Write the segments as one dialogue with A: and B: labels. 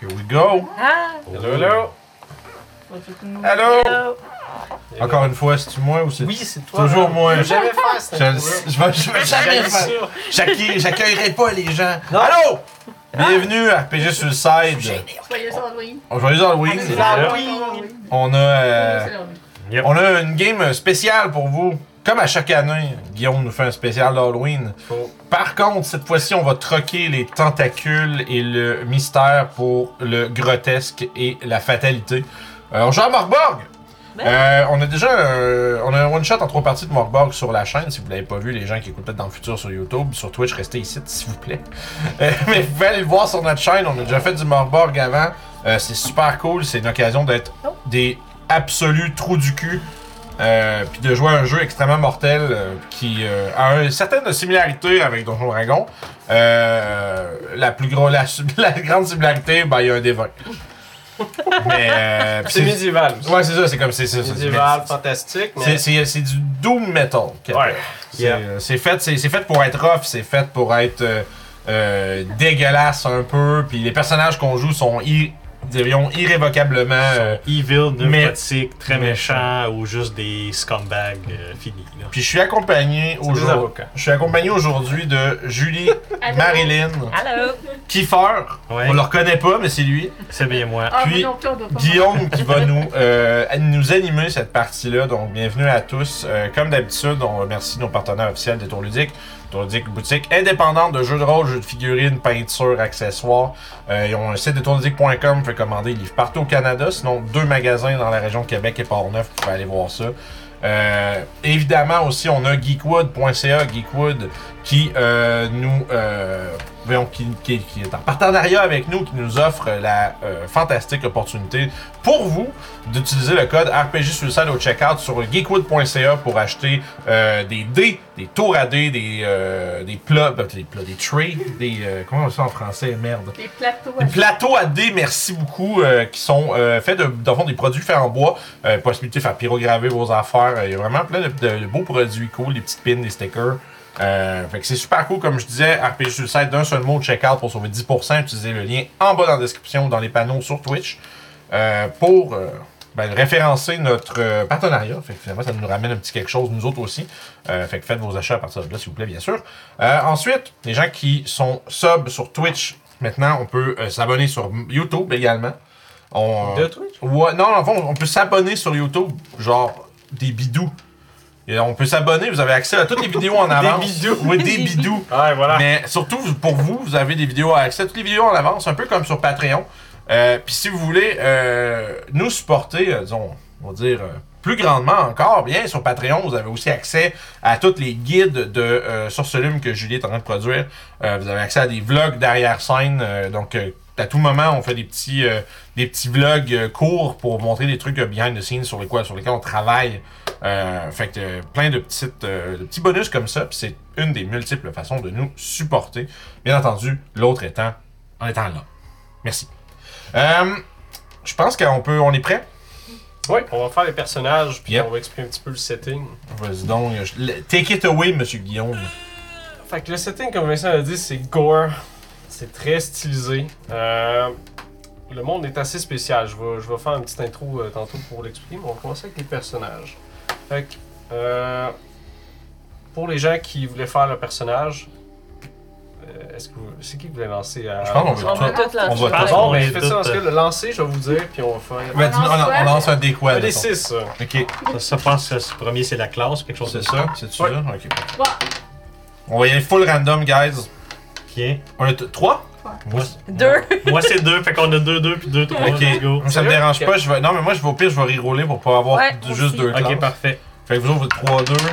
A: Here we go.
B: Ah!
A: Hello, hello. Allô? Encore une fois, c'est-tu moi ou c'est
C: Oui, c'est toi. euh,
A: toujours moi?
C: Je
A: Je,
C: jamais faire ça.
A: je, je vais- je vais jamais le faire. J'accueille- J'accueillerai pas les gens.
C: Non. Ah.
A: Allô? Bienvenue à RPG Suicide.
B: Soyez Halloween.
A: On joue les
C: Ah,
A: Halloween.
B: Joyeux
C: Halloween.
B: Halloween.
A: On a, euh,
B: Joyeux Halloween.
A: on a une game spéciale pour vous. Comme à chaque année, Guillaume nous fait un spécial d'Halloween. Par contre, cette fois-ci, on va troquer les tentacules et le mystère pour le grotesque et la fatalité. Euh, Alors, Jean Morborg!
B: Ben.
A: Euh, on a déjà un, on a un one-shot en trois parties de Morborg sur la chaîne. Si vous l'avez pas vu, les gens qui écoutent peut-être dans le futur sur YouTube, sur Twitch, restez ici, s'il vous plaît. Euh, mais vous pouvez aller le voir sur notre chaîne. On a déjà fait du Morborg avant. Euh, c'est super cool. C'est une occasion d'être des absolus trous du cul. Euh, puis de jouer à un jeu extrêmement mortel euh, qui euh, a une certaine similarité avec Donjon Dragon. Euh, la plus grosse, la, la grande similarité, ben il y a un dévin. Mais euh, puis
C: C'est médiéval.
A: Ouais, c'est ça, c'est comme c'est ça. c'est-
C: Médiéval, fantastique, mais
A: C'est c'est- c'est du doom metal. Kat.
C: Ouais.
A: C'est
C: Yeah.
A: euh, c'est fait, c'est c'est fait pour être rough, c'est fait pour être euh, euh, dégueulasse un peu. Puis les personnages qu'on joue sont i- dirions, irrévocablement. euh,
D: Evil,
A: Mais-
D: narcotique, très
A: méchant.
D: méchant ou juste des scumbags euh, finis. là.
A: puis je suis accompagné
C: c'est des
A: aujourd'hui.
C: avocats.
A: Je suis accompagné aujourd'hui de Julie,
B: Allô?
A: Marilyn,
B: Allô?
A: Kiefer.
D: Ouais.
A: On le reconnaît pas, mais c'est lui.
D: C'est bien moi.
B: Ah,
A: Puis,
B: non, puis on doit pas.
A: Guillaume qui va nous, euh, nous animer cette partie-là. Donc, bienvenue à tous. Euh, comme d'habitude, on remercie nos partenaires officiels des Tours Ludiques. Tours Ludiques, boutique indépendante de jeux de rôle, jeux de figurines, peintures, accessoires. Euh, ils ont un site détourludique.com, vous pouvez commander des livres partout au Canada. Sinon, deux magasins dans la région de Québec et Port-Neuf, vous pouvez aller voir ça. Euh, évidemment aussi, on a geekwood.ca, Geekwood qui euh, nous euh, voyons, qui, qui- qui est en partenariat avec nous, qui nous offre la euh, fantastique opportunité pour vous d'utiliser le code RPG Suicide au checkout sur geekwood.ca pour acheter euh, des dés, des tours à dés, des euh, des plats, ben, des plats, des trays, des euh, comment on dit ça en français, merde.
B: Les plateaux.
A: Des plateaux à dés, merci beaucoup, euh, qui sont euh, faits de, dans le fond, des produits faits en bois. Euh, possibilité de faire pyrograver vos affaires. Euh, Il y a vraiment plein de, de- de beaux produits cool, des petites pins, des stickers. Euh, fait que c'est super cool, comme je disais, RPG sur le site d'un seul mot, checkout pour sauver 10%. Utilisez le lien en bas dans la description ou dans les panneaux sur Twitch euh, pour euh, ben, référencer notre euh, partenariat. Fait que finalement, ça nous ramène un petit quelque chose, nous autres aussi. Euh, fait que faites vos achats à partir de là, s'il vous plaît, bien sûr. Euh, ensuite, les gens qui sont subs sur Twitch, maintenant, on peut euh, s'abonner sur YouTube également. On, euh,
C: Deux trucs.
A: Ouais, non, en fond, on peut s'abonner sur YouTube, genre des bidous. Et on peut s'abonner, vous avez accès à toutes les vidéos en avance.
C: bidous.
A: Ouais, des bidous.
C: Ouais, voilà.
A: Mais surtout, vous- pour vous, vous avez des vidéos à accès, toutes les vidéos en avance, un peu comme sur Patreon. Euh, Puis si vous voulez euh, nous supporter, euh, disons, on va dire, euh, plus grandement encore, bien, sur Patreon, vous avez aussi accès à tous les guides de euh, sur ce lume que Julie est en train de produire. Euh, vous avez accès à des vlogs derrière scène. euh, donc, euh, à tout moment, on fait des petits, euh, des petits vlogs euh, courts pour montrer des trucs euh, behind the scenes sur, les quoi, sur lesquels on travaille. Euh, fait que euh, plein de, petites, euh, de petits bonus comme ça. Puis c'est une des multiples façons de nous supporter. Bien entendu, l'autre étant en étant là. Merci. Euh, je pense qu'on peut, on est prêt.
C: Ouais, on va faire les personnages, puis
A: Yep.
C: on va expliquer un petit peu le setting.
A: Vas-y donc. je- le- Take it away, Monsieur Guillaume.
C: Fait que le setting, comme Vincent l'a dit, c'est gore. C'est très stylisé. Euh, le monde est assez spécial. Je vais, je vais faire une petite intro euh, tantôt pour l'expliquer, mais on va commencer avec les personnages. Fait que, euh, pour les gens qui voulaient faire le personnage, euh, est-ce que vous- c'est qui qui voulait lancer à...
A: Je pense qu'on veut
B: On va
A: tout-
B: tout lancer.
A: on va
D: Je pense
A: tout-
C: Bon, mais
D: Ouais,
C: faites
D: tout,
C: ça, parce que
D: euh,
C: le lancer, je vais vous dire, puis on va faire...
A: Ben, dis-nous- on, on lance un dé quoi,
C: Un des
A: mettons.
C: six, ça.
A: Ok,
D: Ça, ça, je pense que le premier, c'est la classe, quelque chose de
A: c'est
D: ça.
A: ça. C'est
C: Ouais.
A: ça. Ok.
B: Bon,
A: On va y aller full random, guys.
D: Bien.
A: On a t- trois.
B: Trois.
A: Moi,
B: deux.
D: Moi, c'est deux, fait qu'on a deux, deux, puis deux, trois.
A: Ok.
D: Let's go.
A: moi, ça me
C: Sérieux?
A: dérange
C: Ok.
A: pas. Je vais... Non, mais moi, je vais au pire, je vais reroller pour pas avoir
B: Ouais,
A: d-
B: moi
A: juste
B: aussi.
A: deux classes.
D: Ok, parfait.
A: Fait que vous autres, vous êtes trois, deux.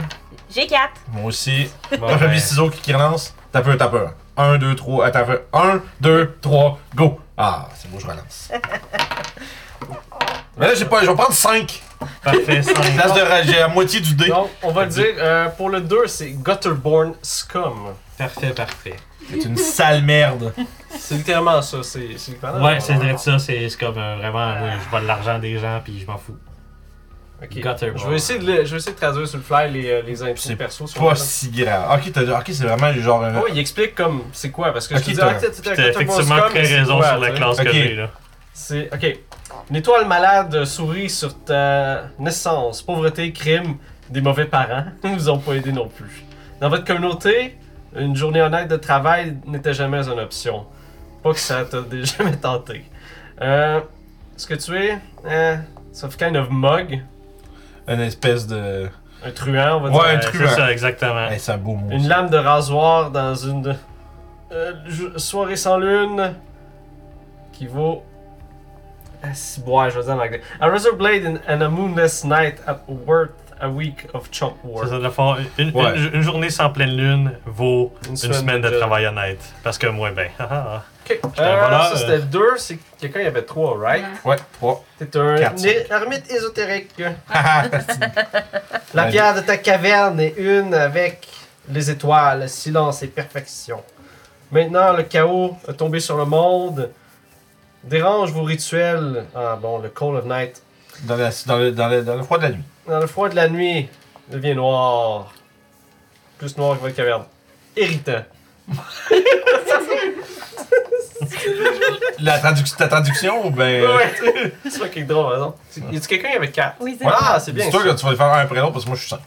B: J'ai quatre.
A: Moi aussi.
C: Bon,
A: Moi, j'ai
C: ben,
A: mis ciseaux qui, qui relance. T'as peur, t'as peur. 1, 2, 3, attends, 1, 2, 3, go! Ah, c'est beau, je relance. Mais là, j'ai pas, je vais prendre 5.
D: Parfait, cinq.
A: Place de ra- j'ai la moitié du dé.
C: donc, on va le dire, euh, pour le 2, c'est Gutterborn Scum.
D: Parfait, parfait.
A: C'est une sale merde.
C: C'est littéralement ça, c'est c'est l'équivalent.
D: euh, Ouais, c'est vrai de ça, c'est c'est comme euh, vraiment, moi, je vole l'argent des gens, puis je m'en fous.
C: Ok.
D: Gutter
C: Je
D: ball.
C: vais essayer de, le- je vais essayer de traduire sur le fly les, euh, les intros
A: C'est
C: perso. sur
A: Pas
C: le-
A: si grave. Ok, t'as- ok, c'est vraiment le genre.
C: Ouais, il explique comme c'est quoi parce que
A: Ok,
C: je te dis,
A: t'as-
C: ah, t'as- t'as-
D: T'as
C: t'as- t'as-
D: effectivement
C: t'as-
D: très
C: t'as-
D: raison
C: t'as-
D: sur la
C: t'as-
D: classe
A: Ok.
D: que j'ai là.
C: C'est ok. Une étoile malade sourit sur ta naissance, pauvreté, crime, des mauvais parents ne vous ont pas aidé non plus. Dans votre communauté, une journée honnête de travail n'était jamais une option. Pas que ça t'a déjà jamais tenté. Euh, ce que tu es, euh, sauf kind of mug,
A: Une espèce de.
C: un truand, on va
A: Ouais,
C: dire.
A: un
D: Euh,
A: truand.
D: C'est ça, exactement.
A: Hey, c'est un beau mot.
C: Ah. Une lame de rasoir dans une euh, jou- soirée sans lune qui vaut. Ah, si, ouais, je vais dire en anglais. A razor blade and, and a moonless night at worth a week of chop
D: Ça,
C: work.
D: ça, dans le fond, une, une-
A: Ouais.
D: une journée sans pleine lune vaut
C: Une
D: une semaine,
C: semaine
D: de,
C: de job.
D: travail honnête. Parce que moi, ben, haha,
C: Ok,
D: un
C: Euh,
D: voleur,
C: ça
D: euh.
C: c'était deux, c'est quelqu'un il y avait trois, right?
A: Ouais, trois.
C: T'es un
A: Quatre, cinq.
C: ermite ésotérique.
A: Haha, c'est-
C: La
A: Ouais.
C: pierre de ta caverne est une avec les étoiles, silence et perfection. Maintenant, le chaos a tombé sur le monde. Dérange vos rituels. Ah bon, le Call of Night.
A: dans, la- dans le, dans, le, dans le froid de la nuit.
C: Dans le froid de la nuit, devient noir. Plus noir que votre caverne. Irritant.
A: La traduc- ta traduction ou ben.
C: Ouais. c'est pas quelque drôle, raison. Y a-tu quelqu'un avec quatre?
B: Oui, c'est
C: Ah, c'est bien.
A: euh, Dis-toi
C: ça.
A: que tu vas le faire un après l'autre parce que moi je suis 5.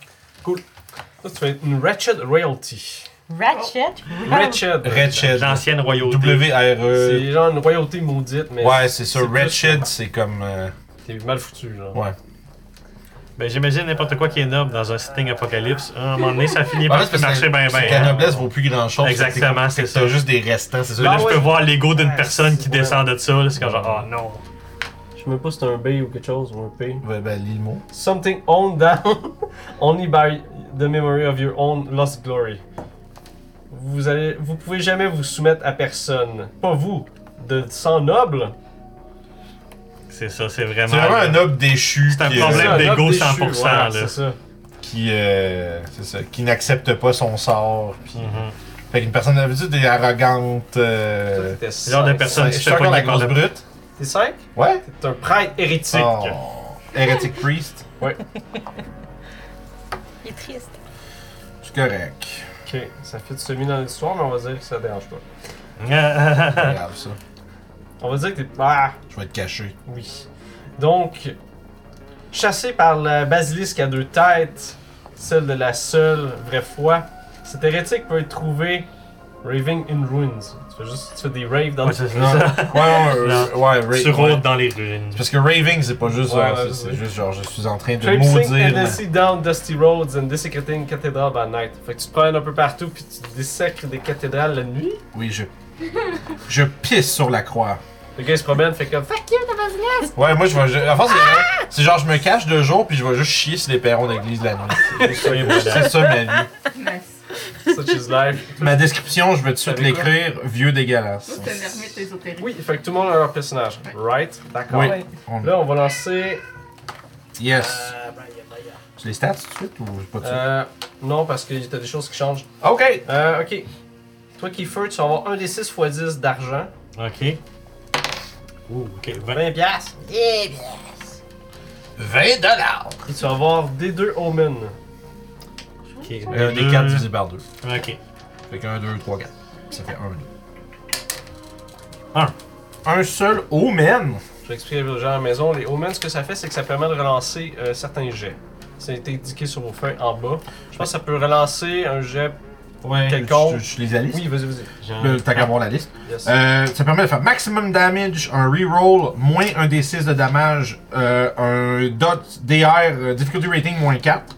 C: Ça, tu fais une Ratchet Royalty.
B: Ratchet.
C: Ratchet.
A: Wretched.
D: l'ancienne royauté.
A: W-R-E.
D: Euh,
C: C'est genre une royauté maudite, mais
A: Ouais, c'est ça.
C: c'est plus-
A: Wretched, c'est comme. euh,
C: t'es mal foutu, genre.
A: Ouais.
D: Ben, j'imagine n'importe quoi qui est noble dans un setting apocalypse. hein, À un moment donné, ça finit
A: En
D: par
A: fait,
D: se marcher bien,
A: c'est que la
D: bien.
A: noblesse vaut plus grand chose.
D: Exactement, c'est ça.
A: T'as juste des restants, c'est ça.
D: Là,
C: Ah
D: je
C: ouais.
D: peux voir l'ego d'une
C: Ah,
D: personne qui
C: c'est-
D: descend de ça. là, C'est comme genre, oh non.
C: Je sais même pas si c'est un B ou quelque chose, ou un P.
A: Ben, ben, lis le mot.
C: Something owned down, only by the memory of your own lost glory. Vous allez, vous pouvez jamais vous soumettre à personne. Pas vous, de sang noble.
D: C'est ça,
A: C'est
D: c'est vraiment.
A: vraiment un homme déchu.
D: C'est un
A: qui, euh,
D: problème.
C: C'est ça,
D: d'ego
C: noble déchu,
D: 100%,
C: voilà,
D: là.
C: C'est ça.
A: Qui, euh, c'est ça, qui n'accepte pas son sort. Puis...
D: Mhm.
A: Fait qu'une personne d'habitude est arrogante.
C: Toi,
A: Euh...
C: T'es
D: le genre de
C: cinq.
D: personne qui
A: je
D: se
A: suis
D: fait
A: encore la
D: pogner par
A: grosse
D: le
A: brute.
C: T'es 5
A: Ouais.
C: T'es un prêtre hérétique.
D: Ah.
A: Oh. Heretic priest.
B: Il est triste.
A: C'est correct.
C: Ok, ça fait du semi dans l'histoire, mais on va dire que ça dérange pas.
A: C'est
D: Mm-hmm.
A: pas grave ça.
C: On va dire que t'es. Ah!
A: Je vais être caché.
C: Oui. Donc, chassé par la basilisque à deux têtes, celle de la seule vraie foi, cet hérétique peut être trouvé raving in ruins. Tu fais juste tu fais des raves dans
D: Ouais,
C: le
D: c'est
A: Non.
D: ça.
A: Ouais, ouais,
D: Non.
A: ouais, ouais, ra-
D: Tu
A: ouais.
D: rôdes dans les ruines.
A: C'est Parce que raving, c'est pas juste.
C: Ouais,
A: euh,
C: ouais,
A: c'est- c'est
C: ouais.
A: juste genre, je suis en train de
C: Traipsing
A: maudire. ma-
C: endlessly down dusty roads and desecrating cathedral by night. Fait que tu te promènes un peu partout puis tu dessècres des cathédrales la nuit.
A: Oui, je. Je pisse sur la croix.
C: Le gars il se promène, fait comme. Fuck you!
A: Ouais, moi, je vais. je- En fait, c'est c'est genre, je me cache deux jours, puis je vais juste chier sur les perrons d'église la nuit.
D: Et voilà.
A: C'est ça ma vie.
E: Nice.
C: Such is life.
A: Ma description, je vais tout de suite
C: Avec quoi?
A: l'écrire vieux dégueulasse.
E: Ça, c'est un ermite ésotérique.
C: Oui, fait que tout le monde a leur personnage. Right? D'accord.
A: Oui.
B: Ouais.
A: On-
C: Ah Là, on va lancer.
A: Yes. Tu les stats tout de suite ou pas tout de suite?
C: Euh, non, parce que t'as des choses qui changent.
A: Ok!
C: Euh, ok. Toi, Kiefer, tu vas avoir 1 des 6 x 10 d'argent.
D: Ok. Ouh, ok. vingt.
C: 20 piastres.
A: 20 dollars!
C: Et tu vas avoir D2 Omen.
D: Ok.
A: Euh,
D: deux.
A: des 4 divisé par 2.
D: Ok.
A: Fait que 1, 2, 3, 4. Ça fait 1, 2.
D: Un.
A: Un seul omen!
C: Je vais expliquer aux gens à la maison. Les Omen, ce que ça fait, c'est que ça permet de relancer euh, certains jets. Ça a été indiqué sur vos feuilles en bas. Je pense que ça peut relancer un jet.
D: Ouais.
C: Quelconque.
A: Ben, Je, je- je les alise.
C: Oui, vas-y, vas-y.
A: Là, T'as qu'à avoir la liste.
C: Yes.
A: Euh, ça permet de faire maximum damage, un reroll, moins un D6 de damage, euh, un dot DR, euh, difficulty rating moins 4,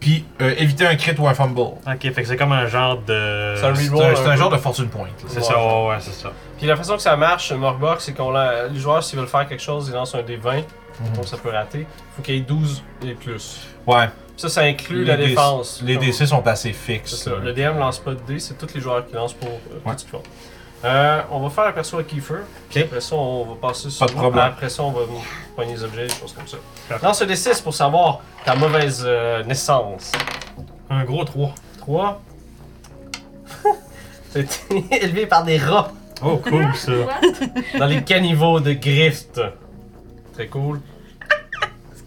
A: puis euh, éviter un crit ou un fumble.
D: Ok, fait que c'est comme un genre de.
C: C'est un
A: C'est
C: reroll.
A: un, c'est un
C: peu.
A: genre de fortune point. là.
D: C'est ça, ouais, ouais, c'est ça.
C: Puis la façon que ça marche, Morgbox, c'est qu'on la- les joueurs, s'ils veulent faire quelque chose, ils lancent un D20.
A: Mhm.
C: Donc ça peut rater. Faut qu'il y ait 12 et plus.
A: Ouais.
C: Puis ça, ça inclut
A: Les
C: la
A: dés-
C: défense.
A: Les
C: Comme-
A: D6 sont assez fixes.
C: C'est ça. Le DM lance pas de dés, c'est tous les joueurs qui lancent pour euh,
A: Ouais.
C: tout ce qu'ils font. Euh, on va faire un perso à Kiefer. puis
A: Ok.
C: Après ça, on va passer sur.
A: Pas de problème.
C: Après ça, on va venir pogner les objets, des choses comme ça.
D: Parfait.
C: Lance un des 6 pour savoir ta mauvaise euh, naissance.
D: Un gros 3.
C: 3. T'as été élevé par des rats
D: Oh, cool ça.
E: Quoi?
C: dans les caniveaux de Grift. Très cool.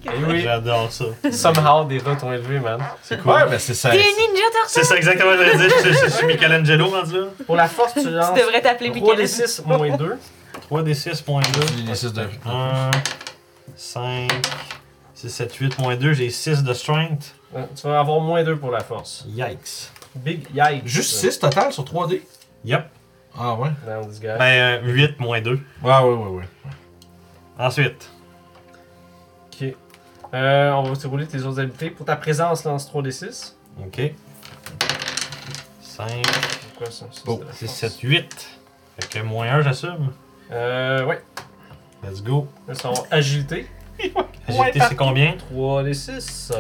C: Et Eh oui,
D: J'adore ça.
C: somehow des rats t'ont élevé, man.
D: C'est cool.
A: Ouais, mais c'est ça.
B: T'es un ninja
D: C'est
B: turtle!
D: ça exactement ce que je voulais dire. Je, je- je suis Michelangelo rendu là.
C: Pour la force, tu lances
B: Tu devrais t'appeler
C: 3 d
B: Michelangelo.
C: 6 moins 2.
D: 3d6.2.
A: Les six de-
D: 1, 5, 6, 7, 8, moins 2. J'ai 6 de strength.
C: Euh, Tu vas avoir moins 2 pour la force.
D: Yikes.
C: Big yikes.
A: Juste 6 total sur 3D?
D: Yep.
A: Ah ouais?
C: Dans this guy.
D: Ben, 8 moins 2.
A: Ah ouais, ouais, ouais.
D: Ensuite,
C: Ok. Euh, on va te rouler tes autres habiletés. Pour ta présence, lance 3d6.
D: OK. 5,
C: C'est quoi ça? Ça,
A: Oh,
C: de la
D: 6,
C: force.
D: 7, 8. Fait que moins 1, j'assume.
C: Euh, ouais.
D: Let's go.
C: Elles sont agilité.
D: Agilité, c'est combien?
C: 3d6.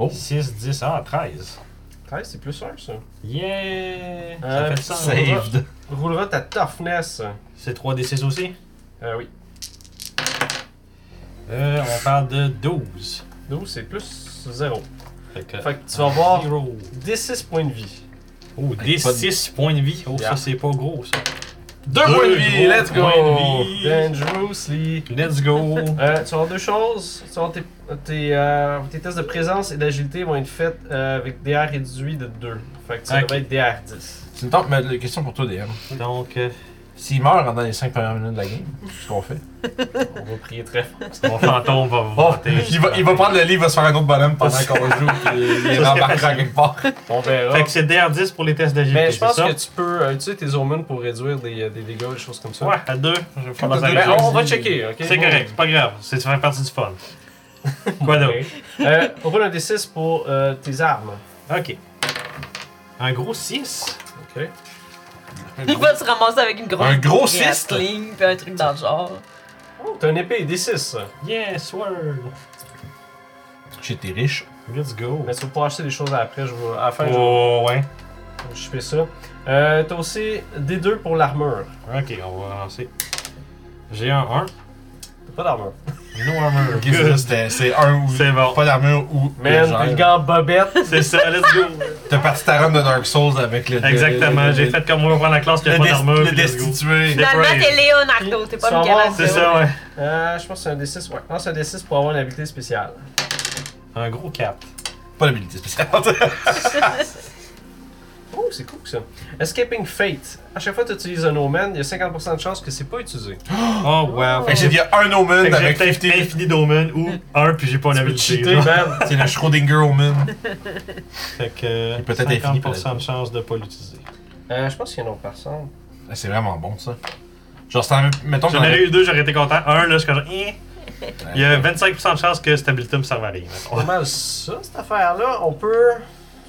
C: euh,
D: 6, 10, ah, 13.
C: 13, c'est plus 1 ça.
D: Yeah!
C: Euh,
D: Ça fait ça.
A: Saved.
C: Roulera ta toughness.
D: C'est 3d6 aussi?
C: Euh, oui.
D: Euh, on parle de 12.
C: 12, c'est plus 0.
D: Fait que,
C: Fait que tu vas avoir
D: Zero.
C: d6 points de vie.
D: Oh, des
A: pas de-
D: 6 points de vie. Oh,
C: Yeah.
D: ça, c'est pas gros, ça.
A: Deux points de vie,
D: gros
A: let's go!
D: points de vie.
C: Dangerously.
D: Let's go!
C: Euh, tu vas avoir deux choses. Tu vas avoir tes, tes, euh, tes tests de présence et d'agilité vont être faits euh, avec DR réduit de 2. Fait que ça
D: Ok.
C: devrait être DR 10.
A: C'est une tente, mais la question pour toi, DM.
D: Donc, euh,
A: S'il meurt pendant les 5 premières minutes de la game, qu'est-ce qu'on fait?
C: On va prier très fort.
D: mon fantôme va vous vanter.
A: Oh, il, va, il va prendre le livre, il va se faire un autre bonhomme pendant qu'on joue, puis il rembarquera quelque part.
C: On verra.
D: Fait que c'est DR10 pour les tests d'agilité,
C: Mais Ben, je
D: c'est
C: pense
D: ça?
C: que tu peux euh, utiliser tes hormones pour réduire des, des dégâts, des choses comme ça.
D: Ouais, à 2. Je vais faire dans
A: Quand
D: un
A: t'as
C: Ben,
A: deux,
D: jeu.
C: on, on va checker, ok?
D: C'est
C: Bon.
D: correct, c'est pas grave. C'est ça fait partie du fun. Quoi d'autre?
C: Ok. Euh, on roule un D6 pour euh, tes armes.
D: Ok. Un gros 6.
C: Ok.
B: Il va se ramasser avec une grosse.
A: Un gros
B: grasse
A: cyste.
B: ligne, puis un truc dans le genre.
C: Oh, T'as une épée D6.
D: Yeah, sword.
A: J'étais riche.
D: Let's go.
C: Mais tu vas pouvoir acheter des choses après. Je vais, à la fin,
D: Oh, ouais.
C: je, je fais ça. Euh, T'as aussi D2 pour l'armure.
D: Ok, on va lancer. J'ai un 1.
C: T'as pas d'armure.
D: No armor.
A: Ok, c'est ça, c'était- c'est un ou.
D: C'est bon.
A: Pas d'armure ou.
C: Man,
A: genre.
C: t'as le gars en bobette.
D: C'est ça, let's go.
A: T'as parti ta run de Dark Souls avec le.
D: Exactement,
A: le-
D: j'ai fait comme on va prendre la classe qui
A: Le, le,
D: a pas
A: dest-
D: d'armure.
A: le
D: puis let's go.
A: destitué.
D: C'est
B: Finalement,
D: vrai.
B: t'es Leonardo, t'es pas
C: Ça va,
B: Michelangelo.
D: C'est ça, ouais.
C: Euh, je pense que c'est un D6. Ouais, non, c'est un D6 pour avoir une habilité spéciale.
D: Un gros 4.
A: Pas l'habilité spéciale.
C: Oh, c'est cool ça. Escaping Fate. À chaque fois que tu utilises un omen, il y a 50% de chances que c'est pas utilisé.
D: Oh, wow.
A: Fait que j'ai dit un
D: Fait
A: Omen
D: que j'ai
A: avec.
D: peut-être infini d'omen ou un puis j'ai pas une
C: Tu peux
D: habilité.
C: cheater,
D: là.
C: man.
A: C'est le Schrödinger Omen.
D: Fait que
A: est peut-être infini,
D: 50%
A: peut-être.
D: de chance de pas l'utiliser.
C: Euh, je pense qu'il y a une autre personne.
A: Ah, C'est vraiment bon ça. Genre, c'est en- mettons que
D: J'en
A: j'en ai-
D: aurais eu deux, j'aurais été content. Un, là, je suis comme genre, eh. Il y a 25% de chance que cette habilité me serve à rien. mettons.
C: Pas mal ça, cette affaire-là. On peut.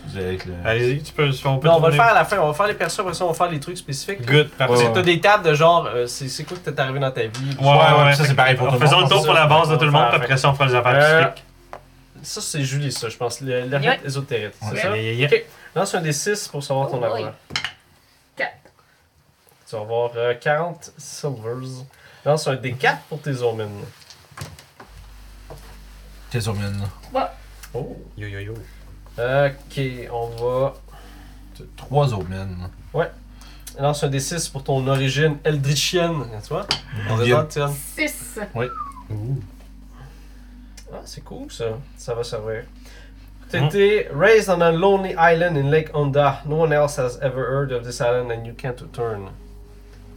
A: Vous avez avec le-
D: Allez-y, tu peux. On peut
C: Non, on va le
D: tourner.
C: faire à la fin. On va faire les persos, après ça, on va faire les trucs spécifiques.
D: Good, parfait.
A: Ouais,
C: T'as des tables de genre, euh, c'est c'est quoi que t'es arrivé dans ta vie?
D: Ouais, ouais, ouais.
A: Ça, c'est pareil pour tout le
D: Faisons
A: monde.
D: le tour pour la base de tout le monde, puis après ça, on fera les affaires
C: Euh,
D: spécifiques.
C: Ça, c'est Julie, ça, je pense. Le- La
B: Ouais.
C: rite ésotérique, c'est
A: Ouais.
C: ça?
D: Yeah, yeah, yeah.
C: Ok. Lance un des 6 pour savoir ton
B: Oh boy.
C: argent.
B: Quatre.
C: Tu vas avoir euh, 40 silvers. Lance un des 4 pour tes omens.
A: Tes Omen.
C: Oh.
D: Yo, yo, yo.
C: Euh, Ok, on va.
A: T'as Trois Omen.
C: Lance un des 6 pour ton origine eldritchienne. Tu vois? On
A: Bien.
C: regarde, tiens.
B: 6.
D: Ouh.
C: Ah, c'est cool ça. Ça va servir. T'étais raised on a lonely island in Lake Honda. No one else has ever heard of this island and you can't return.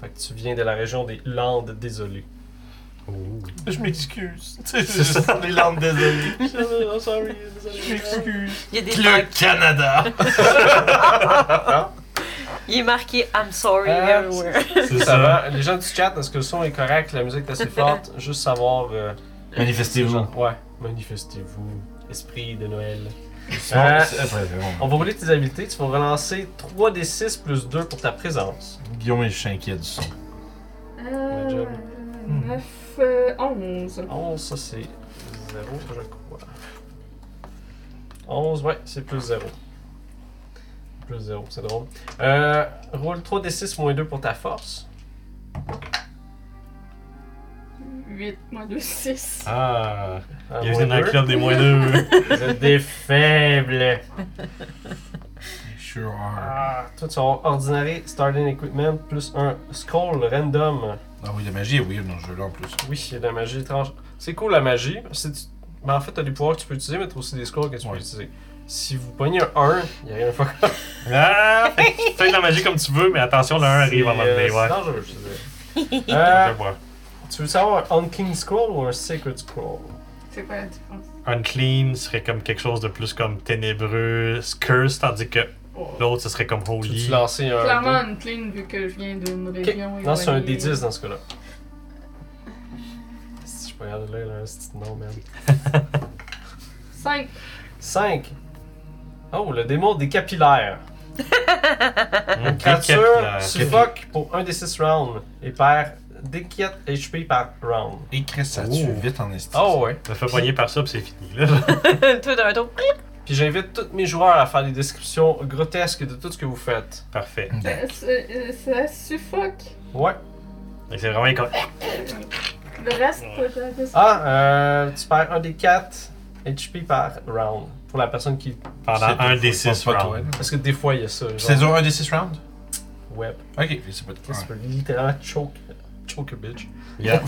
C: Fait que tu viens de la région des Landes désolées.
D: Ouh.
A: Je m'excuse. C'est ça, les langues désolées.
D: I'm sorry,
A: Je m'excuse.
B: Il y a des
A: Le
B: marques-
A: Canada.
B: Il est marqué I'm sorry
C: Ah,
B: everywhere.
D: C'est
C: Ça
D: ça.
C: va? Les gens du chat, est-ce que le son est correct? La musique est assez forte? Juste savoir. euh,
A: Manifestez-vous.
C: Ouais, manifestez-vous. Esprit de Noël.
A: Ah,
C: Euh,
A: c'est- après, c'est bon.
C: on va rouler tes habiletés. Tu vas relancer 3d6 plus 2 pour ta présence.
A: Guillaume est le chien qui a du son.
C: Good
E: Euh,
C: job.
E: 9, euh, 11.
C: Oh, ça c'est 0, je crois. 11, ouais, c'est plus 0. Plus 0, c'est drôle. Euh, roule 3d6 moins 2 pour ta force.
E: 8 moins 2, 6.
D: Ah,
C: Ah,
D: il est
C: moins
D: venu dans le
C: deux.
D: club des moins deux.
C: Vous êtes des faibles.
A: Sure.
C: Ah, tout son ordinary starting equipment plus un scroll random.
A: Ah oui, la magie est weird dans ce jeu-là en plus.
C: Oui, il y a de la magie étrange. C'est cool la magie. C'est du- Ben, en fait, t'as des pouvoirs que tu peux utiliser, mais t'as aussi des scrolls que tu
A: Ouais.
C: peux utiliser. Si vous pognez un 1, il y a rien à faire.
D: Ah, fait que tu fais de la magie comme tu veux, mais attention, le 1 arrive
C: C'est,
D: avant de
C: euh,
D: venir,
C: C'est
D: ouais.
C: dangereux, je te dis.
D: Je
C: Euh,
D: vois.
C: tu veux savoir un Unking Scroll ou un Sacred Scroll
E: C'est quoi la différence?
D: Unclean serait comme quelque chose de plus comme ténébreux, curse, tandis que
E: Oh.
D: l'autre, ce serait comme
C: Tu veux
D: holy.
C: lancer un.
E: Clairement
C: dé?
E: une clean vu que je viens d'une
C: euh, Ok,
E: région
C: Non, c'est un hein.
E: éloignée.
C: D10 dans ce cas-là. Si je suis pas capable de lire, là, c'est non, merde.
D: Hein?
E: 5.
C: 5. Oh, le démon des capillaires.
D: Hum, des
C: Créature
D: capillaires.
C: suffoque pour 1 des 6 rounds et perd 4 HP par round.
A: Écris ça dessus
D: Ouh.
A: vite en estime.
C: Oh ouais.
D: Je me fais poigner par ça, puis c'est fini. Là.
B: Tout d'un tour.
C: Puis j'invite tous mes joueurs à faire des descriptions grotesques de tout ce que vous faites.
D: Parfait.
A: Ben,
E: Euh, Ça, ça- ça suffoque.
C: Ouais.
D: Et c'est vraiment comme.
E: Le reste, euh, de-
C: Ah, euh, tu perds 1 des 4 HP par round pour la personne qui.
D: Pendant
A: C'est
D: un
A: tout,
D: des
A: faut
D: six
A: pas toi,
D: rounds.
A: là.
C: Parce que des fois, il y a ça.
A: C'est
C: genre,
A: sur un des six rounds?
C: Web.
A: Ok, c'est pas de
C: Tu peux littéralement choke. Choke a bitch.
D: Yeah.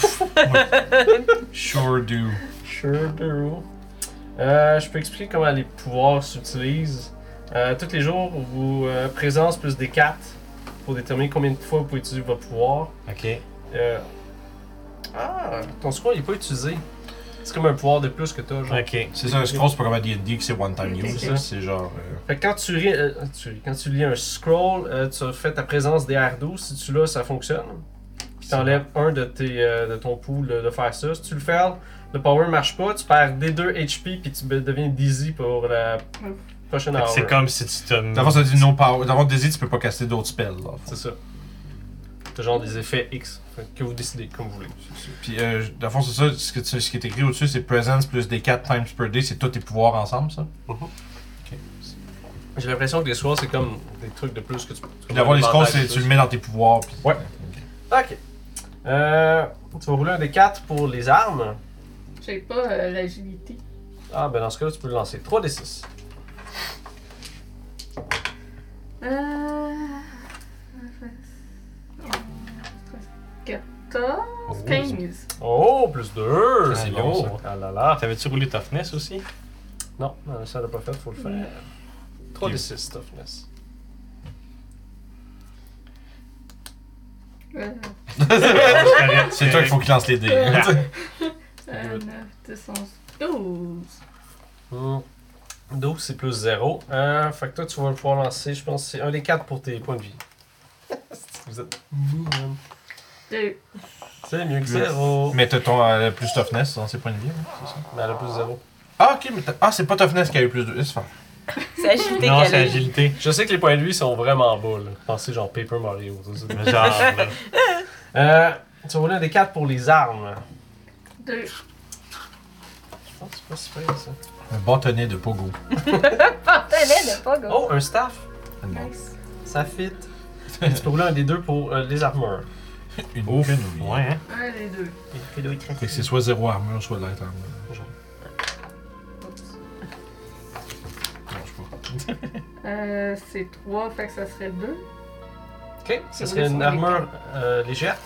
A: Sure do.
C: Sure, Bureau. Euh, je peux expliquer comment les pouvoirs s'utilisent. Euh, tous les jours, vous euh, présence plus des 4 pour déterminer combien de fois vous pouvez utiliser votre pouvoir.
D: Ok.
C: Euh, Ah, ton score il est pas utilisé. C'est comme un pouvoir de plus que t'as, genre.
D: Ok.
A: C'est ça, un scroll, c'est pas comme un D&D que c'est one time
E: Ok,
A: use.
E: ok.
A: là. C'est genre. euh,
C: Fait que quand tu, ris- euh, tu ris- quand tu lis un scroll, euh, tu fais ta présence des R12. Si tu l'as, ça fonctionne. Puis t'enlèves un de, tes, euh, de ton pool euh, de faire ça. Si tu le fais, le power marche pas, tu perds D2 HP puis tu be- deviens dizzy pour la prochaine
D: Fait que
C: hour.
D: C'est comme si tu te.
A: D'abord, ça dit no power. D'abord, Daisy, tu peux pas caster d'autres spells. là, en fait.
C: C'est ça. C'est genre des effets X fait que vous décidez comme vous voulez.
A: Puis, euh, dans le fond, c'est ça, ce, que tu- ce qui est écrit au-dessus, c'est presence plus des 4 times per day, c'est tous tes pouvoirs ensemble, ça.
C: J'ai l'impression que les soirs, c'est comme des trucs de plus que tu peux.
A: Puis d'avoir les scrolls, c'est- tu le mets dans tes pouvoirs. Puis...
C: Ouais. Ok. Euh, tu vas rouler un des 4 pour les armes.
E: J'ai pas euh, l'agilité.
C: Ah, ben dans ce cas-là, tu peux le lancer. 3 des 6.
E: Euh... 14, 15.
C: Oh, plus 2!
A: Ça, c'est bon,
C: Ah là là.
D: T'avais-tu roulé toughness aussi?
C: Non, euh, ça l'a pas fait, faut le faire. 3 des 6, toughness.
E: Euh,
C: Oh,
A: C'est toi qu'il faut qu'il lance les dés. hein.
E: euh, 9, 10, 11, 12.
C: Hmm. 12, c'est plus 0. Euh, fait que toi, tu vas pouvoir lancer, je pense, que c'est un des 4 pour tes points de vie. Vous êtes mou, man.
E: Deux.
C: C'est mieux que 0.
A: Mais t'as ton euh, plus toughness dans ses points de vie, hein, c'est ça.
C: Mais elle a plus 0.
A: Ah, ok, mais t'as- ah, c'est pas toughness qui a eu plus de. Laisse faire.
B: C'est agilité
D: Non,
B: qu'elle
D: c'est
B: a.
D: agilité.
C: Je sais que les points de vie sont vraiment bas, là. Pensez genre Paper Mario. tout ça.
D: Mais Genre, là.
C: Euh, tu vas rouler un des 4 pour les armes.
E: 2.
C: Je pense que c'est pas si pire, ça.
A: Un bâtonnet de Pogo.
B: Pantalette de pas gros.
C: Oh, un staff!
E: Nice.
C: Ça fit. tu peux rouler un des deux pour euh, les armures.
A: Une
D: Ouf.
A: quenouille.
D: Ouais, hein.
E: Un des deux.
A: Fait que c'est soit zéro armure, soit light armure. Genre. Non, je sais pas.
E: Euh, c'est 3, fait que ça serait 2.
C: Ok, ça serait une armure euh, légère.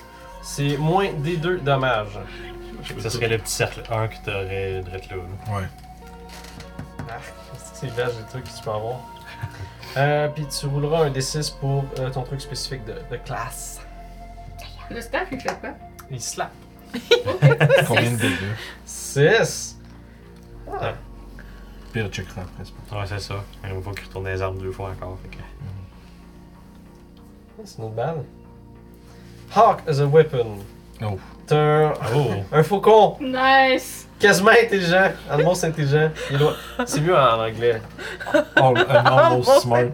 C: C'est moins des deux dommages.
D: Ça serait le petit cercle 1 que t'aurais drette là. là.
A: Ouais.
C: Ah. C'est le des trucs que tu peux avoir. Euh, Puis tu rouleras un D6 pour euh, ton truc spécifique de, de classe.
E: Le staff, il fait quoi?
C: Il slap.
A: Combien de dégâts
C: 6! Ah.
A: Puis elle checkera après, c'est pas
D: Ouais, c'est ça. Il faut qu'il retourne les armes deux fois encore. Fait que...
C: C'est not bad. Hawk as a weapon.
A: Oh.
C: T'as un,
D: Oh!
C: un faucon
E: Nice!
C: quasiment intelligent. Almost intelligent. Il est loin. C'est mieux en anglais.
A: All, an almost smart.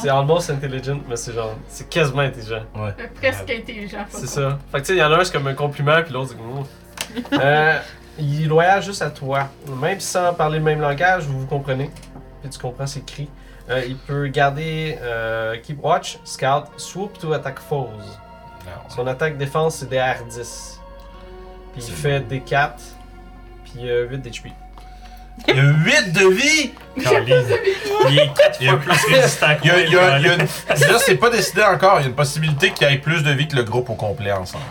C: C'est almost intelligent, mais c'est genre. C'est quasiment intelligent.
E: Euh, presque intelligent. faut
C: C'est
E: pas-
C: ça. Fait que tu sais, il y en a un, c'est comme un compliment, puis l'autre, c'est comme. Ouh. Euh, il est loyal juste à toi. Même sans parler le même langage, vous vous comprenez. Puis tu comprends ses cris. Euh, il peut garder euh, Keep Watch, Scout, Swoop ou Attaque Fausse. Son attaque défense, c'est des R10. Puis il
A: C'est
C: fait des 4, puis euh, 8 d'HP.
A: Il y a 8 de vie!
D: Caroline, il est 4
A: Il y a-
D: fois plus résistant que
A: Il y
D: moi.
A: a, il y a- il y a
D: Caroline.
A: une- Là, c'est pas décidé encore. Il y a une possibilité qu'il y ait plus de vie que le groupe au complet ensemble.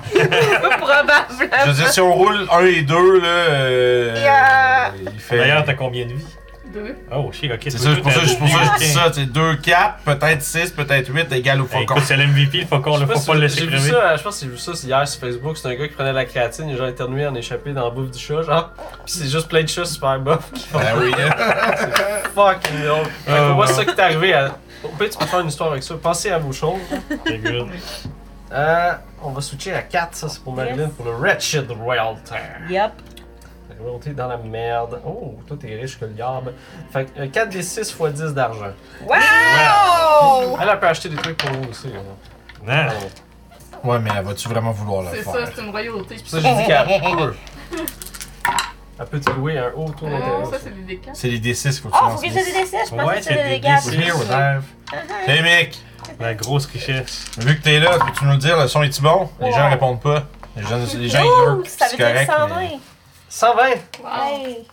B: Probablement.
A: Je veux dire, si on roule 1 et 2, là. euh,
B: Yeah.
A: Il fait.
D: D'ailleurs, t'as combien de vie?
E: Deux.
D: Oh, shit, ok.
A: C'est ça, c'est pour ça, c'est pour ça que je dis ça. C'est 2, 4, peut-être 6, peut-être 8, égal au faucon.
D: Écoute, c'est l'MVP, le faucon,
C: Je
D: là,
C: sais
D: faut
C: si
D: pas
C: vous-
D: le
C: J'ai
D: laisser
C: vu
D: crever.
C: ça, je pense que j'ai vu ça hier sur Facebook. C'est un gars qui prenait la créatine, il a genre éternué en échappé dans la bouffe du chat, genre. Pis c'est juste plein de chats super buff.
A: Ben oui. hein.
C: Fucking drôle. Fait que
D: Oh,
C: pour moi, c'est
D: wow.
C: ça qui t'est arrivé. À... Au pire, tu peux faire une histoire avec ça. Pensez à vos choses.
D: C'est good.
C: Euh, on va switcher à 4, ça c'est pour Marilyn,
B: Yes.
C: pour le Wretched Realtor.
B: Yup.
C: La royauté dans la merde. Oh, toi t'es riche que le diable. Fait que 4 des 6 fois 10 d'argent.
B: Wow!
C: Elle, elle peut acheter des trucs pour vous aussi. hein. là.
D: Non.
A: Ouais, mais vas-tu vraiment vouloir le
E: C'est
A: faire?
E: ça, c'est une royauté.
C: C'est pour ça que je dis qu'elle peut. Elle peut te louer un haut taux
E: Non,
C: d'intérêt.
E: Ah, ça c'est des D4.
A: C'est les D6 faut que tu
B: Oh, faut
A: lances.
B: que
A: les-
B: je te dessins, je pense
D: Ouais,
B: que
D: c'est
B: c'est des Uh-huh.
D: des
B: dégâts.
A: We're here, we're there. Hey mec,
D: La grosse richesse.
A: vu que t'es là, peux-tu nous le dire, le son est-tu bon? Les gens
B: Ouais.
A: répondent pas. Les gens, les gens
B: Ouh,
A: ignorent.
B: ça veut
A: C'est
B: dire
A: correct, mais-
B: 120.
C: 120!
E: Wow.
B: Hey.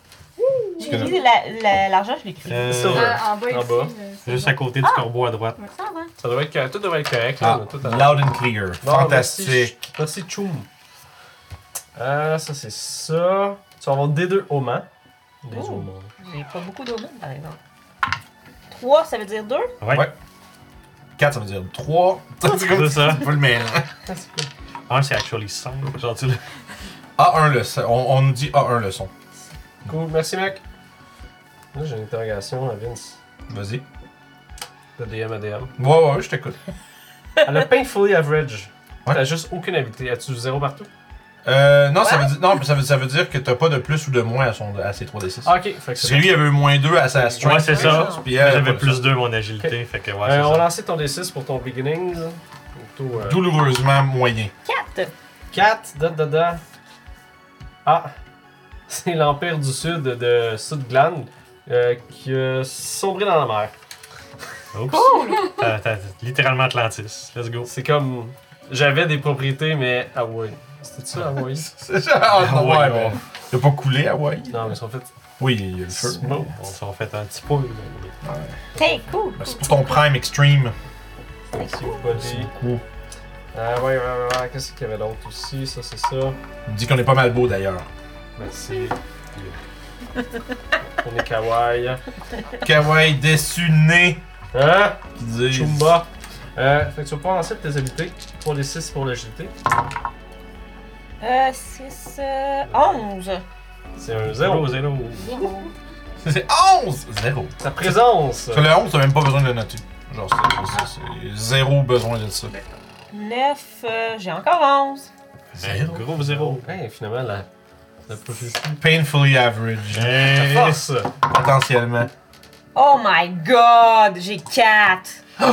B: J'ai
A: correct.
B: lu la- la- l'argent, je l'ai écrit.
D: Euh,
C: Ça va.
E: Ah, en bas
C: En
E: ici.
C: bas.
E: euh, c'est
D: Juste
E: bon.
D: à côté du corbeau à droite.
B: 120.
C: Ça devrait être correct. Tout devrait être correct. là.
A: Ah,
C: Tout à-
A: loud and clear.
C: Bon,
D: ben,
A: Fantastique.
C: Merci, merci Choum. Euh, ça, c'est ça. Tu vas avoir D2 auments. Des
B: Oh.
C: auments.
B: J'ai pas beaucoup d'aumônes, par exemple. 3, ça veut dire 2.
D: Ouais.
A: Ouais. 4, ça veut dire 3. C'est comme
D: C'est ça.
A: pas le même.
C: Ah, c'est cool.
D: Un, c'est actually 5. Genre, tu le-
A: A1 le son. On, on nous dit A1 le son.
C: Cool, merci, mec. Là, j'ai une interrogation à Vince.
A: Vas-y.
C: De DM à DM.
A: Ouais, ouais, ouais, je t'écoute.
C: Elle a painfully average.
A: Ouais.
C: T'as juste aucune habilité. As-tu zéro partout?
A: Euh, non, ça
B: Ouais.
A: veut, dire, non ça, veut, ça veut dire que t'as pas de plus ou de moins à, son, à ses 3D6.
C: Ah, ok. Fait que
A: Parce
C: c'est
A: que lui, il avait eu moins 2 à sa strength.
D: Ouais, c'est ça.
B: ça.
A: Puis
D: Moi,
A: elle, Euh, pas
D: J'avais
A: de
D: plus
A: ça.
D: 2 mon agilité. Fait que ouais,
C: Euh, on
D: c'est ça.
C: lançait ton D6 pour ton beginnings. Plutôt. Euh,
A: Douloureusement moyen.
B: 4.
C: 4. Da, da, da. Ah! C'est l'Empire du Sud de Sudgland euh, qui a sombré dans la mer.
D: Oups. T'as- t'as- Littéralement Atlantis. Let's go.
C: C'est comme. J'avais des propriétés, mais Hawaii. C'était ça, Hawaii?
A: C'est ça. Ah,
D: ouais,
A: ouais,
D: ouais.
A: ouais. Il a pas coulé, Hawaii.
C: non, mais ils sont faits.
A: Oui, il y a le feu.
C: smoke.
D: On s'en fait un petit peu. mais-
B: Hey, cool.
A: Merci Ben, pour ton prime extreme.
C: Merci, buddy.
A: beaucoup.
C: Ah, ouais, ouais, ouais, ouais. Qu'est-ce qu'il y avait d'autre aussi? Ça, c'est ça.
A: Il me dit qu'on est pas mal beau d'ailleurs.
C: Merci. On est kawaii.
A: Kawaii déçu né
C: Hein?
A: qui dit.
C: Chumba. Euh, fait que tu vas pouvoir lancer tes habiletés. 3 des 6 pour l'agilité.
B: Euh, 6, 11.
C: C'est un 0.
D: Zéro, zéro.
A: C'est 11! 0.
C: Ta présence!
A: Sur le 11, t'as même pas besoin de le noter. Genre, c'est- c'est c'est zéro besoin de ça.
B: 9, euh, j'ai encore 11.
D: Un Gros zéro.
C: Hey, finalement, la, la prophétie.
A: Painfully average.
C: La
D: Hey.
C: force!
A: Potentiellement.
B: Oh my god, j'ai 4.
A: Ah!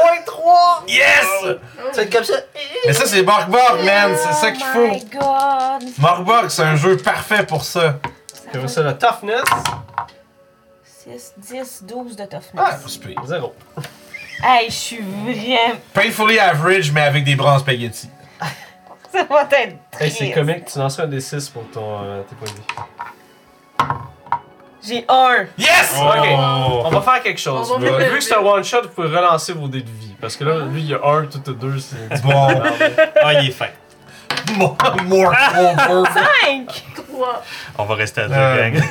C: Point 3!
A: Yes!
C: C'est comme ça!
A: Mais ça, c'est Borgborg, man! C'est ça qu'il
B: Oh
A: faut.
B: my god.
A: Borgborg, c'est un jeu parfait pour ça.
C: Comme ça, la toughness,
B: 6, 10, 12 de toughness.
A: Ah, c'est pire.
C: 0.
B: Hey, je suis vraiment.
A: Painfully average, mais avec des bras en spaghetti.
B: Ça va être
C: Hey, c'est
B: triste.
C: comique, tu lances un des 6 pour ton, euh, tes points de vie.
B: J'ai 1.
A: Yes!
D: Oh.
C: On va faire quelque chose.
E: On va
A: Ouais.
E: mettre
C: Vu que c'est un one shot, vous pouvez relancer vos dés de vie. Parce que là, lui, il y a un, tout a deux, c'est.
A: Bon.
D: Ah, il est fin.
A: More, more, more.
B: 5.
E: trois.
D: On va rester à deux,
A: Euh.
D: gang.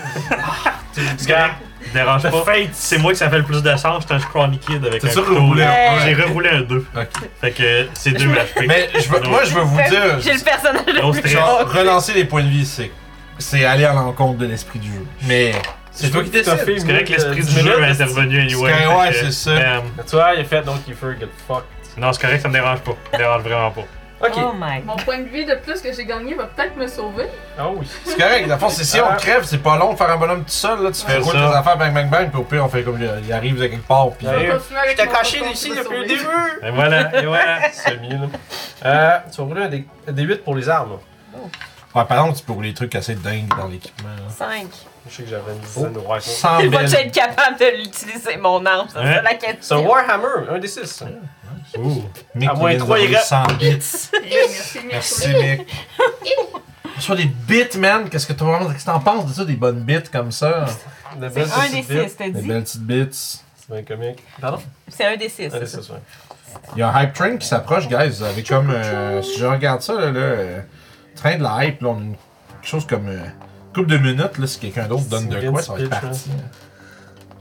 C: C'est
D: Gang, dérange
C: The
D: pas.
C: fate.
D: C'est moi qui ça fait le plus de sens. J'étais un Scrawny Kid avec
A: T'as
D: un
A: sûr
D: couteau.
A: reroulé
B: un Ouais.
D: J'ai reroulé un 2.
A: Ok.
D: Fait que c'est 2 HP.
A: Mais je veux- moi, je veux vous dire.
B: J'ai le personnage
D: Gros
B: le plus
D: stress.
A: Genre, relancer les points de vie, c'est, c'est aller à l'encontre de l'esprit du jeu. Mais c'est toi qui
C: t'es
A: décides.
D: C'est correct que l'esprit du jeu est intervenu anyway.
A: euh, C'est correct, ouais,
D: fait que,
A: c'est ça.
D: euh,
C: Tu vois, il a fait donc Kiefer, get fucked.
D: non, c'est correct, ça me dérange pas. Ça me dérange vraiment pas.
C: Ok.
B: Oh my
E: Mon point de vie de plus que j'ai gagné va peut-être me sauver.
C: Ah oui.
A: C'est correct, la force, c'est si
C: Ah.
A: on crève, c'est pas long de faire un bonhomme tout seul, là, tu fais
D: C'est
A: rouler tes
D: ça.
A: affaires, bang, bang, bang, puis au pire, on fait comme euh, il il arrive de quelque part, puis... euh,
E: Je vais
C: Ouais.
E: continuer avec mon propre point de sauver.
C: début! Eh
D: Et voilà, et voilà.
C: Semi, là. Euh, tu vas rouler un des, un des 8 pour les armes.
A: Ouais, par exemple, tu peux rouler des trucs assez dingues dans l'équipement, là.
B: 5.
C: Je sais que j'avais une dizaine
D: Oh,
C: de rifles.
A: Sans
B: Il va
A: belle-
B: être capable de l'utiliser, mon arme? Ça,
D: Hein?
B: c'est la
C: C'est un
B: question.
C: Warhammer, un des 6.
D: Ouh.
A: Mick
C: à moins
A: qui vient de
C: trois,
A: rouler
C: il reste-
A: 100 bits.
E: Hey, Merci,
A: Merci,
E: merci.
A: Mick. Soit des bits, man. Qu'est-ce que t'en penses- qu'est-ce que t'en penses de ça, des bonnes bits comme ça?
C: La belle
B: C'est un des
C: petite
B: six,
C: bite.
B: t'as
A: Des
B: dit?
A: belles petites bits.
C: C'est bien comique. Pardon?
B: C'est un des six.
C: Allez,
B: c'est ça.
C: c'est ça.
A: Il y a un hype train qui s'approche, guys. Vous avez comme. euh, si je regarde ça, là, le train de la hype, là, on a une- quelque chose comme. euh, couple de minutes, là, si quelqu'un d'autre donne de quoi, ça va être parti.
C: hein.
A: hein.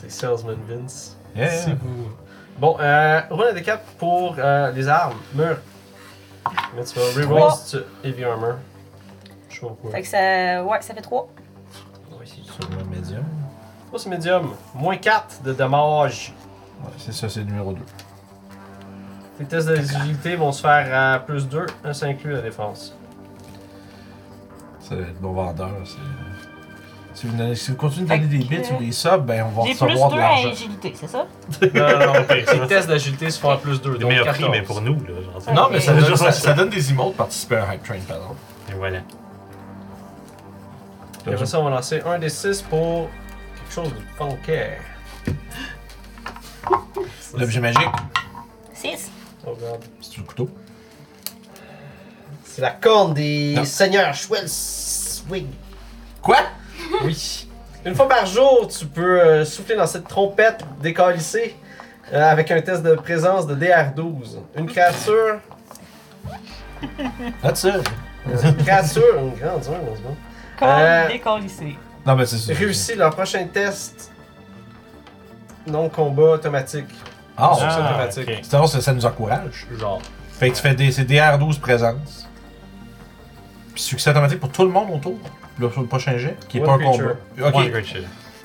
C: C'est Salesman Vince.
A: Yeah.
C: C'est vous. Euh, Bon, euh, roule un des 4 pour euh, les armes. Mur. Mais tu vas reroll
B: Trois.
C: si tu heavy armor. Je sais pas pourquoi.
B: Fait que ça. Ouais, ça fait trois.
C: Ouais, c'est ça.
A: Sur le médium.
C: Trois, c'est médium. Moins 4 de dommage.
A: Ouais, c'est ça, c'est le numéro 2.
C: Tes tests d'agilité vont se faire à plus 2. Ça inclut la défense.
A: C'est le bon vendeur. c'est- Si vous, donnez- si vous continuez de donner des bits
B: que-
A: ou des subs, ben on va
B: J'ai plus
A: recevoir de
B: deux à
A: l'argent.
B: agilité, c'est ça?
C: Non, non, non. Tes
D: pire, ça.
C: tests d'agilité se font à plus 2.
D: Des
C: Donc
D: meilleurs prix,
C: 14.
D: mais pour nous, là. j'en sais.
A: Non, mais ça
D: Ouais.
A: donne, ça, ça donne des emotes de participer à un hype train, par exemple.
D: Et voilà.
C: Et après ça, on va lancer un des 6 pour quelque chose de funky.
A: L'objet magique,
B: Six.
C: Oh, regarde.
A: c'est le couteau.
C: C'est la corne des
A: Non.
C: seigneurs Schwellswig.
A: Quoi?
C: Oui. Une fois par jour, tu peux euh, souffler dans cette trompette décalissée euh, avec un test de présence de DR12. Une créature.
A: That's it.
C: Une créature. Une grande zone, heureusement. Euh.
B: Comme décollissé.
A: Non, mais c'est ça.
C: Réussis leur prochain test. Non combat automatique.
A: Ah,
C: Ah,
A: ça,
C: automatique.
D: ok.
A: c'est drôle, ça, ça nous encourage.
C: Genre.
A: Fait que tu fais des, c'est DR12 présence. Puis succès automatique pour tout le monde autour. Là, sur le prochain jet, qui est
C: One
A: pas un
C: creature.
A: combat. Ok.
D: One great shit.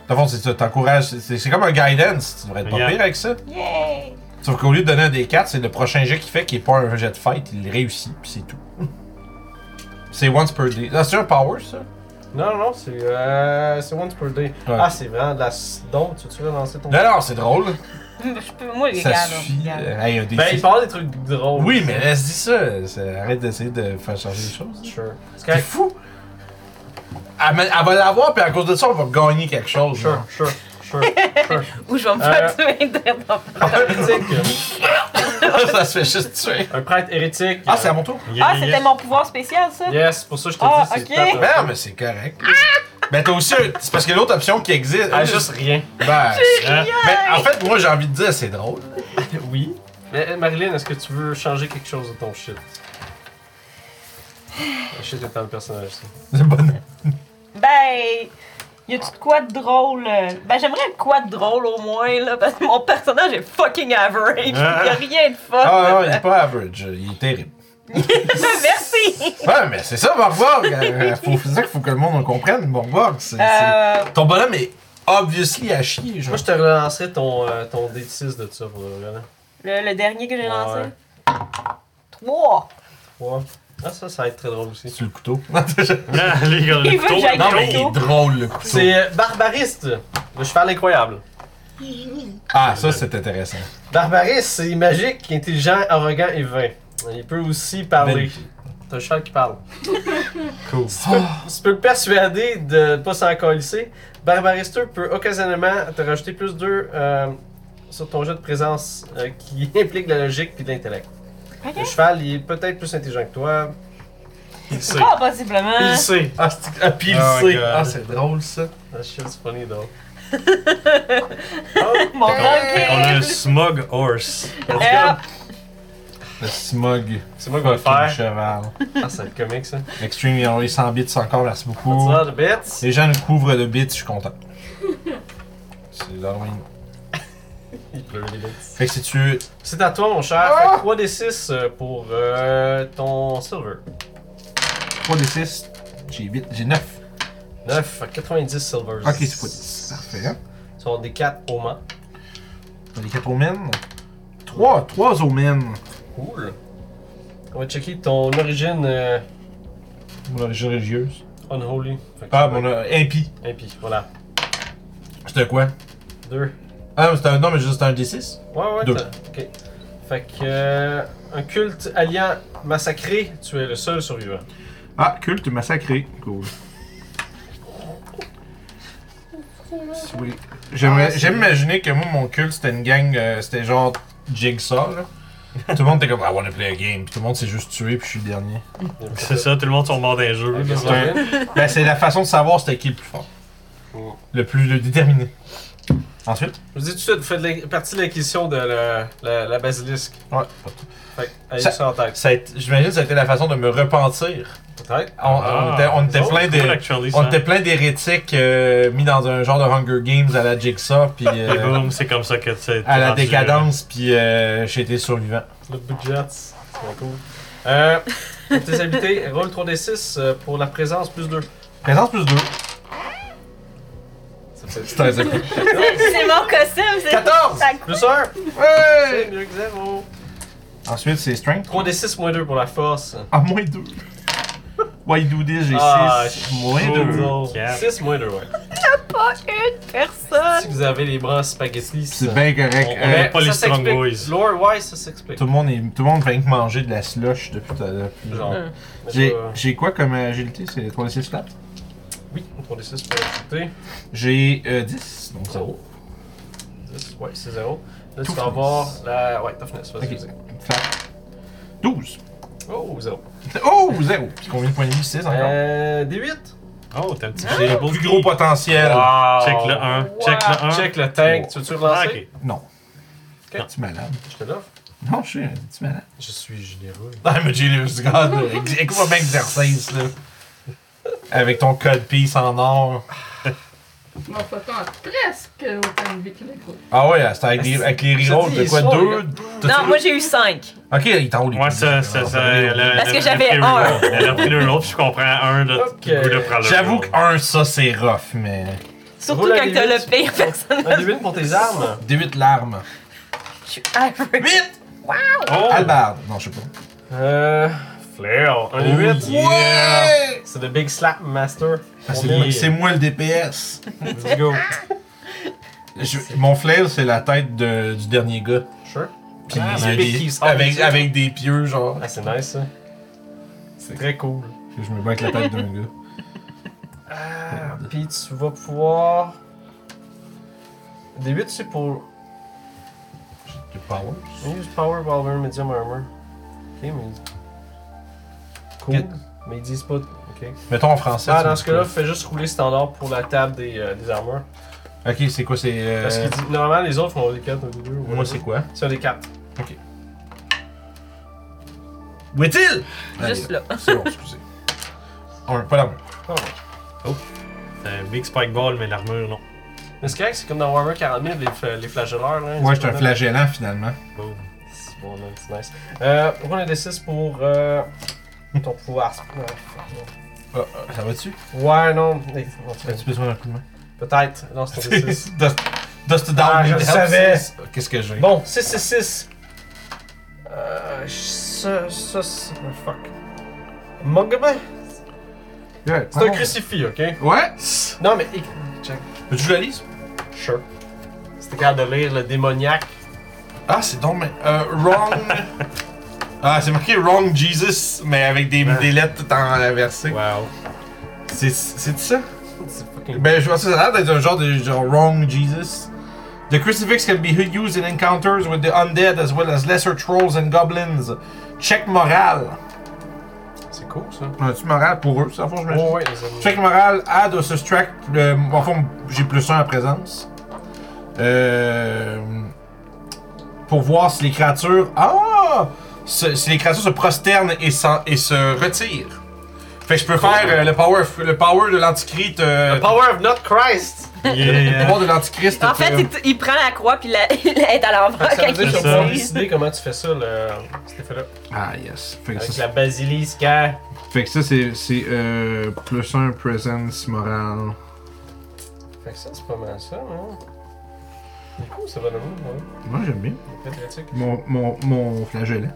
A: Dans le fond, c'est ça, t'encourages. C'est c'est comme un guidance. Tu devrais être pas
D: Yeah.
A: pire avec ça.
B: Yay!
A: Sauf qu'au lieu de donner un des 4, c'est le prochain jet qu'il fait qui est pas un jet de fight, il réussit, puis c'est tout. c'est once per day. Ah, c'est un power ça?
C: Non, non, c'est euh, c'est once per day.
A: Ouais.
C: Ah, c'est vraiment de la don. Tu veux lancer ton.
A: Non, non, c'est drôle.
B: Je peux. Moi, les
A: Ça
B: gars, là.
A: suffit.
B: regarde.
A: Euh, hey, un
C: Ben, il
A: DC.
C: parle des trucs drôles.
A: oui, mais laisse dit ça. C'est- Arrête d'essayer de faire changer les choses.
C: Sure. C'est
A: C'est
C: correct.
A: fou! Elle, me- elle va l'avoir, puis à cause de ça, on va gagner quelque chose.
C: Sure,
A: genre.
C: sure, sure, sure.
B: Ou je vais me
A: Euh,
B: faire tuer dedans.
C: Un hérétique.
A: ça se fait juste tuer.
C: Un prêtre hérétique.
A: Ah, c'est à mon tour?
D: Yeah,
B: Ah,
D: yeah,
B: c'était
D: yeah.
B: mon pouvoir spécial, ça?
C: Yes, pour ça je te
B: Ah,
C: dis, c'est
B: ok.
C: plate, hein.
A: Ben, mais c'est correct. Ben, t'as aussi un- C'est parce que l'autre option qui existe.
C: Ah, juste rien.
A: Ben,
D: Hein?
A: ben, en fait, moi, j'ai envie de dire, c'est drôle.
C: Oui. Mais euh, Marilyn, est-ce que tu veux changer quelque chose de ton shit? Le shit est dans le personnage, ça.
A: C'est une bonne.
B: Ben, y a-tu de quoi de drôle? euh? Ben, j'aimerais de quoi de drôle au moins, là, parce que mon personnage est fucking average.
D: Ah.
B: Y a rien de fun.
A: Ah non, il est pas average, il est terrible.
B: Merci!
A: Ouais, mais c'est ça, Borborg! Euh, faut- C'est ça qu'il faut que le monde le comprenne, Borborg. c'est- c'est-
B: Euh,
A: Ton bonhomme est obviously à chier, genre.
C: Moi, je te relancerai ton, euh, ton D6 de ça pour le vrai, hein. là.
B: le, le dernier que j'ai lancé.
C: Ouais.
B: Trois!
C: Ouais. Ah, ça, ça va être très drôle aussi.
A: C'est le couteau.
D: Ah, les gars, le
B: Il veut
D: couteau,
B: que j'aille
A: non,
D: le
A: mais il
D: couteau.
A: est drôle, le couteau.
C: C'est euh, Barbariste, le cheval incroyable.
A: Ah, ça, c'est intéressant.
C: Barbariste, c'est magique, intelligent, arrogant et vain. Il peut aussi parler. C'est un cheval qui parle.
A: Cool.
C: Si tu peux-
A: Oh,
C: si tu peux le persuader de ne pas s'en colisser, Barbaristeur peut occasionnellement te rajouter plus 2 sur ton jeu de présence euh, qui implique la logique puis l'intellect.
B: Ok.
C: Le cheval, il est peut-être plus intelligent que toi.
D: Il sait.
B: Pas Ah, possiblement!
D: Il sait.
A: Ah, c'est- ah, puis il
D: Oh,
A: sait.
D: God.
A: Ah, c'est drôle, ça.
C: That shit's funny though.
D: Oh,
C: Oh,
B: Mon
D: On a
B: ranking!
D: un smug horse.
B: Euh,
A: Le smog.
C: C'est moi qui vais le
A: Fucking
C: faire.
A: cheval.
C: Ah, c'est comique ça.
A: Extreme, il a envoyé 100 bits encore, merci beaucoup.
C: That's not a bit.
A: Les gens nous couvrent de bits, je suis content. C'est Darwin.
C: Il pleut les bêtes.
A: Fait que si tu.
C: C'est à toi mon cher.
A: Ah!
C: Fait 3 des 6 pour euh, ton silver.
A: 3 des 6, j'ai 8, j'ai 9.
C: 9 à 90 silvers.
A: Ok, c'est pas 10. Parfait.
C: Ce sont des 4 au mans.
A: T'as les 4 omens. 3, 3 omens.
C: Cool. On va checker ton origine euh,
A: Mon origine religieuse.
C: unholy. Fait que
A: Ah,
C: ça va
A: mon euh, impie.
C: Impie, voilà.
A: C'était quoi
C: Deux.
A: Ah, mais c'était un. Non, mais juste un D6.
C: Ouais, ouais,
A: Deux.
C: t'as- Ok. Fait que. euh, un culte alliant massacré, tu es le seul survivant.
A: Ah, culte massacré. Cool. Oui. Ah, J'aimerais- J'aime imaginer que moi, mon culte, c'était une gang. euh, c'était genre Jigsaw, là. tout le monde était comme, I wanna play a game. Puis tout le monde s'est juste tué, puis je suis le dernier.
D: C'est ça, tout le monde sont morts d'un jeu.
C: Ouais,
D: là.
A: Ouais. ben, c'est la façon de savoir c'était qui le plus fort.
C: Mm.
A: Le plus le déterminé. Ensuite,
C: Je vous dis tout de suite, vous faites la- partie de l'acquisition de la, la, la basilisque.
A: ouais.
C: Fait que, ayez
A: Ça-
C: ça, en tête.
A: Ça a été- J'imagine que ça a été la façon de me repentir.
C: Peut-être.
A: On, on était, on était
D: Ah,
A: plein
D: cool,
A: de.
D: actually,
A: On
D: ça.
A: était plein d'hérétiques euh, mis dans un genre de Hunger Games à la Jigsaw, puis euh,
D: Et boum, c'est comme ça que tu sais,
A: à la
D: rendu,
A: décadence, puis euh, j'ai été survivant.
C: Le budget, c'est bien cool. Euh, pour tes habiletés, roll 3d6 euh, pour la présence plus 2.
A: Présence plus 2.
C: Ça fait
A: C'est un zéro.
B: C'est mon costume, c'est.
C: 14!
B: Ça-
C: Plus 1!
A: Ouais!
C: C'est mieux que 0.
A: Ensuite, c'est Strength.
C: 3d6 moins 2 pour la force.
A: Ah, moins 2. Why do this? J'ai
C: Ah,
A: 6. Moins 2.
D: Quatre.
C: 6 moins 2, ouais.
B: Pas une personne.
C: Si vous avez les bras spaghetti, ça-
A: C'est bien correct.
D: On- on
A: Euh,
D: est pas les strong boys.
C: Lore wise, ça s'explique.
A: tout le monde est, tout le monde fait que manger de la slush depuis. tout à l'heure.
C: Genre.
B: Hum.
C: Mais
A: J'ai,
C: pas-
A: j'ai quoi comme agilité? C'est 3 6 flat?
C: Oui, 3d6 pour l'agilité.
A: J'ai euh, 10, donc 0.
C: 10, ouais, c'est 0. Là, tu
A: Toughness.
C: vas avoir la. Ouais, toughness, vas-y.
A: Ok.
C: vas-y.
A: Flat. 12.
C: Oh, 0.
A: Oh, 0. Puis combien de points de vie? 6 encore.
C: Euh. D8.
D: Oh, t'as un petit
A: j'ai le
D: beau
A: plus gros potentiel.
D: Check le 1. Check le 1.
C: Check le tank. Tu veux-tu relancer?
D: Ah, ok.
A: Non.
C: Ok.
A: Tu es malade.
C: Je te l'offre.
A: Non, je suis un petit malade.
C: Je suis généreux.
A: I'm a genius god. Ex- Écoute mon exercice, là. Avec ton code peace en or.
E: Mon photo a presque autant de vie que les gros.
A: Ah ouais, c'était avec, les- avec les rerolls
C: dis,
A: de quoi?
C: ils sont,
A: Deux?
C: les gars.
A: t'as-
B: Non, moi j'ai eu 5.
A: Ok, il t'en roule.
D: Moi, ça, ça, ça. le-
B: Parce
D: le-
B: que
D: le
B: j'avais
D: prix
B: un.
D: reroll. Elle a pris le l'autre, puis je comprends un, là,
C: Ok.
D: le goût de prendre le
A: J'avoue
D: reroll.
A: qu'un, ça, c'est rough, mais.
B: Surtout
C: Roule à
B: quand t'as
C: D8.
B: le pire personne.
A: Ah,
C: Un D8 pour tes armes.
A: 18 larmes.
B: Je suis average.
A: 8!
D: Oh!
A: Albarde. Non, je sais pas.
C: Euh. Flair. Un
A: Oh,
C: D8.
A: Ouais!
C: C'est le Big Slap Master.
A: Ah, c'est
C: On
A: moi-
C: est-
A: C'est moi le DPS.
C: Let's go.
A: Je- mon flair, c'est la tête de- du dernier gars.
C: Sure.
A: Puis il y
C: Ah,
A: a
C: c'est
A: des-
C: qui se- ah,
A: avec,
C: c'est-
A: avec des pieux, genre.
C: Ah, c'est nice ça. C'est très cool.
A: Je me bats avec la tête d'un gars.
C: Ah, Puis tu vas pouvoir. D8, c'est pour
A: J'ai power.
C: Use power Power medium armor. Ok, mais. Cool.
A: Get-
C: Mais ils disent pas. Ok.
A: Mettons en français.
C: Ah,
A: tu
C: dans
A: me
C: ce
A: dis
C: cas-là, fais juste rouler standard pour la table des, euh, des armures.
A: quoi. Ok, c'est quoi, c'est. euh,
C: Parce qu'ils disent. Normalement, les autres font des 4 ou des 2.
A: Moi, c'est quoi
C: C'est des 4.
A: Où est-il
B: Juste là.
A: C'est bon, excusez. Un, pas l'armure.
C: Oh.
D: C'est un big spike ball, mais l'armure, non.
C: Mais c'est correct, c'est comme dans Warhammer 40 000, les, fla- les flagelleurs. Là,
A: Moi, j'étais un
C: C'est
A: flagellant finalement.
D: Boom.
C: C'est bon, là, c'est nice. Euh, on a des 6 pour. Euh, ton pouvoir. Ouais, fuck,
A: Ah, ah, ça va-tu
C: non. Ouais, non. mais- en tout cas,
A: As-tu besoin d'un coup de main
C: Peut-être. Non, c'est ton des 6.
A: Dust dust it down.
C: Ah,
A: with
C: je
A: help.
C: le savais.
A: Qu'est-ce que j'ai
C: Bon, 6 6 6. Euh. Ça, ça, c'est. oh, Fuck. Mongabin?
A: Ouais,
C: C'est un
A: prends-moi.
C: crucifix, ok?
A: Ouais
C: Non, mais. éc- Check.
A: Veux-tu que je le lise
C: Sure. C'était capable de lire le démoniaque.
A: Ah, c'est donc. mais- Euh, wrong. ah, c'est marqué Wrong Jesus, mais avec des,
D: Ouais.
A: des lettres tout en inversées.
C: Wow.
A: C'est C'est ça
C: C'est fucking.
A: Ben, je pense que ça a l'air d'être un genre de genre Wrong Jesus. The crucifix can be used in encounters with the undead as well as lesser trolls and goblins. Check morale.
C: C'est cool, ça.
A: Un petit morale pour eux, ça, faut que je me
C: Oh, ouais, les amis.
A: Check morale, add or subtract. Le, enfin, j'ai plus un à présence. Euh, pour voir si les créatures. Ah! Se- Si les créatures se prosternent et, s'en- et se retirent. Fait que je peux faire euh, le, power, le power de l'antichrist. euh,
C: The power of not Christ!
A: le
D: Yeah!
A: pouvoir de l'antichrist.
B: En fait,
A: euh,
B: il, il prend la croix puis la, il la aide à l'envers
C: Ça
B: Ah,
C: veut
B: quand
C: dire
B: il
C: que
D: ça.
C: tu vas
B: utilise.
C: décider comment tu fais ça, le... cet effet-là.
A: Ah, yes. Fait que
C: Avec
A: ça,
C: la basilisque, hein?
A: Fait que ça, c'est, c'est euh, plus un presence moral.
C: Fait que ça, c'est pas mal ça, hein? Du coup, ça va le monde, hein?
A: Moi, j'aime bien.
C: Il est très pratique.
A: Mon, mon, mon flagellant.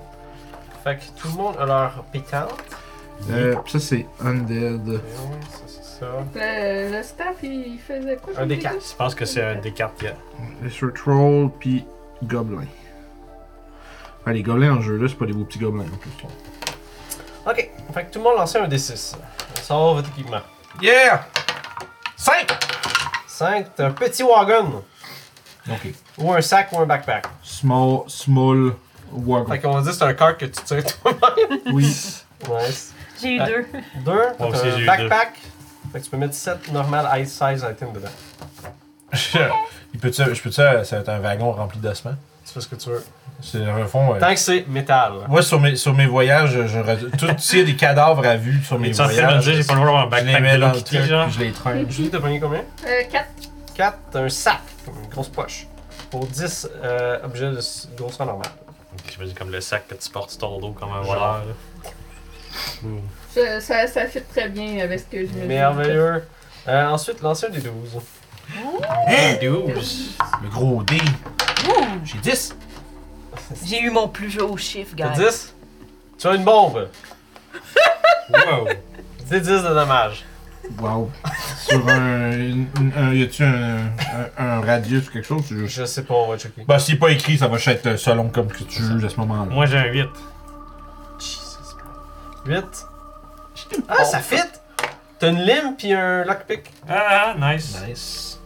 C: Fait que tout le monde a leur piquante.
A: Euh, pis ça, c'est Undead. euh,
C: Ouais, ça, c'est ça.
E: Euh, Le, le staff, il faisait quoi?
C: Un
E: comme
C: des
E: dégâts?
C: quatre.
D: Je pense que c'est un des cartes. yeah.
A: Lesser Troll, puis Goblin. Ah, les gobelins en jeu, là, c'est pas des beaux petits gobelins en plus. là.
C: Ok, fait que tout le monde lance un D6. On sort votre équipement.
A: Yeah! 5!
C: 5, t'as un petit wagon,
A: Ok.
C: ou un sac, ou un backpack.
A: Small, small
F: Wago.
C: Fait qu'on va dire que c'est un card que tu tires toi-même.
F: Oui.
C: Ouais.
B: J'ai eu
C: Ah.
B: deux.
C: Deux.
D: Moi aussi,
C: t'as un
D: j'ai eu deux.
C: Backpack. Fait que tu peux mettre 7 normal ice size items dedans.
A: Il peut je peux ça, ça va être un wagon rempli d'ossements.
C: Tu fais ce que tu veux.
A: C'est un fond. euh,
C: Tant que c'est métal.
A: Moi, sur mes, sur mes voyages, je, je re- tout, tu sais, des cadavres à vue sur mes
D: Mais tu es en train de me
A: voyages.
D: dire, j'ai pas le droit d'avoir un
A: je les
D: backpack
A: mets
D: de
A: dans
D: Hello
A: le
D: Kitty,
A: truc,
D: genre.
A: puis je les traîne.
C: Julie, t'as pogné combien
E: Euh, 4.
C: 4, t'as un sac, comme une grosse poche. Pour 10 euh, objets de s- grosseur normale.
D: J'imagine comme le sac que tu portes sur ton dos comme un
C: Genre.
D: voleur. là.
E: Ça, ça, ça fit très bien avec ce que je me
C: Merveilleux. Euh, ensuite, l'ancien des 12.
A: Hein? Le gros dé. J'ai 10.
B: J'ai eu mon plus haut chiffre,
C: T'as
B: gars.
C: 10 Tu as une bombe.
D: Wow!
C: C'est 10 de dommages.
F: Wow.
A: Sur un. une- une- un- y a-tu un, un, un radius ou quelque chose? C'est juste-
C: Je sais pas, on va checker.
A: Bah, s'il n'est pas écrit, ça va être euh, selon comme que tu juges à ce moment-là.
D: Moi j'ai un 8.
C: Jesus 8. Ah, ça fit T'as une lime puis un lockpick.
D: Ah, nice!
A: Nice.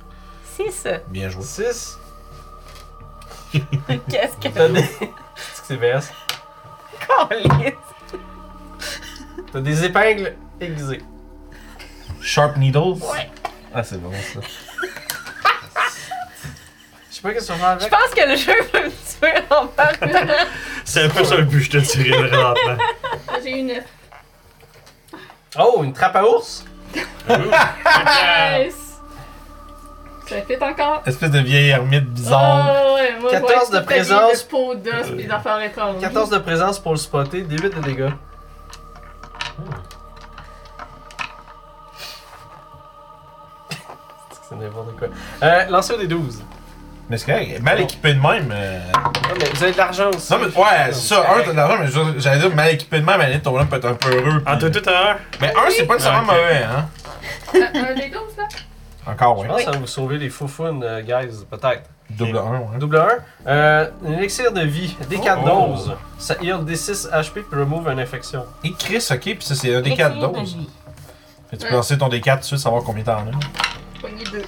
B: Six.
A: Bien joué.
C: 6.
B: Qu'est-ce que.
C: T'as des. C'est que c'est BS.
B: Calisse.
C: T'as des épingles aiguisées.
A: Sharp needles? Ouais. Ah, c'est bon ça.
C: Je sais pas qu'est-ce qu'on va
B: Je
C: faire avec.
B: pense que le jeu veut me tuer en partant.
D: C'est un peu ça le but, je te dirais vraiment.
E: Ah, J'ai une 9.
C: Oh, une trappe à ours Ah!
E: Nice! Ça fit encore.
A: Espèce de vieille ermite bizarre.
E: Ah ouais, moi, je
C: 14
E: vois que
C: de
E: c'était des-
C: présence.
E: Des peaux d'os pis des affaires étranges.
C: 14 de présence pour le spotter, des 8 de dégâts. Hmm. C'est que c'est n'importe quoi. Euh, lancez des 12.
A: Mais c'est correct, mal équipé de même. euh,
C: Ah, mais vous avez de l'argent aussi.
A: Non, mais ouais, c'est ça. Un, t'as de l'argent, mais je- j'allais dire mal équipé de même, à la limite, ton homme peut être un peu heureux.
D: En
A: puis-
D: Ah, tout, tout à l'heure,
A: Mais un, c'est pas nécessairement
D: Ah, ok.
A: mauvais, hein.
E: Un- Un des 12 là?
A: Encore, Ah, ouais.
C: Je pense que ça va vous sauver les faux fun, guys, peut-être.
A: Double 1, ouais.
C: Double 1. Euh, un élixir de vie, D4
D: Oh.
C: doses. Ça heal D6 HP puis remove une infection.
A: Et Chris, ok, puis ça, c'est un des 4 doses. Fait que Tu peux
E: Ouais.
A: lancer ton D4 dessus, savoir combien t'en as.
E: Pogné 2.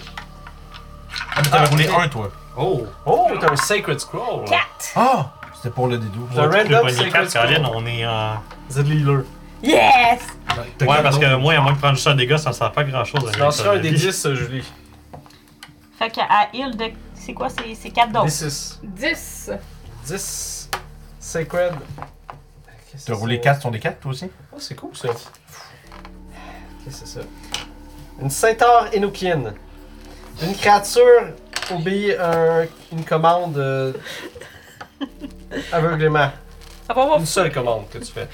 A: Ah, mais t'avais roulé 1, toi.
D: Oh!
C: Oh, t'as un Sacred Scroll.
B: Quatre.
A: Ah! C'était pour le D12.
C: Ouais.
D: Je
C: random,
D: peux
C: c'est
D: pogner 4,
C: quoi le
D: Caroline, on est en.
C: Vous êtes l'healer.
B: Yes!
A: T'as
D: Ouais,
A: quatre
D: parce
A: doses.
D: que moi, à moins de prendre juste un dégât, ça ne sert pas grand chose.
C: Tu lanceras un D10, euh, Julie.
B: Fait qu'à heal de. C'est quoi? C'est c'est quatre
C: Oh.
B: doses.
C: D6.
E: 10.
C: 10. Sacred. Qu'est-ce que
A: T'as roulé
C: c'est?
A: 4 ton D4, toi aussi?
C: Oh, c'est cool ça. Qu'est-ce que c'est ça? Une centaure Enochienne. Une créature obéit à un- une commande euh, aveuglément.
B: Ça va voir.
C: Une seule commande que tu fais.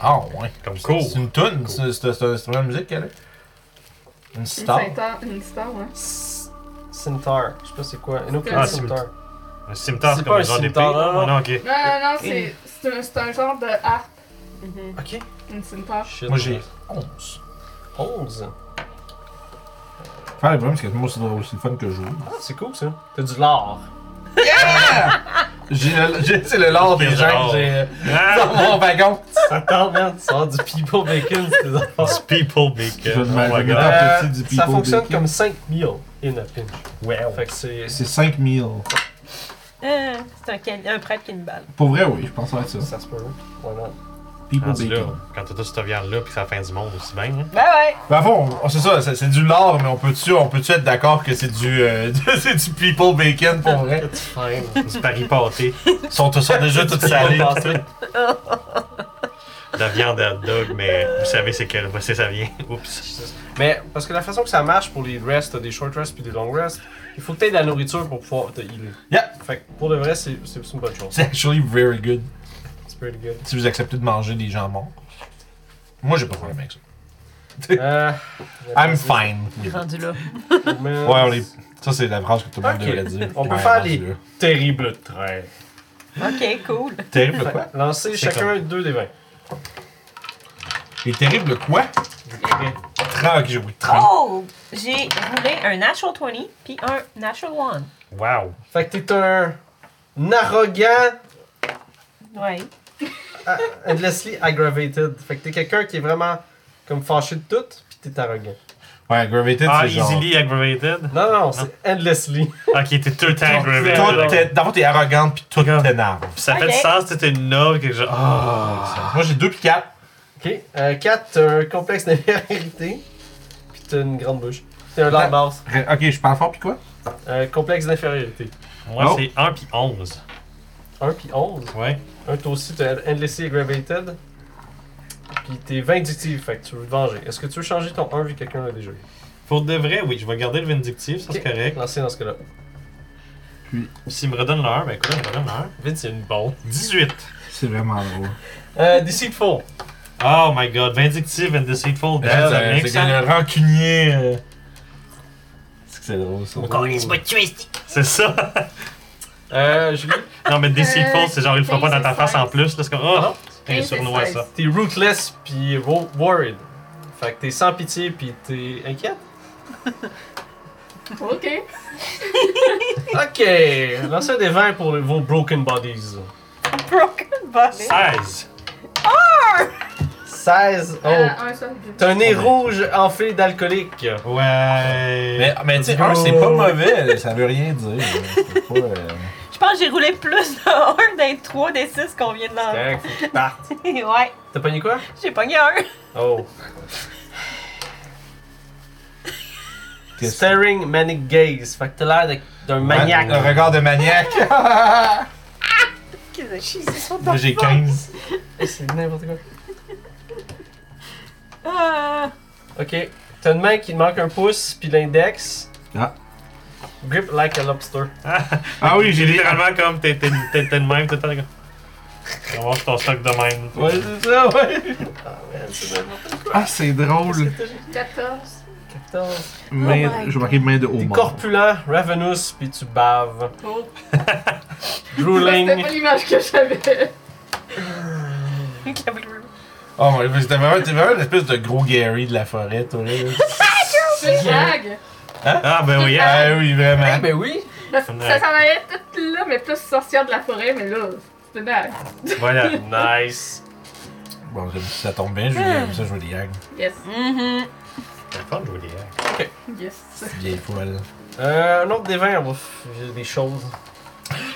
A: Ah, ouais.
D: Comme cool.
A: C'est une toune, c'est c'est- c'est un instrument de musique qu'elle est. Une
E: Une
A: star.
E: centaure. Une star, ouais.
C: S- Centaure. Je sais pas c'est quoi.
E: Ah,
C: Enochienne
D: c'est-
C: Centaure.
D: Un cimetière,
C: C'est
D: c'est
C: pas
D: comme
C: un
D: un genre d'épée.
C: cimetière, non,
D: Ah, non, ok.
E: Non, non, non, c'est c'est un, c'est un genre de harpe.
B: Mhm.
C: Ok.
E: Une centaure.
C: Shit.
A: Moi, j'ai 11.
C: 11.
A: Faire le problème, c'est que moi, c'est drôle, c'est le fun que je joue.
C: Ah, c'est cool ça. T'as du lard.
A: J'ai le- j'ai- C'est le lore des
D: Les
A: gens
D: lords.
A: que j'ai euh, dans
D: Ah!
A: mon wagon.
C: Ça tente, man. Tu sors du people bacon, ces affaires.
D: It's People
A: Je vais
D: Bacon.
A: le mettre-
D: Oh my
A: je vais le
D: god.
A: mettre. petit Ah,
C: Euh,
A: du
C: ça
A: people
C: fonctionne
A: bacon.
C: comme 5 meals in a pinch.
A: Wow.
C: Fait que c'est.
A: C'est 5000.
B: Euh, C'est un, can- un prêtre qui a une balle.
A: Pour vrai, oui, je pense que ça va être ça.
C: Ça se peut. Voilà.
A: People
D: Rendu là,
A: Bacon.
D: Quand t'as toute cette viande-là, puis c'est la fin du monde aussi bien. hein.
B: Ben ouais!
A: Ben, à fond, on- c'est ça, c'est c'est du lard, mais on peut-tu on peut être d'accord que c'est du, euh, c'est du People Bacon pour vrai?
C: It's fine.
D: Du pari pâté,
A: Ils sont, sont déjà tous salés.
D: de la viande à hot dog, mais vous savez c'est quelle voici ça vient. Oups.
C: Mais parce que la façon que ça marche pour les rests, t'as des short rests puis des long rests, il faut que t'aies de la nourriture pour pouvoir te healer.
A: Yep.
C: Fait que pour le vrai, c'est c'est une bonne chose.
A: C'est actually very good.
C: C'est pretty good.
A: Si vous acceptez de manger des gens morts. Moi, j'ai pas de problème avec ça.
C: Euh,
A: I'm fine. with it.
B: Rendu là.
C: mais-
A: Ouais, on les... Ça, c'est la phrase que tout le monde
C: Ok.
A: devrait dire.
C: On peut
A: Ouais,
C: faire
A: rendu
C: les-
A: là.
C: Terrible trait.
B: Ok, cool.
A: Terrible quoi?
C: Lancez
D: C'est
C: chacun deux des 20.
A: Les terribles quoi? Tra- ok, j'ai oublié. Tra-
B: Oh! J'ai roulé un natural 20 puis un natural 1.
D: Wow.
C: Fait que t'es un, un arrogant
B: Ouais.
C: ah, endlessly aggravated. Fait que t'es quelqu'un qui est vraiment comme fâché de tout, puis t'es arrogant.
A: Ouais, Gravity,
D: Ah,
A: c'est genre...
D: easily aggravated.
C: Non, non, non, c'est endlessly.
D: Ok, t'es tout le temps
A: Toi,
D: aggravated.
A: t'es- D'abord, t'es arrogante, puis tout
D: Regarde.
A: t'énerve.
D: Puis ça fait du
B: Ok.
D: sens, t'es une noble, quelque chose. Ah.
A: Moi, j'ai 2 puis 4.
C: Ok. 4, t'as un complexe d'infériorité. Puis t'as une grande bouche. T'as un large
A: Ok, je parle fort, puis quoi?
C: Euh, complexe d'infériorité.
D: Moi,
A: Non.
D: c'est 1 puis 11.
C: 1 puis 11.
D: Ouais.
C: Un, toi aussi, t'as Endlessly Aggravated. Puis t'es vindictive, fait que tu veux te venger. Est-ce que tu veux changer ton 1 vu que quelqu'un l'a déjà eu
D: Pour de vrai, oui, je vais garder le vindictif, ça c'est
C: Ok.
D: correct.
C: Lancez dans ce cas-là.
D: S'il me redonne l'heure, ben écoute, il me redonne l'heure.
C: Vite, c'est une bombe.
D: 18.
A: C'est vraiment drôle.
C: Euh, Deceitful.
D: Oh my god, vindictive and deceitful. That's a
A: Eh, ben, c'est
D: mix,
A: c'est
D: hein?
A: le rancunier. euh. C'est que c'est drôle, ça.
D: C'est ça.
C: Euh, Julie,
D: Non, mais deceitful,
E: Euh,
D: c'est genre, il le fera pas dans ta
E: quinze et
D: face en plus. Là, c'est comme, oh,
C: Pardon?
D: c'est un
E: Quinze et
D: sournois,
E: seize.
D: ça.
C: t'es Ruthless puis wo- Worried. Fait que t'es sans pitié puis t'es inquiète.
E: Ok. Euh,
C: Ok, lancez des 20 pour vos Broken Bodies.
B: Broken body.
D: Ah! 16.
C: 16. Oh.
E: Euh, un seul.
C: T'as un nez rouge enflé d'alcoolique.
D: Ouais.
A: Mais, mais tu sais, un, c'est pas mauvais, là, ça veut rien dire. là. C'est pas, euh,
B: Je pense que j'ai roulé plus de 1 d'un 3 des 6 qu'on vient de lancer.
C: Correct, Hein, faut que tu partes.
B: ouais,
C: T'as pogné quoi?
B: j'ai pogné un.
C: Oh.
A: Qu'est-ce-
C: Staring Manic Gaze. Fait que t'as l'air de- d'un maniaque.
A: Le regard de maniaque. Moi, j'ai 15.
C: C'est n'importe quoi.
B: Ah,
C: Ok. T'as une main qui te manque un pouce, puis l'index.
A: Ah.
C: Grip like a lobster.
A: Ah oui,
D: J'ai
A: j'ai des.
D: littéralement comme, t'es t'es- t'es- t'es de même, t'es de même. On va voir si ton stock de même.
C: Ouais, c'est ça, ouais. Ah, man, c'est n'importe quoi.
A: Ah, c'est drôle.
E: 14.
C: 14.
A: Main-
B: Oh my
A: je vais marquer main de haut.
C: T'es
A: mort.
C: corpulent, ravenous, puis tu baves.
E: Oh. C'était pas
C: Drooling.
E: l'image que j'avais.
A: Oh, mais c'était vraiment, t'es vraiment une espèce de gros Gary de la forêt, toi, là.
E: C'est une blague.
D: Ah, ben oui, hein.
A: ah oui, vraiment.
C: Ah, ben oui.
E: Ça s'en allait tout là, mais plus sorcière de la forêt, mais là, c'est une blague.
D: Voilà.
C: Nice.
A: Bon, j'aime- ça tombe bien, je
C: Ah.
A: vais ça jouer des gags.
E: Yes.
B: mhm.
D: C'est le fun de jouer des hacks.
E: Yes.
A: Vieille folle.
C: Euh, un autre des 20, on va faire des choses.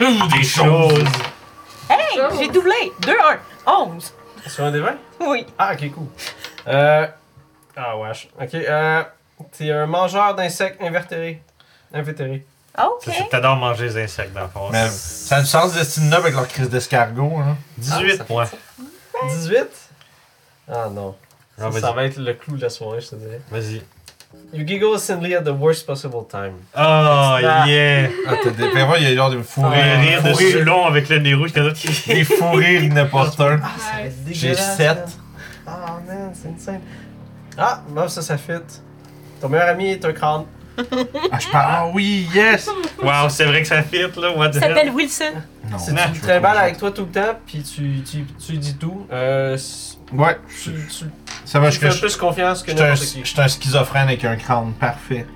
D: Ou des choses.
B: Hey,
E: Oh.
B: j'ai doublé. 2-1. 11.
C: Sur un des 20?
B: Oui.
C: Ah, ok, cool. Euh. Ah, wesh. Ok, euh. T'es un mangeur d'insectes invertérés. Invétérés.
B: Ok.
D: C'est c'est que t'adores manger les insectes dans le fond.
A: Mais ça a du sens de style avec leur crise d'escargot, hein.
D: 18, moi.
C: 18? Ah non. Ça,
D: Non,
C: ça
D: vas-y.
C: va être le clou de la soirée, je te dirais.
D: Vas-y.
C: You giggle suddenly at the worst possible time.
D: Oh,
C: Ah.
D: yeah.
A: Ah, t'as des. Mais moi, il y a genre des fous
D: Pour
A: rires.
D: rire de
A: fous rires-
D: Sulon avec le nez rouge, t'as d'autres qui.
A: Des fous rires inopportuns.
E: Nice.
A: J'ai 7.
C: Ah man, c'est insane. Ah, bon, ça, ça fit. Ton meilleur ami est un crâne.
A: Ah, je parle. Ah oui, yes!
D: Wow, c'est vrai que ça fit, là. What the
B: Il
D: hell?
B: s'appelle Wilson.
A: Non.
C: C'est
D: non,
C: tu très mal avec toi tout le temps, puis tu, tu, tu lui dis tout. Euh, s-
A: Ouais,
C: tu, tu,
A: ça va,
C: tu
A: je
C: fais
A: je-
C: plus confiance que
A: je suis un-
C: n'importe qui.
A: je suis un schizophrène avec un crâne. Parfait.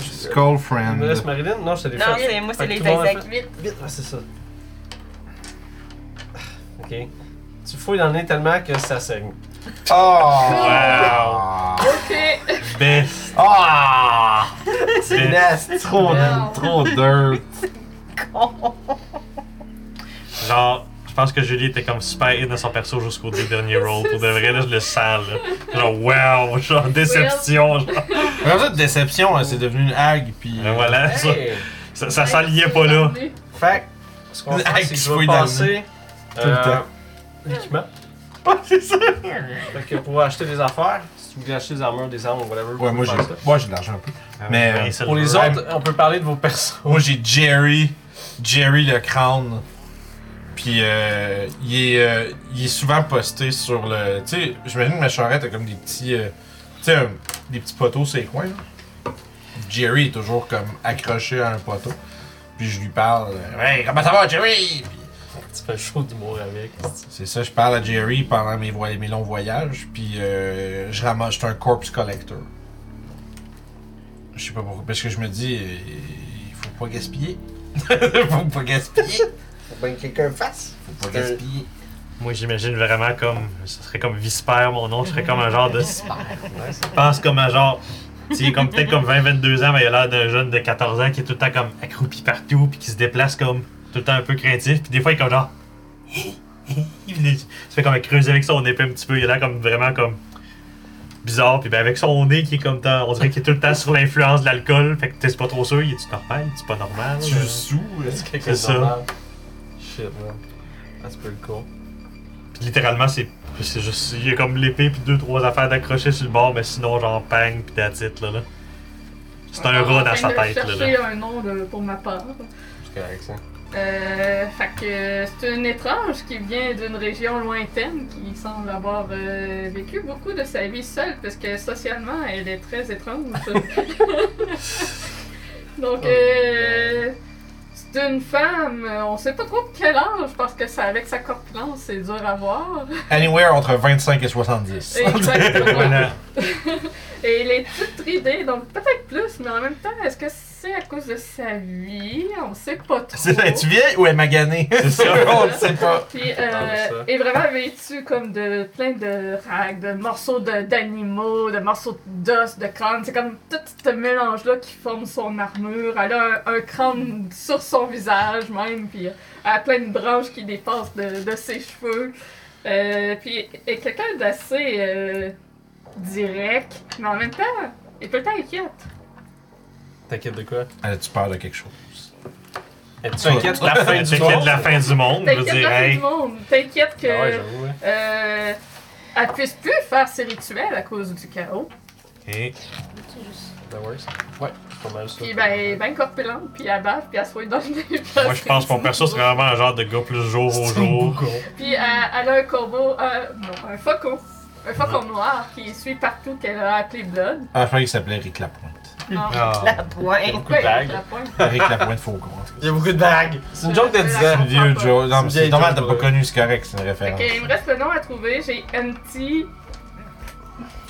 A: Skull
C: Tu me laisses
A: friend.
C: Marilyn? Non, je te l'ai
B: Non,
C: fait.
B: c'est- moi, c'est
C: Fait que
B: les
C: tout le monde a
B: insectes.
C: fait-
E: Vite.
C: Vite, ouais, c'est ça. Ok. Tu fouilles dans le nez tellement que ça saigne.
A: Oh!
D: Wow.
A: Ah!
E: Ok.
D: Best.
A: Ah!
D: best.
A: Yes, trop,
E: Non.
A: trop dirt.
B: Oh.
D: Genre, je pense que Julie était comme super in dans son perso jusqu'au deux derniers rolls. Pour de vrai, là, je le sens, là. Genre, wow, genre, déception, genre.
A: Comme ça, de déception, hein, c'est devenu une hague, puis.
D: Ben voilà, ça,
C: Hey!
D: ça, ça s'enlignait pas là.
C: Fait que, ce qu'on va faire,
A: Hey,
C: c'est que
A: qui se
C: je vais
A: fouille dans le
C: passer
A: Tout le
C: euh,
A: temps.
C: l'équipement.
D: c'est ça.
C: Fait que pour acheter des affaires, si vous voulez acheter des armures, des armes, whatever. vous
A: Ouais, moi
C: pouvez
A: j'ai,
C: faire ça.
A: moi j'ai de l'argent un peu. Mais, euh,
D: Ben, c'est
C: Pour
D: le
C: les
D: vrai.
C: autres, on peut parler de vos persos.
A: Moi j'ai Jerry, Jerry le crâne. Puis euh, il, est, euh, il est souvent posté sur le. Tu sais, j'imagine que ma charrette a comme des petits. euh, tu sais, un- des petits poteaux sur les coins. là. Jerry est toujours comme accroché à un poteau. Puis je lui parle. euh, Hey, comment ça va, Jerry? Puis
C: Tu fais chaud d'humour avec.
A: C'est ça, je parle à Jerry pendant mes, voy- mes longs voyages, puis euh, je ramasse, je suis un corpse collector. Je sais pas pourquoi, parce que je me dis, euh, il faut pas gaspiller. faut pas gaspiller.
C: Faut bien que quelqu'un fasse.
A: Faut pas gaspiller.
D: Moi, j'imagine vraiment comme. Ce serait comme Vispère, mon nom. Je serais comme un genre de. Je pense comme un genre. Tu sais, comme peut-être comme 20-22 ans, mais il a l'air d'un jeune de 14 ans qui est tout le temps comme accroupi partout, puis qui se déplace comme tout le temps un peu craintif, puis des fois il est comme genre. il voulait- il se fait comme creuser avec son épée un petit peu. Il a l'air comme vraiment comme. Bizarre, puis ben avec son nez qui est comme dans- On dirait qu'il est tout le temps sur l'influence de l'alcool, fait que t'es pas trop sûr, il est-tu normal, il est-tu pas normal?
C: Tu
D: euh?
C: le sous, est-ce que quelqu'un
D: C'est ça.
C: de normal? Shit, man. That's pretty cool.
D: Puis littéralement, c'est c'est juste. Il y a comme l'épée, puis deux, trois affaires d'accrocher sur le bord, mais sinon, genre, pang, puis that's it, là. là. C'est un rat dans sa tête,
E: Je
D: là.
E: chercher
D: là.
E: un nom de- pour ma part.
C: C'est correct, ça.
E: Euh, fait que c'est une étrange qui vient d'une région lointaine qui semble avoir euh, vécu beaucoup de sa vie seule parce que socialement elle est très étrange.
C: Oh,
E: Donc euh, c'est une femme, euh, on sait pas trop de quel âge parce que ça, avec sa corpulence c'est dur à voir.
A: Anywhere entre 25 et 70.
E: Exactement.
D: Voilà.
E: Et elle est toute ridée, donc peut-être plus, mais en même temps, est-ce que c'est à cause de sa vie? On sait pas trop.
A: C'est est-tu vieille ou est maganée?
D: C'est ça.
A: On ne sait pas.
E: Puis,
C: Ah, mais
E: euh,
C: ça.
E: est vraiment vêtue comme de plein de rags, de morceaux de- d'animaux, de, morceaux d'os, de crâne. C'est comme tout ce mélange-là qui forme son armure. Elle a un, un crâne sur son visage même, puis elle a plein de branches qui dépassent de, de ses cheveux. Euh, puis, elle est quelqu'un d'assez euh, direct, mais en même temps, elle est peut-être inquiète.
C: T'inquiète de quoi?
A: As-tu peur Euh, de quelque chose?
C: Tu t'inquiètes de la fin du
D: T'inquiète
C: monde?
D: de la fin du monde, je veux
E: T'inquiète
D: dire,
E: pas, tout
D: hey.
E: le monde. T'inquiète que...
C: Ah ouais, j'avoue, ouais.
E: euh, elle puisse plus faire ses rituels à cause du chaos.
D: hey.
C: That works. Ouais, c'est pas mal ça.
E: Puis ben, elle est bien corpulente, puis elle bave, puis elle se fouille dans le
D: Moi, je pense que mon perso serait vraiment un genre de gars plus jour au
C: C'est une
D: jour.
C: boucle.
E: Puis elle, elle a un corbeau, un- non, un faucon. Un faucon noir qui suit partout qu'elle a appelé Blood.
A: Enfin, il s'appelait Rick Lapointe.
E: Non,
D: Ah.
B: La pointe.
C: Coup de bague.
E: la pointe.
A: Rick Lapointe Faucon. en tout cas.
C: Il y a beaucoup de bagues. C'est une joke de 10
A: C'est
C: ans.
A: une vieux Joe. Non, mais
C: C'est une
A: c'est
C: vieille
A: normal,
C: joke,
A: t'as pas
C: ouais.
A: connu, c'est correct, c'est une
D: Ben,
E: Fait
A: référence.
E: que, il me reste le nom à trouver. J'ai Empty.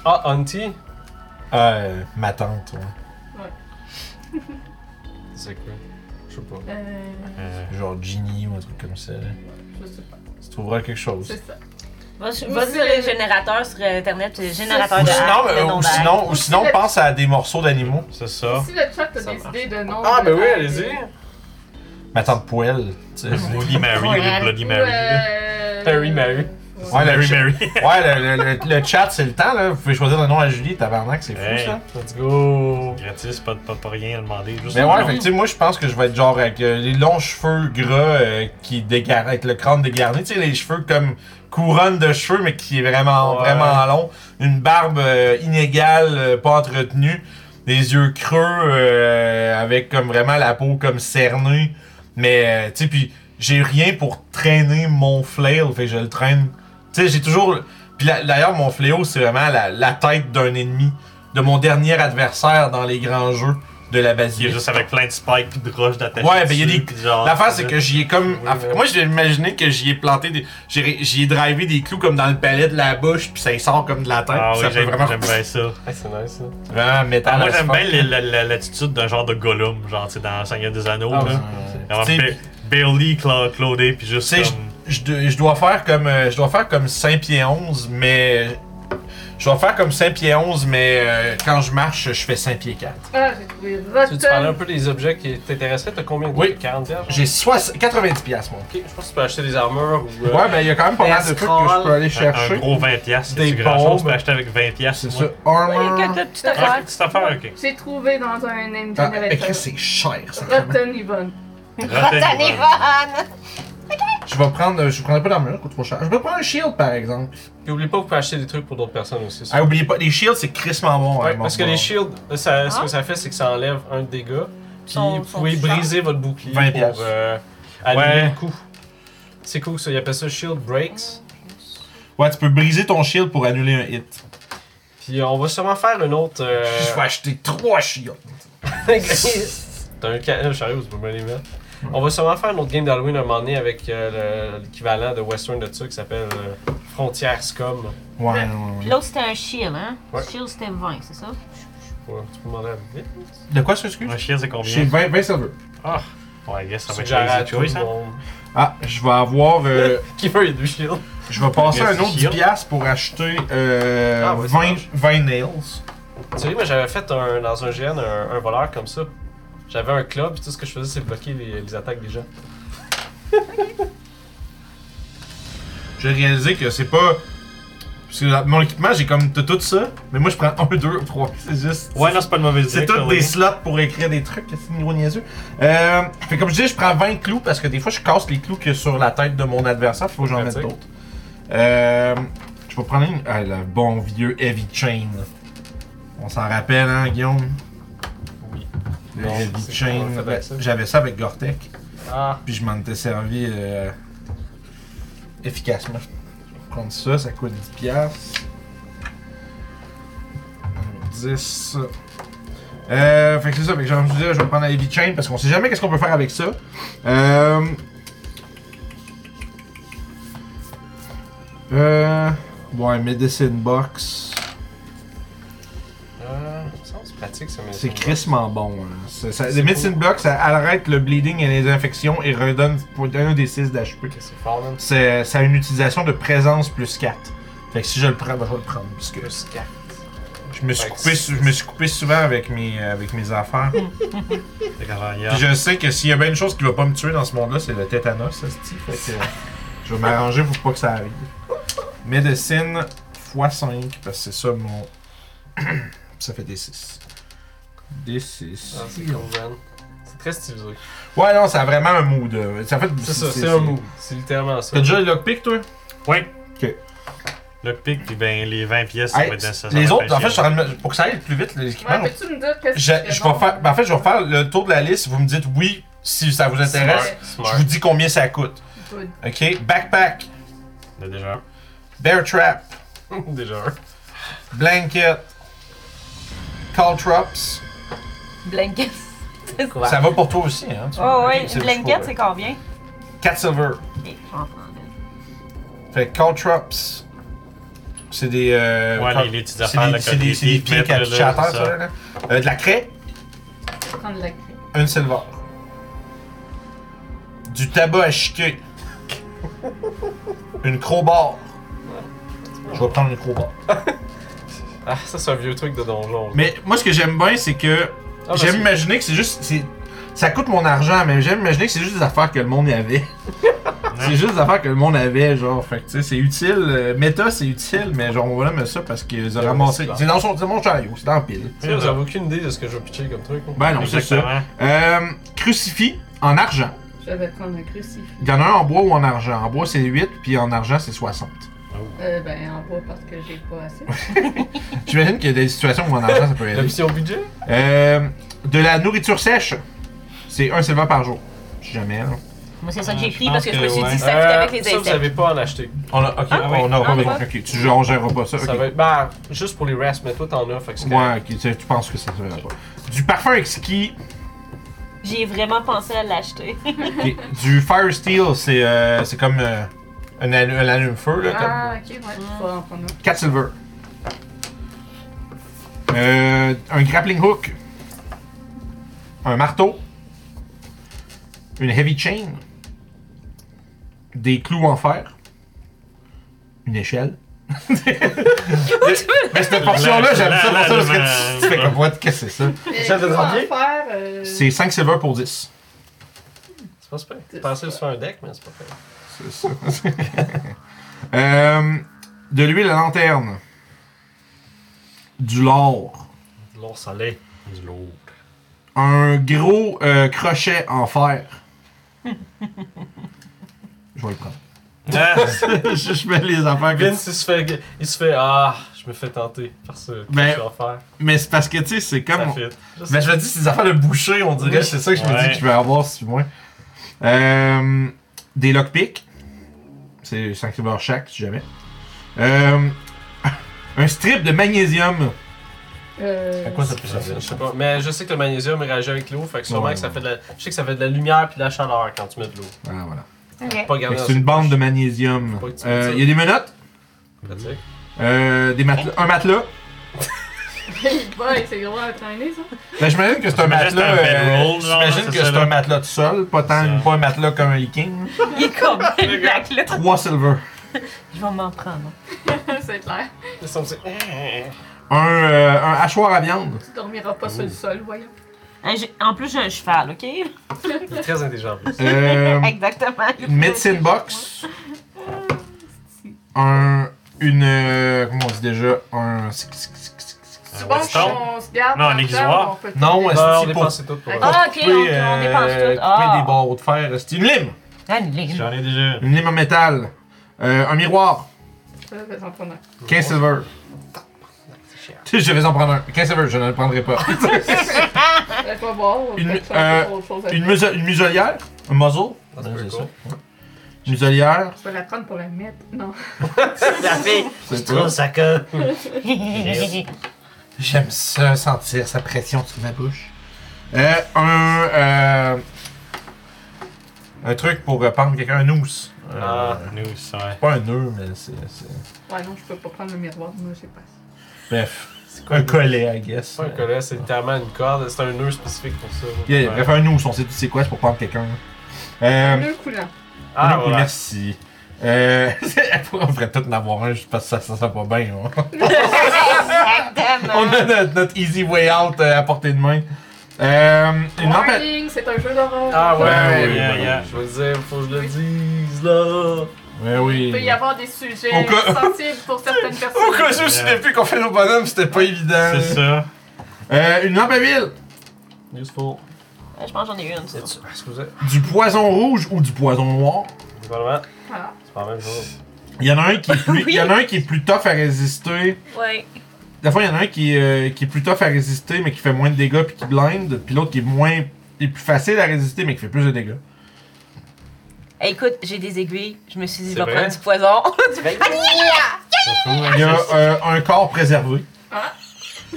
C: Ah, Auntie?
A: Euh, ma tante, ouais.
C: C'est quoi? Je sais pas.
E: Euh,
D: Euh,
A: Genre Ginny ou un truc comme ça. là.
E: je sais pas.
A: Tu trouveras quelque chose.
E: C'est ça.
B: Va sur va sur les générateurs sur Internet, c'est générateur
A: Ou
B: de ben,
A: sinon,
B: hack,
A: euh,
B: de
A: ou
B: non-bac.
A: sinon, ou sinon, pense à des morceaux d'animaux.
D: C'est ça.
E: Si le chat a
C: Ça
E: des
C: marche.
E: idées de noms.
C: Ah,
E: de-
C: ben oui, allez-y.
A: Ma tante Poêle,
D: Mm.
A: tu sais.
D: Bloody Mary, les Bloody
E: Ou,
D: Mary. là.
E: euh,
C: Harry Mary.
E: ouais.
A: Ouais, le,
D: Mary,
A: ch-
D: Mary.
A: ouais, le, le- le- le chat, c'est le temps, là. Vous pouvez choisir le nom à Julie, tabarnak, c'est fou,
D: Hey.
A: ça.
C: Let's go.
D: Gratis, pas, pas, pas rien à demander. Juste
A: Mais
D: un
A: ouais,
D: nom.
A: fait que, tu sais, moi, je pense que je vais être genre avec euh, les longs cheveux gras euh, qui dégar... avec le crâne dégarni, tu sais, les cheveux comme couronne de cheveux, mais qui est vraiment,
C: Ouais.
A: vraiment long. Une barbe euh, inégale, euh, pas entretenue. Des yeux creux, euh, avec comme vraiment la peau comme cernée. Mais, euh, tu sais, puis j'ai rien pour traîner mon flail, fait que je le traîne. Tu sais, j'ai toujours. Puis la- d'ailleurs, mon fléau, c'est vraiment la, la tête d'un ennemi, de mon dernier adversaire dans les grands jeux de la
D: Il est
A: basilique.
D: juste avec plein de spikes pis de roches d'attache.
A: Ouais, ben, il y a des- L'affaire,
D: Ah,
A: c'est que j'y ai comme.
C: Oui,
A: en
C: oui.
A: fait, Moi, j'ai imaginé que j'y ai planté des. J'y ai- j'y ai drivé des clous comme dans le palais de la bouche, puis ça y sort comme de la tête.
D: Ah
A: puis
D: oui,
A: ça fait
D: j'aime
A: vraiment.
D: j'aime bien ça.
C: Ah, c'est nice, ça.
A: Vraiment métal.
D: Moi,
A: as
D: j'aime
A: fuck.
D: bien les- la- la- l'attitude d'un genre de Gollum, genre, tu sais, dans Seigneur des Anneaux,
C: Ah,
D: là.
A: Euh,
D: Genre,
A: tu sais,
D: Ba- Bailey, Cla- Claudé, puis juste
A: Tu sais,
D: comme...
A: je dois- je dois faire comme euh, je dois faire comme Saint Pied 11 mais je dois faire comme Saint Pied 11 mais euh, quand je marche je fais Saint Pied 4.
E: Ah, j'ai trouvé
C: Tu veux-tu parler un peu
E: Rotten.
C: des objets qui t'intéresseraient? T'as combien de
A: Oui.
C: 40 piastres?
A: J'ai soix- 90 pièces moi.
C: Ok, je pense que tu peux acheter des armures ou. euh,
A: Ouais, ben il y a quand même pas mal de trucs que je peux aller
D: Un, un
A: chercher.
D: gros 20 pièces,
A: Des
D: c'est grand chose,
A: bombes.
D: peux acheter avec 20 pièces.
A: C'est ça, armor.
B: Il y a quelques petites
D: Ah,
B: affaires.
D: petite affaire, ok.
E: J'ai trouvé dans un name
A: Ah, mais Chris,
E: generator.
A: c'est cher ça. quand même.
E: Rotten Yvonne.
D: Rotten Evil.
A: Je vais prendre euh, je prendrai pas d'armure, ça coûte trop cher. Je vais prendre un shield par exemple.
C: Puis oublie pas que vous pouvez acheter des trucs pour d'autres personnes aussi. ça.
A: Ah, oubliez pas les shields c'est crissement bon.
C: Ouais,
A: hein,
C: parce que
A: mon
C: les
A: gars.
C: shields, euh, ça- ce
B: Ah.
C: que ça fait, c'est que ça enlève un dégât. Puis
B: Sont-
C: vous
B: sont
C: pouvez
B: plus chers.
C: briser votre bouclier
A: 20 piastres.
C: pour euh, annuler
D: Ouais.
C: le coup. C'est cool ça, ils appellent ça shield breaks.
A: Ouais, tu peux briser ton shield pour annuler un hit.
C: Puis euh, on va sûrement faire une autre. euh,
A: Je vais acheter trois shields.
C: T'as un ca- euh, sérieux, c'est pas mal les mettre. On va sûrement faire notre game d'Halloween un moment donné avec euh, le- l'équivalent de Western de ça qui s'appelle euh, Frontières Scum.
A: Ouais, ouais, ouais.
B: L'autre, c'était un shield, hein?
C: Ouais.
B: Shield, c'était 20, c'est ça?
C: Ouais, tu peux demander à Vic.
A: De quoi ça excuse
D: Un chien, c'est
A: J'ai
D: combien?
A: 20 20 silver.
D: Ah, ouais, yes, ça va
C: Suggérer à
D: être
C: tout le
D: easy choice, hein.
C: monde.
A: Ah, je vais avoir euh,
C: Qui veut, il y a deux shields.
A: Je vais passer
D: Merci,
A: un autre 10
D: Guillaume.
A: piastres pour acheter euh,
C: Ah, ouais, ça
A: 20,
C: marche.
A: 20 nails.
C: Tu sais, moi j'avais fait un- dans un GN un, un voleur comme ça. J'avais un club, puis tout ce que je faisais, c'est bloquer les, les attaques des gens.
A: J'ai réalisé que c'est pas. Parce que dans mon équipement, j'ai comme t'as tout ça, mais moi je prends 1, 2, 3. C'est juste.
D: Ouais, non, c'est pas une mauvaise idée.
A: C'est tous
D: Chloé.
A: des slots pour écrire des trucs, c'est une gros niaiseux. Euh, fait comme je dis, je prends 20 clous parce que des fois je casse les clous qu'il y a sur la tête de mon adversaire, il faut que j'en mette
C: Pratique.
A: d'autres. Euh, je vais prendre une. Ah, le bon vieux Heavy Chain. On s'en rappelle, hein, Guillaume
C: Oui.
A: Le
C: Non,
A: Heavy
C: c'est
A: Chain.
C: quoi, on fait
A: ben,
C: avec ça?
A: J'avais ça avec Gortek,
C: Ah,
A: puis je m'en étais servi euh, efficacement. Je vais prendre ça, ça coûte 10$. piastres. 10. Euh, fait que c'est ça, fait que j'ai envie de dire, je vais prendre la Heavy Chain parce qu'on sait jamais qu'est-ce qu'on peut faire avec ça. Euh. Euh. Ouais, Medicine Box.
C: euh, ça c'est pratique ça, mais.
A: C'est crissement bon. hein. C'est- ça-
C: C'est
A: le Medicine Block, ça arrête le bleeding et les infections et redonne pour un des 6 d'HP.
C: Ok, c'est fort, man.
A: C'est- Ça a une utilisation de présence plus 4. Fait que si je le prends, ben, je vais le prendre. Parce que
C: Plus 4.
A: je me suis
C: Fait que
A: coupé,
C: c'est- Mm.
A: sou- je me suis coupé souvent avec mes, euh, avec mes affaires.
D: Fait qu'en arrière.
A: Puis je sais que s'il y a bien une chose qui va pas me tuer dans ce monde-là, c'est le tétanos, ça, c'ti. Fait que euh, je vais m'arranger pour pas que ça arrive. Médecine x5, parce que c'est ça mon. ça fait des 6. Des 6.
C: Ah, c'est cool, man. C'est très stylisé.
A: Ouais, non, ça a vraiment un mood. euh, Ça fait,
C: C'est ça, c'est un move. C'est littéralement ça.
A: T'as déjà le lockpick, toi?
D: Ouais.
A: Ok.
D: Le pic, puis ben, les 20 pièces, ça
A: Hey,
D: va être dans ça. ça va
A: les
D: être
A: autres,
D: un
A: en fait, je suis
D: chien.
A: en train de me- pour que ça aille plus vite, l'équipement,
E: Ouais, peux-tu me dire qu'est-ce que
A: Ah je,
E: tu fais
A: je
E: bon?
A: vais faire, ben, en fait, je vais faire le tour de la liste. Vous me dites oui si ça vous intéresse. Je
C: Smart.
A: vous dis combien ça coûte.
E: Good.
A: Ok? Backpack,
D: On a déjà un.
A: Bear Trap,
C: déjà un.
A: Blanket, Call Traps.
B: Blanket.
C: Quoi?
A: Ça va pour toi aussi, hein? tu-
B: Oh
A: ok,
B: ouais,
A: c'est
B: une blanket, c'est
A: pour-
B: combien?
A: Cat Silver.
B: Ok, j'en prends une.
A: Fait que Call Traps. C'est des. euh,
D: Ouais,
A: call-
D: les- les petites
A: c'est
D: affaires,
A: des-
D: là,
A: C'est
D: comme
A: des,
D: les
A: c'est des
D: petits
A: pieds
D: mètres, là,
A: captuchés à terre,
D: c'est ça.
A: ça, là. Euh, de la craie.
E: Je vais prendre la clé.
A: Un silver. Du tabac à chiquer. Une crowbar. Je vais prendre une crowbar.
C: Ah, ça, c'est un vieux truc de donjon. là.
A: Mais moi, ce que j'aime bien, c'est que
C: Ah, bah,
A: j'aime
C: c'est-
A: imaginer que c'est juste. c'est- Ça coûte mon argent, mais j'aime imaginer que c'est juste des affaires que le monde avait. c'est juste des affaires que le monde avait, genre. Fait que, tu sais, c'est utile. euh, méta, c'est utile, mais genre, on va mettre ça parce qu'ils ont
C: Ouais,
A: ramassé.
C: c'est clair.
A: C'est dans son, c'est mon chariot, c'est dans la pile.
C: Tu sais, vous avez aucune idée de ce que je vais pitcher comme truc. là.
A: Ben non, c'est ça.
D: Exactement.
A: Euh, crucifix en argent.
E: Je vais prendre un crucifix.
A: Il y en a un en bois ou en argent. En bois, c'est 8, puis en argent, c'est 60.
E: Euh, ben, en bois parce que j'ai pas assez.
A: J'imagine qu'il y a des situations où en argent, ça peut aider.
C: L'option budget
A: Euh, de la nourriture sèche, c'est un silver par jour. Si jamais, là.
B: Moi, c'est ça que j'ai
D: Je
B: pris parce que
D: pense
B: je me
D: que
B: suis
D: ouais.
B: dit ça fit avec
C: Euh,
B: les
C: Ça, vous
B: insectes.
C: savez pas en acheter.
A: On a, ok,
D: Ah, oui.
A: on a
B: Ah,
A: pas
B: ouais.
A: Ok, tu, on gérera pas ça.
C: Ça
A: ok.
C: va être. Ben, juste pour les restes, mais toi, t'en as. Fait que c'est correct.
A: Ouais, ok, tu, tu penses que ça se verra pas. Du parfum exquis,
B: J'ai vraiment pensé à l'acheter.
A: ok. du fire steel, c'est euh, c'est comme euh, un, allu- un allume-feu, là. comme-
E: Ah, ok, ouais. Je vais en prendre un.
A: 4 silver. Euh, un grappling hook. Un marteau. Une heavy chain. Des clous en fer. Une échelle. Mais cette portion-là, j'aime ça pour ça parce que tu- tu fais comme what, qu'est-ce que c'est ça?
E: Mais
A: Ça,
E: je
A: t'as
E: vais
A: trempé?
E: en faire. euh,
A: C'est 5 silver pour 10.
C: C'est pas super. Je pensais se faire un deck, mais c'est pas fait.
A: C'est ça. Euh, de l'huile à lanterne. Du lard.
C: De l'or salé.
D: Du lourd.
A: un gros euh, crochet en fer. Je vais le prendre.
D: Ah,
A: je, je mets les affaires que
C: Vince, il se fait. Il se fait. Ah, je me fais tenter par ce que
A: Ben,
C: je vais en faire.
A: Mais c'est parce que, tu sais, c'est comme.
C: Ça fit. Je sais.
A: Mais je me dis, c'est des affaires de boucher, on dirait.
C: Oui.
A: C'est ça que je me dis
D: Ouais.
A: que je vais avoir, si moins. Euh, des lockpicks. C'est 5 silver chaque, si jamais. Euh, un strip de magnésium.
E: euh,
A: peut
C: Je sais pas, mais je sais que le magnésium réagit avec l'eau, fait que sûrement
A: Ouais,
C: que ça
A: ouais.
C: fait de la... Je sais que ça fait de la lumière puis de la chaleur quand tu mets de l'eau.
A: Ah, voilà.
B: Ok.
C: Pas
A: Fait
C: garder
A: que
C: dans
A: C'est
C: ses
A: une bande de
C: poches.
A: magnésium.
C: Faut pas que tu mettes
A: Euh,
C: ça.
A: Il y a des menottes.
C: Pratique.
A: euh, des matelas, un matelas.
E: Hey boy, c'est gros à traîner, ça.
A: Ben, j'imagine que c'est un
D: J'imagine
A: matelas.
D: que
A: euh,
D: c'est un bedroll, genre,
A: J'imagine
D: c'est
A: que
D: ça,
A: c'est
D: là.
A: un matelas tout seul, pas, tant,
D: C'est ça.
A: pas un matelas comme un leaking.
B: Il est combien le black là?
A: 3 silver.
B: Je vais m'en prendre.
E: c'est clair.
C: Ils sont petits.
A: Un, euh, un hachoir à viande.
E: Tu dormiras pas sur le sol, voyons.
B: Hein, j'ai- en plus, j'ai un cheval, OK?
C: Il est très intelligent en plus.
A: Euh,
B: Exactement.
A: une medicine box. Un. Une. euh, comment on dit déjà Un.
E: Tu
D: Un
E: bon
D: whetstone?
E: qu'on se garde.
D: Non, un
E: ensemble,
D: exusoire.
E: on peut tout
A: Non,
E: dire.
A: est-ce
C: Non, Ben, on
A: que pour
C: dépense tout pour
E: Ah,
B: Ah, OK, on,
A: couper,
B: on
A: euh,
B: dépense tout.
A: couper des
B: Ah,
A: barreaux de fer. C'est une lime
B: une lime.
D: J'en ai déjà.
A: Une lime en métal. Euh, un miroir.
E: Euh, vas-y, en prendre un.
A: 15 silver. Je vais en prendre un. 15 silver, je ne le prendrai pas.
E: Fais pas voir, on
A: Une-
E: peut changer pour autre chose
A: une, muso- une muselière. Un muzzle.
C: Ah, c'est
A: Ouais,
C: cool.
A: c'est ça. Une muselière.
E: Je vais la prendre pour la mettre. Non.
D: La fille!
A: C'est
D: Trop
A: tout.
D: saca!
A: J'aime ça, sentir sa pression sur ma bouche. Euh, un. euh, un truc pour euh, pendre quelqu'un, un housse.
C: Ah.
D: Nous, ouais.
A: Pas un nœud, mais c'est. c'est-
E: Ouais, non, je peux pas prendre le miroir, moi, je sais pas.
A: Bref. Un collet, I guess.
C: C'est pas un collet, c'est littéralement une corde. C'est un nœud spécifique pour ça.
A: Yeah, yeah. Bref, un housse, on sait tout c'est quoi, c'est pour pendre quelqu'un. Euh,
E: Le coulant.
C: Ah,
A: oui,
C: voilà.
A: Merci. Euh, on devrait tout en avoir un juste parce que ça, ça sent pas bien. hein.
C: Euh.
A: On
B: Exactement.
A: a notre, notre easy way out euh, à portée de main. Euh, une lampe à-
E: Warning, c'est un jeu d'horreur.
C: Ah ouais,
A: Ah, oui,
C: ouais,
A: oui,
C: yeah,
A: oui.
C: yeah. Je veux dire, faut que je le dise là.
A: Ouais, Eh oui.
E: Il peut y avoir des sujets
A: Au cas-
E: sensibles pour certaines personnes.
A: Au cas où, si depuis qu'on fait nos bonhommes, c'était pas évident.
D: C'est ça.
A: Euh, une lampe à huile,
C: Useful.
B: euh,
C: Ah,
B: Je pense que j'en ai une, ça.
C: Excusez.
A: du poison rouge ou du poison noir.
C: Probablement.
E: Ah,
C: C'est pas la même chose.
A: Il y en a un qui est plus, il y en a un qui est plus tough à résister.
B: Ouais.
A: Des fois, il y en a un qui, est, euh, qui est plus tough à résister, mais qui fait moins de dégâts puis qui blinde. Puis l'autre qui est moins, qui est plus facile à résister, mais qui fait plus de dégâts.
B: Hey, écoute, j'ai des aiguilles. Je me suis dit, je
C: C'est
B: vais
C: vrai?
B: prendre du poison.
C: Ben,
A: Il y a euh, un corps préservé.
E: Ah.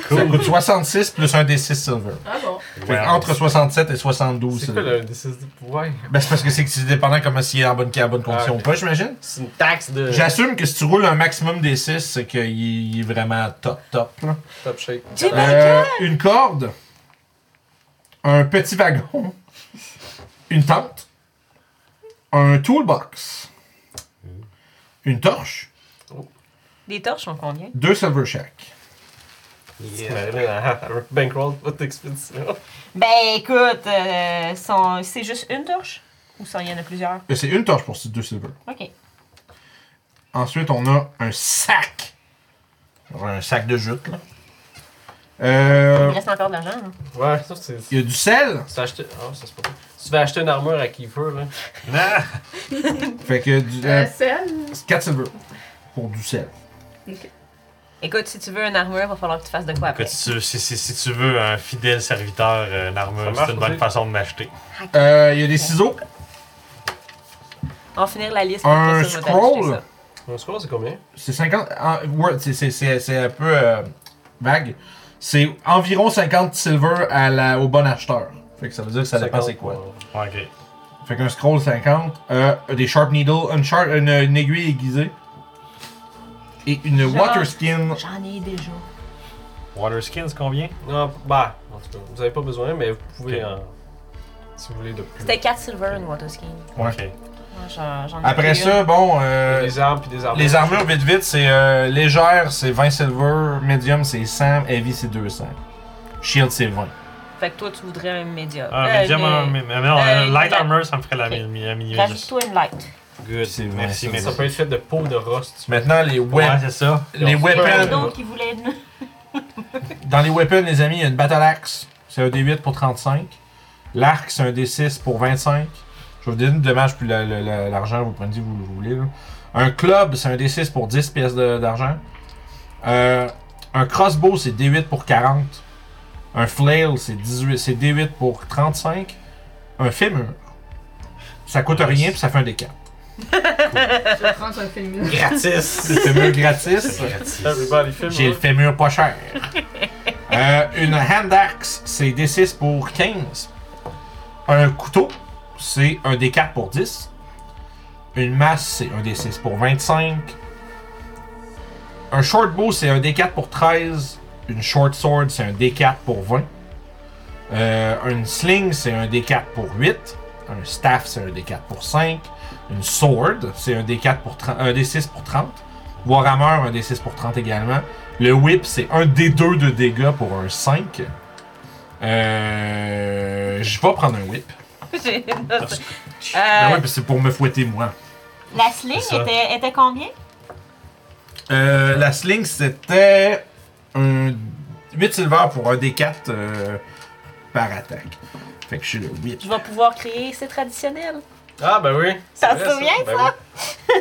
A: Ça coûte 66 plus un des 6 silver.
E: ah bon.
A: Fait que entre 67 et 72
C: C'est quoi
A: silver.
C: le D6 de pouvoir
A: Ben, c'est parce que c'est que c'est dépendant comment s'il est en bonne, en bonne condition
C: Ah, ok.
A: ou pas, j'imagine.
C: C'est une taxe de
A: J'assume que si tu roules un maximum des 6, c'est qu'il il est vraiment top, top. là.
C: top shape.
B: Tu m'as-
A: Euh, une corde, un petit wagon, une tente, un toolbox, une torche,
B: Les torches sont combien?
A: deux silver shack.
C: Yeah. Bankroll, votre expédition.
B: Ben écoute, euh, sont- c'est juste une torche? Ou ça, il y en a plusieurs?
A: Euh, C'est une torche pour ces deux silver.
B: Ok.
A: Ensuite, on a un sac. Un sac de jute, là.
B: Il
A: Euh,
B: reste encore de l'argent, hein?
C: Ouais, ça c'est.
A: Il y a du sel.
C: Tu vas acheter. Ah, ça c'est pas bon. Tu vas acheter une armure à Kiefer, là.
D: Ah!
A: Fait que du,
E: Euh,
A: euh,
E: celle.
A: 4 silver pour du sel.
B: Écoute, si tu veux une armure, il va falloir que tu fasses de quoi après.
D: Écoute, si, tu- si, si, si tu veux un fidèle serviteur, euh, une
C: Ça
D: armure,
C: marche
D: c'est une bonne
C: aussi.
D: façon de m'acheter.
A: Euh, Il y a des ciseaux.
B: On va finir la liste.
A: Un
B: après ça, je vais t'acheter
A: scroll?
B: ça.
C: Mon score, c'est combien
A: C'est 50. en- ouais, c'est- c'est- c'est c'est un peu euh, vague. C'est environ 50 silver à la, au bon acheteur. Fait que ça veut dire que ça dépend c'est quoi.
D: Ouais, ok.
A: Fait qu'un scroll 50, euh, des sharp needles, une, shar- une, une aiguille aiguisée. Et une
B: Genre.
A: water skin.
B: J'en ai déjà.
D: Water skins, combien
C: Non, bah, en tout cas, vous avez pas besoin, mais vous pouvez
D: Ok.
C: en- Si vous voulez de plus.
B: C'était 4 silver une water skin. Moi,
A: Ouais.
D: Ok.
B: j'en- j'en ai
A: Après
B: pris
A: ça, bon,
C: Il y a
A: euh,
C: des armes puis des armures.
A: les armures vite vite, c'est euh, légère, c'est 20 silver, medium c'est 100, heavy c'est 200. Shield c'est 20.
B: une. Fait que toi, tu voudrais un médium.
D: Ah, medium, euh, mais, mais non,
B: euh,
D: euh, light
B: la-
D: armor, ça me ferait la
B: Ok.
D: mi- mi- la minimum.
B: Rajoute-toi une light.
D: Good.
A: C'est vrai,
D: Merci,
A: ça,
D: merci.
C: Ça peut être fait de peau de rust.
A: Maintenant, les, wep-
D: Ouais, c'est ça.
A: les
C: Ouais.
B: Il y en a
A: weapons.
B: d'autres qui voulaient une.
A: Dans les weapons, les amis, il y a une battle axe. C'est un D8 pour 35. L'arc, c'est un D6 pour 25. Je vais vous donner le dommage, puis la- la- la- l'argent, vous prenez vous, vous voulez. là. Un club, c'est un D6 pour 10 pièces de- d'argent. Euh, un crossbow, c'est D8 pour 40. Un flail, c'est 18, c'est D8 pour 35. Un fémur, ça coûte rien, puis ça fait un D4.
E: Je vais prendre un film.
D: Gratis.
A: Le fémur gratis.
D: Gratis.
C: Everybody film. hein?
A: J'ai le fémur pas cher. Euh, une hand axe, c'est D6 pour 15. Un couteau, c'est un D4 pour 10. Une masse, c'est un D6 pour 25. Un short bow, c'est un D4 pour 13. Une short sword, c'est un D4 pour 20. Euh, une sling, c'est un D4 pour 8. Un staff, c'est un D4 pour 5. une sword, c'est un D4 pour 30, un D6 pour 30. Warhammer, un D6 pour 30 également. Le whip, c'est un D2 de dégâts pour un 5. Euh, je vais prendre un whip.
B: J'ai une note.
A: Ah ouais,
B: Euh,
A: puis c'est pour me fouetter moi.
B: La sling
D: C'est ça.
B: était, était combien?
A: Euh, la sling, c'était un 8 silver pour un D4 euh, par attaque. Fait que je suis le 8.
B: Je vais pouvoir créer, c'est traditionnel.
C: Ah, ben oui.
B: Ça
C: C'est
B: te
C: vrai,
B: souvient,
C: Ben oui.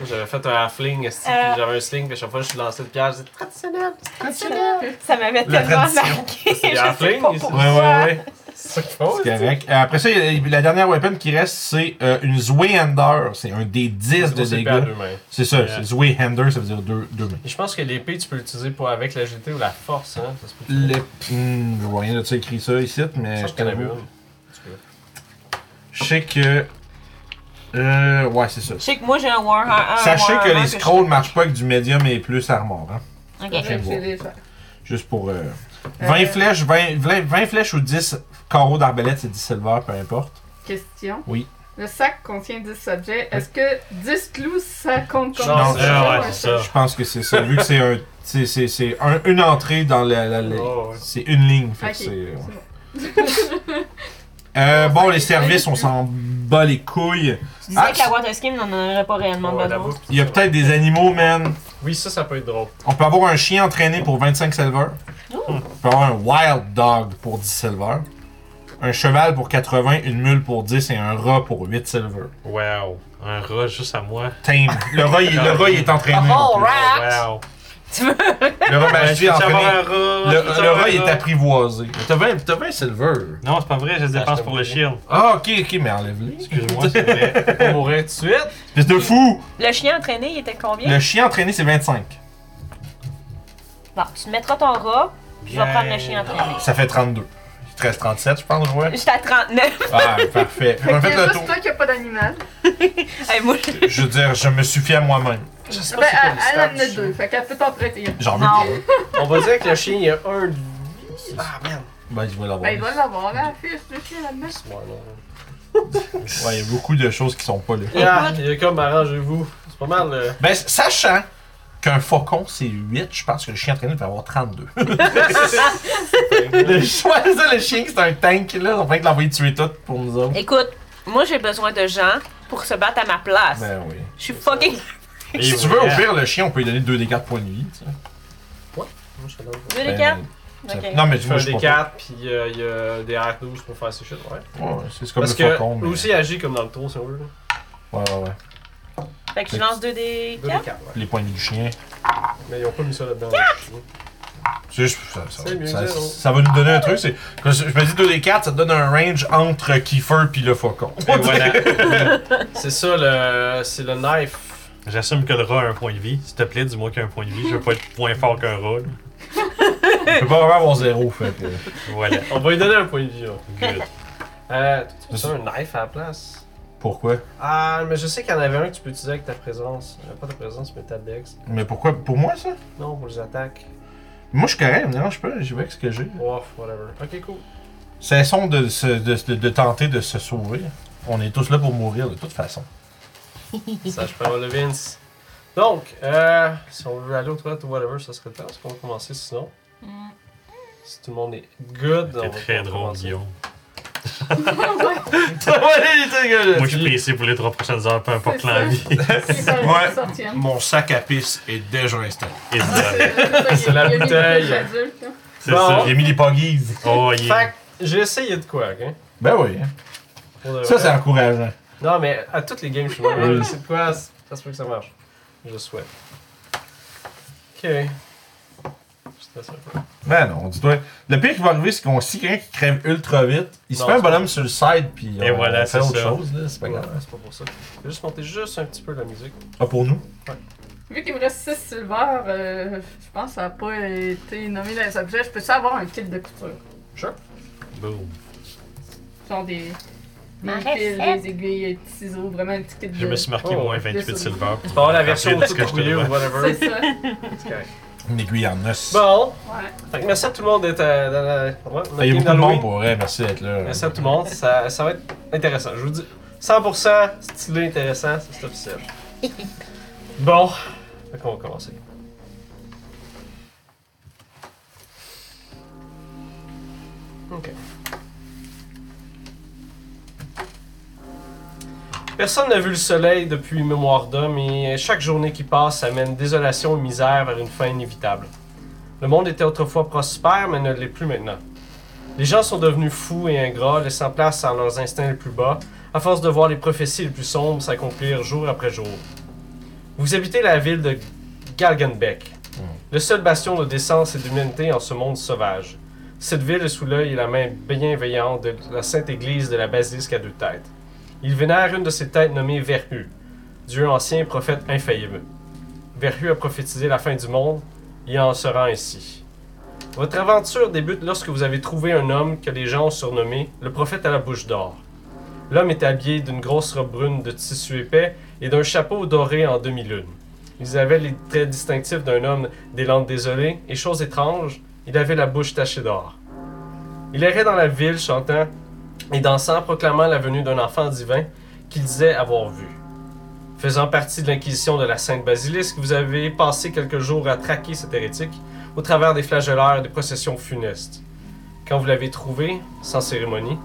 C: Moi, J'avais fait un halfling, esti, puis
B: Euh.
C: j'avais un sling, puis à chaque fois je lançais le piège, c'est traditionnel.
B: Ça m'avait
A: La
B: tellement
A: tradition.
B: marqué.
C: C'est
B: je
C: des
B: sais
C: halflings.
B: pas
C: c'est-
B: pourquoi.
A: ouais.
C: C'est ça qu'il faut, hein.
A: C'est correct. Euh, Après ça, il y a- la dernière weapon qui reste, c'est euh, une Zweihander. C'est un D10 de
C: On s'est perdu,
A: dégâts.
C: mais-
A: C'est ça,
D: Ouais.
A: c'est Zweihander, ça veut dire deux, deux mains.
C: Et Je pense que l'épée, tu peux l'utiliser pour, avec l'agilité ou la force, hein. Ça se peut.
A: Le... Hmm, je vois rien de ça écrit ça ici, mais
C: Je
A: je
C: pense qu'il y en avait
A: t'avoue.
C: une. Tu peux.
A: Je sais que. Euh, ouais, c'est ça.
B: Je sais que moi j'ai un Warhammer. un
A: Sachez que
B: Warhammer
A: les
B: je-
A: scrolls marchent pas avec du médium et plus armor. Hein?
B: Ok.
A: j'aime
E: C'est
A: voir.
E: des affaires.
A: Juste pour. euh, 20,
E: Euh,
A: flèches, 20, 20 20 flèches ou 10 carreaux d'arbalète, c'est 10 silver, peu importe.
E: Question.
A: Oui.
E: Le sac contient 10 objets. Est-ce que 10 clous, ça compte comme
C: Non,
E: un
C: c'est-
E: objet
D: euh,
E: ou
D: ouais,
E: un
D: c'est ça.
A: Je pense que c'est ça, vu que c'est un, c'est- c'est- c'est un- une entrée dans la. la- la-
C: Oh, ouais.
A: C'est une ligne. fait que
E: Ok,
A: c'est- ouais.
E: c'est bon.
A: Euh, bon, les services, on s'en bat les couilles.
B: Je disais
A: Ah,
B: que la water skin n'en aurait pas réellement
C: Ouais,
B: besoin.
C: là-bas.
A: Il y a peut-être des animaux, man.
C: Oui, ça, ça peut être drôle.
A: On peut avoir un chien entraîné pour 25 silver. On peut avoir un wild dog pour 10 silver. Un cheval pour 80, une mule pour 10 et un rat pour 8 silver.
D: Wow. Un rat juste à moi.
A: Tame. Le rat, il, le rat, il est entraîné. en
E: Oh,
A: plus.
B: Alright!
D: Oh, Wow.
A: Le rat, ben, je dis
D: peux-tu
A: entraîné.
D: avoir un rat? Je peux-tu
A: Le, le
D: avoir un
A: rat, il est apprivoisé. Mais T'as 20, t'as 20 silver.
D: Non, c'est pas vrai, je les dépense
C: je
D: pour le
C: t'avoue.
D: shield.
A: Ah, ok, ok, mais enlève-le.
D: Excuse-moi, c'est vrai.
C: On mourrait tout de suite.
A: Espèce de fou!
B: Le chien entraîné, il était combien?
A: Le chien entraîné, c'est 25.
B: Bon, tu mettras ton rat, puis je vais
D: Yeah.
B: prendre le chien entraîné.
A: Ça fait 32. Il te reste 37, je pense, ouais.
B: J'étais à 39.
A: Ah, parfait.
E: Fait
A: On
E: que
A: fait
E: c'est
A: le
E: juste
A: tour.
E: toi qui a pas d'animal.
B: Hey, moi,
A: Je veux dire, je me suffis à moi-même.
C: Je sais
E: Ben,
C: pas c'est quoi
E: elle,
C: le stat
E: elle en
C: du
E: a
C: chien.
E: deux, fait qu'elle peut t'en prêter. une.
A: J'en veux
B: Non.
A: pas.
C: On va dire que le chien, il y a un de vie. Ah, merde.
A: Ben, je vais l'avoir.
E: Ben, il va l'avoir, la fiche, le chien, la mèche.
C: C'est moi, là.
A: Ouais, il y a beaucoup de choses qui sont pas là.
C: Ah, il est comme arrangez-vous. C'est pas mal. euh,
A: Ben, sachant qu'un faucon, c'est 8, je pense que le chien entraîné peut avoir 32. le choix, ça, le chien, c'est un tank, là. On fait que l'envoyer tuer tout pour nous autres.
B: écoute, moi j'ai besoin de gens pour se battre à ma place.
A: Ben oui.
B: Je suis fucking.
D: Et
A: Si tu veux, au pire, le chien, on peut lui donner 2 des 4 points de vie. tu sais.
C: moi, je te donne.
B: Deux des
A: Ben,
B: quatre?
A: ça-
B: Ok.
A: Non, mais tu
C: Tu fais
A: vois,
C: un
A: je
C: des
A: suis pas-
C: 4, puis euh, il y a des R12 pour faire ces shit, ouais.
A: Ouais, c'est comme
C: Parce
A: le
C: que
A: faucon. mais-
C: lui aussi, il agit comme dans le trou, si on veut. là.
A: Ouais, ouais, ouais.
B: Fait que je lance deux des
C: Deux des
B: quatre.
C: quatre, ouais.
A: Les points de vie du chien.
C: Mais ils ont pas mis ça là-dedans.
A: C'est juste. Ça, ça,
C: C'est mieux
A: ça-
C: zéro.
A: ça va nous donner un truc. c'est que Je je me dis 2 des 4, ça te donne un range entre Kiefer puis le faucon.
D: Et voilà.
C: C'est ça, le, c'est le knife.
D: J'assume que le rat a un point de vie. S'il te plaît, dis-moi qu'il a un point de vie. Je veux pas être moins fort qu'un rat. là.
A: On peut pas vraiment avoir zéro, fait que.
D: Voilà.
C: On va lui donner un point de vue.
D: Good.
C: Euh, tu as un knife à la place?
A: Pourquoi
C: Ah, mais je sais qu'il y en avait un que tu peux utiliser avec ta présence. Euh, pas ta présence, mais ta dex.
A: Mais pourquoi Pour moi, ça
C: Non, pour les attaques.
A: Moi, je suis correct, non, je peux, j'y vais avec ce que j'ai.
C: Ouf, whatever. Ok, cool.
A: Cessons de, se- de, de, de tenter de se sauver. On est tous là pour mourir, de toute façon.
C: Ça, je parle le Vince. Donc, euh, si on veut aller aux toilettes ou whatever, ça serait le temps. Est-ce qu'on va commencer sinon?
B: Mm.
C: Si tout le monde est good, on
D: T'es
C: va
D: très drôle,
C: commencer.
D: Guillaume. Moi,
C: Moi,
D: je suis PC pour les trois prochaines heures, peu importe
E: C'est ça.
D: l'envie.
E: C'est ça,
A: Ouais.
E: ils sortirent.
A: Mon sac à pisse est déjà installé.
D: Et
E: Ah,
D: voilà.
E: c'est- c'est ça, il y
C: la
E: a- il y a des
C: bouteille.
E: fiches adultes, hein.
D: C'est ça.
A: J'ai mis les poggies.
D: Oh, yeah.
C: Fait que j'ai essayé de quoi, ok?
A: Ben oui. hein.
C: Pour de
A: Ça, Mm.
C: vrai.
A: c'est encourageant.
C: Non, mais à toutes les games, je suis là. C'est quoi? Ça ça se peut que ça marche. Je souhaite. Ok. Je stresse un peu.
A: Ben non, dis-toi. Le pire qui va arriver, c'est qu'on si quelqu'un qui crève ultra vite, il se
C: Non,
A: fait un
C: c'est
A: bonhomme sur le side, puis
D: Et
A: on
D: voilà,
A: fait
D: c'est
A: autre
D: ça.
A: chose, là. C'est pas grave.
C: Ouais, c'est pas pour ça. Je vais juste monter juste un petit peu la musique.
A: Pas pour nous.
E: Vu qu'il me reste 6 silver, euh, je pense que ça n'a pas été nommé dans les objets. Je peux ça avoir un kit de couture?
D: Boom.
E: Genre des, des
B: Ma
E: fils,
B: recette.
E: des aiguilles, des ciseaux, vraiment un petit kit de...
D: Je me suis marqué
C: Oh,
D: moins
E: c'est
D: 28
E: ça.
D: silver.
C: Tu peux avoir la version
D: Rappeler de
C: tout
D: ce que je te
C: rouillée ou
D: demande.
E: C'est
C: whatever.
E: ça,
C: C'est correct.
A: Une aiguille en os.
C: Bon,
E: ouais.
C: fait que merci à tout le monde d'être euh, dans la.
A: Ah, Il y a beaucoup de monde pour vrai, merci d'être là.
C: Merci à tout le monde, ça, ça va être intéressant. Je vous dis, 100% stylé, intéressant, c'est cet officiel. Bon, fait qu'on va commencer. Ok. Personne n'a vu le soleil depuis Mémoire d'homme et chaque journée qui passe amène désolation et misère vers une fin inévitable. Le monde était autrefois prospère mais ne l'est plus maintenant. Les gens sont devenus fous et ingrats, laissant place à leurs instincts les plus bas, à force de voir les prophéties les plus sombres s'accomplir jour après jour. Vous habitez la ville de Galgenbeck, le seul bastion de décence et d'humanité en ce monde sauvage. Cette ville est sous l'œil et la main bienveillante de la Sainte Église de la Basilisque à deux têtes. Il vénère une de ses têtes nommée Verhu, dieu ancien et prophète infaillible. Verhu a prophétisé la fin du monde, il en sera ainsi. Votre aventure débute lorsque vous avez trouvé un homme que les gens ont surnommé le prophète à la bouche d'or. L'homme est habillé d'une grosse robe brune de tissu épais et d'un chapeau doré en demi-lune. Il avait les traits distinctifs d'un homme des Landes désolées et, chose étrange, il avait la bouche tachée d'or. Il errait dans la ville chantant et dansant, proclamant la venue d'un enfant divin qu'il disait avoir vu. Faisant partie de l'inquisition de la Sainte Basilisque, vous avez passé quelques jours à traquer cet hérétique au travers des flagelleurs et des processions funestes. Quand vous l'avez trouvé, sans cérémonie,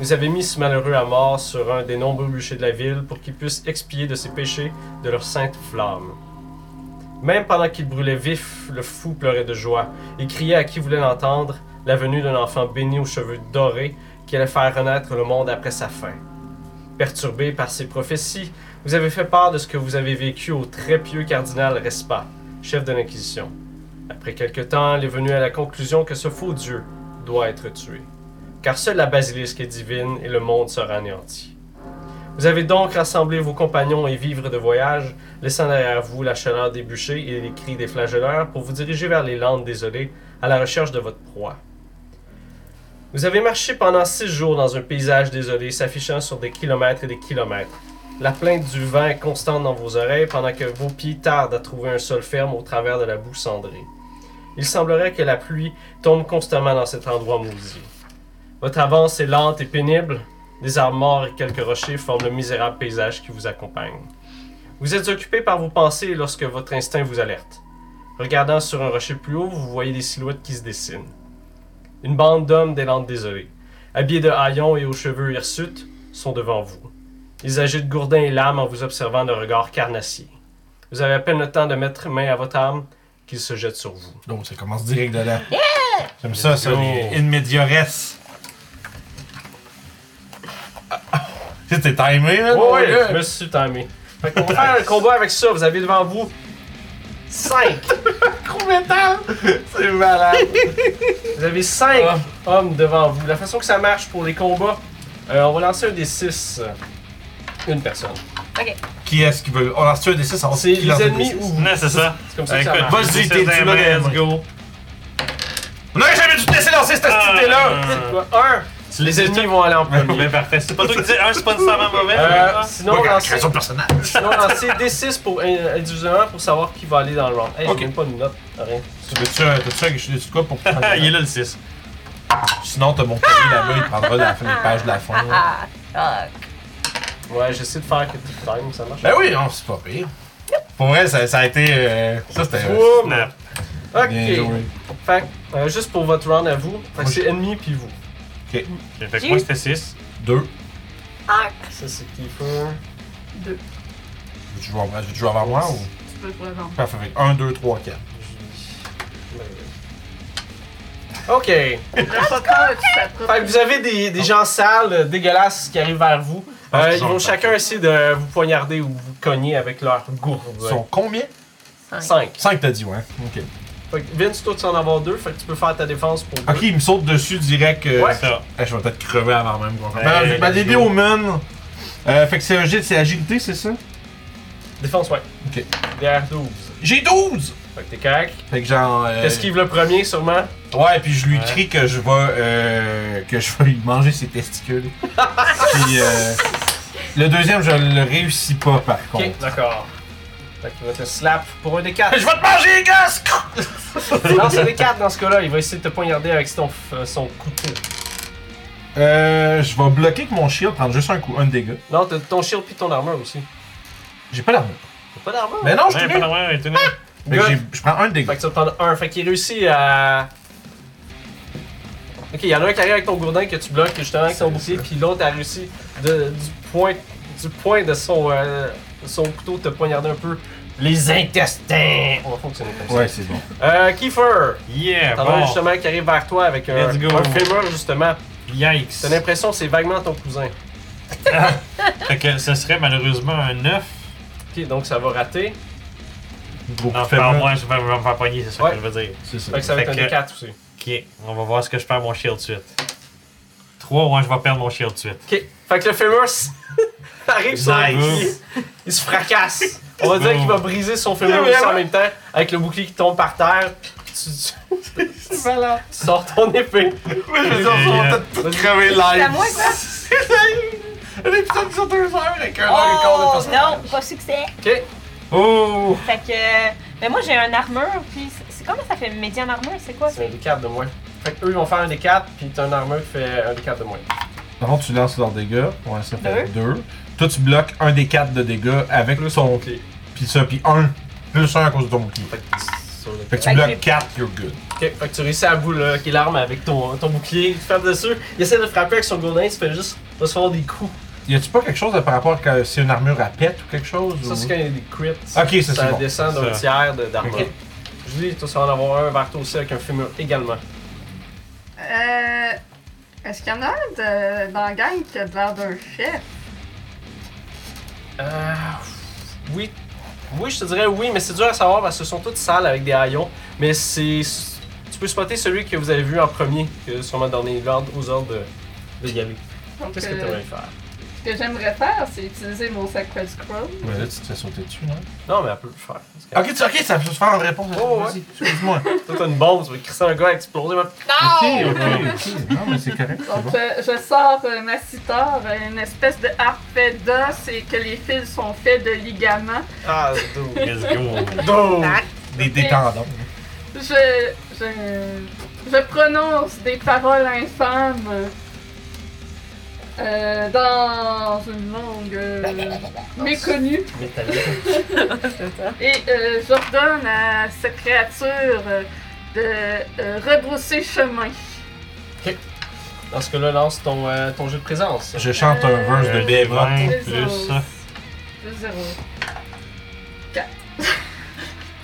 C: vous avez mis ce malheureux à mort sur un des nombreux bûchers de la ville pour qu'il puisse expier de ses péchés de leur sainte flamme. Même pendant qu'il brûlait vif, le fou pleurait de joie et criait à qui voulait l'entendre la venue d'un enfant béni aux cheveux dorés qui allait faire renaître le monde après sa fin. Perturbé par ces prophéties, vous avez fait part de ce que vous avez vécu au très pieux cardinal Respa, chef de l'Inquisition. Après quelque temps, il est venu à la conclusion que ce faux dieu doit être tué, car seule la basilisque est divine et le monde sera anéanti. Vous avez donc rassemblé vos compagnons et vivres de voyage, laissant derrière vous la chaleur des bûchers et les cris des flagelleurs pour vous diriger vers les landes désolées à la recherche de votre proie. Vous avez marché pendant six jours dans un paysage désolé, s'affichant sur des kilomètres et des kilomètres. La plainte du vent est constante dans vos oreilles pendant que vos pieds tardent à trouver un sol ferme au travers de la boue cendrée. Il semblerait que la pluie tombe constamment dans cet endroit maudit. Votre avance est lente et pénible. Des arbres morts et quelques rochers forment le misérable paysage qui vous accompagne. Vous êtes occupé par vos pensées lorsque votre instinct vous alerte. Regardant sur un rocher plus haut, vous voyez des silhouettes qui se dessinent. Une bande d'hommes des Landes désolées, habillés de haillons et aux cheveux hirsutes, sont devant vous. Ils agitent gourdins et lames en vous observant de regard carnassier. Vous avez à peine le temps de mettre main à votre âme qu'ils se jettent sur vous.
A: Donc, ça commence direct dedans. J'aime ça,
C: Let's
A: ça,
C: go.
A: les in mediores. Tu T'es timé, là?
C: Ouais,
A: mon
C: ouais,
A: gars.
C: je me suis timé. Fait qu'on va faire un combat avec ça. Vous avez devant vous 5.
A: Combien de temps? C'est malade.
C: Vous avez 5 hommes devant vous. La façon que ça marche pour les combats, euh, on va lancer un des 6. Une personne.
B: Ok.
A: Qui est-ce qui veut. On lance tu un des 6 on
C: C'est
A: sait qui
C: les
A: lance un des
C: ennemis
A: six.
C: ou vous.
D: Non, c'est ça.
C: C'est comme ça que ça
D: Écoute,
C: marche.
A: vas-y,
D: c'est
A: t'es
D: ça,
A: du
D: vraiment,
A: même.
D: Let's go.
A: On aurait jamais dû te laisser lancer cette
D: Ah.
A: idée là
C: C'est quoi? Un,
D: Tu
C: les
D: les
C: ennemis vont aller en premier.
D: Ben parfait. C'est pas toi qui dis un, c'est pas nécessairement mauvais.
C: Euh,
D: hein?
C: sinon, lancez,
A: création de personnage.
C: sinon, lancez D6 pour, euh, individuellement pour savoir qui va aller dans le round. Hey,
A: Ok.
C: j'ai même pas de note, rien.
A: Tu veux-tu un. T'as-tu un guichet de quoi pour prendre.
D: Ah, il est là le 6.
A: Sinon, t'as mon cahier là-bas, il prendra la fin, les pages de la fin. là.
B: Ah, ah.
C: Ouais, j'essaie de faire que tu times, ça marche.
A: Ben oui, non, c'est pas pire. Pour vrai, ça, ça a été. euh, ça, c'était.
C: Boum!
D: Non.
C: Ok.
A: Bien joué.
C: Fait que, euh, juste pour votre round à vous, fait que
A: Moi,
C: c'est ennemi puis vous.
D: Fait que moi c'était 6.
A: Deux.
B: Ah.
C: Ça c'est qui faut.
E: Deux.
A: Veux-tu jouer, en- veux-tu jouer avant moi ou.
E: Tu peux pas non.
A: Parfait, avec 1, 2, 3, 4.
C: Ok. Fait
E: Ah, tu t'approches.
C: que vous avez des, des gens sales, euh, dégueulasses qui arrivent vers vous.
A: pense
C: Euh,
A: qu'ils
C: ils
A: sont
C: vont
A: le
C: chacun essayer de vous poignarder ou vous cogner avec leur gourde.
A: Ils sont combien
C: 5.
A: 5 t'as dit, ouais. Ok.
C: Fait que Vince, toi tu en as avoir deux, fait que tu peux faire ta défense pour deux.
A: Ok, il me saute dessus direct. euh,
C: Ouais.
D: Ça.
A: eh, je vais peut-être crever avant même qu'on
D: Hey,
A: Ben, ben,
D: let's
A: des
D: go.
A: Omen. Euh, fait que c'est un jet, c'est agilité, c'est ça
C: Défense, ouais.
A: Ok.
C: DR12.
A: J'ai 12
C: Fait que t'es correct.
A: Fait que genre. euh,
C: T'esquives le premier sûrement.
A: Ouais, puis je lui
D: Ouais.
A: crie que je vais. euh, que je vais lui manger ses testicules. puis. euh, le deuxième, je le réussis pas par
C: Ok,
A: contre.
C: d'accord. Fait qu'il va te slap pour un des quatre.
A: Je vais te manger, les gars!
C: euh, Lance un des quatre dans ce cas-là, il va essayer de te poignarder avec son, f- son couteau.
A: Euh, je vais bloquer que mon shield prendre juste un coup, un dégât.
C: Non, t'as ton shield puis ton armure aussi.
A: J'ai pas l'armure.
C: T'as pas d'armure?
A: Mais non, je
D: Ouais,
A: te mets.
D: pas la ouais, tenez.
A: Fait que j'ai- Je prends un dégât.
C: Fait que tu vas prendre un. Fait qu'il réussit à. Ok, il y en a un qui arrive avec ton gourdin que tu bloques justement avec son bouclier, puis l'autre a réussi de- du, point, du point de son, euh, son couteau te poignarder un peu les intestins. On va fonctionner comme ça.
A: Ouais, c'est bon.
C: Euh, Kiefer,
D: Yeah,
C: t'en as un
D: bon.
C: justement qui arrive vers toi avec un,
D: Let's go.
C: un fémur justement.
D: Yikes.
C: T'as l'impression que c'est vaguement ton cousin.
D: Fait que ce serait malheureusement un 9.
C: Ok, donc ça va rater.
A: Beaucoup
D: Non,
A: de
D: fait au
A: fameux.
D: moins, je vais je vais me faire pogner, c'est ça
C: Ouais.
D: que je veux dire.
A: C'est ça.
C: Fait que ça va
D: Fait
C: être un
D: que-
C: D4 aussi.
D: Ok, on va voir ce que je perds mon shield de suite. 3, ouais, je vais perdre mon shield de suite.
C: Ok, fait que le fémur s- arrive sur lui.
D: Nice.
C: Il se fracasse. On va dire
D: Bon.
C: qu'il va briser son fémur aussi en même temps, avec le bouclier qui tombe par terre. Tu, tu- tu sors ton épée.
A: Oui, je veux dire, on va peut-être tous
C: Vas-y.
A: crever live.
B: C'est à moi, quoi?
A: Un épisode sur deux heures avec un heure et quart de
B: Oh
A: personne.
B: non, pas succès.
C: Ok,
A: Oh!
B: Fait que. Mais moi j'ai un armure, puis c'est- c'est comment ça fait médiane armure? C'est quoi
C: c'est un
B: c'est?
C: D4 de moins. Fait que eux ils vont faire un D4, puis t'as un armure qui fait un D4 de moins.
A: Par contre, tu lances leurs dégâts. Ouais, ça fait deux. Toi, tu bloques un des quatre de dégâts avec
C: Plus ton
A: ton.
C: bouclier.
A: Puis ça, puis un. Plus un à cause de ton bouclier.
C: Fait que, c'est sur le-
A: Fait que
B: Fait
A: tu
B: que
A: bloques
B: j'ai-
A: 4, you're good.
C: Ok, fait que tu réussis à bloquer l'arme avec ton, ton bouclier, tu frappes dessus. Il essaie de frapper avec son gourdin, il se fait juste il va se faire des coups.
A: Y a-tu pas quelque chose de- par rapport à que c'est une armure à pète ou quelque chose?
C: Ça,
A: ou-
C: c'est quand il y a des crits.
A: Mhm. Ok, ça, c'est bon.
C: descend d'un
D: Ça.
C: tiers de- d'armure.
D: Ok.
C: Je dis, toi, tu vas en avoir un vers toi aussi avec un fémur également.
E: Euh. Est-ce qu'il y en a un de- dans la gang qui a de l'air d'un chef?
C: Euh, oui. Oui, je te dirais oui, mais c'est dur à savoir parce que ce sont toutes sales avec des haillons. Mais c'est. Tu peux spotter celui que vous avez vu en premier, que sûrement dans les ordres, aux ordres de, de Gabi.
E: Donc,
C: Qu'est-ce que
E: euh,
C: tu aimerais faire
E: Ce que j'aimerais faire, c'est utiliser mon sacred scroll.
A: Ouais, là, tu te fais sauter dessus, non?
C: Non, mais elle peut le faire. Parce que-
A: Ok, tu, ok, ça peut se faire en réponse.
C: Oh,
A: Vas-y, excuse-moi.
C: Toi, t'as une bombe, tu veux crisser un gars, exploser. moi.
B: Oh!
A: ok, ok, ok. Non, mais c'est correct. c'est
E: Donc,
A: bon.
E: euh, je sors euh, ma cithare, euh, une espèce de harpe fait d'os et que les fils sont faits de ligaments.
C: Ah, do.
D: Let's go.
C: Do.
A: Des, des tendons.
E: Je, je, je prononce des paroles infâmes euh, dans une langue euh, méconnue et euh, j'ordonne à cette créature euh, de euh, rebrousser chemin.
C: Dans ce cas-là, lance ton, euh, ton jeu de présence.
A: Je chante un verse de Béva.
D: Ouais,
E: Deux
D: plus
E: zéros.
D: ça.
E: Deux zéros.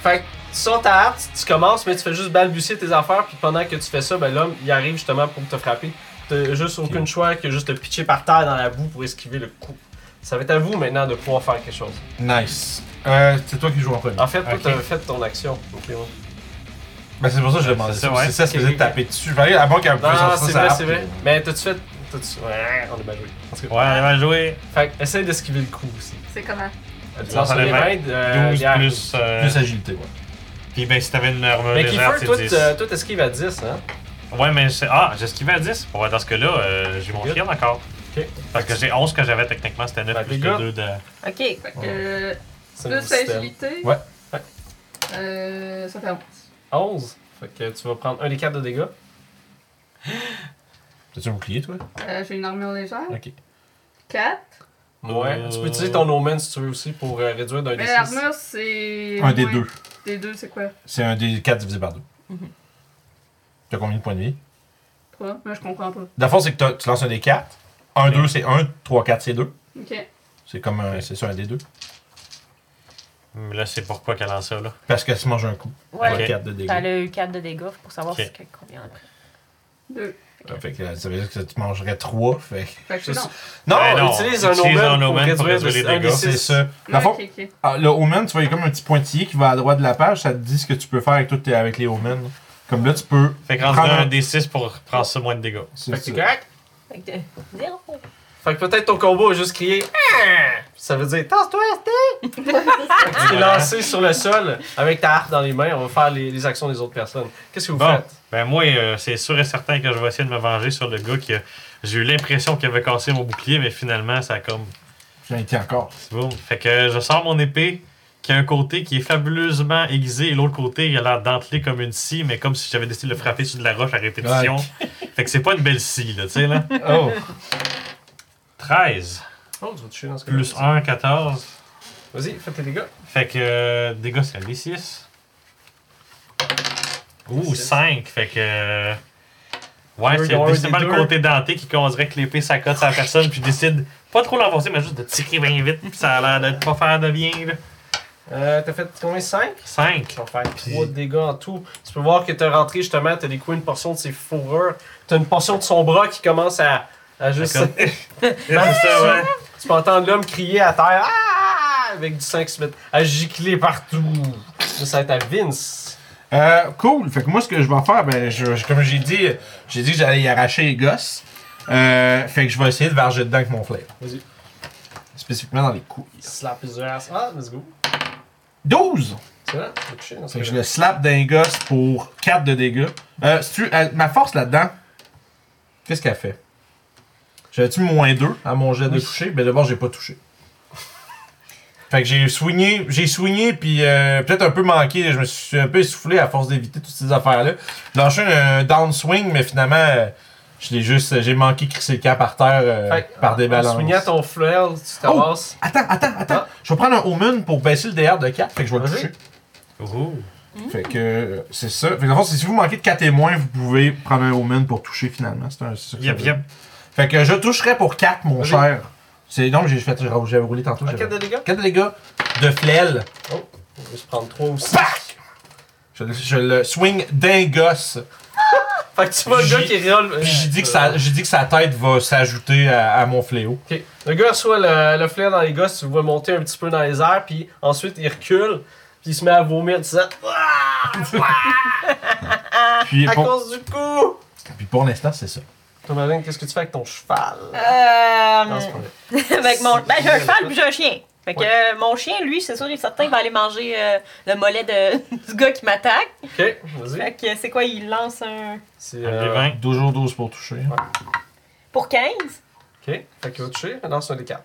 C: Fait que tu sors ta harpe, tu- tu commences, mais tu fais juste balbutier tes affaires, puis pendant que tu fais ça, ben l'homme, il arrive justement pour te frapper. T'as juste aucune choix que juste te pitcher par terre dans la boue pour esquiver le coup. Ça va être à vous maintenant de pouvoir faire quelque chose.
A: Nice. Euh, c'est toi qui joues en premier.
C: En fait, toi,
D: Ok.
C: t'as fait ton action. Ok, ouais.
A: Ben, c'est pour ça que je
D: Euh,
A: demandais
D: c'est
A: ça.
D: ça,
A: parce que C'est
D: ouais.
A: ça, se
C: Ok,
A: faisait
C: ok.
A: taper dessus. Valé, avant qu'elle
C: Non,
A: puisse
C: non,
A: sortir
C: c'est
A: sa
C: vrai,
A: harpe.
C: c'est vrai. Mais t'as-tu fait. T'as-tu. Ouais, on est mal joué. En tout cas.
D: Ouais, allez, bien joué.
C: Fait que essaye d'esquiver le coup aussi.
E: C'est comment?
C: Tu lances
D: ça
C: les
D: les vingt.
C: 20, euh,
D: 12
C: Pierre.
D: plus. euh,
A: Plus agilité, ouais.
D: Puis ben, si t'avais une armure
C: Mais
D: légère,
C: Kiefer,
D: c'est
C: toi,
D: 10.
C: t'es- toi, t'esquives à 10, hein?
D: Ouais, mais c'est. Ah, j'esquivais à 10. Ouais, dans ce cas-là, euh, j'ai mon
C: Good.
D: shield encore.
C: Ok. Bah,
D: Parce que j'ai 11 que j'avais techniquement, c'était 9
C: Fait que
D: plus
C: les gars-
D: que 2 de.
B: Ok.
E: Fait que,
C: C'est le
E: plus
C: système.
E: agilité.
A: Ouais.
C: Ouais.
E: Euh, ça fait 11.
C: 11. Fait que tu vas prendre un des 4 de dégâts.
A: T'as-tu un bouclier, toi?
E: Euh, J'ai une armure légère.
A: Ok.
E: 4.
C: Ouais.
D: Euh,
C: Tu peux utiliser ton omen si tu veux aussi pour euh, réduire d'un
E: Mais
C: des
E: l'armure, c'est.
A: Un des
E: moins-
A: deux.
E: Des deux, c'est quoi
A: C'est un des 4 divisé par 2. T'as combien de points de vie?
E: Trois Moi, je comprends pas.
A: Dans le fond, c'est que t'as- tu lances un des 4. 1, 2, c'est 1. 3, 4, c'est 2.
E: Ok.
A: C'est comme un, c'est ça, un des 2.
D: Mais là, c'est pourquoi qu'elle lance ça, là.
A: Parce qu'elle se mange un coup.
B: Ouais.
A: Elle a
D: Ok.
A: 4 de dégâts.
B: T'as le 4 de dégâts pour savoir
D: Ok.
B: ce que, combien.
E: Deux.
A: Euh, Fait que euh, ça veut dire que tu mangerais 3. Fait que-
E: Fait que
C: C'est-
E: non.
A: Non!
D: Ben
C: non, utilise un
D: utilise
C: omen pour
D: un omen pour
C: réduire
D: réduire les
C: de- un des
D: dégâts.
C: six.
A: C'est ça. Dans le fond,
E: Ok, ok.
A: ah, le omen, tu vois, il y a comme un petit pointillé qui va à droite de la page. Ça te dit ce que tu peux faire avec, toutes tes- avec les omens. Comme là, tu peux.
D: Fait que rendu
A: Prends un-
D: un des 6 pour prendre ça moins de dégâts.
A: c'est
C: Fait que c'est
A: ça.
C: correct.
B: Fait que de- zéro.
C: Fait que peut-être ton combo a juste crié Ah! Ça veut dire Tasse-toi, Sté! Fait que tu t'es lancé sur le sol avec ta harpe dans les mains. On va faire les, les actions des autres personnes. Qu'est-ce que vous
D: Bon,
C: faites?
D: ben moi, euh, c'est sûr et certain que je vais essayer de me venger sur le gars qui a... J'ai eu l'impression qu'il avait cassé mon bouclier, mais finalement, ça a comme...
A: J'en étais encore.
D: C'est bon. Fait que je sors mon épée, qui a un côté qui est fabuleusement aiguisé, et l'autre côté, il a l'air dentelé comme une scie, mais comme si j'avais décidé de le frapper sur de la roche à répétition. Fait que c'est pas une belle scie, là, tu sais, là.
A: Oh.
D: 13
C: Oh, tu vas toucher dans ce cas-là.
D: plus 1, 14.
C: Vas-y, fais tes dégâts.
D: Fait que euh, dégâts, c'est un D6. Ouh,
C: Six.
D: 5. Fait que. euh, ouais,
C: Deux,
D: c'est
C: dont un
D: décidément
C: des
D: le
C: deux.
D: côté denté qui causerait que l'épée s'accote à la personne, puis décide pas trop l'enfoncer, mais juste de tirer bien vite, puis ça a l'air de pas faire de bien, là.
C: Euh, t'as fait combien 5
D: 5.
C: Tu vas faire
D: Puis-
C: 3 dégâts en tout. Tu peux voir que t'es rentré justement, t'as découvert une portion de ses fourrures. T'as une portion de son bras qui commence à, à juste.
D: D'accord.
C: Même
D: ça, ouais.
C: Tu peux entendre l'homme crier à terre Ah! avec du sang qui se met à gicler partout. Ça, ça va être à Vince.
A: Euh, cool. Fait que moi, ce que je vais faire, ben, je, je- comme j'ai dit, j'ai dit que j'allais y arracher les gosses. Euh, fait que je vais essayer de varger dedans avec mon flair.
C: Vas-y.
A: Spécifiquement dans les couilles.
C: Slap his ass. Ah, let's go.
A: 12!
C: C'est là, tu vas toucher dans ce
A: Fait que je
C: cas-là.
A: le slap d'un gosse pour 4 de dégâts. Euh, si tu, elle- ma force là-dedans, qu'est-ce qu'elle fait? J'avais-tu moins 2 à mon jet de toucher? Ben d'abord, j'ai pas touché. Fait que j'ai soigné, j'ai soigné, puis euh, peut-être un peu manqué, je me suis un peu essoufflé à force d'éviter toutes ces affaires-là. J'ai lâché un downswing, mais finalement, euh, je l'ai juste, j'ai manqué crisser le camp par terre euh,
C: Fait que,
A: par Oh! des balances.
C: En soignant ton flail, tu t'avances.
A: Attends, attends, attends.
C: Ah.
A: Je vais prendre un Omen pour baisser le DR de 4, fait que je vais le
C: Vas-y.
A: toucher.
D: Ouh.
A: Fait que euh, c'est ça. Fait que dans le fond, si vous manquez de 4 témoins, vous pouvez prendre un omen pour toucher finalement. C'est un c'est ça que ça
D: Yep,
A: veut.
D: yep.
A: Fait que je toucherai pour 4, mon
C: Vas-y.
A: cher. C'est donc j'ai fait j'avais roulé tantôt.
C: Un 4 de dégâts.
A: 4 de dégâts de flel.
C: On va se prendre 3 aussi.
A: Pac! Je, je le swing d'un gosse.
C: Fait que tu vois le gars
A: J'ai-
C: qui roule. euh,
A: Puis j'ai dit que sa- j'ai dit que sa tête va s'ajouter à, à mon fléau.
C: Ok. Le gars reçoit le, le flair dans les gosses, tu le vois monter un petit peu dans les airs, puis ensuite il recule, puis il se met à vomir en disant Ah!
A: Puis
C: à
A: pour,
C: cause du coup!
A: puis pour l'instant, c'est ça.
C: Tom Allen, qu'est-ce que tu fais avec ton cheval? Non, c'est pas
B: Euh,
C: vrai.
B: avec mon. Ben, j'ai un cheval puis j'ai un chien. Fait que euh, mon chien, lui, c'est sûr et certain, il va aller manger euh, le mollet de, du gars qui m'attaque.
C: Ok, vas-y.
B: Fait que c'est quoi, il lance un.
C: C'est.
D: Un
C: euh,
D: des 20.
A: 2 jours 12 pour toucher.
B: Pour 15.
C: Ok, fait qu'il va toucher, maintenant c'est un des 4.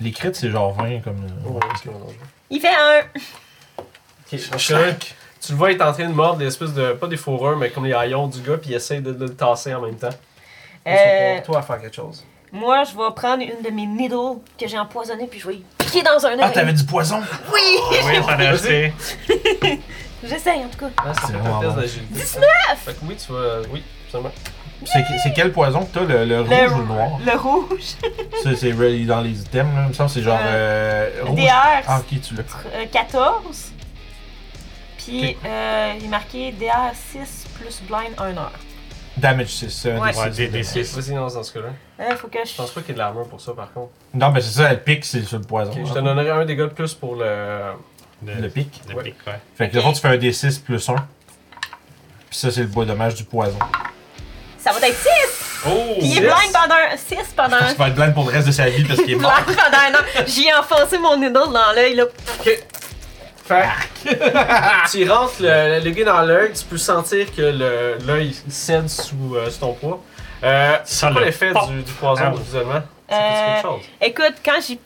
A: Les crits, c'est genre 20 comme. euh,
C: Oh, c'est mon dangereux.
B: Il fait un.
C: Ok, parce que là, tu le vois, il est en train de mordre des espèces de. pas des fourrures, mais comme les haillons du gars, puis il essaie de, de le tasser en même temps.
B: Euh,
C: Toi, à faire quelque chose.
B: moi, je vais prendre une de mes needles que j'ai empoisonnées puis je vais y piquer dans un
A: Ah,
B: œil.
A: t'avais du poison!
B: Oui!
D: Oui, j'en ai acheté.
B: J'essaye, en tout cas.
C: Ah,
A: C'est
C: c'est
A: vraiment
C: un test
A: bon.
C: d'agilité.
B: 19!
C: Fait que oui, tu vas. Oui, absolument.
A: C'est c'est quel poison que t'as? Le, le rouge ou le noir?
B: le rouge.
A: Ça, c'est really dans les items, là. Il me semble que c'est genre euh, rouge.
B: DR,
A: Ah, ok, tu l'as.
B: euh, 14. Puis, euh, il est marqué DR 6 plus blind 1 heure.
A: Damage 6.
B: Ouais.
D: Ouais, des- des six.
C: Vas-y, lance dans ce cas-là.
B: Euh, faut que
C: Je
B: je.
C: pense pas qu'il y ait de l'armure pour ça, par contre.
A: Non, mais c'est ça, le pic, c'est sur le poison.
C: Ok,
A: hein.
C: je te donnerai un dégât de plus pour le.
A: Le
D: Le
A: pic.
D: le pic, ouais.
A: Fait que, le fond, tu fais un D6 plus 1. Puis ça, c'est le bois dommage du poison.
B: Ça va être 6!
D: Oh!
B: Puis il est blind pendant un. 6 pendant
A: Parce
B: un.
A: qu'il va être blind pour le reste de sa vie parce qu'il est mort.
B: Blind pendant un an. J'y ai enfoncé mon needle dans l'œil, là.
C: Fait que tu rentres le, le gars dans l'œil, tu peux sentir que le- l'œil cède sous, euh, sous ton poids. Euh,
D: Ça
C: c'est quoi
D: le
C: l'effet
D: pop.
C: du, du poison,
D: Ah.
C: visuellement Ça fait quelque chose.
B: Écoute, quand j'y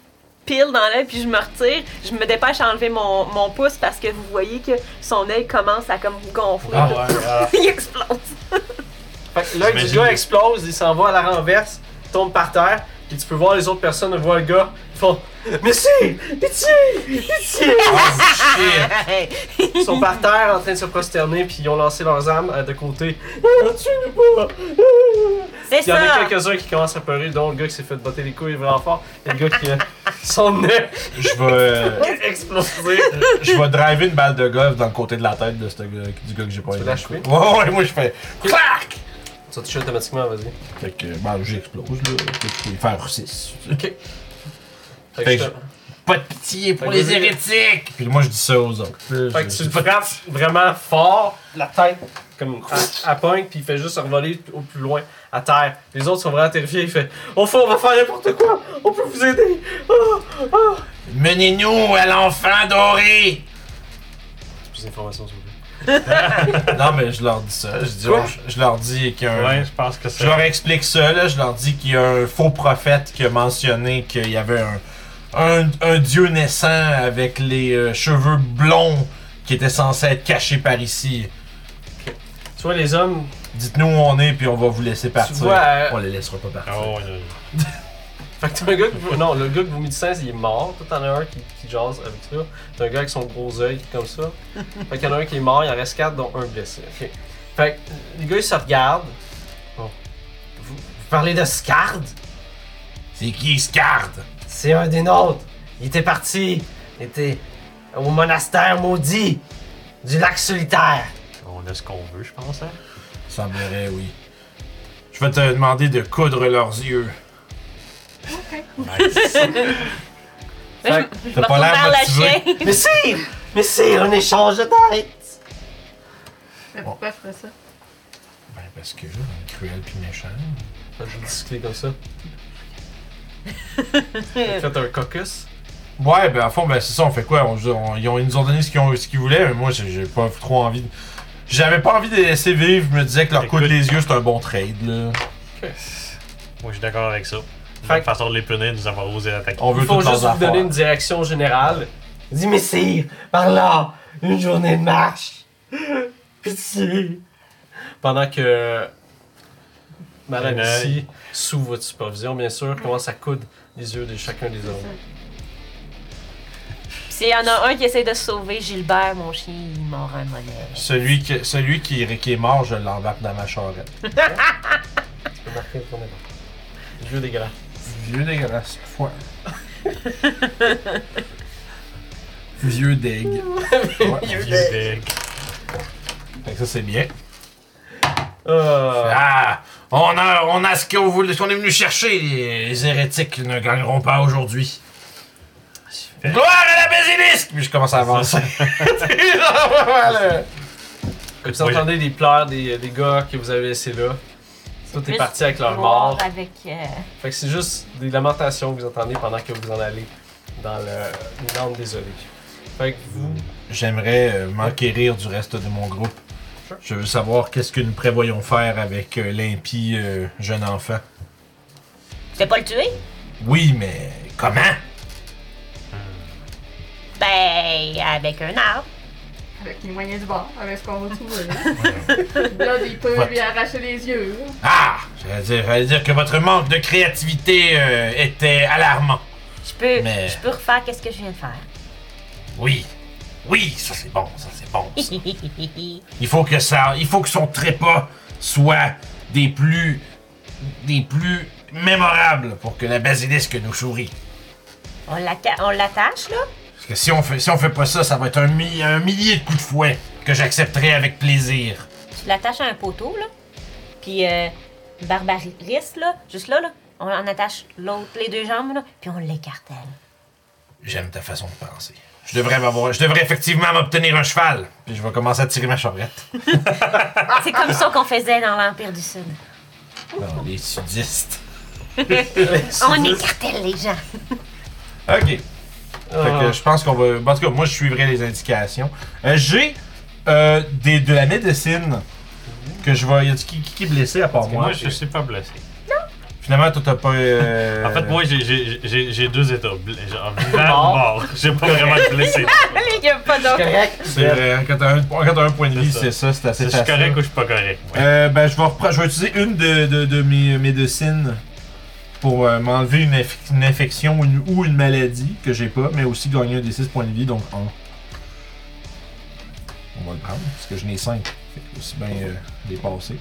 B: pile dans l'œil puis je me retire, je me dépêche à enlever mon, mon pouce parce que vous voyez que son œil commence à comme gonfler.
A: Ah
B: là. il explose.
C: Fait que l'œil du
D: J'imagine.
C: gars explose, il s'en va à la renverse, il tombe par terre, puis tu peux voir les autres personnes voir le gars, ils font Mais si Pitié Pitié
A: Shit!
C: Ils sont par terre en train de se prosterner, puis ils ont lancé leurs armes euh, de côté. Ah, Tue-le pas Ah.
B: C'est
C: Il y en
B: ça.
C: a quelques-uns qui commencent à pleurer, dont le gars qui s'est fait botter les couilles vraiment fort. Et le gars qui a son nez
A: Je vais, euh,
C: explosé.
A: je vais driver une balle de golf dans le côté de la tête de ce gars, du gars que j'ai pas
C: Tu veux
A: aimé.
C: l'achever?
A: Ouais, ouais, moi je fais. Clac!
C: Tu vas toucher automatiquement, vas-y.
A: Fait que, ben, j'explose, là. Fait que je peux y faire 6.
C: Fait
A: Fait
C: que, je
A: que
C: te-
A: Pas de pitié pour
C: Fait que
A: les
C: vas-y.
A: hérétiques! Puis moi, je dis ça aux autres.
C: fait que tu le frappes vraiment fort, la tête comme à, à pointe, puis il fait juste se revoler au plus loin, à terre. Les autres sont vraiment terrifiés, il fait « Au fond, on va faire n'importe quoi! On peut vous aider! Ah! Ah!
A: Menez-nous à l'enfant doré!
C: Plus d'informations, s'il vous plaît.
A: Non, mais je leur dis ça. Je, dis-
C: Quoi?
A: je leur dis qu'il y a un.
D: Ouais, je pense que
A: Je
D: c'est.
A: leur explique ça, là. Je leur dis qu'il y a un faux prophète qui a mentionné qu'il y avait un, un, un dieu naissant avec les euh, cheveux blonds qui était censé être caché par ici.
C: Tu vois les hommes
A: Dites-nous où on est, puis on va vous laisser partir.
C: Tu vois, euh,
A: On les laissera pas partir.
D: Oh, il y a-
C: Fait que t'as un gars que vous- Non, le gars que vous médecins, il est mort. Toi, t'en as un qui, qui jase avec ça. T'as un gars avec son gros œil comme ça. Fait qu'il y en a un qui est mort, il en reste quatre, dont un blessé. Ok. Fait que les gars, ils se regardent. Bon. Vous, vous parlez de Scard
A: C'est qui, Scard?
C: C'est un des nôtres. Il était parti. Il était au monastère maudit du lac solitaire.
D: on a ce qu'on veut, je pense. Hein?
A: Semblerait, oui. Je vais te demander de coudre leurs yeux.
B: Mais
C: Fait que
B: je- je
A: t'as
B: me
A: pas
B: retourne
A: l'air
B: vers la
A: motivé.
B: chienne.
C: Mais si Mais c'est un échange de tête
E: Mais pourquoi je ferais ça?
A: Ben, parce que, cruel puis méchant.
C: Je discuter comme ça. Faites un caucus.
A: Ouais, ben, à fond, ben, c'est ça, on fait quoi? On- on- ils, ont- ils nous ont donné ce qu'ils ont- ce qu'ils voulaient, mais moi, j'ai j'ai pas trop envie de. J'avais pas envie de les laisser vivre, je me disais que leur coup de
D: Écoute.
A: les yeux, c'est un bon trade, là.
D: Moi, je suis d'accord avec ça. De
C: Fait
D: toute
C: que-
D: façon de les punir, de nous avoir osé l'attaquer.
A: On
C: Il
A: veut
C: faut
A: toutes leurs
C: juste vous
A: affaires.
C: donner une direction générale. Il dit, mais sire, par là, une journée de marche. Pitié. Pendant que Madame
D: Un œil.
C: ici, sous votre supervision, bien sûr, commence à coudre les yeux de chacun des autres.
B: S'il y en a un qui essaie de sauver Gilbert, mon chien, il mord un monnaie.
A: Celui, qui, celui qui, qui est mort, je l'embarque dans ma charrette.
C: Tu peux marquer ton élan. Yeux dégueulasse.
A: Vieux dégueulasse, foire. Vieux deg. Ouais.
D: Fait
A: Fait que ça, c'est bien.
C: Ah.
A: Ah! On a, on a ce qu'on voulait, ce qu'on est venu chercher. Les, les hérétiques ne gagneront pas aujourd'hui. Gloire à la basilisque! Puis je commence à avancer. Voilà.
C: Vous entendez des pleurs des, des gars que vous avez laissés là. Tout est
B: Plus
C: parti avec leur
B: voir
C: mort.
B: avec. euh,
C: Fait que c'est juste des lamentations que vous entendez pendant que vous en allez dans le langue désolée. Fait que vous.
A: J'aimerais euh, m'enquérir du reste de mon groupe.
C: Sure.
A: Je veux savoir qu'est-ce que nous prévoyons faire avec euh, l'impie euh, jeune enfant.
B: Tu veux pas le tuer?
A: Oui, mais comment?
B: Ben, avec un arbre.
E: Avec les moyens du bord, avec ce qu'on va trouver. hein. Là, il peut
A: Ouais.
E: lui arracher les yeux. hein.
A: Ah! J'allais dire, j'allais dire que votre manque de créativité euh, était alarmant.
B: Je peux,
A: Mais-
B: je peux refaire qu'est-ce que je viens de faire.
A: Oui. Oui, ça c'est bon, ça c'est bon. ça.
B: Fait
A: Il faut que ça, il faut que son trépas soit des plus, des plus mémorables pour que la basilisque nous sourit.
B: on l'atta- on l'attache, là?
A: Parce que si on fait, si on fait pas ça, ça va être un, mi- un millier de coups de fouet que j'accepterai avec plaisir.
B: Tu l'attaches à un poteau, là. Puis, euh, Barbaris, là, juste là, là. On en attache l'autre, les deux jambes, là. Puis on l'écartèle.
A: J'aime ta façon de penser. Je devrais m'avoir, je devrais effectivement m'obtenir un cheval. Puis je vais commencer à tirer ma charrette.
B: C'est comme ça qu'on faisait dans l'Empire du Sud.
A: Non, Oh, les sudistes.
B: On écartèle les gens.
A: Ok. Fait
C: Ah.
A: que je pense qu'on va. En tout cas, moi, je suivrai les indications. Euh, J'ai euh, des- de la médecine que je vais. Y a qui, qui qui est blessé à part
D: que Moi,
A: moi
D: je suis pas blessé.
A: Finalement, toi, t'as pas. euh,
D: En fait, moi, j'ai- j'ai j'ai- j'ai deux états. bl- Genre, vivant
C: Mort.
D: ou mort. J'ai pas vraiment de blessé.
B: Il y a pas
C: C'est
B: d'autre.
C: correct.
A: C'est vrai, hein, quand t'as un, quand t'as un point de vie, c'est ça,
D: C'est
A: c'est assez
D: Je suis
A: facile.
D: correct ou je suis pas correct. ouais.
A: Euh, ben, je vais, repre- je vais utiliser une de, de, de mes euh, médecines pour euh, m'enlever une, inf- une infection ou une, ou une maladie que j'ai pas, mais aussi gagner un des 6 points de vie, donc 1. On va le prendre, parce que je n'ai 5. Fait que aussi bien euh, dépasser.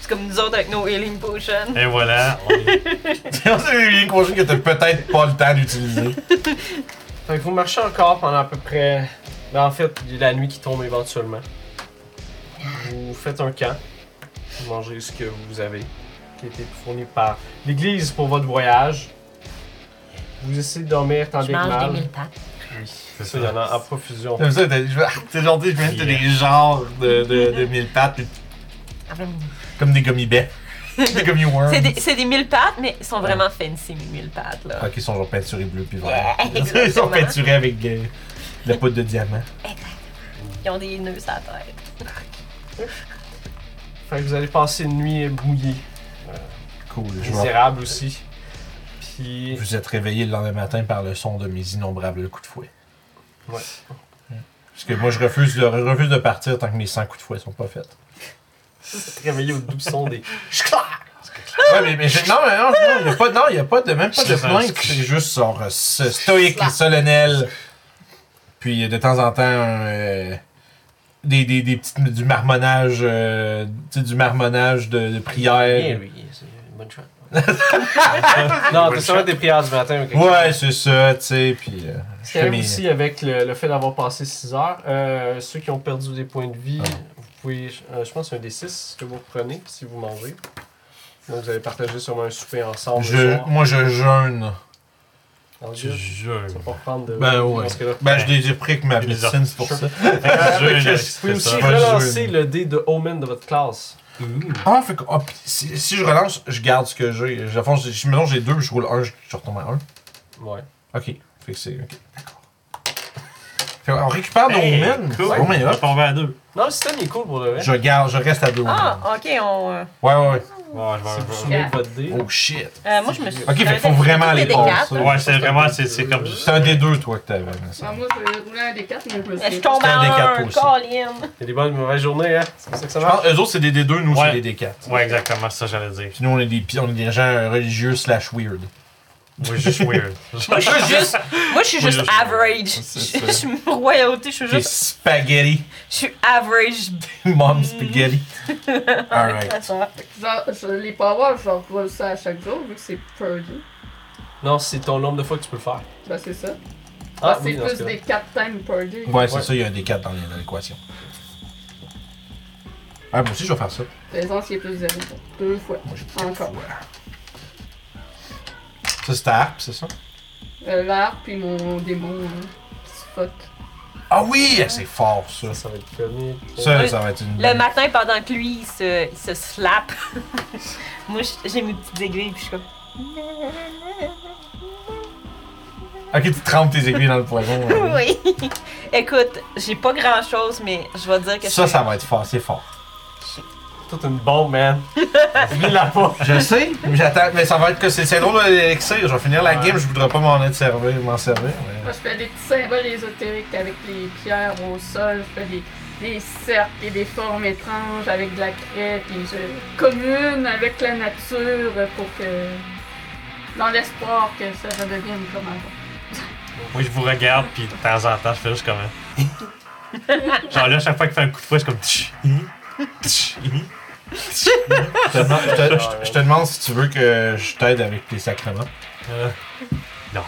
B: C'est comme nous autres avec nos healing potions.
D: Et voilà. on est-
A: On s'est eu une conjointe que t'as peut-être pas le temps d'utiliser.
C: Fait que vous marchez encore pendant à peu près. Ben, en fait, il y a la nuit qui tombe éventuellement. Vous faites un camp. Vous mangez ce que vous avez, qui a été fourni par l'église pour votre voyage. Vous essayez de dormir tant
B: Je
C: bien que
B: mange des
C: mal.
B: mille pattes.
D: C'est
C: Ça, il y en a en profusion.
A: Comme ça, t'as- je- t'es gentil, je me dis que t'as des genres de, de, de mille pattes, puis
B: Ah,
A: comme des gummy bears. Des gummy worms.
B: C'est des, c'est des mille pattes, mais ils sont vraiment fancy, mes mille pattes, là.
A: Ok, ils Ah, sont genre peinturés bleus puis
B: Ouais,
A: verts. Ils sont
B: exactement.
A: peinturés avec euh, de la poudre de diamant.
B: Ils ont des nœuds sur la tête.
C: Fait que vous allez passer une nuit mouillée,
A: Cool, je vois.
C: misérable aussi. Puis.
A: Vous êtes réveillé le lendemain matin par le son de mes innombrables coups de fouet.
C: Ouais.
A: Parce que moi, je refuse de, je refuse de partir tant que mes 100 coups de fouet sont pas faits.
C: Réveillé au doux son des.
A: Ouais, mais, mais j'ai- non, mais non, non, y a pas, non, y a pas de, même pas de
D: Je pense
A: plainte.
D: que-
A: C'est juste genre euh, s- stoïque et solennel. Puis euh, de temps en temps, euh, des, des, des petites, du marmonnage, euh, tu sais, du marmonnage de, de
C: Bien,
A: prière.
C: lui, c'est une bonne shot. non, t'as sûrement des prières du matin ou quelque chose.
A: Ouais, c'est ça, tu sais, puis... euh, je
C: Ce qui
A: fais
C: arrive
A: mes-
C: aussi avec le, le fait d'avoir passé 6 heures, euh, ceux qui ont perdu des points de vie,
A: Ouais.
C: vous pouvez, euh, je pense, un des 6 que vous prenez si vous mangez. Donc vous allez partager sûrement un souper ensemble. le
A: je,
C: soir.
A: moi, je jeûne.
C: Alors,
D: Tu
C: Dieu,
D: jeûnes.
C: ça va pas reprendre de.
A: Ben ouais.
C: Parce que là,
A: Ben, je les ai pris avec ma
D: Les
A: médecine, c'est pour
C: Sure.
A: ça.
D: Tu
C: Vous
D: jeûnes, c'est
C: pouvez aussi
D: ça.
A: Pas de
C: relancer
A: jeûne.
C: le dé de Omen de votre classe.
A: Ah, fait que, ah, pis si, si je relance, je garde ce que j'ai. Je, fonce, je, mettons, j'ai deux, puis je roule un, je, je retombe à un.
C: Ouais.
A: Ok. Fait que c'est. Ok, d'accord. Fait qu'on récupère
D: Hey,
A: nos mines.
D: Ben, cool.
A: On met
D: On va
A: up.
D: tomber à deux.
C: Non, le système il est cool pour le vrai.
A: Je garde, je reste à deux.
B: Ah, ok, on. euh,
A: Ouais, ouais, ouais.
D: Ouais, je vais-
C: Si vous
D: je
C: soumettez
E: Yeah.
C: votre dé.
A: Oh shit.
B: euh, moi, je me suis.
A: Ok, fait
B: j'avais
A: faut
B: fait
A: vraiment
B: des
A: les
B: D4,
A: passer.
B: là.
D: vais- Ouais, c'est vraiment, c'est c'est comme.
A: C'est un des deux, toi, que t'avais, mais
E: Ah,
A: ça.
E: moi, je roulais un des quatre, mais je me
B: Euh, Je
E: suis
B: tombe
A: C'est un
B: à
A: D4
B: un,
A: aussi.
B: Colin.
C: Il y a des bonnes et mauvaises journées, hein. C'est comme ça que ça
A: Je
C: marche.
A: pense, Ah, eux autres, c'est des D2, nous,
D: Ouais.
A: c'est des D4.
D: Ouais, exactement, c'est ça que j'allais dire.
A: Puis nous, on est des, pi- on est des gens euh, religieux slash weird.
D: Moi, je suis weird.
B: Moi, je suis juste, moi, je suis
D: Moi,
B: juste
D: je-
B: average.
A: C'est
B: Je
A: ça.
B: je suis royauté, je suis
A: Des
B: juste.
A: spaghetti.
B: Je suis average.
A: Mom spaghetti. Alright.
E: Genre, je, les powers, genre, je roule ça à chaque jour, vu que c'est perdu.
C: Non, c'est ton nombre de fois que tu peux le faire.
E: Ben, c'est ça.
C: Ah,
E: Ben,
C: oui,
E: c'est
C: dans ce
E: plus
C: cas-là.
E: des quatre times perdu.
A: Ouais, c'est
C: Ouais.
A: ça, il y a un D4 dans l'é- dans l'équation. Ah, moi aussi, je vais faire ça.
E: Présence, il est plus zéro. Deux fois.
A: Moi, j'ai quatre
E: Encore.
A: fois. Ça, c'est ta harpe, c'est ça?
E: Euh, L'art, puis mon démon. hein. C'est fuck.
A: Ah oui, c'est fort, ça.
C: Ça, ça va être comique.
A: Ça, ça va être une.
B: Le matin, pendant que lui, il se, il se slappe. moi, je- j'ai mes petites aiguilles, puis je suis comme.
A: Ok, tu trempes tes aiguilles dans le poison. ouais.
B: Oui. Écoute, j'ai pas grand chose, mais je vais dire que
A: Ça,
B: je-
A: ça va être fort, c'est fort.
C: Toute une bombe, man. Vire la pas.
A: Je sais, mais j'attends, mais ça va être que c'est c'est drôle de l'élixir. Je vais finir la
C: Ouais.
A: game, je voudrais pas m'en être servi, m'en servir. mais-
E: Moi, je fais des petits symboles ésotériques avec les pierres au sol. Je fais des, des cercles et des formes étranges avec de la craie. Puis je commune avec la nature pour que. Dans l'espoir que ça redevienne comme avant.
D: Moi, je vous regarde, puis de temps en temps, je fais juste comme. un- Genre là, à chaque fois qu'il fait un coup de fouet, je suis comme. tch, hi, tch, hi.
A: Je te demande- je te- je te- je te demande si tu veux que je t'aide avec tes sacrements.
D: Euh, Non.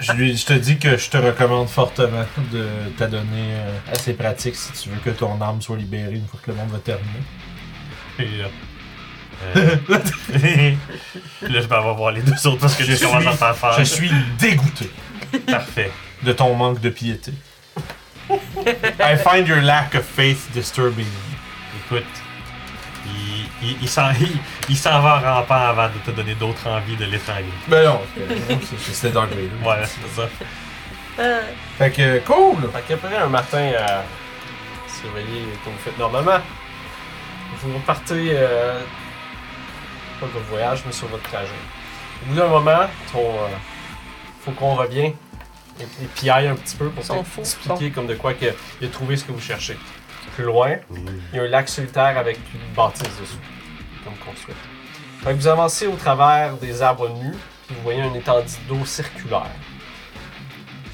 A: Je, lui- je te dis que je te recommande fortement de t'adonner euh, à ces pratiques si tu veux que ton âme soit libérée une fois que le monde va terminer.
D: Puis là. euh, Puis là, je vais avoir voir les deux autres parce que
A: Je
D: je commence à me faire
A: Je
D: faire.
A: suis dégoûté
D: Parfait.
A: de ton manque de piété. I find your lack of faith disturbing.
D: Écoute, il, il, il s'en il- il s'en va en rampant avant de te donner d'autres envies de l'étrangler.
A: Ben non, c'était Dark Vader.
D: Voilà, c'est ça.
B: Euh,
A: Fait que cool!
C: Fait qu'après un matin euh, surveillé comme vous faites normalement, vous repartez euh, pas de votre voyage, mais sur votre trajet. Au bout d'un moment, ton, euh, faut qu'on revienne et puis piaille un petit peu pour
B: Sont fous,
C: t'expliquer comme de quoi que, il a trouvé ce que vous cherchez. Plus loin,
A: Eh ben,
C: il y a un lac solitaire avec une bâtisse dessus, comme qu'on souhaite. Fait que vous avancez au travers des arbres nus, puis vous voyez un étendue d'eau circulaire.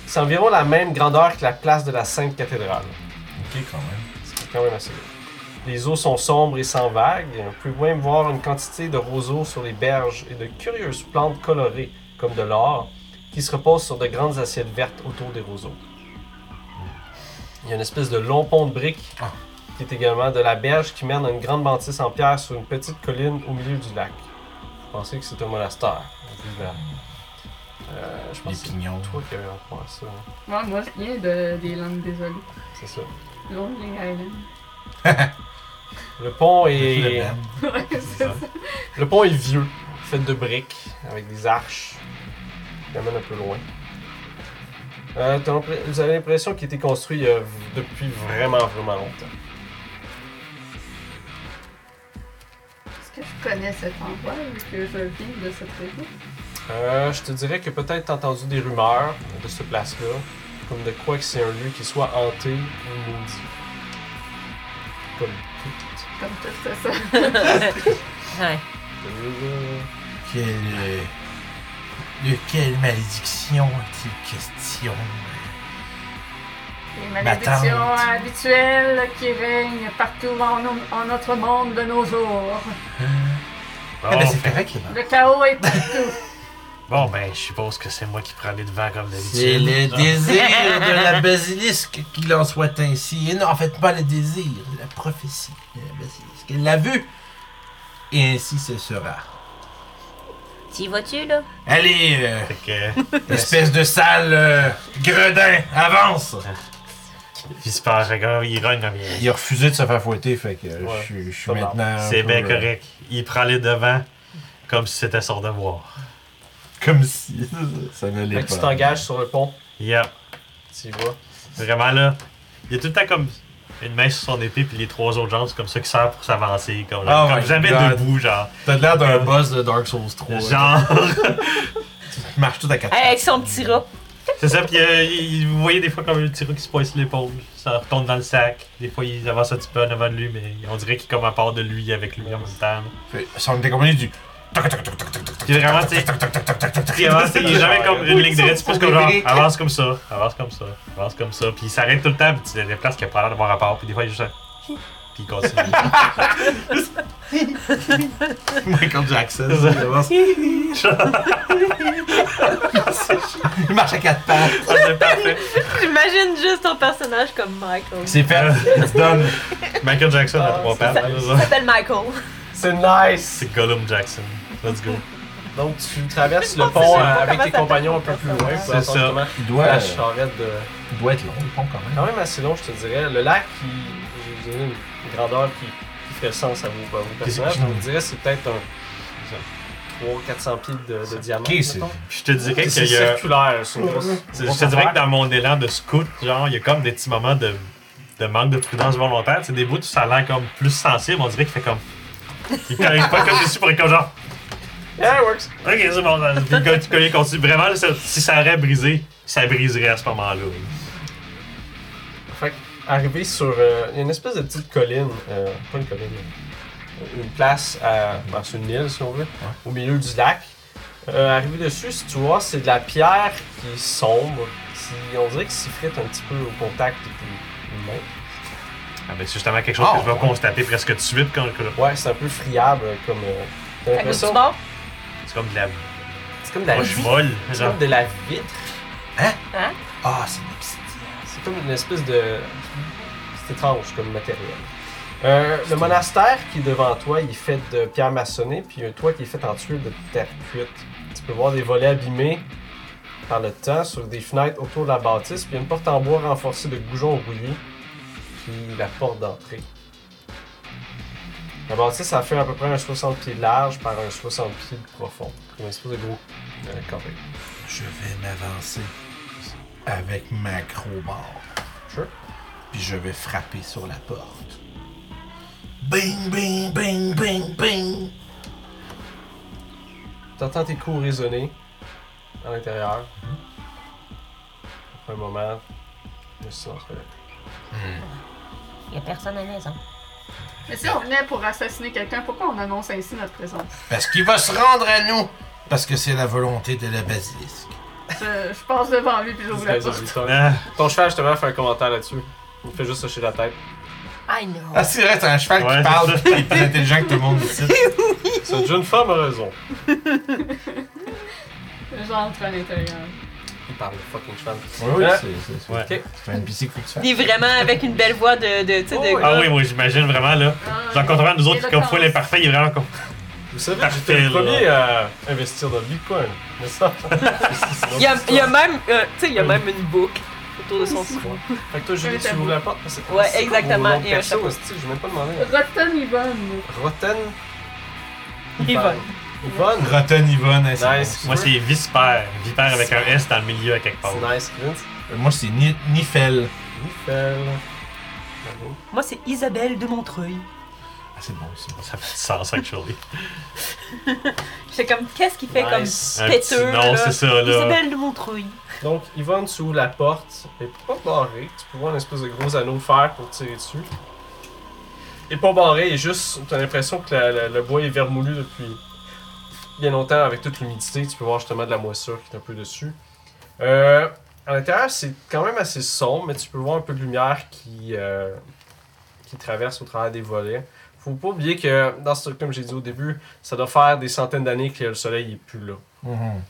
C: C'est environ la même grandeur que la place de la Sainte Cathédrale.
A: Ok, quand même.
C: C'est quand même assez gros. Les eaux sont sombres et sans vagues. On peut même voir une quantité de roseaux sur les berges et de curieuses plantes colorées, comme de l'or, qui se reposent sur de grandes assiettes vertes autour des roseaux. Il y a une espèce de long pont de briques
A: Ah.
C: qui est également de la berge qui mène à une grande bâtisse en pierre sur une petite colline au milieu du lac. Vous pensez que c'est un monastère. évidemment. Euh, je
A: Les
C: pense que
A: pignons.
C: c'est toi qui avais un point à ça. hein.
E: Moi, moi, je viens de, des langues désolées.
C: C'est ça.
E: Lonely Island.
C: Le pont
A: Le
C: est...
A: Ben.
E: Ouais, c'est ça.
C: Le pont est vieux, fait de briques, avec des arches qui amènent un peu loin. Euh, t'as l'impré- vous avez l'impression qu'il a été construit euh, v- depuis vraiment, vraiment longtemps.
E: Est-ce que je connais cet endroit vu que je viens de cette région?
C: Euh, je te dirais que peut-être t'as entendu des rumeurs de ce place-là, comme de quoi que c'est un lieu qui soit hanté ou maudit. Comme
E: Comme tout, c'est ça.
B: Ouais.
C: tout.
A: Quelle. euh, De quelle malédiction est-il question?
E: Les malédictions
A: tante.
E: habituelles qui règnent partout en, no- en notre monde de nos jours.
D: Bon,
A: Ah, ben c'est correct, il est mort.
E: Le chaos est partout.
D: bon, ben, je suppose que c'est moi qui prends les devants comme
A: C'est
D: d'habitude.
A: le
D: Ah.
A: désir de la basilisque qu'il en soit ainsi. Et non, en fait, pas le désir, la prophétie de la basilisque. Elle l'a vu, et ainsi ce sera.
B: T'y vas-tu, là?
A: Allez, euh,
D: Fait que,
A: espèce de sale euh, gredin, avance!
D: il se passe, regarde, il rogne comme il
A: Il a refusé de se faire fouetter, fait que
C: Ouais,
A: je, suis- je suis
C: pas marrant.
A: maintenant. un
D: C'est
A: peu,
D: bien
A: euh,
D: correct. Il prend les devants comme si c'était son devoir.
A: Comme si ça ne l'est
C: Fait que
A: pas.
C: tu t'engages sur le pont,
D: Yep.
C: tu y vas.
D: Vraiment là, il est tout le temps comme une main sur son épée puis les trois autres jambes c'est comme ça qui servent pour s'avancer comme,
A: Oh
D: comme
A: my
D: jamais
A: God.
D: debout genre.
A: T'as l'air d'un boss de Dark Souls 3.
D: Genre,
A: Tu marches tout à quatre.
B: Hey, avec son petit rat.
D: c'est ça puis euh, il- vous voyez des fois comme le petit rat qui se pointe sur l'épaule, ça retourne dans le sac. Des fois il avance un petit peu en avant de lui mais on dirait qu'il est comme à part de lui avec lui en même temps.
A: Fait- Ça me décompagne du.
D: Puis vraiment tu sais, Puis il avance, il est jamais comme une ligne droite, c'est plus comme genre, avance comme ça, avance comme ça, avance comme ça, puis il s'arrête tout le temps, puis tu le déplaces qu'il a pas l'air d'avoir rapport, puis des fois il est juste un... Puis il continue.
A: Michael Jackson.
D: C'est ça.
A: il avance. Il marche à quatre pattes.
D: Ah, c'est parfait.
B: J'imagine juste ton personnage comme Michael.
A: C'est fait. It's done.
D: Euh, Michael Jackson a trois pattes.
C: ça.
D: c'est
B: Il
D: ça.
B: s'appelle Michael.
C: C'est nice!
D: C'est Gollum Jackson. Let's go.
C: Donc tu traverses le
B: Je sais
C: pont euh,
B: pas
C: avec
B: comment
C: tes
B: ça
C: compagnons un peu plus loin.
D: C'est ça.
A: Il doit,
C: La
A: euh,
C: charrette de...
A: il doit être long, le pont, quand même.
C: Quand même assez long, je te dirais. Le lac, il- j'ai vous donné une grandeur qui, qui ferait sens à vos, à vos personnages.
A: c'est-
C: Je vous dirais c'est peut-être un 300-400 pieds de, de diamant.
A: Ok, c'est.
C: mettons.
D: Puis je te dirais
C: C'est
D: qu'il y a...
C: circulaire, c'est une grosse...
D: c'est- Je te dirais que dans mon élan de scout, genre, il y a comme des petits moments de, de manque de prudence volontaire. C'est des bouts où ça a l'air comme plus sensible, on dirait qu'il fait comme... Il corrige pas comme dessus pour être comme genre...
C: Yeah, it works!
D: Ok, c'est bon. ça- Puis quand tu connais, continue. Vraiment, là, ça- si ça aurait brisé, ça briserait à ce moment-là.
C: Fait que, arrivé sur euh, une espèce de petite colline, euh, pas une colline, mais une place à, ben, sur une île si on veut, au milieu du lac. Euh, arrivé dessus, si tu vois, c'est de la pierre qui est sombre, qui, on dirait qu'il s'effrite un petit peu au contact de tes mains.
D: Ah, ben, c'est justement quelque chose
A: Oh.
D: que je vais constater presque tout de suite quand que-
C: Ouais, c'est un peu friable euh, comme. euh,
B: Ça
C: t'as
B: goûte
C: l'impression-
B: du bon?
D: c'est comme de la.
C: C'est comme de la
D: Moi, je hein. suis
C: vitre.
D: molle.
C: C'est
D: genre.
C: comme de la vitre.
A: Ah, c'est l'obsidienne.
C: C'est comme une espèce de. C'est étrange comme matériel. Euh, le monastère qui est devant toi, il est fait de pierre maçonnée, puis un toit qui est fait en tuiles de terre cuite. Tu peux voir des volets abîmés par le temps sur des fenêtres autour de la bâtisse, puis il y a une porte en bois renforcée de goujons rouillés, qui est la porte d'entrée. La bâtisse, ça fait à peu près un 60 pieds de large par un 60 pieds de profond. Une espèce de gros euh, carré.
A: Je vais m'avancer avec ma crowbar.
C: Sure.
A: Puis je vais frapper sur la porte. Bing, bing, bing, bing, bing.
C: T'entends tes coups résonner à l'intérieur. Après un moment, le silence fait.
B: Il y a personne à la maison.
E: Mais si on venait pour assassiner quelqu'un, pourquoi on annonce ainsi notre présence?
A: Parce qu'il va se rendre à nous. Parce que c'est la volonté de la basilisque.
E: Je, je passe devant lui puis j'ouvre la porte.
D: Ah,
C: Ton cheval, justement, fait un commentaire là-dessus. Il fait juste hocher la tête.
B: I know.
A: Ah, c'est vrai, c'est un cheval
D: Ouais,
A: qui parle. Il est plus intelligent que tout le monde ici.
C: Cette jeune femme a raison.
E: J'entre à l'intérieur.
C: Il parle de fucking cheval.
A: Oui, oui,
C: Ah.
A: c'est- c'est- c'est-
D: ouais.
C: Ok.
A: c'est un NPC qu'il faut que tu fasses.
B: Il est vraiment avec une belle voix de. de, tu sais, de...
C: Oh,
D: Ah oui, moi j'imagine vraiment là.
E: Euh,
D: J'en contrairement à nous autres, comme fois l'imparfait, il est vraiment comme.
C: Vous savez,
D: Parfait,
C: j'étais le
D: là.
C: premier à investir dans le Bitcoin. Mais ça.
B: Il y a, il y a même. euh, tu sais, il y a même une boucle autour de son cou.
C: Fait que toi, Julie, tu ouvres la porte parce que.
B: Ouais, exactement, et un
C: Et un
B: chapeau.
C: Je vais même pas demandé.
E: Rotten Yvonne.
C: Rotten.
B: Yvonne.
C: Yvonne.
A: Rotten Yvonne, hein, c'est
C: Nice.
A: bon.
D: Moi c'est Vispère. Vipère avec un S dans le milieu à quelque part.
C: C'est nice, Vince.
A: Euh, Moi, c'est Ni- Nifel.
C: Nickel. Bravo.
B: Moi, c'est Isabelle de Montreuil.
A: Ah, c'est bon, c'est bon.
D: Ça fait du sens, actually.
B: J'étais comme, qu'est-ce qu'il fait
C: Nice.
B: comme
D: Un petit
B: péteux,
D: nom,
B: là?
D: c'est ça là.
B: Isabelle de Montreuil.
C: Donc, Yvonne, tu ouvres la porte, elle est pas barrée, tu peux voir une espèce de gros anneau de fer pour tirer dessus. est pas barré, il est juste. T'as l'impression que la- la- le bois est vermoulu depuis bien longtemps avec toute l'humidité. Tu peux voir justement de la moisissure qui est un peu dessus. Euh, à l'intérieur, c'est quand même assez sombre, mais tu peux voir un peu de lumière qui, euh, qui traverse au travers des volets. Faut pas oublier que, dans ce, comme j'ai dit au début, ça doit faire des centaines d'années que le soleil est plus là.
A: Mhm.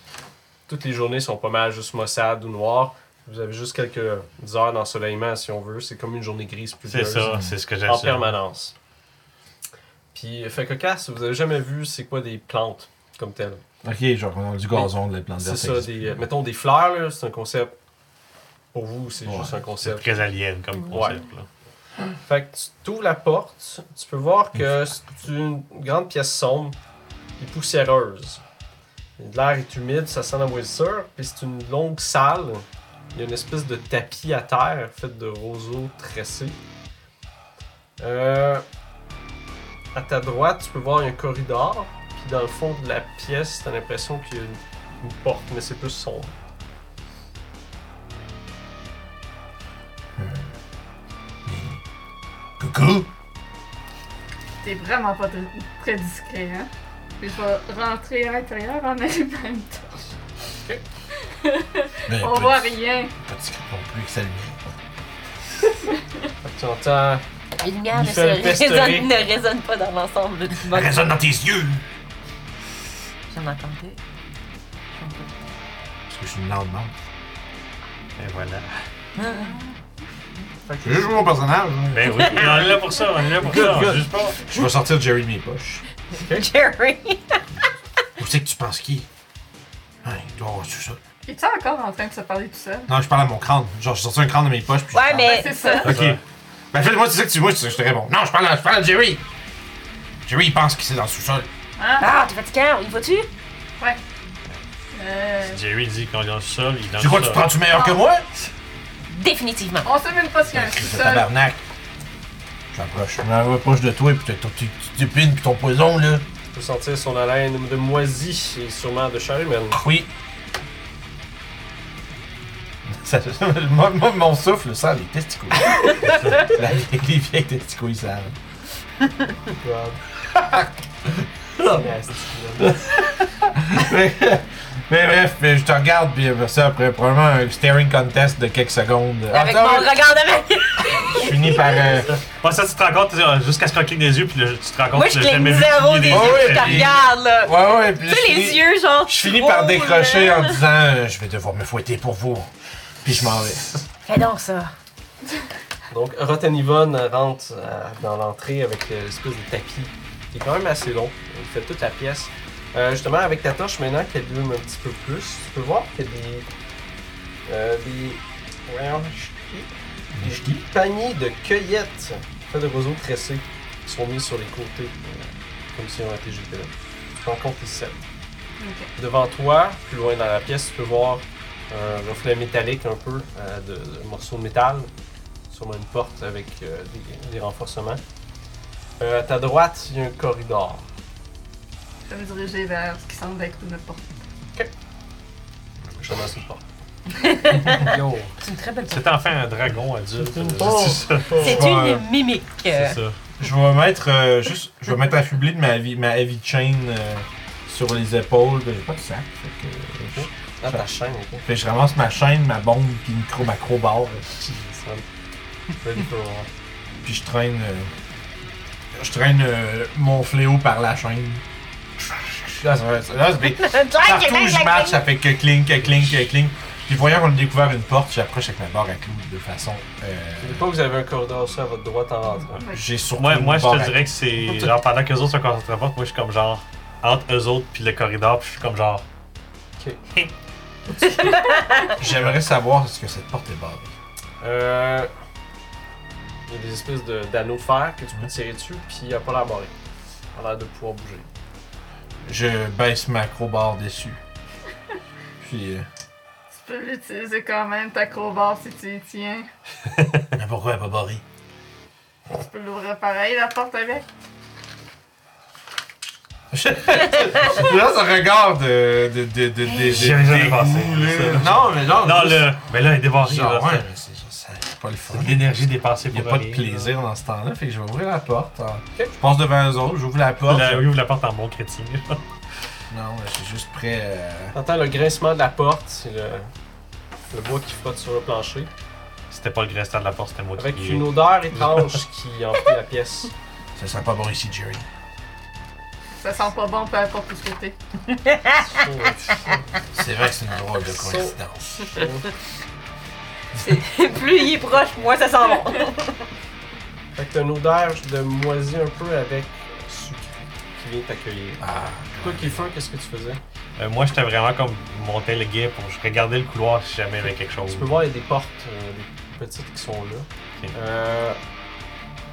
C: Toutes les journées sont pas mal juste maussades ou noires. Vous avez juste quelques heures d'ensoleillement si on veut. C'est comme une journée grise plus
D: C'est ça, c'est ce que
C: en
D: j'essaie.
C: permanence. Puis, fait cocasse, vous avez jamais vu c'est quoi des plantes comme telles.
A: Ok, genre, on a du gazon, de la plante
C: C'est ça, des, euh, mettons des fleurs, là, c'est un concept. Pour vous, c'est
A: Ouais.
C: juste un
D: C'est
C: concept.
D: très alien comme concept. là.
C: Fait que tu ouvres la porte, tu peux voir que c'est une grande pièce sombre et poussiéreuse. L'air est humide, ça sent la moisissure, puis c'est une longue salle. Il y a une espèce de tapis à terre fait de roseaux tressés. Euh, à ta droite, tu peux voir un corridor, puis dans le fond de la pièce, t'as l'impression qu'il y a une, une porte, mais c'est plus sombre.
A: Coucou!
E: T'es vraiment pas tr- très discret, hein? Puis je vais rentrer à l'intérieur en allumant une torche.
A: Mais
E: On voit rien.
A: Petit non plus que ça lumière.
C: Fait que tu entends
B: La lumière ne,
C: Il
B: se
C: fait un
B: résonne,
C: pesterai.
B: ne résonne pas dans l'ensemble du monde.
D: Résonne dans tes yeux!
B: J'en entends deux.
A: Parce que je suis une lente
D: Et voilà.
A: Je veux jouer mon personnage. hein.
D: Ben oui, on est là pour ça, on est là pour ça.
A: good.
D: Juste pas.
A: Je vais sortir Jerry de mes poches.
B: Jerry!
A: Où c'est que tu penses qui? Hein, il doit avoir tout ça.
E: Es-tu encore en train de se parler tout seul?
A: Non, je parle à mon crâne. Genre, je sorti un crâne de mes poches. Puis je
B: Ouais,
A: parle.
B: mais.
E: C'est ça.
A: Ok. Ben, fais-moi, tu sais que tu vois, je te réponds. Non, je parle à, je parle à Jerry. Jerry, il pense qu'il c'est dans le sous-sol.
E: Hein?
B: Ah, t'es fatiguant, il va-tu?
E: Euh,
D: Jerry dit qu'on est dans le sol, il est dans
A: Tu crois
D: le
A: que tu
D: sol.
A: prends-tu meilleur que moi?
B: Définitivement.
E: on sait même pas s'il y a un
A: C'est
E: sous-sol.
A: tabarnak. Je m'approche. Je m'approche de toi, puis t'as ton petite épine, puis ton poison, là.
C: Tu peux sentir son haleine de moisie et sûrement de chair humaine.
A: Oui. Ça, moi, moi, mon souffle sent les testicules. La- les vieilles testicules savent.
C: God. Nasty,
A: mais, mais bref, mais je te regarde, puis après ça, après probablement un staring contest de quelques secondes.
B: Avec
A: Ah,
B: mon
A: ça,
B: regard de mec!
A: Je finis par. euh,
D: Pas ça, tu te rends compte, tu dis, jusqu'à ce qu'on clique des yeux, puis là, tu te rends compte
B: Moi,
D: que
B: je
D: tu l'as
B: cligne
D: jamais vu
B: zéro
D: cligner
B: des
D: des
B: yeux,
A: yeux.
B: je
A: Ah
B: te
A: ouais,
B: regarde, là.
A: ouais, ouais, puis
B: Tu
A: je
B: sais,
A: finis,
B: les yeux, genre.
A: Je finis par
B: trop,
A: décrocher
B: là.
A: en disant euh, Je vais devoir me fouetter pour vous. Puis je m'en vais.
B: Fais donc ça.
C: Donc, Rotten Yvonne rentre euh, dans l'entrée avec euh, l'espèce de tapis qui est quand même assez long. Il fait toute la pièce. Euh, justement, avec ta torche maintenant qui allume un petit peu plus, tu peux voir qu'il y a des. euh, des. voyons, des paniers de cueillettes faits de roseaux tressés qui sont mis sur les côtés, euh, comme si on était jetés là. Tu te rends compte les sept.
E: Ok.
C: Devant toi, plus loin dans la pièce, tu peux voir un reflet métallique un peu euh, de, de morceaux de métal. Sûrement une porte avec euh, des, des renforcements. Euh, à ta droite, il y a un corridor.
E: Je vais me diriger vers ce qui semble être une porte.
C: Je commence une porte. Yo!
B: C'est une très belle
D: C'est enfin un dragon adulte.
C: Oh.
D: C'est ça.
B: C'est
A: Je vais-
B: une mimique.
D: C'est ça.
A: Je vais mettre euh, juste. Je vais mettre affublé de ma, vie, ma heavy chain euh, sur les épaules. J'ai pas de sac. Fait que, euh,
C: Ah, ta chaîne, ok.
A: Fait que je ramasse ma chaîne, ma bombe, puis une cro ma crowbar,
C: Ready for all.
A: puis je traîne. euh, je traîne euh, mon fléau par la chaîne. Là, ça va- là, ça fait-
B: Ah,
A: partout où je marche, ça fait que clink, que clink, que clink. Puis voyant qu'on a découvert une porte, j'approche avec ma barre à clous de façon.
C: Je sais
A: Euh,
C: pas, vous avez un corridor aussi à votre droite en rentrant.
A: j'ai surtout.
D: Moi, moi
A: une
D: je
A: barre
D: te
A: à-
D: dirais que c'est. Genre, pendant qu'eux autres sont concentrés à la porte, moi, je suis comme genre. Entre eux autres, puis le corridor, puis je suis comme genre.
A: J'aimerais savoir est-ce que cette porte est barrée.
C: Euh, Il y a des espèces de- d'anneaux de fer que tu peux tirer dessus, puis il n'y a pas l'air barré. Il a l'air de pouvoir bouger.
A: Je baisse ma crowbar dessus. Puis. euh,
E: Tu peux l'utiliser quand même, ta crowbar, si tu y tiens.
A: Mais pourquoi elle n'est pas barrée
E: Tu peux l'ouvrir pareil, la porte avec.
A: Là, ça regarde de. de. de. de. de.
D: J'y avais jamais pensé,
A: dégoût, là.
D: ça.
A: Non, mais non.
D: Non,
A: juste-
D: le. Mais là, il est débarré.
A: Genre,
D: là,
A: ouais,
D: c'est-
A: mais c'est ça. pas le fun.
D: C'est de l'énergie dépensée
A: Il n'y a
D: pour
A: pas de
D: rien,
A: plaisir dans ce temps-là, fait que je vais ouvrir la porte. hein. Je passe devant eux autres, j'ouvre la
D: là.
A: porte.
D: La, oui, ouvre la porte en bon chrétien.
A: Non, je suis juste prêt. euh,
C: T'entends le grincement de la porte, c'est le, le bois qui frotte sur le plancher,
D: C'était pas le restant de la porte, c'était moi
C: avec
D: qui
C: une odeur étrange qui emplit la pièce.
A: Ça sent pas bon ici, Jerry.
E: Ça sent pas bon, peu importe où c'était.
A: C'est vrai que c'est une drôle de coïncidence.
B: Plus il est proche, moins ça sent bon.
C: Fait que t'as une odeur de moisi un peu avec sucre qui vient t'accueillir.
A: Ah,
C: Toi, Kiefer, qu'est-ce que tu faisais?
D: Euh, moi, j'étais vraiment comme monter le guet pour je regardais le couloir si jamais il y avait quelque chose.
C: Tu peux voir, il y a des portes, euh, des petites qui sont là.
D: Ok.
C: Euh,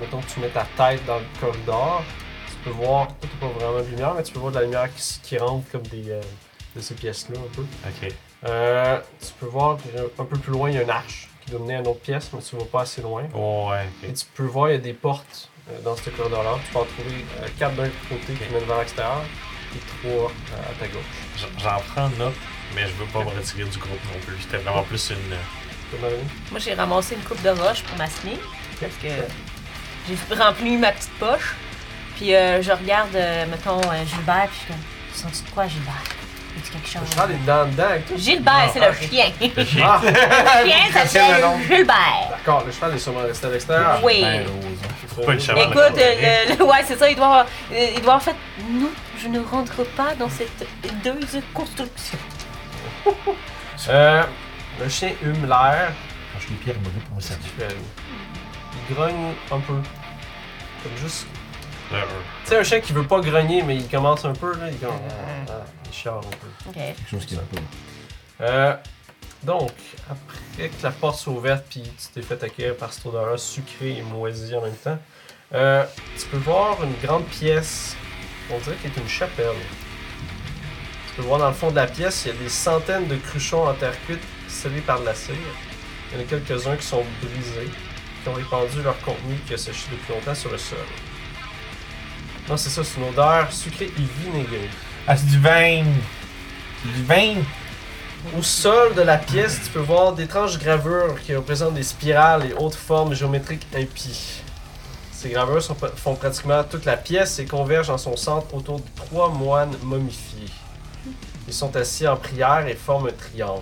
C: mettons que tu mets ta tête dans le corridor, tu peux voir, toi t'as pas vraiment de lumière, mais tu peux voir de la lumière qui, s- qui rentre comme des, euh, de ces pièces-là un peu.
D: Ok.
C: Euh, tu peux voir que, un peu plus loin, il y a une arche qui doit mener à une autre pièce, mais tu vas pas assez loin.
D: Ouais, ok.
C: Et tu peux voir, il y a des portes euh, dans ce corridor-là. Tu peux en trouver euh, quatre d'un côté qui
D: Ok.
C: mènent vers l'extérieur et trois euh, à ta gauche.
D: J- J'en prends note, mais je veux pas me retirer du groupe non plus. C'était vraiment plus une. euh,
C: Tu peux m'amener?
B: Moi, j'ai ramassé une coupe de roche pour ma sling. Parce que j'ai rempli ma petite poche. Puis euh, je regarde, euh, mettons, euh, Gilbert. Puis je suis comme, tu sens-tu de quoi, Gilbert? As-tu quelque chose?
C: Je parle des dents dedans avec toi.
B: Gilbert, c'est
C: Ah,
B: le
C: ok.
B: chien.
D: le chien.
C: Ah,
B: Le chien s'appelle Gilbert.
C: d'accord, le cheval est sûrement resté à l'extérieur.
B: Oui.
A: ben, rose.
D: Pas une cheval.
B: Écoute, euh, le- le- ouais, c'est ça, il doit avoir, euh, il doit avoir fait, nous, je ne rentre pas dans cette deux construction.
C: Euh, le chien hume l'air.
A: Quand je les pierres, il m'a vu pour me servir.
C: actuel. Il grogne un peu. Comme juste.
D: Euh,
C: Tu sais, un chien qui veut pas grogner, mais il commence un peu, là. Il, grogne. Ah, ah, il chiale un peu.
B: Ok.
A: Quelque chose qui va pas.
C: Euh, donc, après que la porte soit ouverte puis tu t'es fait accueillir par cette odeur sucrée et moisie en même temps, euh, tu peux voir une grande pièce, on dirait qu'elle est une chapelle. Tu peux voir dans le fond de la pièce, il y a des centaines de cruchons en terre cuite scellés par de la cire. Il y en a quelques-uns qui sont brisés, qui ont répandu leur contenu qui a séché depuis longtemps sur le sol. Non, c'est ça, c'est une odeur sucrée et vinaigrée.
A: Ah, c'est du vin! C'est du vin!
C: Au sol de la pièce, tu peux voir d'étranges gravures qui représentent des spirales et autres formes géométriques impies. Ces gravures sont- font pratiquement toute la pièce et convergent en son centre autour de trois moines momifiés. Ils sont assis en prière et forment un triangle.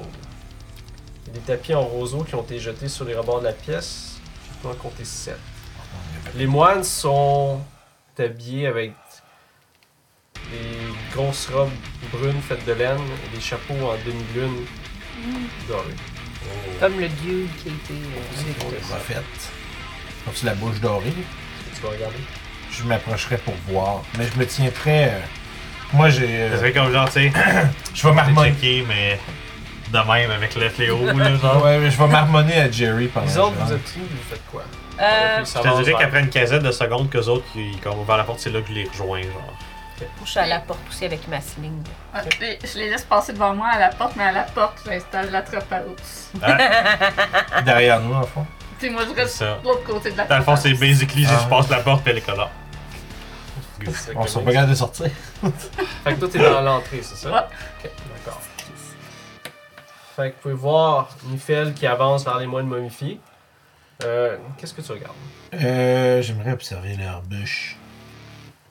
C: Il y a des tapis en roseau qui ont été jetés sur les rebords de la pièce. Je peux en compter sept. Les moines sont habillés avec des grosses robes brunes faites de laine et des chapeaux en demi-lune dorés.
B: Comme le dieu qui a été.
A: Pour le prophète. As-tu la bouche dorée?
C: Tu vas regarder.
A: Je m'approcherai pour voir. Mais je me tiens prêt. euh, Moi, j'ai.
D: Ça
A: euh,
D: serait comme genre, tu sais,
A: Je vais
D: on est
A: marmonner.
D: checké, mais de même avec le fléau, là, genre.
A: Ouais, mais je vais marmonner à Jerry pendant
C: Les
A: que
C: autres,
A: je
C: vous
A: rentre.
C: êtes où Vous faites quoi
B: Euh,
D: Ah, Je te dirais qu'après une quinzaine de secondes, qu'eux autres, ils, quand on ouvert la porte, c'est là que je les rejoins, genre.
B: je suis à la porte aussi avec ma sling.
E: Ah, et Je les laisse passer devant moi à la porte, mais à la porte, j'installe la trappe à ours.
A: Derrière nous, en fond.
E: Puis moi, je
D: C'est
E: reste
D: ça.
E: de l'autre côté de la
D: Dans le
E: trappe.
D: fond, c'est basically,
A: Ah.
D: je passe la porte et les colores.
A: On se regarde de sortir.
C: Fait que toi, t'es dans l'entrée, c'est ça
E: Ouais.
C: Ok, d'accord. Fait que vous pouvez voir Nifel qui avance vers les moines momifiés. Euh, Qu'est-ce que tu regardes
A: Euh, J'aimerais observer leur bûche.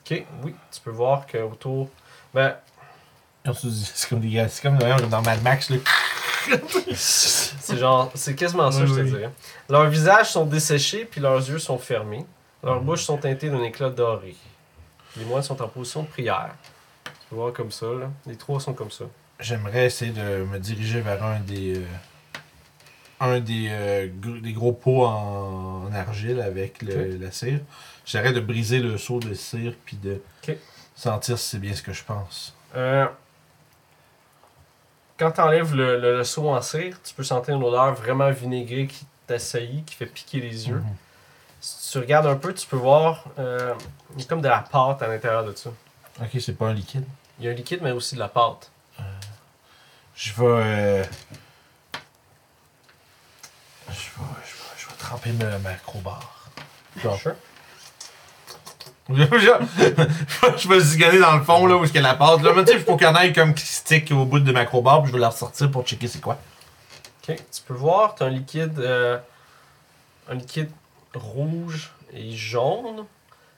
C: Ok, oui, tu peux voir qu'autour. Ben,
A: On se dit, C'est comme des gars, c'est comme d'ailleurs, dans Mad Max, là.
C: C'est genre, c'est quasiment ça,
A: Oui,
C: je te
A: oui.
C: dirais. Leurs visages sont desséchés, puis leurs yeux sont fermés. Leurs
A: Mm.
C: bouches sont teintées d'un éclat doré. Les moines sont en position de prière. Tu peux voir comme ça, là. Les trois sont comme ça.
A: J'aimerais essayer de me diriger vers un des. euh, un des, euh, gr- des gros pots en, en argile avec le- la cire. J'essaierais de briser le seau de cire puis de
C: Ok.
A: sentir si c'est bien ce que je pense.
C: Euh, quand t'enlèves le, le, le seau en cire, tu peux sentir une odeur vraiment vinaigrée qui t'assaillit, qui fait piquer les yeux.
A: Mhm.
C: Si tu regardes un peu, tu peux voir euh, il y a comme de la pâte à l'intérieur de ça.
A: Ok, c'est pas un liquide.
C: Il y a un liquide, mais aussi de la pâte.
A: Je vais. euh, Je vais, je vais, je vais tremper ma, ma crowbar. Bon.
C: Sure.
A: je je vais zigonner dans le fond, là, où est-ce qu'il y a la pâte. Là, mais tu sais, il faut qu'elle aille comme qui stick au bout de ma crowbar, puis je vais la ressortir pour checker c'est quoi.
C: Ok, tu peux voir, t'as un liquide euh, un liquide rouge et jaune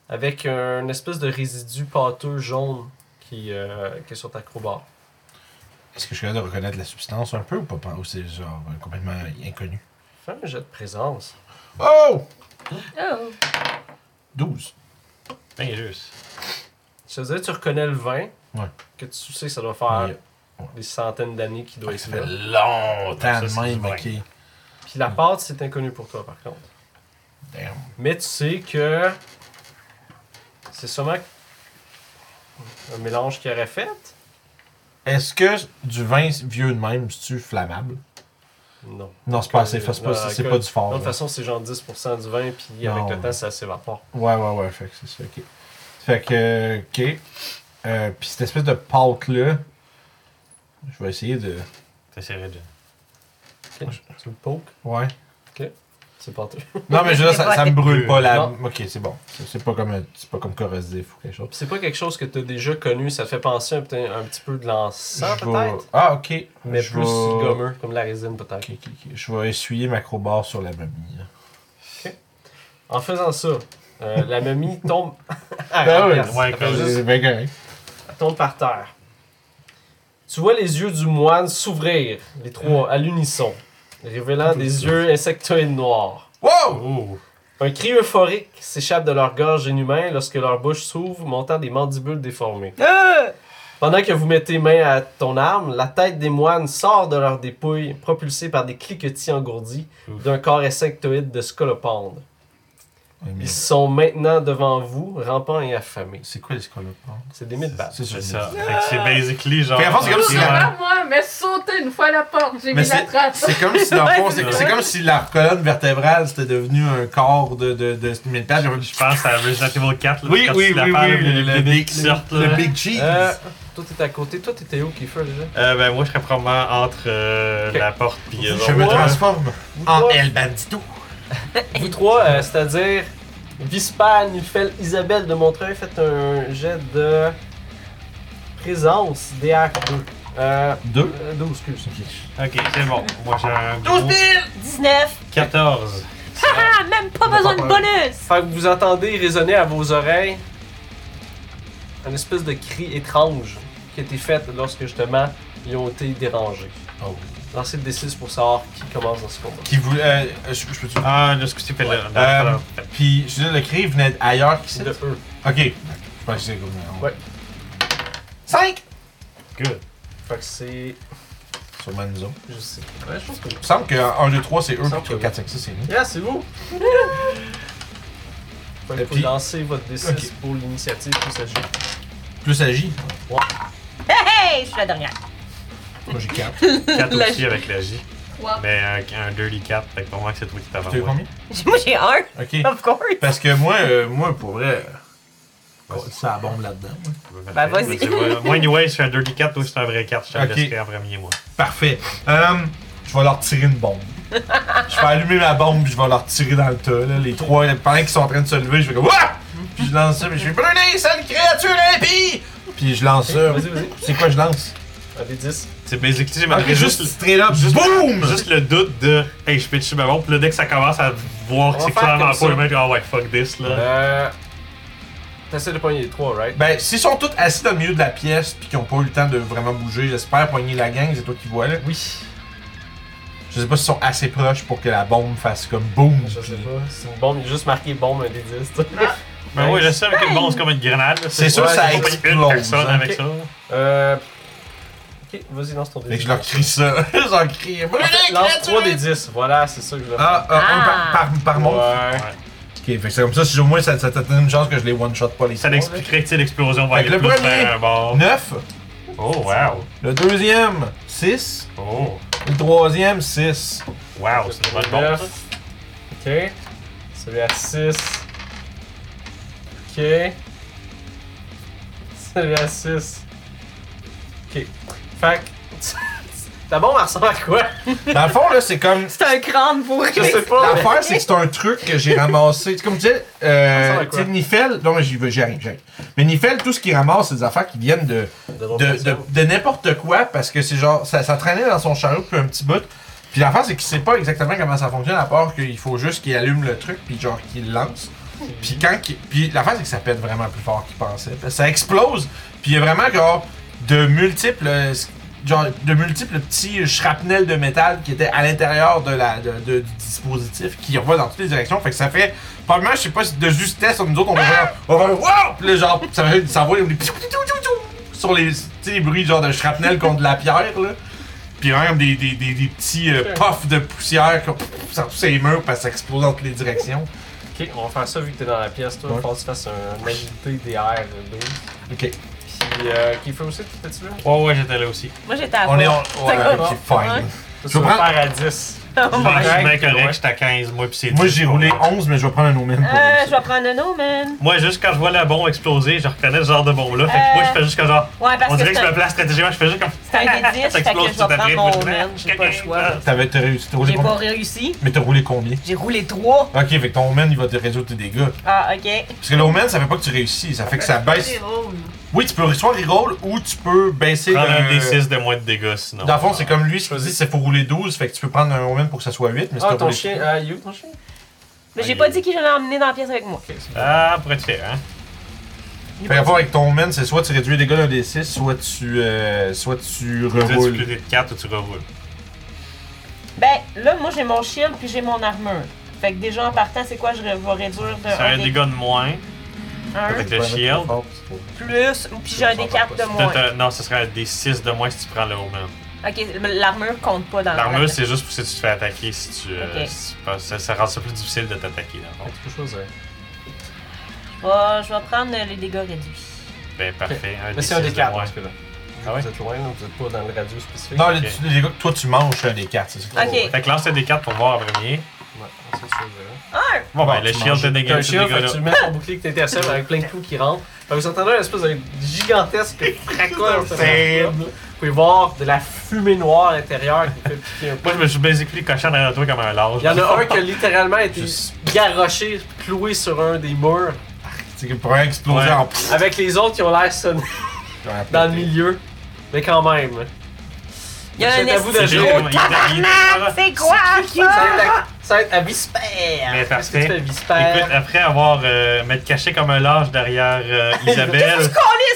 C: avec un espèce de résidu pâteux jaune qui, euh, qui est sur ta crowbar.
A: Est-ce que je suis capable de reconnaître la substance un peu ou pas pas- Ou c'est genre euh, complètement inconnu
C: Fais un jet de présence.
A: Oh
B: Oh!
A: 12.
D: Ben, juste.
C: Ça veut dire que tu reconnais le vin,
A: Ouais.
C: que tu sais que ça doit faire
A: Mais,
C: des centaines d'années qu'il doit
A: ça
C: être
A: fait
C: là.
A: longtemps
D: Ça, c'est
A: de même,
D: du vin.
A: ok.
C: Puis la pâte, c'est inconnu pour toi par contre.
A: Damn.
C: Mais tu sais que c'est sûrement un mélange qu'il aurait fait.
A: Est-ce que du vin vieux de même, c'est-tu flammable
C: Non.
A: Non, c'est pas assez fort, c'est pas,
C: Non,
A: c'est pas
C: alcool.
A: du
C: De
A: fort.
C: toute
A: là.
C: façon, c'est genre 10% du vin, puis
A: Non,
C: avec le
A: ouais.
C: temps, ça s'évapore.
A: Ouais, ouais, ouais, fait que c'est ça, ok. Fait que, euh, ok. Euh, Puis cette espèce de pâte-là, je vais essayer de.
D: T'essaierais de.
C: Ok, Tu le poke,
A: Ouais.
C: c'est pâteux.
A: Non, mais je veux dire, ça, ça me
D: Euh,
A: brûle pas la.
C: Non.
A: Ok, c'est bon. C'est c'est pas comme, un- c'est pas comme corrosif ou quelque chose.
C: Puis c'est pas quelque chose que tu as déjà connu, ça te fait penser un, petit- un petit peu de l'encens
A: Je vais-
C: peut-être,
A: Ah, ok.
C: mais
A: Je
C: plus
A: vais-
C: gommeux, comme la résine peut-être.
A: Ok, ok, ok. Je vais essuyer ma crowbar sur la mamie. là.
C: En faisant ça, euh, la mamie tombe. Ah,
A: Ben oui,
C: yes.
D: ouais,
C: Elle fait
D: comme-
C: juste-
A: C'est bien correct.
C: Elle tombe par terre. Tu vois les yeux du moine s'ouvrir, les
A: Mm.
C: trois à l'unisson, révélant des yeux insectoïdes noirs.
A: Wow!
D: Oh!
C: Un cri euphorique s'échappe de leur gorge inhumaine lorsque leur bouche s'ouvre, montant des mandibules déformées. Pendant que vous mettez main à ton arme, la tête des moines sort de leur dépouille, propulsée par des cliquetis engourdis
D: Ouf.
C: d'un corps insectoïde de scolopendre.
A: Mais
C: Ils sont maintenant devant vous, rampants et affamés.
A: C'est quoi les scolopendres?
C: bah, C'est des mythes
A: C'est
D: C'est
A: ça.
D: ça. Fait que c'est basically genre.
A: Fait qu'en fait, c'est comme si
E: C'est
A: Ouais.
E: vraiment moi, mais sauter une fois à la porte, j'ai
A: Mais
E: mis la trappe.
A: C'est comme si, dans le fond,
D: c'est
A: c'est
D: ça.
A: c'est comme si la colonne vertébrale c'était devenu un corps de, de, de militaire.
D: Je pense à Resident Evil 4, là,
A: Oui,
D: quand
A: oui, oui,
D: tu l'affaires,
A: oui,
D: là,
A: le-
D: les
A: le
D: bébés
A: big-
D: qui sortent,
A: Le
D: là.
A: Big Cheese!
C: Euh, toi, t'étais à côté. Toi, t'étais où, Kiefer, déjà?
D: Euh, ben, moi, je serais probablement entre euh,
C: Ok.
D: la porte pis. euh,
A: je
D: genre,
A: me
D: ouais.
A: transforme
C: Vous
A: en
C: trois-
A: El Bandito.
C: Vous trois, euh, c'est-à-dire Vispan, Nufel, Isabelle de Montreuil, faites un jet de présence DR2. Euh,
A: Deux?
C: euh, 12, excuse.
D: Ok, c'est bon. Moi, j'ai un. gros
B: 19!
D: 14.
B: Haha! Ah, Même pas besoin de bonus!
C: Fait que vous entendez résonner à vos oreilles un espèce de cri étrange qui a été fait lorsque justement ils ont été dérangés.
A: Oh.
C: Lancez le D6 pour savoir qui commence dans ce combat.
A: Qui voulait. euh, je, je peux-tu-
D: Ah, là, ce que tu fais là.
A: Euh,
D: là,
A: Puis, je veux dire, le cri venait d'ailleurs qu'ici.
C: C'est de E. eux.
A: Ok. Je pense que c'est comme. on-
C: Ouais.
A: 5!
D: Good.
C: Fait que c'est.
A: Sûrement nous autres.
C: Je sais. Ouais, je pense que.
A: Il me semble qu'en jeu 3, c'est eux,
C: Il me semble
A: puis
C: que
A: 4, 5, 6, c'est nous.
C: Yeah, c'est vous! Fait que
A: Et
C: vous
A: puis-
C: lancez votre D6
A: Ok.
C: pour l'initiative qui s'agit.
A: Plus agi.
B: Hey! Je suis la dernière.
A: Moi, j'ai 4.
D: 4
B: La-
D: aussi avec la J.
E: Trois.
D: Mais un, un dirty 4, fait que pour moi, c'est toi qui t'as
A: Tu as eu combien?
B: Moi, j'ai un,
A: Ok.
B: of course!
A: Parce que moi, euh, moi, pour vrai. euh, Ça bombe là-dedans. moi.
B: Bah, vas-y.
D: Moi, anyway, je suis un dirty 4, toi, c'est un vrai 4. Je
A: Ok.
D: t'ai laissé en premier, moi.
A: Parfait. Hum, je vais leur tirer une bombe. je vais allumer ma bombe, puis je vais leur tirer dans le tas. là. Les trois, pendant qu'ils sont en train de se lever, je fais comme Wouah! Puis je lance ça, puis je fais brûler, sale créature impie! Puis je lance ça.
C: Vas-y, vas-y.
A: C'est quoi je lance?
C: Un D10.
D: C'est basically, je
A: Ok,
D: mettrais juste,
A: juste tirer là,
D: juste-
A: boum!
D: juste le doute de Hey, je peux dessus ma bombe. Puis là, dès que ça commence à voir
C: On
D: que
C: va
D: c'est
C: faire
D: clairement
C: comme ça.
D: pas le mec, ah ouais, fuck this, là.
C: Euh. T'essaies de pogner les trois, right?
A: Ben, s'ils sont tous assis dans le milieu de la pièce, puis qu'ils ont pas eu le temps de vraiment bouger, j'espère poigner la gang, c'est toi qui vois là.
C: Oui.
A: Je sais pas s'ils sont assez proches pour que la bombe fasse comme boum.
C: Je sais pas. C'est une bombe, il est juste marqué bombe, un D10.
D: Ben oui, je sais, avec une bombe, c'est comme une grenade. là.
A: C'est sûr
C: Ouais,
A: que ça
C: c'est
D: pas une
A: explose.
D: personne
A: hein.
D: avec
C: Ok.
D: ça.
C: euh. Ok, vas-y, lance ton D10.
A: Fait que je leur crie ça. je leur crie
C: En
A: brûler,
C: fait, lance
A: créature
C: 3 D10, voilà, c'est ça que je veux
A: Ah, ah, un par, par, par monstre.
C: Ouais.
A: Ok, fait que c'est comme ça, si au moins ça, ça te donne une chance que je les one-shot pas les
D: Ça l'expliquerait que tu sais, l'explosion va
A: Fait que
D: aller
A: le
D: plus
A: premier-
D: vers un bord.
A: 9,
D: Oh, wow.
A: le deuxième, 6,
D: Oh,
A: le troisième, 6.
D: wow, c'est une bonne bombe. ça.
C: Neuf. Ok. Celui à 6. Ok. Celui à 6. Ok. Fait que. Ta bombe, elle ressemble à quoi?
A: Dans le fond, là, c'est comme.
B: C'est un crâne pour
C: Je sais pas.
A: L'affaire, c'est que c'est un truc que j'ai ramassé. C'est Comme tu disais,
C: Ça
A: euh,
C: ressemble à
A: tu
C: quoi?
A: sais, Nifel, non, mais j'y vais, j'arrive, j'arrive. Mais Nifel, tout ce qu'il ramasse, c'est des affaires qui viennent de,
C: De,
A: de, de, de n'importe quoi parce que c'est genre, ça, ça traînait dans son chariot depuis un petit bout. Puis l'affaire, c'est qu'il sait pas exactement comment ça fonctionne, à part qu'il faut juste qu'il allume le truc, puis genre qu'il le lance. Puis quand qu'il- Puis l'affaire, c'est que ça pète vraiment plus fort qu'il pensait. Parce que Ça explose, puis il y a vraiment genre de multiples. euh, Genre, de multiples petits shrapnels de métal qui étaient à l'intérieur de la, de- de- du dispositif qui revoit dans toutes les directions. Fait que ça fait. Probablement, je sais pas si de justesse, nous autres, on va faire. On va faire. Wow! Puis là, genre, ça fait ça envoie des. piou, piou, piou, piou, piou sur les, tu sais, les bruits genre de shrapnel contre de la pierre, là. Puis même des, des, des, des petits euh, puffs de poussière comme, sur tous les murs parce que ça explose dans toutes les directions.
C: Ok, on va faire ça vu que t'es dans la pièce, toi.
A: Ouais.
C: Il faut que tu fasses un agilité des r 12
A: Ok.
C: Puis, euh, qui fait aussi, t'étais-tu là?
D: Oh, Ouais, ouais, j'étais là aussi.
B: Moi, j'étais à
A: On est
B: fond.
A: en. Ouais,
B: C'est
A: ok, fine.
C: Toi,
A: Je
C: tu vas
A: prends-
C: faire à 10.
D: Je
B: Euh,
D: suis bien
C: Ouais.
D: correct, j'étais à 15, moi, pis c'est
A: Oh Moi
D: tout.
A: j'ai roulé 11, mais Euh, je vais prendre un omen pour
B: Euh, Je
A: réussir.
B: vais prendre un nom, man.
D: Moi, juste quand je vois la bombe exploser, je reconnais ce genre de bombe-là. Fait que moi, je fais juste comme genre.
B: Ouais, Euh, parce
D: On
B: que
D: dirait que
B: c'est
D: je
B: un-
D: me place stratégiquement, je fais juste comme.
B: c'est un des 10,
D: Ça
B: fait que
D: explose
B: je
D: tout
B: vais prendre
D: après,
B: mon
D: moi, je-
B: omen. J'ai pas le choix.
A: T'avais t'as réussi, t'as roulé
B: J'ai pas
A: combien
B: réussi.
A: Mais t'as roulé combien
B: J'ai roulé 3.
A: Ok, fait que ton omen il va te résoudre tes dégâts.
B: Ah, ok.
A: Parce que l'omen ça fait pas que tu réussis, ça fait que ça baisse.
E: Reroll.
A: Oui, tu peux soit reroll ou tu peux baisser
D: Prendre un
A: le-
D: D6 de moins de dégâts, sinon.
A: euh, Dans le fond, c'est comme lui, ce qu'il dit, c'est faut rouler 12, fait que tu peux prendre un omen pour que ça soit 8, mais c'est
C: Ah, ton chien, euh, il est où ton chien?
B: Mais j'ai
A: Ok.
B: pas dit qui j'allais emmener dans la pièce avec moi.
C: Ok, c'est
D: Ah, pourrait te faire, hein. euh,
A: Fait
B: J'ai pas
A: à
B: dit.
A: voir avec ton men, c'est soit tu réduis les dégâts d'un D6, soit tu, euh, soit tu
D: Tu dis, tu
A: reroules.
D: peux de 4 ou tu reroules.
B: Ben, là, moi, j'ai mon shield puis j'ai mon armure. Fait que déjà, en partant, c'est quoi? Je vais réduire de
D: C'est un
B: 1
D: dégât de moins.
B: un
D: Avec le shield.
B: plus, puis j'ai un des 4 de
D: T'as-
B: moins.
D: t'as- Non, ce serait un D6 de moins si tu prends le omen.
B: Ok, l'armure compte pas dans
D: L'armure, c'est juste pour si tu te fais attaquer, si tu. euh,
B: Ah, Ok.
D: si tu passes- ça, ça rend ça plus difficile de t'attaquer,
A: Euh,
D: dans le fond.
C: quelque chose. hein.
B: Oh, je vais prendre les dégâts réduits.
D: Ben, parfait.
C: Mais c'est un
D: D6
C: des
D: de
C: 4
D: moins.
C: parce que là.
D: Ah ouais?
C: Vous êtes loin, là, vous êtes pas dans le radio spécifique.
A: Non,
C: Ouais,
A: les,
D: Ok.
A: les dégâts que toi tu manges, un des 4, c'est ça.
B: Ok.
D: Fait que lance un D4 pour voir en premier.
C: c'est ça, je-
D: Bon, ben,
A: Bon,
C: Ah,
D: le
A: tu
D: shield
A: manges.
D: de
C: T'as un
D: négatif,
C: chien,
D: dégâts
C: fait
D: là.
C: que tu mets ton bouclier que t'interceptes avec plein de coups qui rentrent. Fait que vous entendez un espèce de gigantesque craquement. dans cette
D: Terrible.
C: enveloppe-là. Vous pouvez voir de la fumée noire à l'intérieur qui fait piquer un peu.
D: Moi, je me suis basically coché derrière toi comme un large.
C: Il y en a un qui a littéralement été
D: Juste-
C: garoché, cloué sur un des murs,
A: C'est que pour un exploser
D: Ouais.
A: en pfff.
C: avec les autres qui ont l'air sonnés dans le milieu. Mais quand même.
B: Il y a un
C: C'est à vous de
D: C'est
B: esti-
D: juste
C: Oh,
D: comme- il- il- il-
B: C'est quoi
C: Ça
B: ça?
C: va être à- Ah! ça va être à Vispère!
D: Mais
C: Qu'est-ce que
D: parfait.
C: tu fais, Vispère?
D: Écoute, après avoir euh, m'être caché comme un large derrière euh, Isabelle.
B: Calisse,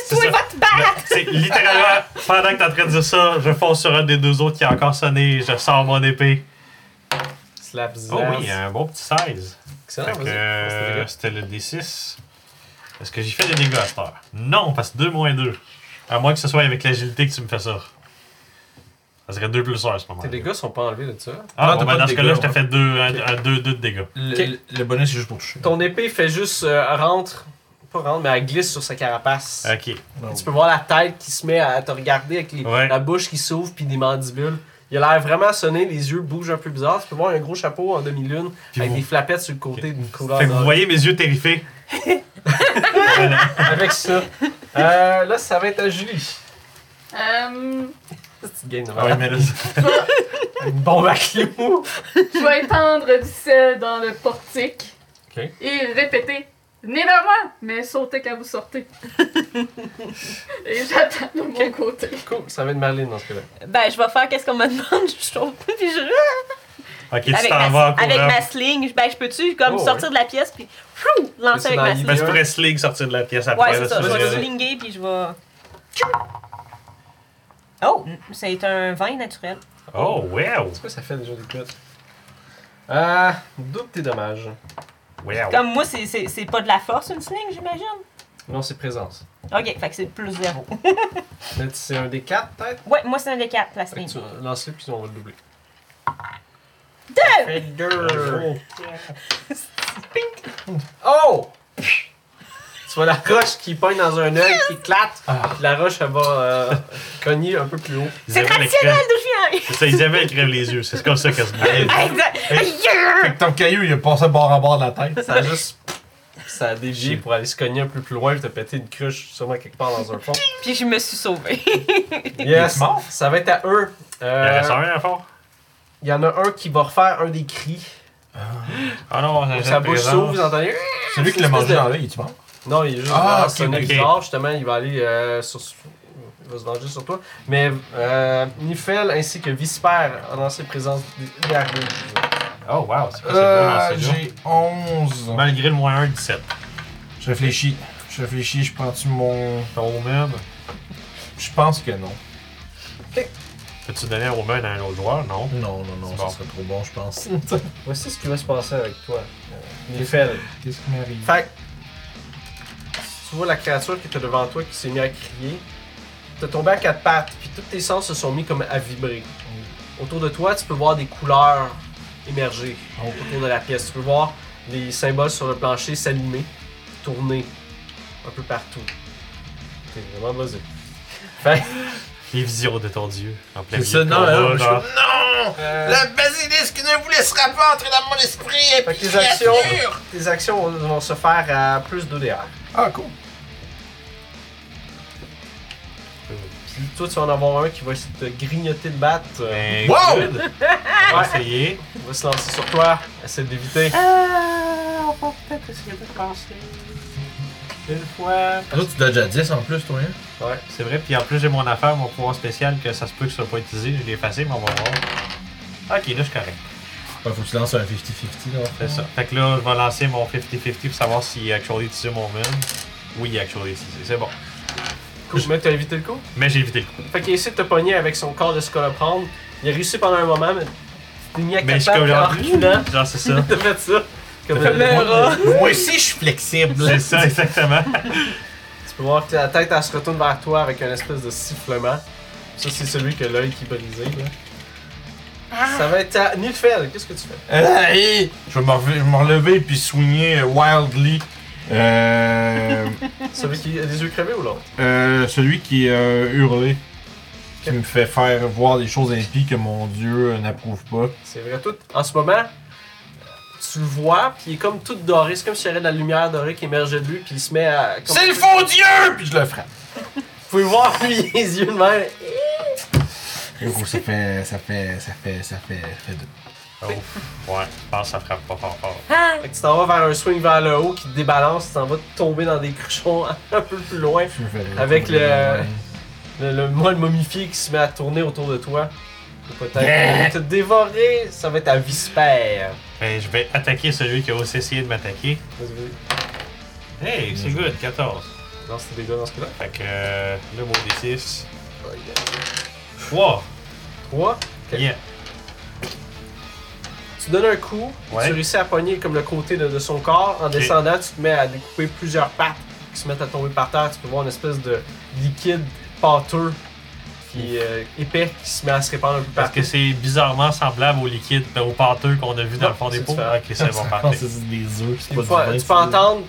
D: C'est
B: toi,
D: ça.
B: va te battre!
D: C'est littéralement, pendant que t'es en train de dire ça, je fonce sur un des deux autres qui a encore sonné, je sors mon épée.
C: Slap Zaz.
D: Oh oui, il y a un bon petit 16.
C: Excellent,
D: Fait
C: Ah, vas-y. Oh,
D: que euh,
C: C'était
D: c'était le D6. Est-ce que j'ai fait des dégâts à cette heure? Non, parce que 2 moins 2. À moins que ce soit avec l'agilité que tu me fais ça. Ça serait 2 plus 1 à ce moment
C: Tes dégâts sont pas enlevés de ça.
D: Ah,
A: Non, t'as
D: bon, ben,
A: pas de
D: dans ce cas-là,
A: dégâts, hein.
D: je te
A: ouais.
D: fais 2 de dégâts.
A: Le,
C: Ok.
A: le bonus, c'est juste pour toucher.
C: Ton épée fait juste euh, rentre, pas rentre, mais elle glisse sur sa carapace.
D: Ok.
A: Non.
C: Tu peux voir la tête qui se met à te regarder avec les-
D: Ouais.
C: la bouche qui s'ouvre puis des mandibules. Il a l'air vraiment sonné, les yeux bougent un peu bizarre. Tu peux voir un gros chapeau en demi-lune
D: Puis
C: avec
D: vous-
C: des flapettes sur le côté d'une couleur.
D: Fait que vous
C: d'or.
D: voyez mes yeux terrifiés.
C: Avec ça. Euh, là, ça va être à Julie.
E: Euh,
C: Petite game de
D: Ah Ouais, mais là,
C: Une bombe à clous.
E: Je vais étendre du sel dans le portique.
C: Ok.
E: Et répéter Venez vers moi, mais sautez quand vous sortez. et j'attends de mon côté.
C: Cool, ça va être Marlene dans ce cas-là.
B: Ben, je vais faire qu'est-ce qu'on me demande, je trouve pas, puis je...
D: ok, tu
B: Avec
D: t'en vas en
B: ma,
D: courant.
B: avec ma sling, ben, je peux-tu comme
C: Oh,
B: sortir de la pièce puis fou, lancer
C: Mais c'est
B: avec ma
C: dans
D: Mais
B: sling?
D: je pourrais sling sortir de la pièce après.
B: Ouais, c'est
D: là,
B: ça, je vais
D: serait-
B: le slinguer puis je vais... Oh, c'est un vin naturel.
D: Oh, wow!
C: Pourquoi ça fait déjà des culottes? Euh, double tes dommages.
D: Wow!
B: Comme moi, c'est- c'est c'est pas de la force une sling, j'imagine?
C: Non, c'est présence.
B: Ok, fait que c'est plus zéro.
C: Mais c'est un des 4 peut-être?
B: Ouais, moi, c'est un des quatre, la
C: Fait
B: sling.
C: que tu lances-le puis on va le doubler.
B: Deux!
C: Fait deux. Oh! Tu vois la roche qui pogne dans un œil, qui éclate, puis la roche elle va euh, cogner un peu plus haut.
B: C'est
D: Isabelle, elle
B: traditionnel
D: crève-
B: d'où je viens!
D: C'est ça, Isabelle crève les yeux, c'est comme ça qu'elle se
A: Euh,
D: brûle.
A: Fait que ton caillou, il a passé bord à bord de la tête.
C: Ça a juste. Ça a dévié pour aller se cogner un peu plus loin, puis te péter une cruche sûrement quelque part dans un fond.
B: Puis je me suis sauvée.
C: Yes!
A: Il est mort?
C: Ça va être à eux.
D: Il en reste
C: Euh,
D: un, à fond?
C: Il y en a un qui va refaire un des cris.
D: Ah non,
C: Sa bouche s'ouvre, vous entendez?
A: C'est lui qui l'a mangé dans l'œil, tu mort?
C: Non, il est juste
A: Ah,
C: ah,
A: ok,
C: sonné
D: ok.
C: bizarre, justement, il va aller euh, sur... Il va se venger sur toi. Mais euh, Nifel ainsi que Visper dans ses présences d'armée.
D: Oh, wow, c'est quoi
A: Euh,
D: cette
A: j'ai 11.
D: Malgré le moins 1, 17.
A: Ben, Je réfléchis. Je réfléchis, je prends-tu mon.
D: Ton même.
A: Je pense que non.
D: Peux-tu donner un Omen à un autre joueur? Non.
A: Non, non, non,
D: C'est
A: ça
D: bon.
A: serait trop bon, je pense.
C: Voici ce qui va se passer avec toi, euh, Nifel.
A: Qu'est-ce qui m'arrive?
C: Fait que, tu vois la créature qui était devant toi qui s'est mise à crier. T'es tombé à quatre pattes, puis tous tes sens se sont mis comme à vibrer. Autour de toi, tu peux voir des couleurs émerger autour de la pièce. Tu peux voir les symboles sur le plancher s'allumer, tourner un peu partout. T'es vraiment buzzé. Fait que,
D: Les visions de ton dieu. En plein
A: C'est ça,
D: milieu de
A: non,
D: combat,
A: là, je-
D: genre.
A: Non!
C: euh,
A: La basilisque ne vous laissera pas entrer dans mon esprit et
C: Fait que
A: puis
C: les actions, tes actions vont- vont se faire à plus d'ODR.
A: Ah, cool.
C: Puis toi, tu vas en avoir un qui va essayer de te grignoter de batte. euh,
D: Ben,
A: Wow!
D: good. On va essayer.
C: Il va se lancer sur toi, essaie d'éviter.
B: Euh,
D: Ah, on va peut-être essayer de passer. Une fois.
A: Ah, Toi, tu dodges à 10 en plus, toi, hein?
C: Ouais.
D: C'est vrai, puis en plus j'ai mon affaire, mon pouvoir spécial, que ça se peut que ça soit pas utilisé, je l'ai effacé, mais on va voir. Ok, là je suis correct,
A: Ouais, Ben, faut que tu lances un 50-50, là.
D: c'est ça. Fait que là, je vais lancer mon 50-50 pour savoir s'il est actually utilisé mon main. Oui, il est actually utilisé, c'est bon.
C: Cool. Mais t'as évité le coup.
D: Mais j'ai évité le coup.
C: Fait qu'il essaie de te pogner avec son corps de scolopendre. Il a réussi pendant un moment, mais t'es mis à
D: Mais hein? je
C: quatre
D: suis
C: pattes
D: comme
C: puis en
D: genre.
C: reculant.
D: Genre, c'est ça.
C: T'as fait ça. Comme
D: T'as fait
C: un rat.
A: Moi aussi, je suis flexible.
D: C'est ça, exactement.
C: Tu peux voir que la tête, elle se retourne vers toi avec un espèce de sifflement. Ça, c'est celui que l'œil qui est brisé, là.
D: Ah.
C: Ça va être à Nilfel, qu'est-ce que tu fais?
A: Euh, hey! Je vais me reve- je vais me relever puis soigner euh, wildly. Euh,
C: Celui qui a les yeux crevés ou l'autre?
A: euh, celui qui euh, hurlé, qui me fait faire voir des choses impies que mon dieu euh, n'approuve pas.
C: C'est vrai, tout. En ce moment, tu le vois, puis il est comme tout doré. C'est comme s'il y avait de la lumière dorée qui émergeait de lui, puis il se met à. comme-
A: C'est le faux dieu! Puis je le frappe.
C: Vous pouvez voir, lui, les yeux de même.
A: Et gros, ça fait, ça fait, ça fait, ça fait, ça fait deux.
D: Oh, ouais, je pense que ça frappe pas fort fort.
B: Ah!
C: Fait que tu t'en vas vers un swing vers le haut qui te débalance, tu t'en vas tomber dans des cruchons un peu plus loin.
A: Je me fais le-
C: Avec le- Le, le moine momifié qui se met à tourner autour de toi. Et Peut-être te dévorer, ça va être à vispère.
D: Ben, je vais attaquer celui qui a aussi essayé de m'attaquer.
C: Vas-y,
D: Hey, c'est good, 14.
C: lance tes dégâts dans ce cas-là.
D: Fait que euh, le mot des 6. 3.
C: 3. Ok.
D: Yeah.
C: Tu donnes un coup, et
D: Ouais.
C: tu réussis à pogner comme le côté de, de son corps. En descendant, tu te mets à découper plusieurs pattes qui se mettent à tomber par terre. Tu peux voir une espèce de liquide pâteux, qui, euh, épais, qui se met à se répandre un peu
D: Parce
C: partout.
D: que c'est bizarrement semblable au liquide, ben, au pâteux qu'on a vu dans
C: Non,
D: le fond des
C: c'est
D: pots.
C: différent.
D: Ok, c'est bon,
A: Je pense
D: parfait.
A: que c'est des œufs, c'est
C: Des
A: pas
C: fois,
A: du vin,
C: tu
A: c'est-
C: peux entendre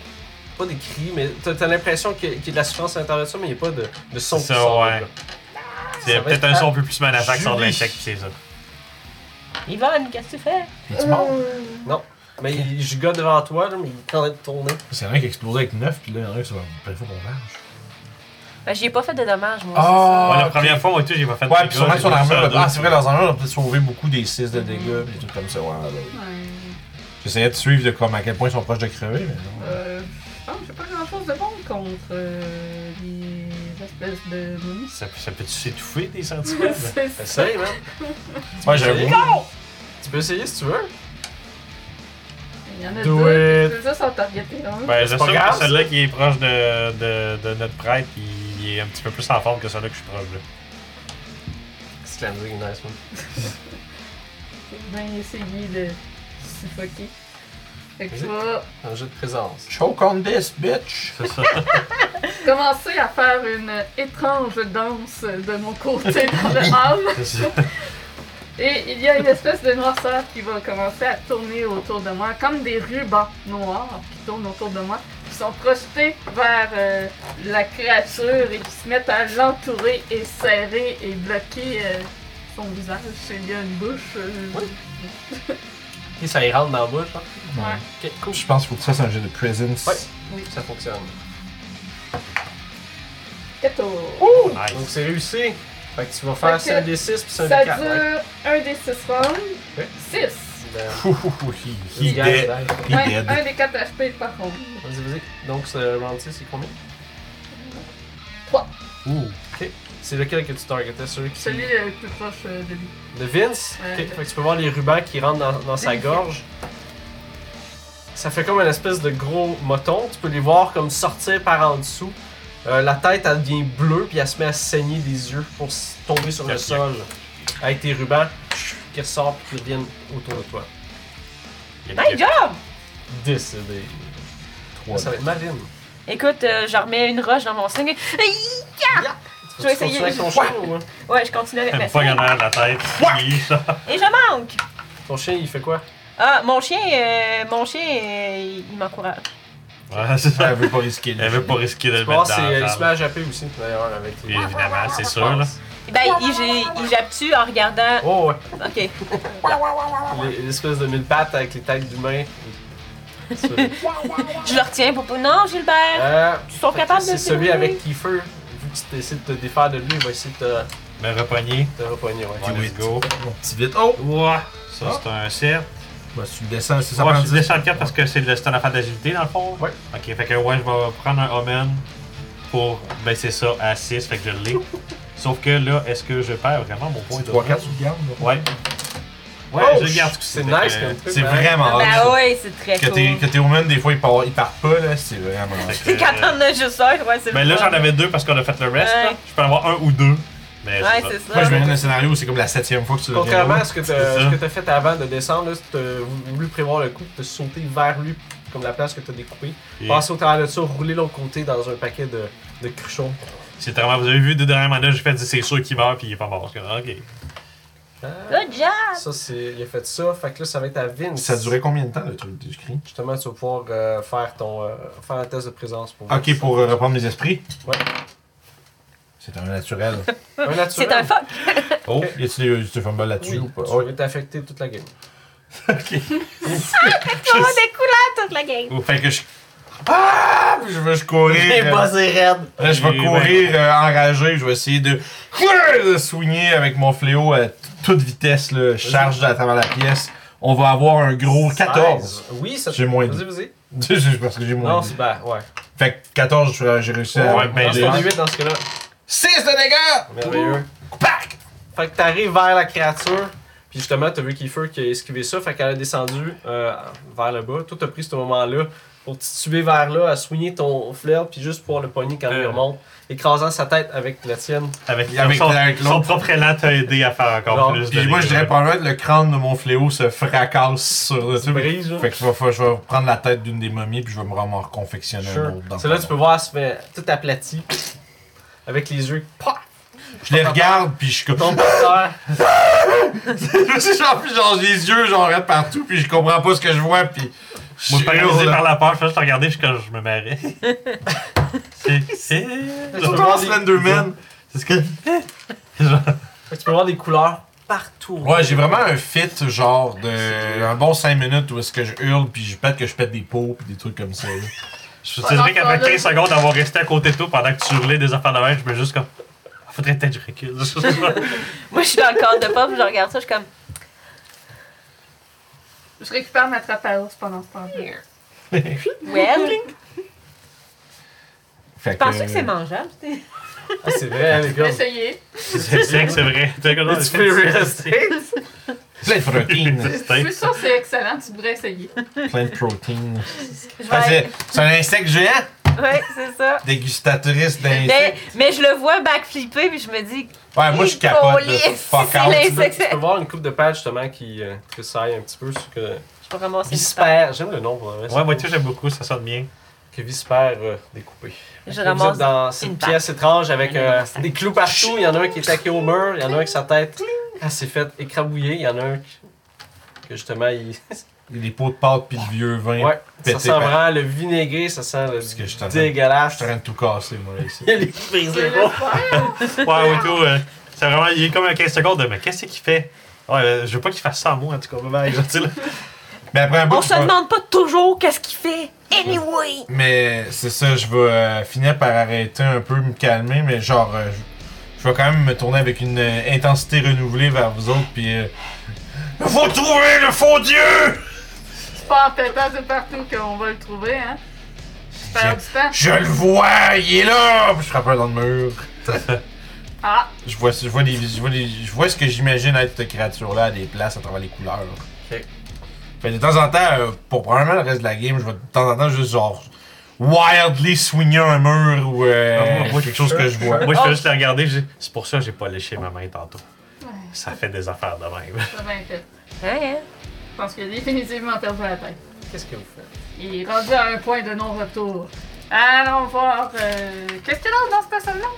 C: pas des cris, mais t'as t'as l'impression qu'il y, a- qu'il y a de la souffrance à l'intérieur de ça, mais il n'y a pas de, de son qui
D: C'est ça,
C: sort.
D: ouais.
C: là. Ça
D: C'est
C: va
D: peut-être
C: être
D: un
C: à-
D: son un peu plus manageant qui sort de
A: Julie.
D: l'insecte, pis c'est ça.
B: Yvonne, qu'est-ce que tu fais?
A: Es-tu mort?
C: Mais il gigote devant toi, là, mais il est en train de tourner.
A: C'est un qui a explosé avec 9, puis là, il y en a un qui va. Il faut qu'on marche.
B: Ben, j'y ai pas fait de dommages, moi.
A: Ah,
D: Ouais, la
A: ok.
D: première fois, moi, tout, j'ai pas fait de
A: Ouais,
D: dégâts,
A: puis sûrement
D: j'ai
A: que son
D: pas fait
A: armure.
D: ça,
A: Ah,
D: donc.
A: c'est vrai, dans un armure, on a peut-être sauvé beaucoup des 6 de dégâts, pis des trucs comme ça. Ouais, ouais. J'essayais de suivre de comme à quel point ils sont proches de crever, mais non.
E: Euh, je pense que j'ai pas grand chose de bon contre euh, les espèces de momies.
D: Ça, ça peut-tu s'étouffer des centimètres?
E: C'est ça.
C: Essaye, man.
A: Ouais, j'avoue.
C: Tu peux essayer si tu veux.
E: Il y en a
C: Do
E: deux.
C: it.
E: C'est ça, sans targeter
D: ben,
E: un.
C: c'est
D: j'assume
C: pas
D: que
C: grave,
D: celui-là qui est proche de, de, de notre prêtre, il, il est un petit peu plus en forme que celui-là que je suis proche de.
C: C'est la musique nice, man.
E: Je vais essayer de suffoquer. Fait que je vais
C: Un jeu de présence.
A: Choke on this, bitch!
D: C'est ça.
E: commencer à faire une étrange danse de mon côté dans le hall.
D: c'est ça.
E: Et il y a une espèce de noirceur qui va commencer à tourner autour de moi, comme des rubans noirs qui tournent autour de moi, qui sont projetés vers euh, la créature et qui se mettent à l'entourer et serrer et bloquer euh, son visage. Il y a une bouche. euh,
C: Oui. Et ça y rentre dans la bouche, hein.
E: Ouais.
C: Ok, cool.
A: Je pense qu'il faut que tu fasses un jeu de presence.
C: Ouais. Ça fonctionne.
E: Quatorze.
C: Donc
D: Nice.
C: c'est réussi. Fait que tu vas faire
E: Ok.
C: c'est un D6 puis c'est un
E: Ça
C: D4. ouais.
E: dure un des six
C: Ok.
E: rounds. Six.
C: Ben,
A: Ouh, ouh, ouh, he- he
C: yes,
A: dead.
C: nice.
A: He
E: Un,
A: dead.
E: un des quatre HP par contre.
C: Vas-y, vas-y. Donc ce round 6, c'est combien Ouh. Ok. C'est lequel que tu targetais, celui qui.
E: Celui le plus proche euh, de lui.
C: De Vince?
E: Ouais.
C: Ok, fait que tu peux voir les rubans qui rentrent dans, dans sa gorge. Ça fait comme une espèce de gros moton. Tu peux les voir comme sortir par en dessous. Euh, la tête, elle devient bleue, puis elle se met à saigner des yeux pour s- tomber sur le
D: Tac, tac.
C: sol. Avec tes rubans chut, qui ressortent puis qui reviennent autour de toi. Oh.
B: Nice job!
C: Décédé. Ah, Ça va être Marine.
B: Écoute, euh, je remets une roche dans mon sling. Aïe!
C: Tu
B: Je vais
C: vas
B: essayer.
C: continuer avec ton chien ou hein?
B: Ouais, je continue avec ma
D: Une fois qu'il y en
B: sling.
D: a de la tête, oui, ça.
B: Et je manque!
C: Ton chien, il fait quoi?
B: Ah, mon chien, euh, mon chien, euh, il il m'encourage.
D: Ouais, c'est ça.
C: Ah
A: Elle veut pas risquer.
D: Elle veut pas risquer de le
C: Tu vois,
D: mettre
C: c'est,
D: dans
C: il
D: la
C: se met à japper aussi, d'ailleurs, avec les...
B: Ah,
D: Évidemment, c'est sûr, là.
B: Ben, il, j'ai- il jappe dessus en regardant.
C: Oh, ouais.
B: Ok.
C: Les- L'espèce de mille pattes avec les têtes d'humains.
B: Je le retiens pour pas. Non, Gilbert!
C: Euh,
B: Tu sont capables de
C: c'est celui
B: dérouler.
C: avec Kiefer. Vu que tu essaies de te défaire de lui, il va essayer de te,
D: Me repogner.
C: te repogner. Ouais.
D: Ouais, let's go.
A: Mon petit vite. Oh!
D: Ouais.
B: Ah.
D: Ça, c'est un 7.
A: Bah, si tu le descends, c'est ça.
D: Ouais,
A: prend
D: je suis
A: dix.
D: descendu 4 parce que c'est le- c'est une affaire d'agilité, dans le fond.
C: Ouais.
D: Ok, fait que ouais, je vais prendre un Omen pour baisser ça à 6, fait que je l'ai. Sauf que là, est-ce que je perds vraiment mon point de
A: Trois, quatre, tu le gardes, là.
D: Ouais. Ouais,
C: Oh,
D: je garde
C: ch-
D: ce
C: c'est
D: coup-ci, fait
C: nice
D: que,
C: comme truc, hein.
A: C'est
C: man.
A: vraiment
B: Ben
A: hot.
B: ouais, c'est très
A: Que tes, que
B: cool.
A: tes women, des fois, ils partent, ils partent pas, là, c'est vraiment hot.
D: Fait
B: C'est
D: que,
B: quand on a juste un, ouais, c'est
D: Ben
B: le
D: là,
B: fun.
D: j'en avais deux parce qu'on a fait le reste.
B: Ouais.
D: là. Je peux en avoir un ou deux.
B: Ouais,
D: Mais ça.
B: c'est
A: Moi, je
B: ça.
A: me donne un scénario où c'est comme la septième fois que tu le
C: Contrairement à
A: regardes.
C: ce que
D: C'est ça.
C: tu as fait avant de descendre, là, tu as voulu prévoir le coup, tu as sauté vers lui, comme la place que tu as découpée.
D: Et
C: Passer au travers de ça, rouler l'autre côté dans un paquet de, de cruchons.
D: C'est vraiment, vous avez vu, deux dernières mandats, j'ai fait c'est sûr qu'il meurt puis il est pas mort. Je suis comme, Ok.
C: Ah,
B: Good job!
C: ça, c'est, il a fait ça, fait que là, ça va être à Vince.
A: Ça durait combien de temps, le truc du cri?
C: Justement, tu vas pouvoir euh, faire, ton, euh, faire un test de présence pour
A: Ok,
C: Vince.
A: pour euh, reprendre mes esprits.
C: Ouais.
A: C'est un naturel.
C: Un naturel.
B: C'est un fuck!
A: Oh, y a-tu des- du fumble là-dessus ou
C: Oui,
A: pas?
C: tu
A: Ouais.
C: vas t'affecter toute la game.
B: On a des couleurs toute la game!
D: Ou Fait que je.
A: Ah! Puis je veux je courir. euh,
C: raide.
A: là, je vais
D: Et
C: ben,
A: courir euh, enragé. Je vais essayer de, de soigner avec mon fléau à t- toute vitesse. Là, Je charge à travers la pièce. On va avoir un gros 14.
C: Oui, ça
A: J'ai moins
C: Vas-y,
A: deux.
C: vas-y.
A: Parce que j'ai moins
C: Non,
A: deux.
C: c'est ben, ouais.
A: Fait que 14, je- j'ai réussi à.
D: Ouais, ben,
C: Lance
D: les-
C: ton 8 dans ce cas-là.
A: 6 de dégâts!
C: Merveilleux.
A: Pac!
C: Fait que t'arrives vers la créature, puis justement, t'as vu Kiefer qui a esquivé ça, fait qu'elle a descendu euh, vers le bas. Toi, t'as pris ce moment-là pour tituber vers là, à soigner ton flair, puis juste pour le pogner quand il
D: Euh.
C: remonte, écrasant sa tête avec la tienne.
D: Avec,
A: Avec-
D: son,
A: avec
D: son
A: l'autre.
D: propre élan t'a aidé à faire encore
C: Non.
D: plus. de
A: Puis moi, je
D: dégâts.
A: dirais probablement que le crâne de mon fléau se fracasse sur le
C: Tu
A: truc.
C: brises, là.
A: Fait que je vais, fa- je vais prendre la tête d'une des momies puis je vais me vraiment reconfectionner un
C: Sure.
A: autre. dans
C: C'est là
A: le
C: tu peux
A: fond.
C: voir, elle se fait tout aplati, avec les yeux qui
A: Je les regarde puis je suis comme.
C: tombent par terre.
A: je me suis genre, puis genre, j'ai les yeux genre raides partout puis je comprends pas ce que je vois puis. je
D: Moi,
A: suis
D: paralysé
A: heureux, là.
D: par la peur, je fais juste regarder jusqu'à je me marrais. c'est. C'est.
C: Tu
A: Surtout
C: peux voir
A: en
C: des-
A: Slenderman.
D: C'est ce que.
C: Fait que tu peux voir des couleurs partout.
A: Ouais, j'ai vraiment un fit genre de. Un bon 5 minutes où est-ce que je hurle puis je pète que je pète des pots puis des trucs comme ça. là.
D: Je te dirais qu'après 15 secondes d'avoir resté à côté de toi pendant que tu hurlais des affaires de même, je me juste comme. Ah, Faudrait peut-être que je recule.
B: Moi, je suis dans le cadre de pop, je regarde ça, je suis comme.
E: Je récupère ma trappe à ours pendant ce temps-là.
B: Well!
A: Fait
B: Je pensais que c'est mangeable, c'était.
C: Ah, c'est vrai, les
E: Je vais
C: gars.
E: essayer.
D: c'est vrai que c'est vrai. Tu sais, comme-
C: Tu fais rester.
A: Plein de protéines.
E: Je suis sûre que c'est excellent, tu devrais essayer.
A: Plein de protéines.
B: Je
A: Ah,
B: vais-
A: c'est- C'est un insecte géant,
B: Ouais, c'est ça.
A: dégustatrice
B: Mais,
A: d'insectes.
B: mais je le vois backflipper, puis je me dis,
A: Ouais, moi je suis capable de
B: Colisse,
A: fuck
B: c'est
A: out. là.
B: l'insecte.
C: Tu peux voir une coupe de pages justement qui euh, tressaille un petit peu sur que
B: Je peux ramasser une patte.
C: Vispère, j'aime le nom pour le reste.
D: Ouais, moi, tu sais, j'aime beaucoup, ça sonne bien.
C: Que Vispère euh, découpé.
B: Je
C: Vous êtes
B: ramasse.
C: dans cette
B: une
C: pièce étrange avec
B: Elle est
C: euh,
B: dans sa-
C: des clous partout. Il y en a un qui est taqué au mur, il y en a un qui sa tête elle s'est faite écrabouiller, il y en a un qui- que justement il.
A: Les pots de pâte puis le vieux vin.
C: Ouais, ça
A: Pété
C: sent
A: par-
C: vraiment le vinaigré, ça sent le
A: Parce que je suis en train- Je
C: dégueulasse.
A: suis en train de tout casser, moi, là, ici.
C: Il y a les
E: Je
C: prises
E: vais
C: de
E: le faire.
D: Ouais, ouais, tout. euh, c'est vraiment. Il est comme à 15 secondes de. Mais qu'est-ce qu'il fait? Ouais, euh, je veux pas qu'il fasse ça à moi, en tout cas. Bye bye. Tu sais, là.
A: Mais après un bout,
B: On
A: je
B: se
A: vais-
B: demande pas toujours qu'est-ce qu'il fait. Anyway!
A: Mais c'est ça, je vais euh, finir par arrêter un peu, me calmer, mais genre, euh, je- je vais quand même me tourner avec une euh, intensité renouvelée vers vous autres, puis. euh, Il faut trouver le faux dieu!
E: C'est pas en pétant de partout qu'on va le trouver, hein. faire du temps.
A: Je le vois, il est là! Puis je frappe un dans le mur.
E: Ah,
A: Je vois, je vois, des, je vois, des- je vois ce que j'imagine être cette créature-là à des places à travers les couleurs.
C: Ok.
A: Fait que de temps en temps, euh, pour probablement le reste de la game, je vais de temps en temps juste genre wildly swinguer un mur ou euh,
D: Ah, moi, moi,
A: quelque chose que je vois.
B: Oh.
D: Moi, je fais juste la regarder. j'ai- C'est pour ça que j'ai pas léché ma main tantôt. Ça fait des affaires de même.
E: ça va être.
B: Ouais, hein?
E: Je pense qu'il a définitivement perdu la tête.
C: Qu'est-ce que vous faites?
E: Il est rendu à un point de non-retour. Allons voir. euh, Qu'est-ce qu'il y a d'autre dans cette personne-là?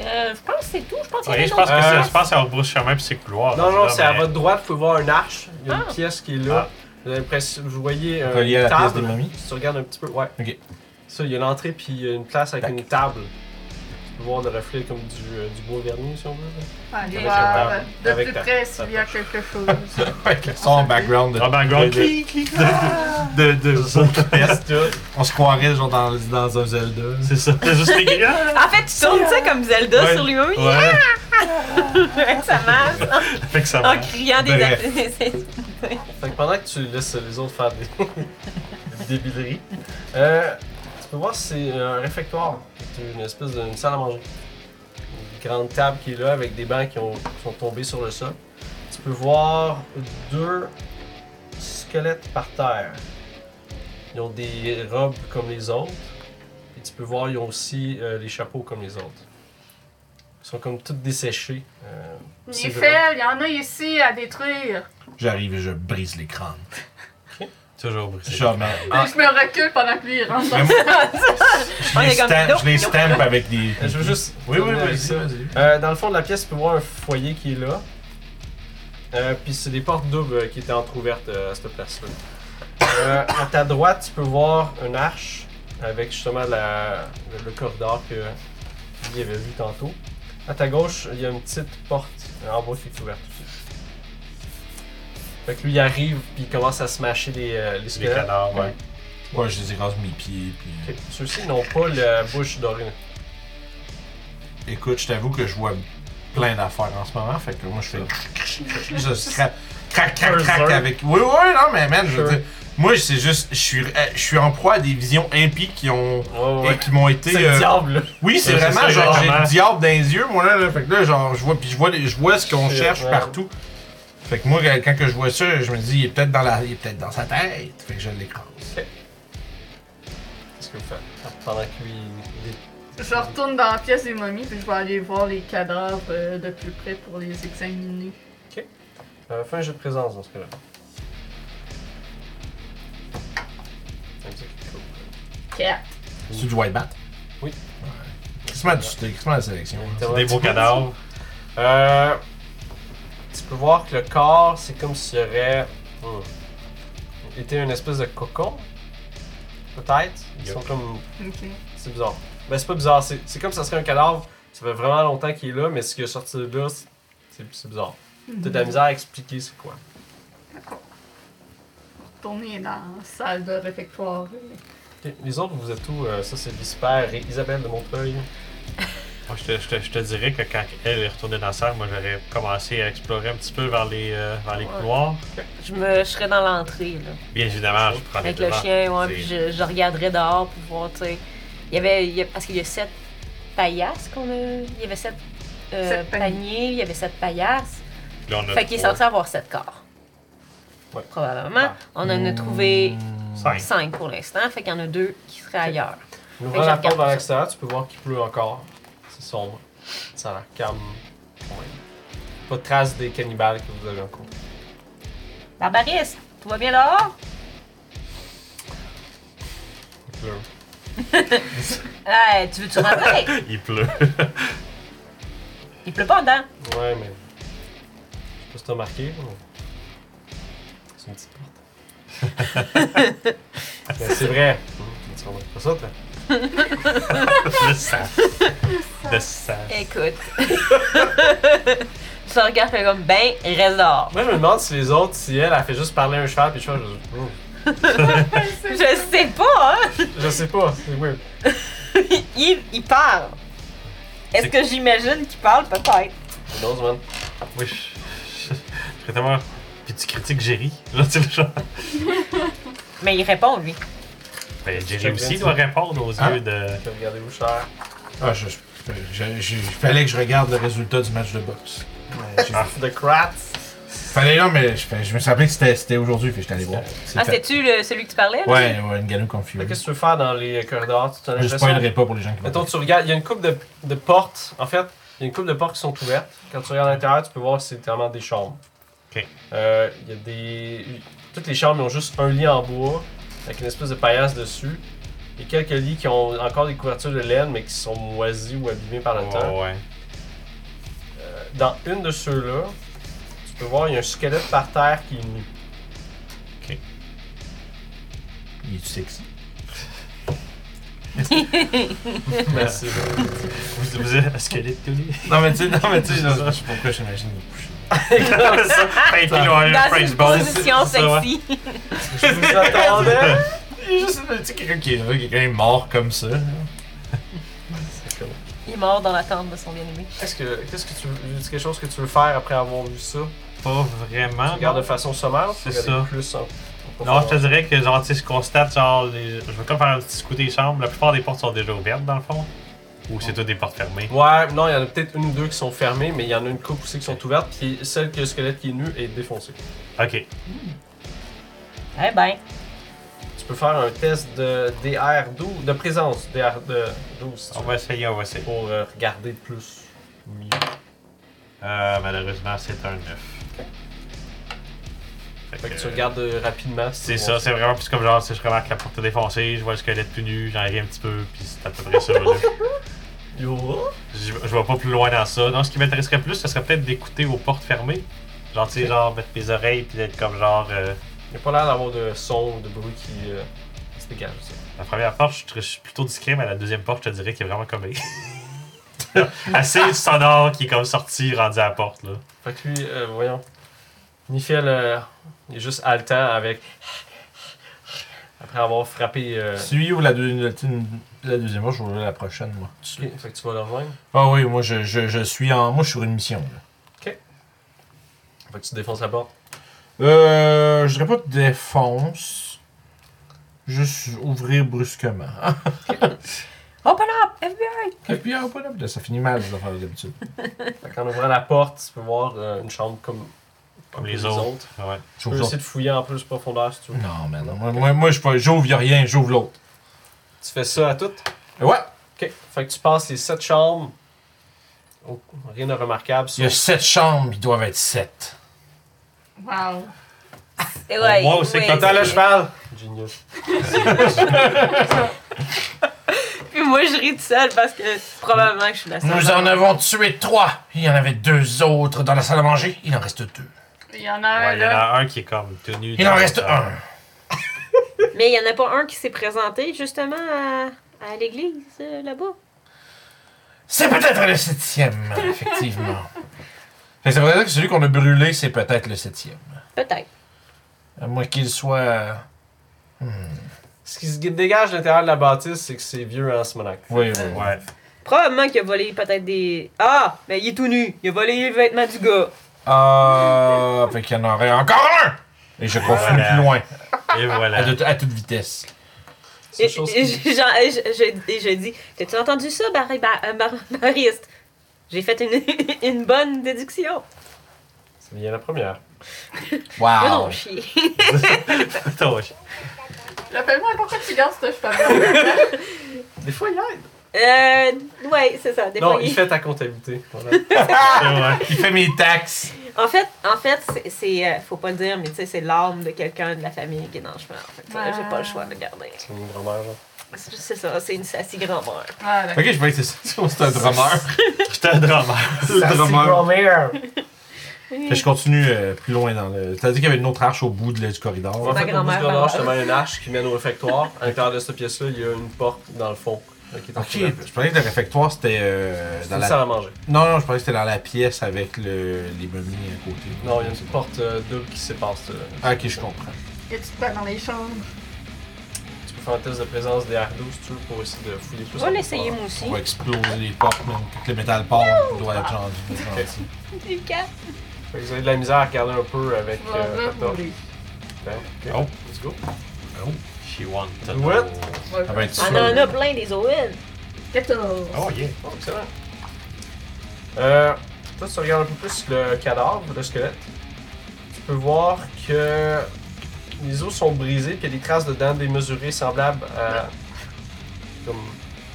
B: Euh, je pense que c'est tout. Je pense qu'il y
D: Ouais,
B: avait
D: je pense
B: d'autres
D: que c'est-
C: Euh,
D: je pense que c'est un brousse chemin puis c'est couloir.
A: Ah,
C: Non,
D: rendu
C: non,
D: là,
C: c'est à
D: mais-
A: ben.
C: votre droite, vous pouvez voir une arche. Il y a une
B: Ah.
C: pièce qui est là. Vous, avez l'impression- vous voyez euh,
A: Relié à
C: une
A: la pièce
C: table.
A: de mamie?
C: Si tu regardes un petit peu, ouais.
A: Ok.
C: Ça, il y a l'entrée, puis il y a une place avec
A: Tac.
C: une table. Tu peux voir le reflet comme du, euh, du bois vernis, si on veut.
E: Allez
B: Avec
E: voir
C: la-
E: de
C: avec
E: plus
C: ta-
E: près
C: ta
E: s'il y a quelque chose.
A: Avec le son en background. de-
D: Un background
A: de- de-
D: clic, clic, de, de, de, de son qui pèse, tout.
A: on se croirait genre dans, dans un Zelda.
D: C'est ça. C'est juste les gars.
B: En fait, tu tournes ça comme Zelda
D: Ouais.
B: sur lui-même.
D: Ouais.
B: Avec sa masse,
D: Fait que ça
B: en
D: marche.
B: criant des
A: Bref.
B: appels.
C: Fait que pendant que tu laisses les autres faire des, des débileries, euh, tu peux voir c'est euh, un réfectoire. C'est une espèce d'une salle à manger. Une grande table qui est là avec des bancs qui, ont- qui sont tombés sur le sol. Tu peux voir deux squelettes par terre. Ils ont des robes comme les autres. Et tu peux voir, ils ont aussi euh, les chapeaux comme les autres. Ils sont comme toutes desséchés. euh, c'est
E: Michel,
C: vrai.
E: il y en a ici à détruire.
A: J'arrive et je brise l'écran.
D: Toujours brisé.
A: Genre, mais-
D: Ah.
E: Et Je me recule pendant que lui il rentre.
A: mais moi, je
B: On
A: les
B: est comme
A: stamp-
B: Ludo.
A: je les stamp avec des.
C: Je veux juste.
A: Mhm. Oui, oui,
C: terminer avec
A: oui,
C: ça.
A: vas-y.
C: Euh, dans le fond de la pièce, tu peux voir un foyer qui est là. Euh, Puis c'est des portes doubles euh, qui étaient entrouvertes euh, à cette place-là. Euh, à ta droite, tu peux voir une arche avec justement la- le, le corridor que il avait vu tantôt. À ta gauche, il y a une petite porte euh, en bois qui est ouverte aussi. Fait que lui, il arrive puis il commence à smasher les, euh, les
D: Les
C: squelettes.
D: cadavres, ouais.
A: Ouais, je les écrase mes pieds. Puis... euh,
C: Ok. Ceux-ci n'ont pas la bouche dorée.
A: Écoute, je t'avoue que je vois plein d'affaires en ce moment. Fait que moi, je fais. je scrape. Crac, crac, crac
C: Curseur.
A: avec. Oui, oui, non, mais man, je veux
C: Sure.
A: dire. Moi, c'est juste. Je suis, euh, je suis en proie à des visions impies qui ont.
C: Oh,
A: Et qui m'ont été.
C: C'est le
A: euh,
C: diable, là.
A: Oui, c'est
D: Ouais, c'est
A: vraiment
D: ça,
A: genre j'ai
D: exactement.
A: le diable dans les yeux, moi là, là. Fait que là, genre, je vois, puis je vois, les- je vois ce qu'on
C: Shit,
A: cherche
C: ouais.
A: partout. Fait que moi, quand que je vois ça, je me dis, il est peut-être dans la, il est peut-être dans sa tête. Fait que je l'écrase.
C: Qu'est-ce que vous faites pendant que lui, il-
E: Je retourne dans la pièce des momies puis je vais aller voir les cadavres euh, de plus près pour les examiner.
C: Euh, fais un jeu de présence dans ce cas-là. Comme ça, cool.
E: Quatre.
A: Tu dois le battre.
C: Oui.
A: Qu'est-ce que tu Qu'est-ce que la sélection? là.
D: C'est des beaux cadavres.
C: Euh, tu peux voir que le corps, c'est comme s'il y aurait hmm, été une espèce de cocon. Peut-être. Ils
D: Yup.
C: sont comme.
E: Ok.
C: C'est bizarre. Ben, c'est pas bizarre. C'est c'est comme ça serait un cadavre. Ça fait vraiment longtemps qu'il est là, mais ce qui est sorti de là, c'est- c'est c'est bizarre. T'as de la misère à expliquer c'est quoi.
E: Tourner dans la salle de réfectoire.
C: Ok, Les autres, vous êtes où Euh, Ça, c'est Visper et Isabelle de Montreuil.
D: Moi, je te, je te- je te dirais que quand elle est retournée dans la salle, moi, j'aurais commencé à explorer un petit peu vers les, euh, vers les
C: Ouais.
D: couloirs.
B: Je me je serais dans l'entrée, là.
D: Bien évidemment, je prends les
B: Avec le
D: devants.
B: chien, ouais,
D: C'est-
B: puis je, je regarderais dehors pour voir, tu sais. Il y avait. il y a- parce qu'il y a sept paillasses qu'on a. Il y avait sept, euh,
E: Sept paniers.
B: paniers, il y avait sept paillasses.
D: Là, on a
B: Fait qu'il est
D: trois.
B: censé avoir sept corps.
C: Ouais.
B: Probablement.
C: Ah.
B: On en a trouvé
D: Cinq.
B: cinq pour l'instant, fait qu'il y en a deux qui seraient ailleurs.
C: En
B: Fait
C: ouvrant
B: que je
C: la porte
B: regarde
C: vers
B: ça.
C: l'extérieur, tu peux voir qu'il pleut encore. C'est sombre. Ça a l'air calme. quand même. Pas de trace des cannibales que vous avez encore.
B: Barbaris, tout va bien dehors?
C: Il pleut.
B: Hey, tu veux-tu rentrer?
D: Il pleut.
B: Il pleut pas dedans.
C: Ouais, mais. Je sais pas si t'as marqué. mais- C'est une petite porte. Mais c'est vrai. Mmh, Tu remarques pas ça, toi?
D: Le sang. Le sang.
B: Écoute. Je te regarde, fais comme, ben, reste dehors.
C: Moi, je me demande si les autres, si elle, elle fait juste parler à un cheval, puis je fais juste, mmh.
B: Je sais pas, hein?
C: Je sais pas, c'est weird.
B: Il, il parle. Est-ce que j'imagine qu'il parle? Peut-être.
C: Nose, man.
D: Oui, je. je- je serais tellement. Puis tu critiques Jerry. Là, tu sais, le genre.
B: Mais il répond, lui.
D: Ben,
C: Je
D: Jerry
C: te
D: aussi
C: remercie.
D: doit répondre aux
A: Hein?
D: yeux de.
C: Regardez-vous, cher.
A: Ah, je, je, je- je- fallait que je regarde le résultat du match de boxe.
C: The Krat.
A: Fallait là, mais je, je me rappelais que c'était- c'était aujourd'hui, puis j'étais allé voir.
B: Ah, c'était-tu le- celui que tu parlais? là?
A: Ouais, ouais, une galou confuse.
C: Mais Qu'est-ce que tu veux faire dans les corridors? Tu t'en as
A: Je spoilerai pas pour les gens qui
C: Mettons, tu regardes, il y a une coupe de, de portes. En fait, il y a une coupe de portes qui sont ouvertes. Quand tu regardes à l'intérieur, tu peux voir que c'est vraiment des chambres.
D: Ok.
C: Euh, Il y a des. Toutes les chambres ils ont juste un lit en bois avec une espèce de paillasse dessus. Et quelques lits qui ont encore des couvertures de laine mais qui sont moisis ou abîmés par le temps.
D: Ouais, ouais.
C: Euh, Dans une de ceux-là, tu peux voir il y a un squelette par terre qui est nu.
A: Il est sexy.
C: Merci.
D: Vous, vous êtes un squelette tout nu.
A: Non, mais tu sais, non, mais tu sais, je je sais pourquoi j'imagine qu'il est couché.
D: Comme ça, painté
C: Ben,
D: noir,
B: Dans
D: French
B: une
D: bone.
B: position
D: C'est ça, ouais.
B: sexy.
C: Je vous attendais.
A: Il y a juste, tu sais, quelqu'un qui est là, quelqu'un est mort comme ça.
B: Il est mort dans la tente de son bien-aimé.
C: Est-ce que, qu'est-ce que tu veux, c'est quelque chose que tu veux faire après avoir vu ça?
D: Pas vraiment.
C: Tu regardes de façon sommaire ou tu
D: Ah, C'est
C: regardes
D: ça.
C: plus en- en
D: Non, je te
C: profondeur?
D: dirais que genre, tu sais, je constate, genre, les- je veux comme faire un petit scout des chambres. La plupart des portes sont déjà ouvertes, dans le fond. Ou c'est toutes des portes fermées.
C: Ouais, non, il y en a peut-être une ou deux qui sont fermées, mais il y en a une couple aussi qui sont ouvertes, puis celle que le squelette qui est nu est défoncée.
D: Ok.
B: Eh ben,
C: Tu peux faire un test de DR12, de présence DR12 si tu
D: On
C: veux,
D: va essayer, on va essayer.
C: pour euh, regarder de plus.
D: Euh, malheureusement, c'est un 9.
C: Fait que tu regardes euh, rapidement. si
D: C'est
C: tu
D: ça,
C: vois.
D: c'est vraiment plus comme genre, si je remarque la porte est défoncée, je vois le squelette tout nu, j'en ris un petit peu, puis c'est à peu près ça. là.
C: Yo.
D: Je je vais pas plus loin dans ça. Non, ce qui m'intéresserait plus, ce serait peut-être d'écouter aux portes fermées. Genre, tu sais, genre, mettre mes oreilles, puis d'être comme genre. euh,
C: Il n'y a pas l'air d'avoir de son ou de bruit qui euh, se dégage. ça.
D: La première porte, je, je suis plutôt discret, mais la deuxième porte, je te dirais qu'il est vraiment comme. Assez sonore qui est comme sorti, rendu à la porte, là.
C: Fait que lui, euh, voyons. Nifel, euh, il est juste haletant avec. Après avoir frappé. euh,
A: Celui ou la, deux- la, la deuxième, moi, je vais la prochaine, moi.
C: ok, Fait que tu vas le rejoindre.
A: Ah oui, moi, je, je, je suis en. Moi, je suis sur une mission, là.
C: Fait que tu défonces la porte.
A: Euh, je dirais pas défonce. Juste ouvrir brusquement.
B: open up, FBI!
A: Et puis, ah, pas là, ça finit mal, les affaires d'habitude.
C: Fait qu'en ouvrant la porte, tu peux voir euh, une chambre comme,
D: Comme les autres. Ouais.
A: Je
C: Tu peux
A: trouve
C: essayer
A: ça-
C: de fouiller en plus profondeur si tu veux.
A: Non, mais non. Moi, moi, moi, je pas- j'ouvre, y'a rien, j'ouvre l'autre.
C: Tu fais ça à tout.
A: Euh, Ouais,
C: Ok. Fait que tu passes les sept chambres. Oh, rien de remarquable.
A: il y a
C: Sauf...
A: sept chambres, ils doivent être sept.
E: Wow.
B: Et ouais,
D: Moi aussi,
B: ouais,
D: quand
C: Attends
B: ouais.
C: le cheval! Genius.
B: Puis moi, je ris tout seul parce que probablement que je suis la seule.
A: Nous en avons tué trois. Il y en avait deux autres dans la salle à manger. Il en reste deux.
E: Il y en a un,
D: Ouais, il y en
E: là.
D: a un qui est comme tout nu.
A: Il
D: dans
A: en
D: le
A: reste
D: salon.
A: un.
B: Mais il n'y en a pas un qui s'est présenté justement à, à l'église euh, là-bas.
A: C'est peut-être le septième, effectivement. Fait que ça veut dire que celui qu'on a brûlé, c'est peut-être le septième.
B: Peut-être.
A: À moins qu'il soit.
C: Ce qui se dégage de l'intérieur de la bâtisse, c'est que c'est vieux en ce moment.
A: Oui, oui.
D: Ouais.
B: Probablement qu'il a volé peut-être des. Ah! Mais il est tout nu! Il a volé les vêtements du gars!
A: Ah, fait qu'il y en aurait encore un! Et je confirme
D: Voilà.
C: ben,
A: plus loin,
D: Et
A: à,
D: voilà.
A: de- à toute vitesse.
B: Et,
C: C'est chose
B: et-
C: qui-
B: je- genre, et je, je- et je dis T'as-tu entendu ça, Barry, Bar- euh, Bar- Bariste? J'ai fait une, une bonne déduction.
C: C'est bien la première.
B: Mais
A: Wow!
B: non, chier.
D: Attends, ouais.
E: Rappelle-moi pourquoi tu gardes ce cheval-là.
C: Des fois, il aide.
B: Euh, ouais, c'est ça. Des
C: Non,
B: fois,
C: il
B: il-
C: fait ta comptabilité. Voilà.
D: Ouais.
A: Il fait mes taxes!
B: En fait, en fait c'est- c'est. euh, faut pas le dire, mais tu sais, c'est l'âme de quelqu'un de la famille qui est dans le chemin. En fait,
E: Ouais.
B: j'ai pas le choix de le garder.
C: C'est une grand-mère, genre.
B: C'est c'est ça, c'est une sassy grand-mère.
E: Ah, d'accord.
A: Ok, je vais que c'est un drummer.
D: J'étais un drummer.
A: C'est un drummer.
C: grand-mère!
A: Fait que je continue euh, plus loin dans le. T'as dit qu'il y avait une autre arche au bout de, du
C: En
A: corridor.
B: Ma
C: fait, au bout du
B: grand-mère
C: corridor,
B: parle.
C: justement, il y a une arche qui mène au réfectoire. À l'intérieur de cette pièce-là, il y a une porte dans le fond. euh, Qui est en
A: Ok,
C: couleur.
A: je parlais que le réfectoire c'était euh,
C: C'est
A: dans
C: une
A: la.
C: salle à manger.
A: Non, non, je parlais que c'était dans la pièce avec le... les momies à côté.
C: Non, il y a une porte euh, double qui sépare. cette-
A: Ah, ok, je comprends.
E: Et tu te bats dans les chambres.
C: Tu peux faire un test de présence des R12 si tu veux pour essayer de fouiller plus.
B: Je
C: en
B: vais l'essayer, moi aussi.
A: On va exploser les portes, même pour que le métal part, on doit être gentil. gentil.
B: Lucas.
C: profondeur. Fait que Vous avez de la misère à regarder un peu avec.
E: Tu
C: euh,
E: vas
C: Factor.
E: rouler.
C: Ben, ok.
D: Oh.
C: Let's go.
A: Oh,
D: She wanted to
C: What?
D: know. ben.
E: Ouais,
A: Ça va être
B: On en
A: sûr.
B: a plein des Owen.
E: 14.
D: Oh yeah.
C: Oh, excellent. Euh, toi, tu regardes un peu plus le cadavre, le squelette. Tu peux voir que les os sont brisés, qu'il y a des traces de dents démesurées semblables à. comme.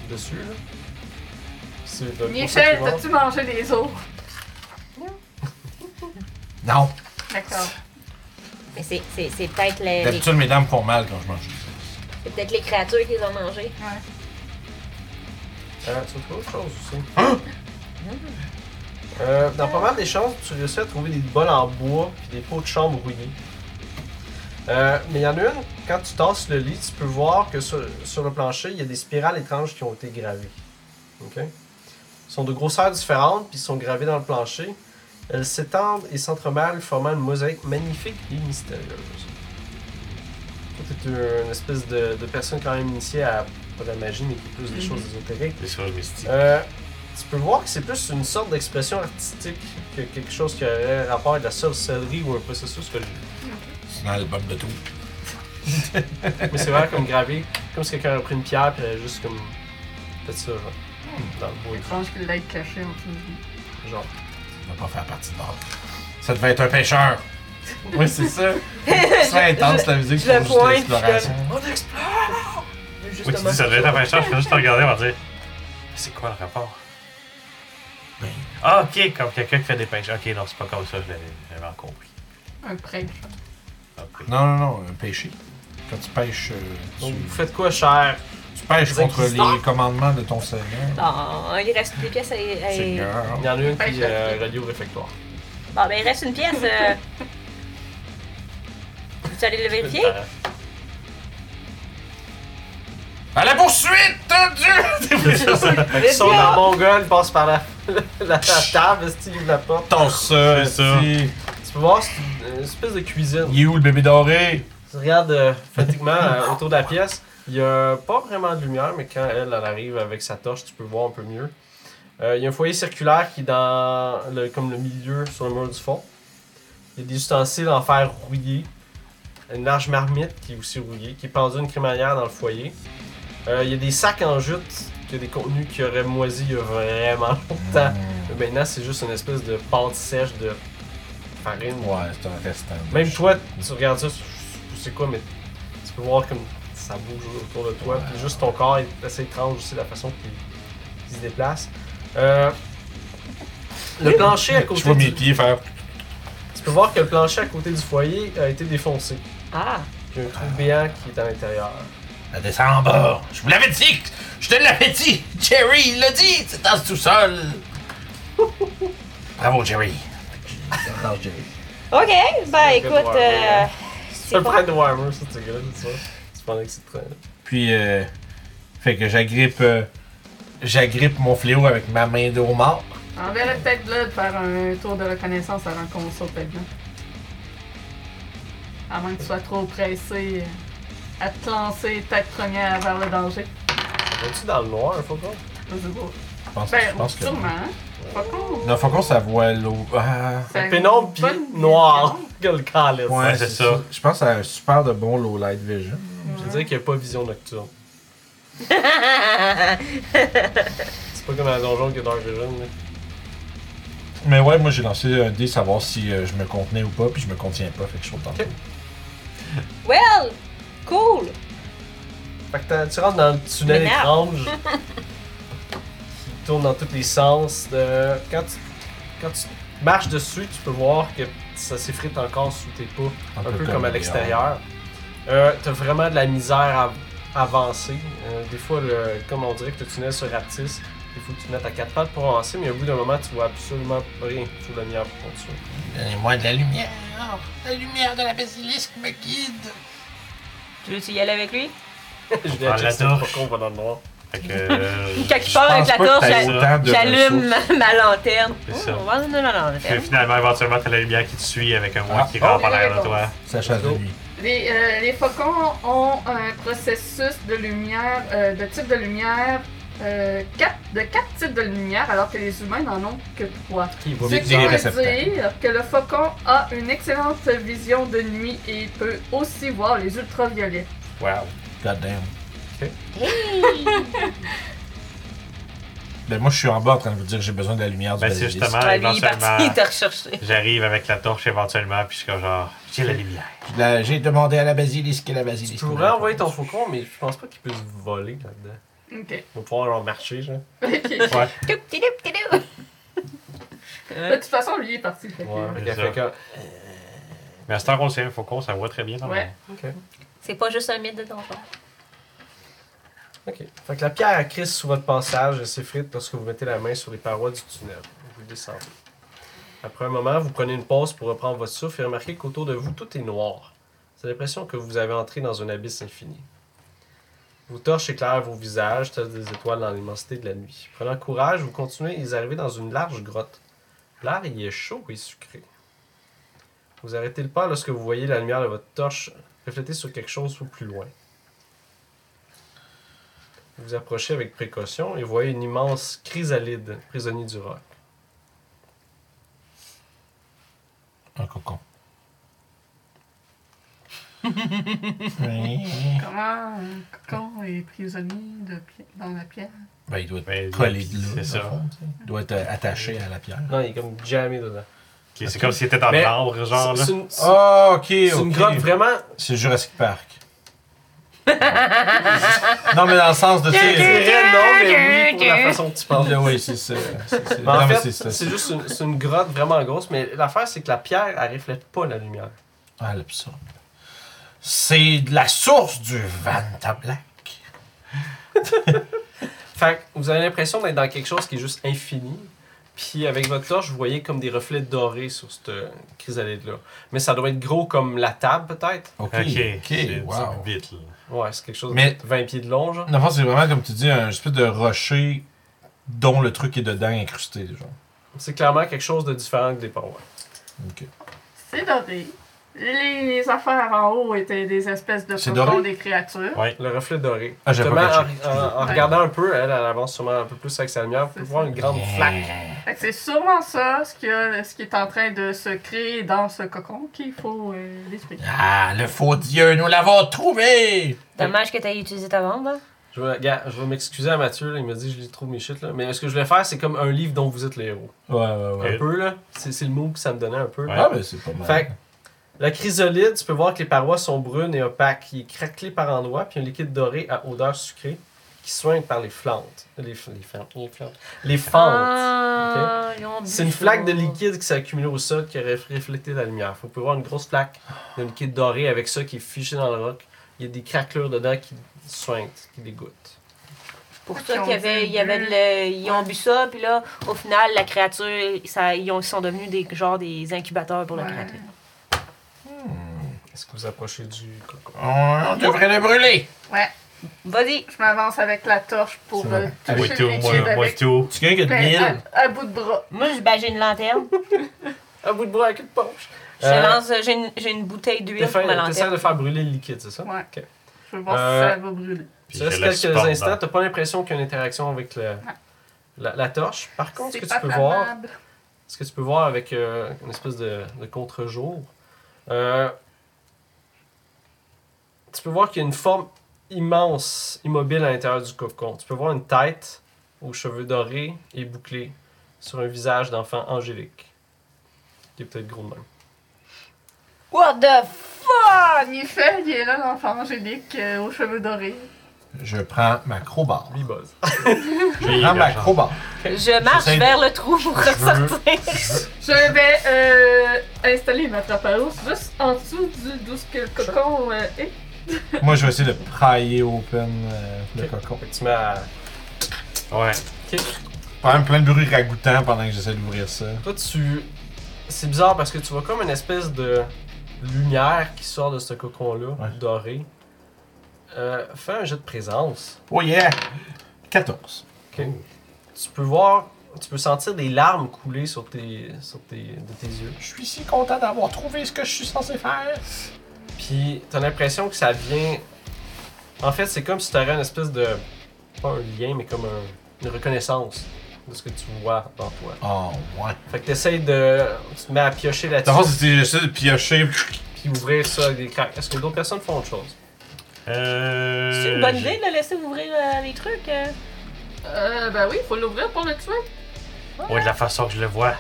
C: dessus, là. C'est le
E: Michel,
C: concept
E: t'as-tu mangé des os?
A: Non.
E: D'accord.
B: Mais c'est c'est- c'est peut-être les, les-
A: D'habitude, mes dames font mal quand je mange.
B: c'est peut-être les créatures qu'ils ont mangées.
C: Euh, tu trouves autre chose aussi. Hein? Euh, dans pas mal des chances, tu réussis à trouver des bols en bois et des pots de chambre rouillés. Euh, mais il y en a une, quand tu tasses le lit, tu peux voir que sur, sur le plancher, il y a des spirales étranges qui ont été gravées. Ok? Ils sont de grosseurs différentes, puis ils sont gravées dans le plancher. Elles s'étendent et s'entremêlent, formant une mosaïque magnifique et mystérieuse. Toi, t'es une espèce de, de personne quand même initiée à pas de la magie, mais qui est plus des choses ésotériques.
D: Des choses mystiques.
C: Euh, tu peux voir que c'est plus une sorte d'expression artistique que quelque chose qui aurait rapport à de la sorcellerie ou un processus religieux.
A: C'est dans l'album de tout.
C: Mais c'est vraiment comme gravé, comme si quelqu'un avait pris une pierre puis elle a juste comme fait ça, genre, dans le bois,
E: Étrange qu'il l'ait caché en dessous.
C: genre.
A: Ça va pas faire partie de l'ordre. Ça devait être un pêcheur. oui, c'est ça. C'est intense la musique
B: Je le
A: pour juste
B: pointe, puis je suis
A: l'exploration.
B: comme, on explore!
D: Oui, tu dis ça devait être un pêcheur, je peux juste te regarder et dire C'est quoi le rapport
A: Ben.
D: Ah, ok, comme quelqu'un qui fait des pêches. Ok, non, c'est pas comme ça, je l'avais j'avais compris.
E: Un prêtre.
D: Ok.
A: Non, non, non, un pêcher. Quand tu pêches, euh, tu,
C: Donc, vous faites quoi, cher?
A: tu pêches
C: Vous êtes
A: contre
C: distant?
A: les commandements de ton Seigneur.
B: Bon, il reste des pièces à. à-
A: Seigneur.
C: Il y en a une qui est euh, reliée au réfectoire.
B: Bon, ben il reste une pièce. euh. Veux-tu aller le vérifier?
C: Euh,
A: À la poursuite du...
C: Fait qu'ils sont dans Mongol, passent par la, la, la table, est-ce qu'ils ouvrent la porte?
A: Ton ça,
D: C'est ça.
A: esti.
C: Tu peux voir, c'est une, une espèce de cuisine.
A: Il est où le bébé doré?
C: Tu regardes euh, fatiguement euh, autour de la pièce. Il n'y a pas vraiment de lumière, mais quand elle, elle arrive avec sa torche, tu peux voir un peu mieux. Euh, il y a un foyer circulaire qui est dans le, comme le milieu sur le mur du fond. Il y a des ustensiles en fer rouillé. Une large marmite qui est aussi rouillée, qui est pendue à une crémaillère dans le foyer. Euh, il y a des sacs en jute, qui a des contenus qui auraient moisi il y a vraiment longtemps.
A: Hmm.
C: Mais maintenant, c'est juste une espèce de pâte sèche de farine
A: Ouais, c'est un restant.
C: même toi, tu regardes ça, tu sais quoi, mais tu peux voir comme ça bouge autour de toi, puis juste ton corps est assez étrange aussi, la façon qu'il qu'il se déplace. Euh, le plancher à
A: Je
C: côté
A: vois mes
C: du,
A: pieds faire.
C: Tu peux voir que le plancher à côté du foyer a été défoncé.
B: Ah!
C: Puis il y a un trou béant qui est à l'intérieur.
A: La descend en bas. Je vous l'avais dit! Je te l'avais dit! Jerry, il l'a dit! C'est dans tout seul! Bravo, Jerry! Bravo, Jerry.
B: Ok, ben
C: C'est un
B: écoute,
C: peu
B: euh,
C: noir, C'est
B: c'est
C: un
B: bon.
C: de Warhammer, ça, tu gars, c'est ça. Tu penses que c'est très.
A: Puis, euh, fait que j'agrippe euh, j'agrippe mon fléau avec ma main de homard.
E: Enverrait peut-être là de faire un tour de reconnaissance avant qu'on saute là-dedans. À moins que tu sois trop pressé euh, à te lancer tête première vers le danger.
C: tu dans le noir, faut pas?
E: Je sais pas.
A: Je pense, je
E: Ben,
A: pense que.
E: sûrement. hein. Pas con.
A: Non, faut qu'on ça voit l'eau. Ah,
E: C'est
C: Pénombre
E: une
C: pis
E: Ben, bonne
C: noir.
E: vision.
C: Que le calice.
D: Ouais, c'est ça.
A: Je pense à un super de bon low light vision.
C: Je veux dire qu'il n'y a pas vision nocturne. C'est pas comme dans la donjon que Dark Vision. là.
A: Mais ouais, moi j'ai lancé un dé savoir si euh, je me contenais ou pas, puis je me contiens pas, fait que je suis autant.
C: Ok.
B: well! Cool!
C: Fait que t'as- tu rentres dans le tunnel
B: Mais non.
C: étrange qui tourne dans tous les sens. Euh, quand, tu, quand tu marches dessus, tu peux voir que ça s'effrite encore sous tes pas. un peu, comme, à l'extérieur. Euh, T'as vraiment de la misère à avancer. Euh, des fois, le, comme on dirait que le tunnel se rapetisse, il faut que tu te mettes à quatre pattes pour avancer, mais au bout d'un moment, tu vois absolument rien sous la lumière pour continuer.
A: Donnez-moi de la lumière. La lumière de la basilique me guide.
B: Tu veux-tu y aller avec lui?
C: Je vais
D: prends
C: aller
D: la
C: checker pourquoi
D: torche.
C: on va dans le noir.
D: Fait que. euh,
B: Quand il part avec la torche, j'a- j'allume ma, ma lanterne.
D: C'est
B: Oh,
D: ça.
B: non, non, non,
D: Puis
B: lanterne.
D: finalement, éventuellement, t'as la lumière qui te suit avec un mois
A: Ah.
D: qui rampe
E: Oh.
D: en arrière de toi.
A: Ça chasse de nuit.
E: Les, euh, les faucons ont un processus de lumière, euh, de type de lumière, euh, quatre, de quatre types de lumière, alors que les humains n'en ont que trois.
C: Qui va
E: Ce
A: Des-
E: qui
A: des
E: veut
A: récepteurs.
E: dire que le faucon a une excellente vision de nuit et peut aussi voir les ultraviolets.
D: Wow.
A: Goddamn.
B: Hey!
A: Ben moi, je suis en bas en train de vous dire que j'ai besoin de la lumière du
D: Ben, c'est
A: balisiste.
D: justement,
B: Ouais, lui, il est parti, il
D: éventuellement,
B: t'a recherché.
D: j'arrive avec la torche éventuellement, puis je suis comme genre, j'ai la lumière.
A: Là, j'ai demandé à la basilisque et la
C: Tu
A: basilisque.
C: pourrais envoyer ton faucon, mais je pense pas qu'il puisse voler là-dedans.
E: Ok.
C: Il va pouvoir genre marcher, genre.
E: Ok.
B: Toup, tidoup, tidoup.
E: De
B: Euh,
E: toute façon, lui il est parti. fait que-
C: Ouais,
D: c'est
C: fait que-
D: Mais à cette heure, on le sait, un faucon, ça voit très bien. dans le-
E: Ouais.
C: Ok.
B: C'est pas juste un mythe de ton père.
C: Ok. Fait que la pierre elle crisse sous votre passage et s'effrite lorsque vous mettez la main sur les parois du tunnel. Vous descendez. Après un moment, vous prenez une pause pour reprendre votre souffle et remarquez qu'autour de vous, tout est noir. C'est l'impression que vous avez entré dans un abysse infini. Vos torches éclairent vos visages, telles des étoiles dans l'immensité de la nuit. Prenant courage, vous continuez et vous arrivez dans une large grotte. L'air y est chaud et sucré. Vous arrêtez le pas lorsque vous voyez la lumière de votre torche reflétée sur quelque chose au plus loin. Vous approchez avec précaution et voyez une immense chrysalide, prisonnier du roc.
A: Un cocon. Ben,
E: Comment un cocon est prisonnier de pi- dans la pierre?
A: ben, il doit être
D: Ben,
A: collé de là.
D: c'est ça.
A: dans le fond, tu sais. Il doit être euh, attaché à la pierre.
C: Non, il est comme jammé dedans.
D: Ok, C'est comme s'il était dans
C: Mais-
D: l'arbre, genre.
C: C'est
D: Là.
C: c'est une, c'est-
A: Ah, ok,
C: c'est une grotte vraiment.
A: C'est Jurassic Park. non, mais dans le sens de. tu
C: Je
A: sais,
C: dirais non, mais oui, pour la façon que tu parles.
A: là, oui, c'est ça. C'est- c'est-
C: Mais en
A: non, mais
C: fait,
A: ça,
C: c'est juste une, c'est une grotte vraiment grosse, mais l'affaire, c'est que la pierre, elle reflète pas la lumière.
A: Ah, l'absurde. C'est de la source du Vanta Black.
C: Fait que vous avez l'impression d'être dans quelque chose qui est juste infini. Puis avec votre torche, vous voyez comme des reflets dorés sur cette euh, chrysalide-là. Mais ça doit être gros comme la table, peut-être.
A: Ok,
D: Ok,
A: ok,
D: c'est- c'est
A: wow.
D: vite. Là.
C: Ouais, c'est quelque chose
A: Mais-
C: de 20 pieds de long, genre.
A: Non, c'est vraiment, comme tu dis, un espèce de rocher dont le truc est dedans incrusté, genre.
C: C'est clairement quelque chose de différent que des parois.
A: Ok.
E: C'est doré. Les, les affaires en haut étaient des espèces de
A: C'est
E: cocons
A: doré?
E: des créatures.
D: Ouais.
C: Le reflet doré.
A: Ah, j'avais
C: Justement,
A: pas
C: en,
A: catché.
C: en- en
E: Ouais.
C: regardant un peu, elle, elle avance sûrement un peu plus avec sa lumière, vous pouvez
E: C'est
C: voir
E: ça.
C: une grande
A: Eh,
C: flaque.
E: Fait que c'est sûrement ça ce, qu'il y a- ce qui est en train de se créer dans ce cocon qu'il faut euh, l'esprit.
A: Ah, le faux dieu, nous l'avons trouvé!
D: Ben
B: Dommage que t'aies utilisé ta bombe. hein.
C: Je veux, regarde, je veux m'excuser à Mathieu, là, il m'a dit je lis trop mes shit là. Mais ce que je voulais faire, c'est comme un livre dont vous êtes le héros.
A: Ouais, ouais, ouais.
C: Un peu là. C'est c'est le mot que ça me donnait un peu.
D: Ouais.
A: Ah, ben c'est pas mal.
C: Fait que, la chrysolide, tu peux voir que les parois sont brunes et opaques. Il est craquelé par endroits, puis un liquide doré à odeur sucrée qui soigne par les flantes. Les, f- les flantes. Les flantes. Les fentes.
B: Ah, ils ont bu
C: C'est une
B: chaud.
C: flaque de liquide qui s'est accumulée au sol qui aurait reflété la lumière. Faut pouvoir voir une grosse flaque de liquide doré avec ça qui est figé dans le roc. Il y a des craquelures dedans qui suintent, qui dégoûtent.
B: Pour ça qu'il y avait, il y avait de le- ils ont bu ça, puis là, au final, la créature, ça, ils, ont- ils sont devenus des genre des incubateurs pour la
E: Ouais.
B: créature.
C: Est-ce que vous approchez du coco?
A: On, on devrait le brûler!
E: Ouais,
B: Vas-y,
E: je m'avance avec la torche pour
A: Ça va.
E: euh, toucher
D: Moi
E: le
D: Ah tout,
E: liquide
D: moi, moi
E: avec-
D: tout.
A: Tu quelqu'un qui a de
E: ben,
A: mille?
E: à, à bout de bras.
B: moi, je- ben, j'ai une lanterne.
C: Un bout de bras avec une poche.
B: Je
C: Euh,
B: lance, j'ai une, j'ai une bouteille d'huile pour ma
C: T'essaies
B: lanterne.
C: de faire brûler le liquide, c'est ça?
E: Ouais.
C: Ok.
E: Je veux voir
C: Euh,
E: si ça va brûler.
C: Tu
D: Puis je
C: restes
D: le
C: quelques
D: supporte
C: instants,
D: dans-
C: t'as pas l'impression qu'il y a une interaction avec le- la, la torche. Par contre, ce que
E: C'est pas
C: tu peux voir,
E: flammable.
C: ce que tu peux voir avec euh, une espèce de, de contre-jour, euh, tu peux voir qu'il y a une forme immense, immobile à l'intérieur du cocon. Tu peux voir une tête aux cheveux dorés et bouclés sur un visage d'enfant angélique. Qui est peut-être gros de même.
B: What the
E: Ah, en effet, il est là, l'enfant angélique euh, aux cheveux dorés.
A: Je prends ma crowbar.
C: Lui, il buzz.
A: Je prends Ah, ma crowbar.
B: f- Je marche
A: J'essaie de-
B: vers le trou pour ressortir.
E: Je vais euh, installer ma trappe à ours juste en dessous du- d'où ce que le cocon euh, est.
A: Moi, je vais essayer de prailler open euh, le
C: Ok.
A: cocon.
C: Fait que tu mets à-
D: Ouais.
A: Par exemple, plein de bruit ragoûtant pendant que j'essaie d'ouvrir ça.
C: Toi, tu. C'est bizarre parce que tu vois comme une espèce de lumière qui sort de ce cocon-là,
A: Ouais.
C: doré. Euh, fais un jet de présence.
A: Oh yeah! 14.
C: Tu peux voir, tu peux sentir des larmes couler sur tes, sur tes, de tes yeux.
A: Je suis si content d'avoir trouvé ce que je suis censé faire.
C: Puis t'as l'impression que ça vient. En fait, c'est comme si t'avais une espèce de. Pas un lien, mais comme un- une reconnaissance de ce que tu vois dans toi.
A: Oh, ouais.
C: Fait que t'essayes de. Tu te mets à piocher
A: Dans le fond,
C: là-dessus,
A: c'était j'essaie de piocher.
C: puis ouvrir ça avec des craques. Est-ce que d'autres personnes font autre chose?
D: Euh,
B: C'est une bonne
D: j'ai-
B: idée de le laisser ouvrir euh, les trucs. euh.
E: Euh, ben oui, faut l'ouvrir pour le tuer.
D: Moi, de la façon que je le vois,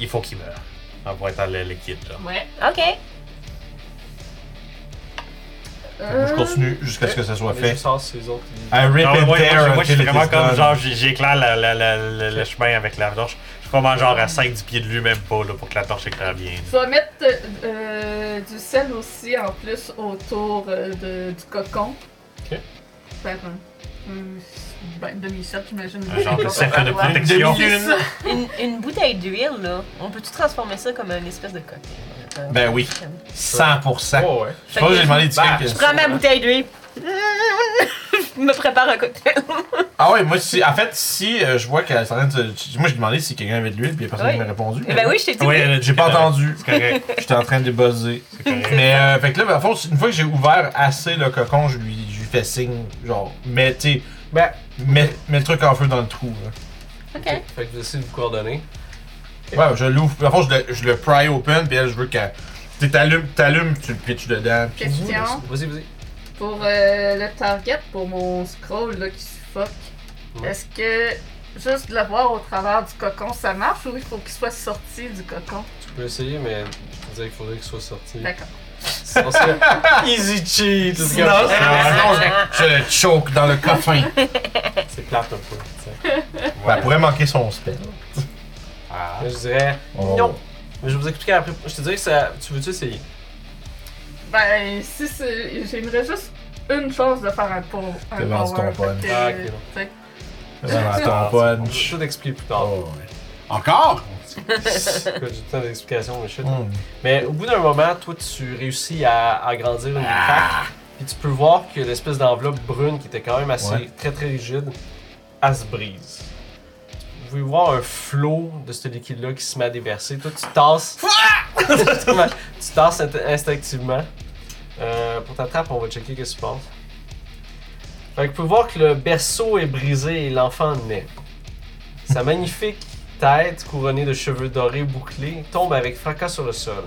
D: il faut qu'il meure. En pointant le liquide, là.
E: Ouais.
B: Ok.
E: Euh,
B: Euh.
A: Je continue jusqu'à ce que ça soit
C: Mais Je
A: fait.
C: sors ces autres.
A: I rip
D: Non, mais
A: and
D: moi,
A: tear
D: Ah moi, je- moi, je suis
A: until it
D: vraiment
A: is
D: comme
A: done.
D: genre, j'ai- j'éclaire la- la- la- la- le chemin avec la torche. Je suis vraiment genre à 5 du pied de lui, même pas, là, pour que la torche éclaire bien.
E: Tu vas mettre euh, euh, du sel aussi en plus autour euh, de- du cocon.
C: Ok.
E: Faire un, un- ben, demi-cercle, j'imagine.
D: Un genre de cercle de
E: Ouais.
D: protection.
A: demi-lune.
B: Une, une bouteille d'huile, là, on peut-tu transformer ça comme une espèce de cocktail?
A: Ben oui. 100%.
C: Oh ouais.
A: Je pense que j'ai demandé de
C: Bah,
B: Je prends ma bouteille d'huile. Je me prépare un cocktail.
A: Ah ouais, moi, si, en fait, si euh, je vois qu'elle est en train de. se- Moi, je demandais si quelqu'un avait de l'huile, puis il y a personne
B: Oui.
A: qui m'a répondu.
B: ben oui, je t'ai dit.
D: Ouais, elle a dit
A: euh, J'ai pas
D: que-
A: entendu.
D: C'est correct.
A: J'étais en train de buzzer.
D: C'est correct.
A: Mais, euh, fait que là, ben, faut- une fois que j'ai ouvert assez le cocon, je lui, je lui fais signe, genre, mets, tu sais,
C: Ben,
A: mets, mets le truc en feu dans le trou, là.
B: Ok.
C: fait que j'essaie de vous coordonner.
A: Ouais, je l'ouvre. En fond, je le, je le pry open, puis elle, je veux qu'elle. Tu sais, t'allumes, t'allumes, tu le pitches dedans. puis-
E: Question
C: Vas-y, vas-y.
E: pour euh, le target, pour mon scroll là, qui suffoque.
C: Ouais.
E: Est-ce que juste de le voir au travers du cocon, ça marche ou il faut qu'il soit sorti du cocon?
C: Tu peux essayer, mais je te disais qu'il faudrait qu'il soit sorti.
E: D'accord.
C: Sinon, c'est- Easy cheat! let's go.
A: Non, c'est- non, je, je le choke dans le coffin.
C: C'est plate un peu. tu sais.
A: Ben, elle pourrait manquer son spell.
D: Ah.
C: Mais Je dirais.
A: Oh.
C: Non! Mais je vais vous expliquer après. Je te dirais que ça. Tu veux-tu essayer?
E: Ben, si c'est- j'aimerais juste une chance de faire un pour. un
A: T'es vendu
E: power,
A: ton punch.
E: fait que,
C: Ah, ok, bon.
E: tu sais.
A: Vraiment, ton
C: On va
A: punch.
C: tout expliquer plus tard.
A: Oh, ouais. Encore?
C: Écoute, J'ai tant d'explications, mais shit.
A: Hmm.
C: Mais au bout d'un moment, toi, tu réussis à, à grandir une craque. Puis tu peux voir que l'espèce d'enveloppe brune qui était quand même assez
A: Ouais.
C: très très rigide, elle se brise. Vous pouvez voir un flot de ce liquide-là qui se met à déverser. Toi, tu tasses. Justement, tu tasses int- instinctivement. Euh, pour ta trappe, on va checker qu'est-ce qui se passe. Fait que vous pouvez voir que le berceau est brisé et l'enfant naît. Sa magnifique tête, couronnée de cheveux dorés bouclés, tombe avec fracas sur le sol.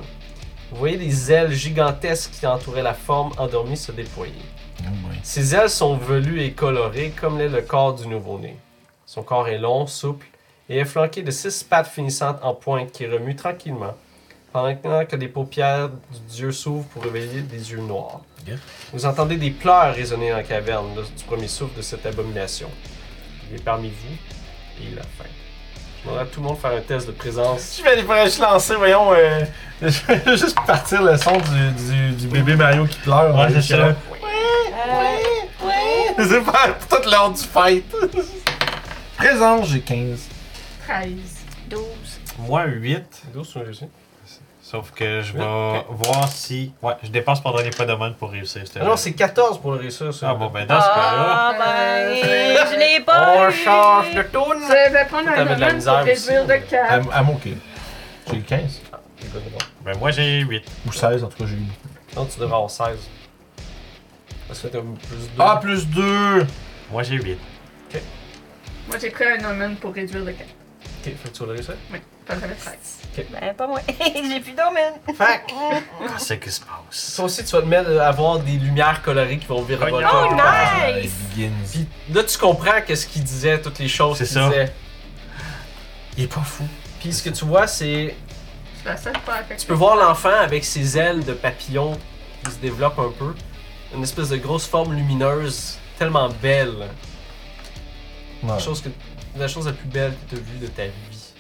C: Vous voyez les ailes gigantesques qui entouraient la forme endormie se déployer.
A: Oh, boy.
C: Ses ailes sont velues et colorées comme l'est le corps du nouveau-né. Son corps est long, souple et est flanqué de six pattes finissantes en pointe qui remuent tranquillement, pendant que les paupières du dieu s'ouvrent pour réveiller des yeux noirs.
A: Bien.
C: Vous entendez des pleurs résonner dans la caverne le- du premier souffle de cette abomination. Il est parmi vous et il a faim. Je demande à tout le monde de faire un test de présence.
A: Je vais aller je lancer, voyons. euh, je vais juste partir le son du, du, du bébé Mario qui pleure.
D: Ouais,
A: euh,
D: c'est ça.
A: Ouais, ouais, ouais. C'est pas toute l'heure du fight. Présent, j'ai 15.
E: 13.
B: 12.
D: Moi, 8.
C: 12 sur réussi.
D: Sauf que je vais
C: Ok.
D: voir si. Ouais, je dépense mon dernier pas de monde pour réussir. c'était
C: Ah non, c'est 14 pour le réussir. ça.
D: Euh. Ah bon, ben dans ce cas-là.
B: Ah, ben, je l'ai pas.
C: On
B: eu.
C: change de tourne.
E: Je vais prendre un
C: T'avais de la
E: domaine pour
C: misère aussi.
E: réduire de 4.
A: I'm, I'm ok. J'ai eu 15.
D: Ben moi, j'ai 8.
A: Ou 16, en tout cas, j'ai eu.
C: Non, tu devrais avoir 16. Parce que t'as plus 2.
A: Ah, plus 2!
D: Moi, j'ai 8.
E: Moi, j'ai pris un domaine pour réduire de 4.
C: Ok, fait que tu vas le réussir.
E: Oui, ça j'avais 13.
B: Ben, pas moi. J'ai plus d'hommes.
C: Fait
D: Qu'est-ce qui Ah, se passe?
C: Ça aussi, tu vas te mettre à avoir des lumières colorées qui vont virer
D: Oh,
B: Oh,
A: Ah,
B: nice.
A: Nice!
C: Puis là, tu comprends qu'est-ce qu'il disait, toutes les choses
D: C'est
C: qu'il
D: ça.
C: disait.
D: Il est pas fou.
C: Puis ce que tu vois, c'est.
E: Je suis la seule pas affectée.
C: Tu peux voir l'enfant avec ses ailes de papillon qui se développent un peu. Une espèce de grosse forme lumineuse, tellement belle. La chose, que, la chose la plus belle que tu as vue de ta vie.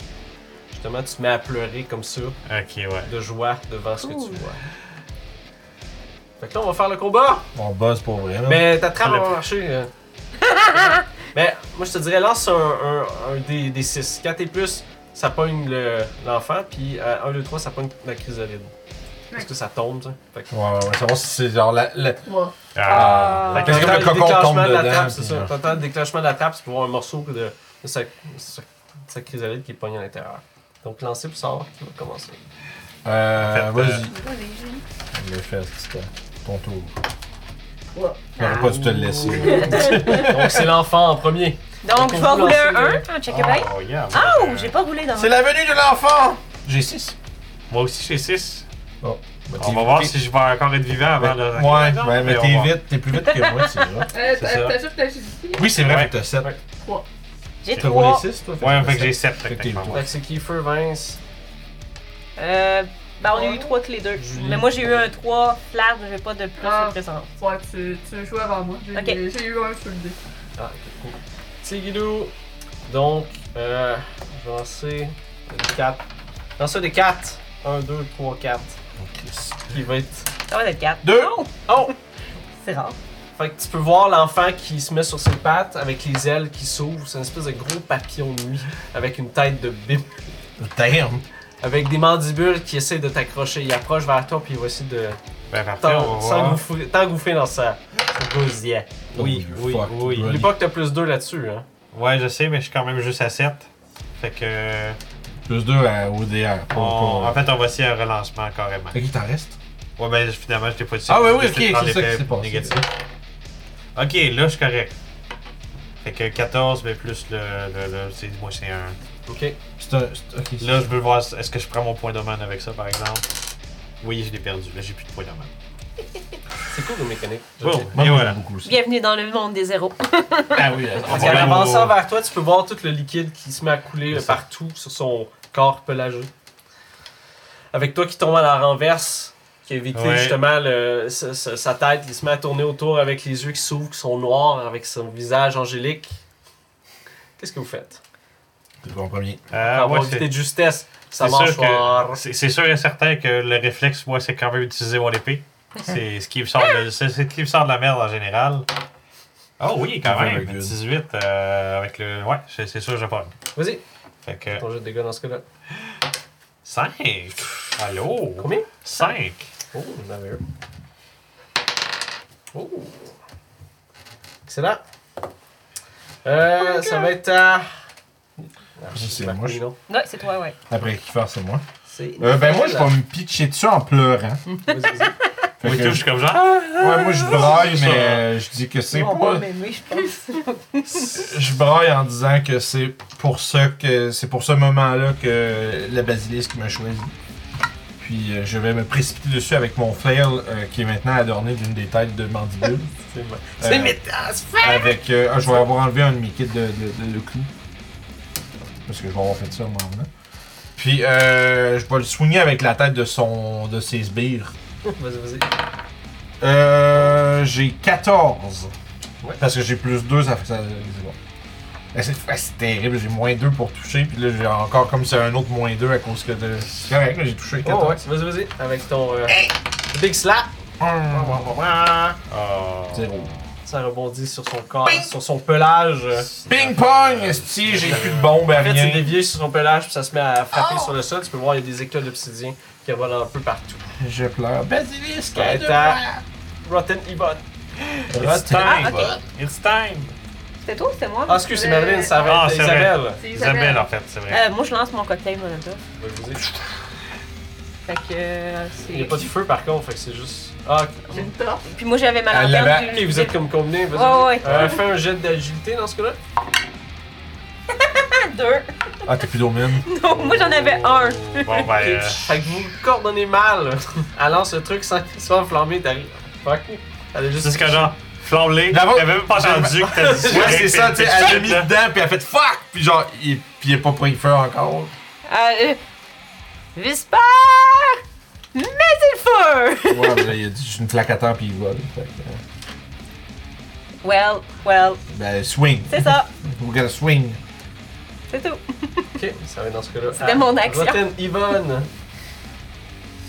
C: Justement, tu te mets à pleurer comme ça,
D: Ok, ouais.
C: de joie devant ce que
B: Cool.
C: tu vois. Fait que là, on va faire le combat!
A: On buzz pour vrai, là.
C: Mais ta trappe
D: On l'a
C: va
D: plus.
C: marcher. euh. Mais moi, je te dirais, lance un, un, un des, des 6. 4 et plus, ça pogne le- l'enfant, puis euh, à 1, 2, 3, ça pogne la chrysalide. Parce que ça tombe, tu sais. Fait que-
A: Ouais, ouais, ouais, savoir si c'est genre la. la...
E: Trois.
D: Ah,
A: la question
C: T'entends
A: que le cocon tombe
C: de la
A: dedans,
C: trappe, c'est
A: puis
C: ça.
A: genre.
C: T'entends le déclenchement de la trappe, c'est pour voir un morceau de, de sa, sa- sa chrysalide qui est pogné à l'intérieur. Donc, lancer pour savoir qui va commencer.
A: Euh,
D: En fait,
A: vas-y. Le fait, c'était ton tour.
E: Trois.
A: J'aurais pas dû te le laisser.
C: Donc, c'est l'enfant en premier.
B: Donc, je vais rouler un 1. Ah, check it out.
D: Oh, yeah, moi,
B: Oh,
D: euh,
B: j'ai pas roulé dans
A: C'est la venue de l'enfant! J'ai 6.
D: Moi aussi, euh, j'ai 6.
A: Bah,
D: On
A: t'es-
D: va voir
A: t'es-
D: si je vais encore être vivant avant
A: Ouais,
D: de.
A: ouais, mais
D: on
A: t'es
D: va-
A: vite, t'es plus vite que moi, c'est vrai.
E: Euh,
C: C'est ça.
E: t'as- T'ajoutes la agilité.
A: Oui, c'est vrai,
D: Ouais.
A: que t'as 7.
C: Ouais.
B: J'ai
A: T'as roulé
B: trois.
A: 6, toi?
D: Ouais, fait que j'ai
A: sept.
D: 7
A: Fait que t'es
D: techniquement.
A: vite.
C: Fait que c'est Kiefer, Vince.
B: Euh, ben, on a eu trois que les deux.
C: Julie.
B: Mais moi, j'ai eu un 3 flat, j'ai pas de plus
E: Ah.
B: de présence.
E: Ouais, tu, tu joues avant moi. J'ai
B: Ok.
E: j'ai eu un sur le dé.
C: Ah, cool. Tigidou. Donc, euh, je vais lancer des 4. Lancer des 4. 1, 2, 3, 4.
A: Oh, Christ.
C: Qui va être.
B: Ça va être 4.
A: Deux.
C: Oh!
B: C'est rare.
C: Fait que tu peux voir l'enfant qui se met sur ses pattes avec les ailes qui s'ouvrent. C'est une espèce de gros papillon de nuit avec une tête de bim.
A: Damn!
C: Avec des mandibules qui essaient de t'accrocher. Il approche vers toi puis il va essayer de
D: Ben parfait,
C: t'en-
D: on va voir.
C: s'engouffrer- t'engouffer dans sa sa gosier.
D: Oui,
A: Oh,
D: oui,
A: fuck,
D: oui.
A: buddy.
C: N'oublie pas que t'as plus 2 là-dessus. Hein.
D: Ouais, je sais, mais je suis quand même juste à 7. Fait que.
A: Plus 2 à ODR.
D: on- En fait, on va essayer un relancement carrément.
A: Fait qu'il t'en reste.
D: Ouais, ben finalement, je t'ai pas dit
A: Ah, ouais, oui,
D: J'ai décidé de
A: ok,
D: prendre
A: c'est ça qui
D: l'effet
A: s'est passé.
D: négatif. Ok, là, je suis correct. Fait que 14, mais plus le. le, le- c'est, moi, c'est un.
C: Ok.
A: C'est un. c'est- Ok, c'est-
D: Là, je veux voir, est-ce que je prends mon point de man avec ça, par exemple? Oui, je l'ai perdu. Là, j'ai plus de point de man.
C: C'est cool comme mécanique.
D: Wow.
A: Moi,
D: Et
A: j'aime
D: voilà.
A: beaucoup aussi.
B: Bienvenue dans le monde des zéros.
D: Ah oui,
C: En avançant vers toi, tu peux voir tout le liquide qui se met à couler
D: C'est
C: euh,
D: ça.
C: partout sur son corps pelageux. Avec toi qui tombe à la renverse, qui a vécu
D: Ouais.
C: justement le- sa, sa- sa tête, il se met à tourner autour avec les yeux qui s'ouvrent, qui sont noirs, avec son visage angélique. Qu'est-ce que vous faites?
A: C'est bon, premier.
D: Ah,
C: Avoir
D: ouais,
C: évité
D: c'est,
C: de justesse, sa
D: c'est sûr
C: mâchoire.
D: que, c'est, c'est sûr et certain que le réflexe, moi, c'est quand même utiliser mon épée. C'est ce qui me sort de, c'est, c'est ce qui me sort de la merde en général. Oh oui, quand
A: Very
D: même.
A: good.
D: 18 euh, avec le. Ouais, c'est, c'est sûr, que je parle.
C: Vas-y,
D: Fait que.
C: ton jeu de dégâts dans ce cas-là.
D: 5! Allô?
C: Combien?
D: 5!
C: Oh, on avait un. Oh. Excellent. Euh, ça va être à. Ah,
A: C'est moi, je-
C: Non,
B: Ouais, c'est toi, ouais.
A: Après, qui fait, c'est moi.
C: C'est.
A: Euh, ben, moi, je vais me pitcher dessus en pleurant.
C: Vas-y, vas-y.
A: Fait
D: Moi,
A: que
D: tout, je
A: je-
D: suis comme genre. ah,
A: Ouais, moi, je braille,
D: ça.
A: mais euh, je dis que c'est
B: Ils vont
A: pas.
B: pas m'aimer, je pense.
A: Je braille en disant que c'est pour ça que c'est pour ce moment-là que la basilisque m'a choisi. Puis euh, je vais me précipiter dessus avec mon flail euh, qui est maintenant adorné d'une des têtes de mandibule.
C: C'est moi.
A: Euh,
C: C'est métasse.
A: avec euh, ah, je vais avoir enlevé un de mes kits de, de- de- le clou. Parce que je vais avoir fait ça moi en venant. Puis euh, je vais le soigner avec la tête de son de ses sbires.
C: Vas-y, vas-y.
A: Oh, Euh, j'ai 14.
C: Ouais.
A: Parce que j'ai plus 2, ça fait ça. c'est bon. Ah, C'est ah, c'est terrible, j'ai moins 2 pour toucher, puis là j'ai encore comme c'est un autre moins 2 à cause que de. C'est correct, mais j'ai touché 14.
C: Oh, ouais. Vas-y, vas-y. Avec ton. euh, Big slap.
A: Hum,
D: ah, ah.
A: Zéro.
C: Ça rebondit sur son corps, sur son pelage.
D: Euh,
A: Ping pong! Si j'ai plus de bombe à
C: En fait, c'est
A: rien.
C: dévié sur son pelage, puis ça se met à frapper sur le sol. Tu peux voir, il y a des éclats d'obsidien qui volent un peu partout.
A: Je pleure. Basilisk!
C: Ça va être à Rotten Ebon.
D: It's
B: Ah,
D: time!
B: ok.
D: It's time!
B: C'était toi ou c'était moi?
C: Ah, excuse, c'est Madeline, ça va
D: Ah,
C: être
D: c'est
C: Isabelle.
E: C'est
D: Isabelle, en fait, c'est vrai.
B: Euh, moi, je lance mon cocktail Molotov. Fait que euh,
C: Il n'y a
B: c'est.
C: pas de feu par contre, fait que c'est juste. Ah, ok.
E: J'ai une torche.
B: Puis moi, j'avais ma
A: Elle
B: lanterne.
A: l'avait-
B: du-
C: Ok, Ah, vous êtes comme combiné, vas-y.
B: Ouais, ouais.
C: Euh, fais un jet d'agilité dans ce cas-là.
B: Ah, deux.
A: Ah, t'as plus d'omine.
B: Non, moi, j'en avais Euh, un.
D: Bon, ben.
C: Ok.
D: euh,
C: Fait que vous vous coordonnez mal. Elle lance le truc sans qu'il soit enflammé, t'arrives. Fuck. Elle a juste.
D: C'est ce que genre, flamblé,
A: Bravo.
D: t'avais même pas entendu que t'as dit
A: Ouais, c'est ça, tu sais, elle l'a mis
D: là.
A: dedans, puis elle a fait fuck! Puis genre, il, puis il est pas pris le feu encore.
B: Euh, euh, Visper! Mais le feu!
A: Ouais, mais là, il a dit juste une claque à terre, puis il vole. Fait que, euh,
B: Well, well,
A: ben, swing.
B: c'est ça.
A: We're gonna swing.
B: C'est tout.
C: Ok, ça va être dans ce cas-là.
B: C'était
C: Ah,
B: mon action.
C: Rotten Yvonne.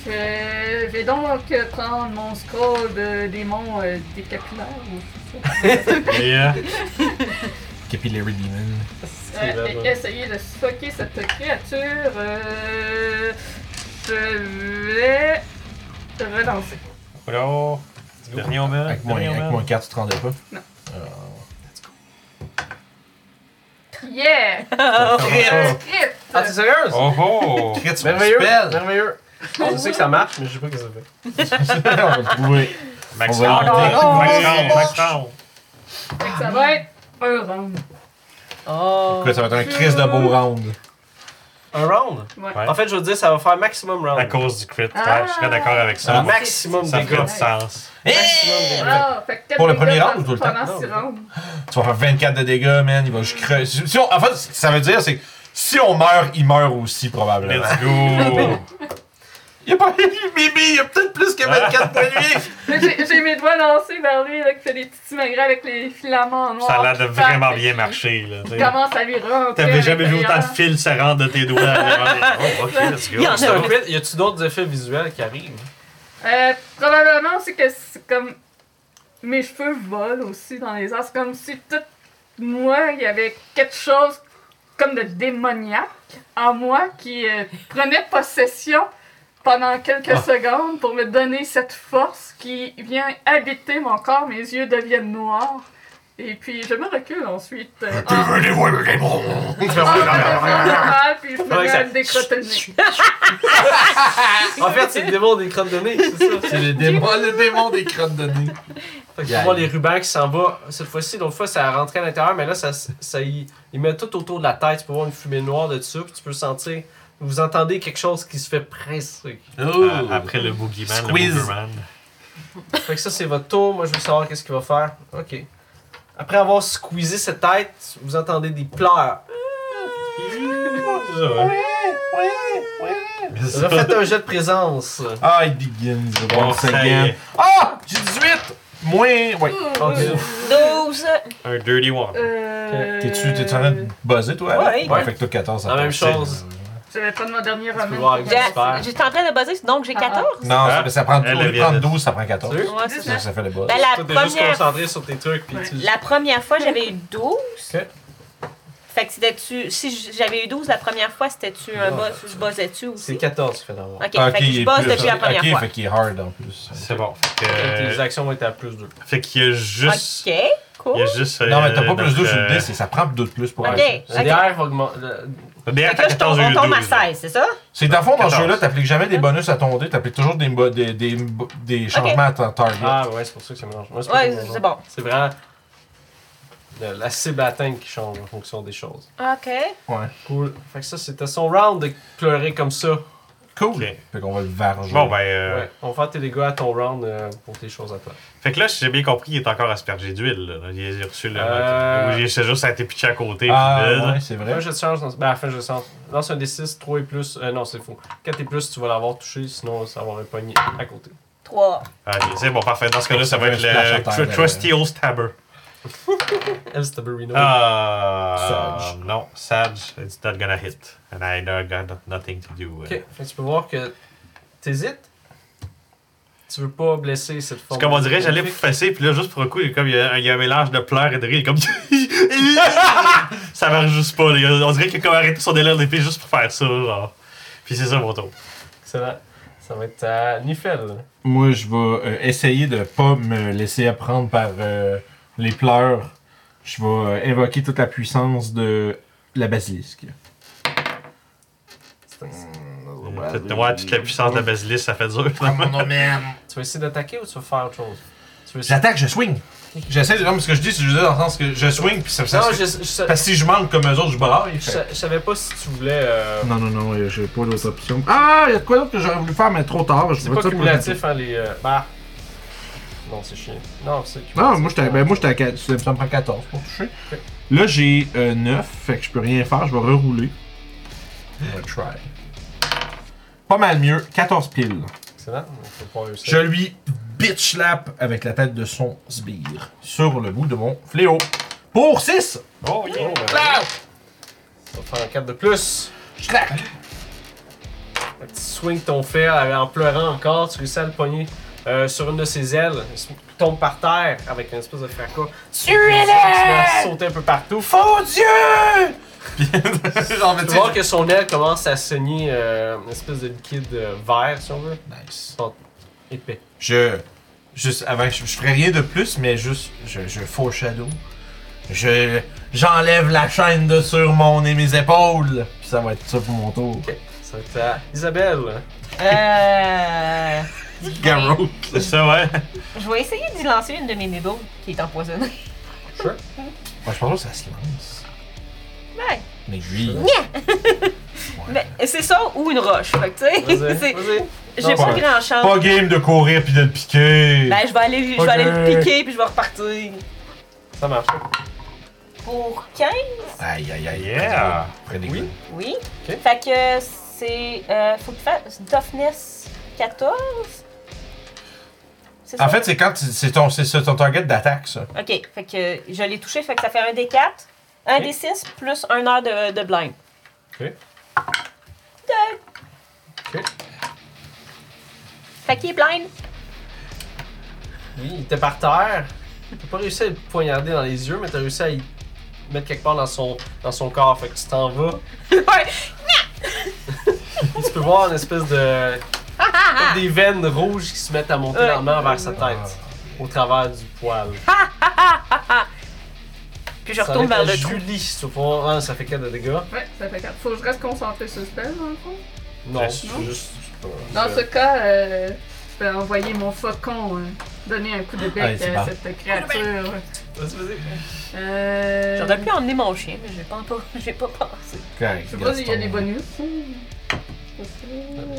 E: Je vais donc euh, prendre mon scroll de démon euh, des capillaires. ou-
D: Et, euh,
A: Capillary Demon.
C: C'est
E: Euh,
C: vraiment-
E: et essayer de suffoquer cette créature. euh, je vais relancer.
D: voilà. oh, Dernier homme.
A: Avec mon,
D: dernier
A: avec
D: homme.
A: mon 4, tu te rendais pas. Euh,
E: Yeah!
B: Oh,
E: Un
A: Crit!
E: crit!
C: Ah, t'es sérieuse?
D: Oh oh!
A: Crit, c'est un
C: Merveilleux!
A: spell!
C: Merveilleux! Je sais que ça marche, mais je sais pas ce que ça fait.
A: On va le trouver.
D: Max
A: On va
D: Round,
A: le
D: Max
B: Oh,
A: dire.
D: Round, Max Round.
E: Fait que ça va être un round.
B: oh.
A: Quoi, ça va être un Chris de beau round.
C: Un round?
E: Ouais.
D: Ouais.
B: oh.
C: En fait, je veux dire, ça va faire maximum round.
D: À cause du crit.
E: Ah.
D: Ouais, je serais d'accord avec
C: Un
D: ça. moi.
C: maximum
D: Ça
C: de
D: ferait
C: gars.
D: du sens.
C: Maximum de dégâts.
E: Ah, fait que
A: Pour le
E: quatre
A: premier
E: dégâts
A: round ou tout le temps?
E: pendant
C: Non,
E: six
D: Ah,
C: mais-
E: rounds.
A: Tu vas faire 24 de dégâts, man. Il va juste creuser. Si- si on- en fait, ce que ça veut dire, c'est que si on meurt, il meurt aussi, probablement.
D: Let's go!
A: Il a pas Bibi, il a peut-être plus que 24 points de vie.
E: Mais J'ai j'ai mes doigts lancés vers lui, là, qui fait des petits magrets avec les filaments noirs.
D: Ça a l'air de
E: qui partent,
D: vraiment
E: et
D: bien
E: qui
D: marcher. là, tu sais.
E: Commence à lui rentrer. à
D: T'avais jamais vu autant
E: l'intérieur.
D: de fils se rendre de tes doigts. Oh, ok, let's go.
B: Il y en a
C: C'est un crit. Y a-tu d'autres effets visuels qui arrivent?
E: Euh, probablement, c'est que c'est comme. Mes cheveux volent aussi dans les airs. C'est comme si tout moi, il y avait quelque chose comme de démoniaque en moi qui euh, prenait possession pendant quelques secondes pour me donner cette force qui vient habiter mon corps. Mes yeux deviennent noirs. Et puis, je me recule ensuite. euh, en- en me faisant mal, puis je me
C: Ah, Ouais,
E: mets
C: ça-
E: à me décrotter le nez.
C: En fait, c'est le démon des crottes de nez, c'est ça.
A: C'est le démon, le démon des crottes de nez.
C: Fait que tu vois les rubans qui s'en va. Cette fois-ci, l'autre fois, ça a rentré à l'intérieur, mais là, ça, ça y, il met tout autour de la tête. Tu peux voir une fumée noire de dessus, puis tu peux sentir. Vous entendez quelque chose qui se fait presser.
A: Ouh.
D: Euh, Après le boogeyman,
A: Squeeze.
D: le boogeyman.
C: Fait que ça, c'est votre tour. Moi, je veux savoir qu'est-ce qu'il va faire. Ok. Après avoir squeezé cette tête, vous entendez des pleurs. Refaites un jet de présence.
A: Ah, it begins
D: Bon,
A: once
D: ça y
A: again.
D: est.
A: Ah! J'ai 18! Moins. Ouais.
C: Ok.
B: 12.
D: Un dirty one.
E: Euh,
A: T'es-tu t'es-tu en train de buzzer, toi? Alex?
B: Ouais.
A: Ouais, fait que t'as 14 à
C: La
A: ton
C: même
A: style.
C: chose.
E: J'avais pas de mon dernier
C: peux voir
E: roman.
C: avec
B: J'ai-
C: Super.
B: J'étais en train de buzzer, donc j'ai
E: Ah,
B: 14.
A: Non, ça,
D: Ah.
A: mais ça prend,
D: Elle,
A: au lieu de
D: elle
A: prendre
D: vient
A: 12, ça prend 14.
C: Tu veux?
B: Ouais, c'est ça.
A: Ça, ça fait le buzz.
B: Ben, la
C: Toi, t'es juste
B: première,
C: concentré sur tes trucs, puis tu.
B: la première fois, j'avais eu 12.
C: Ok.
B: Fait que c'était-tu. Si j'avais eu 12 la première fois, c'était-tu un
C: Non.
B: buzz? Je buzzais-tu
C: C'est
B: aussi?
C: 14, finalement.
B: Ok,
A: Ah,
B: fait que
A: il
B: je
A: est
B: buzz
A: plus-
B: depuis la première
A: ok,
B: fois.
A: fait qu'il est hard en plus.
D: C'est bon. Fait
C: Tes
D: que,
C: actions vont être à plus 2.
D: fait qu'il y a juste.
B: Ok,
D: Il y a
B: cool.
D: juste.
A: Non, mais t'as pas
D: euh,
A: plus 2 sur le
D: notre,
A: 10 et ça prend 2 de plus pour
B: Ok.
A: arriver.
C: Le DR va augmenter. le-
D: euh, bien,
B: Fait que là, je tombe, on tombe à 16, c'est ça?
A: C'est dans le fond, dans ce
D: 14.
A: jeu-là, t'appliques jamais des bonus à ton dé, t'appliques toujours des, mo- des, des, des changements à ton target.
C: Ah ouais, c'est pour ça que ça mélange. Moi, c'est pas
B: Ouais,
C: pour
B: c'est
C: moi.
B: bon.
C: C'est vraiment le- la cible atteinte qui change en fonction des choses.
B: Ok.
A: Ouais.
C: Cool. Fait que ça, c'était son round de pleurer comme ça.
A: Cool.
D: Ok.
A: Fait qu'on va le varger.
D: Bon, ben. euh,
C: Ouais. On va faire tes dégâts à ton round euh, pour tes choses à toi.
D: Fait que là, si j'ai bien compris, il est encore aspergé d'huile. là. Il a reçu le.
C: Euh.
D: Ou il- c'est juste, ça a été pitché à côté. puis,
A: Ah,
D: euh,
A: ouais, c'est vrai.
C: Fais un jeu de chance. Dans... Ben, fais un jeu de chance. Lance un D6, 3 et plus. Euh, non, c'est faux. 4 et plus, tu vas l'avoir touché, sinon ça va avoir un poignet à côté.
B: 3.
D: Ok, c'est bon, parfait. Dans ce cas-là, ça va être
A: Je lâche la
D: le
A: terre,
D: tr-
A: là.
D: Trusty Old Stabber.
C: El Stabarino.
D: Ah.
A: Sage.
D: Non, Sage, it's not gonna hit. And I don't got nothing to do.
C: Ok. Fait que tu peux voir que t'hésites. Tu veux pas blesser cette forme.
D: C'est comme on dirait, j'allais vous
C: magnifique.
D: fesser, puis là, juste pour un coup, il y a comme, il, y a, un- il y a un mélange de pleurs et de rire. Comme. ça marche juste pas. là. On dirait qu'il a comme arrêté son délire d'épée juste pour faire ça. genre. Puis c'est ça mon tour.
C: Excellent. Ça va être à Nifel.
A: Moi, je vais euh, essayer de pas me laisser apprendre par euh, les pleurs. Je vais euh, invoquer toute la puissance de la basilisque.
C: C'est un-
D: Peut-être ouais, toute la puissance de la basilice, ça fait dur.
C: Tu vas essayer d'attaquer ou tu vas faire autre chose? Tu vas essayer...
A: J'attaque, je swing. J'essaie de. Non, mais ce que je dis, c'est juste dans le sens que je swing, puis ça, ça
C: Non,
A: se-
C: je, je, je,
A: Parce que si je manque comme eux autres, je braille. fait-
C: je- je savais pas si tu voulais... euh,
A: Non, non, non, euh, j'ai pas d'autre option. Ah, il y a de quoi d'autre que j'aurais voulu faire, mais trop tard. Je
C: C'est
A: vais
C: pas
A: ça pour le-
C: cumulatif, hein, les... euh, Bah. Non, c'est chiant. Non, c'est cumulatif.
A: Non, moi j'étais ben, moi, j'étais à 4, ça me prend 14 pour toucher. Là j'ai euh, 9, fait que je peux rien faire, je vais rerouler. Je vais try. Pas mal mieux, 14 piles.
C: Excellent. Donc, faut pas réussir.
A: Je lui bitch slap avec la tête de son sbire sur le bout de mon fléau. Pour 6!
D: Oh,
C: Oh, ben, Ça va faire un 4 de plus.
A: Je claque!
C: Un petit swing ton fer euh, en pleurant encore. Tu réussis à le pogner euh, sur une de ses ailes. Il se- tombe par terre avec une espèce de fracas. Tu l'as
A: Tuez-le!
C: sauté un peu partout.
A: Faux Dieu! Puis, J'en veux
C: Tu vois
A: dire.
C: que son aile commence à saigner euh, une espèce de liquide euh, vert, si on veut.
A: Nice.
C: Ils sont épais.
A: Je. Juste avant, je, je ferai rien de plus, mais juste. Je, je foreshadow. Je. J'enlève la chaîne de sur mon et mes épaules. Puis ça va être ça pour mon tour.
C: Ça va être à Isabelle. hein?
B: Euh. ben,
A: Garou.
D: C'est ça, ouais.
B: Je vais essayer d'y lancer une de mes nibbles qui est empoisonnée.
A: Moi, je pense que ça se lance.
B: Ouais.
A: Mais lui. Ouais.
B: Mais Ben, c'est ça ou une roche, fait que tu sais.
C: Vas-y,
B: c'est-
C: vas-y.
B: J'ai
A: Non,
B: pas
A: ouais.
B: grand chance.
A: Pas game de courir puis de le piquer.
B: Ben, je vais aller, je vais aller le
A: Ok.
B: piquer puis je vais repartir.
C: Ça marche.
B: Pour 15,
A: Aïe aïe aïe.
D: Yeah.
A: Près des
C: Oui.
A: goûts.
B: oui.
C: Ok.
B: Fait que c'est. Euh, faut que tu fasses toughness 14. C'est
A: En
B: ça?
A: fait, c'est quand tu- c'est ton, c'est ça, ton target d'attaque, ça.
B: Ok, fait que je l'ai touché, fait que ça fait un des 4, un
C: Ok.
B: des 6 plus un heure de, de blind.
C: Ok.
B: Deux.
C: Ok.
B: Fait qu'il est blind.
C: Oui, il était par terre. T'as pas réussi à le poignarder dans les yeux, mais t'as réussi à y mettre quelque part dans son, dans son corps. Fait que tu t'en vas.
B: Ouais.
C: Puis tu peux voir une espèce de. comme des veines rouges qui se mettent à monter
B: Ouais.
C: lentement vers sa tête. Au travers du poil.
B: Puis je retourne vers le trou.
C: Julie, si tu veux pouvoir- ah, ça fait 4 de dégâts.
E: Ouais, ça fait 4. Faut que je reste concentré sur le spell, dans le fond.
C: Non,
D: Ouais,
C: c'est
E: non.
C: juste. c'est pas-
E: Dans ce cas, euh, je vais envoyer mon faucon euh, donner un coup de bec
A: Allez, c'est
E: à
A: bon.
E: cette créature.
C: Vas-y, vas-y.
E: Euh,
B: J'aurais pu emmener mon chien, mais j'ai pas, encore- j'ai pas pensé.
A: Correct.
E: Je sais pas s'il y a
A: Gaston.
E: des bonus.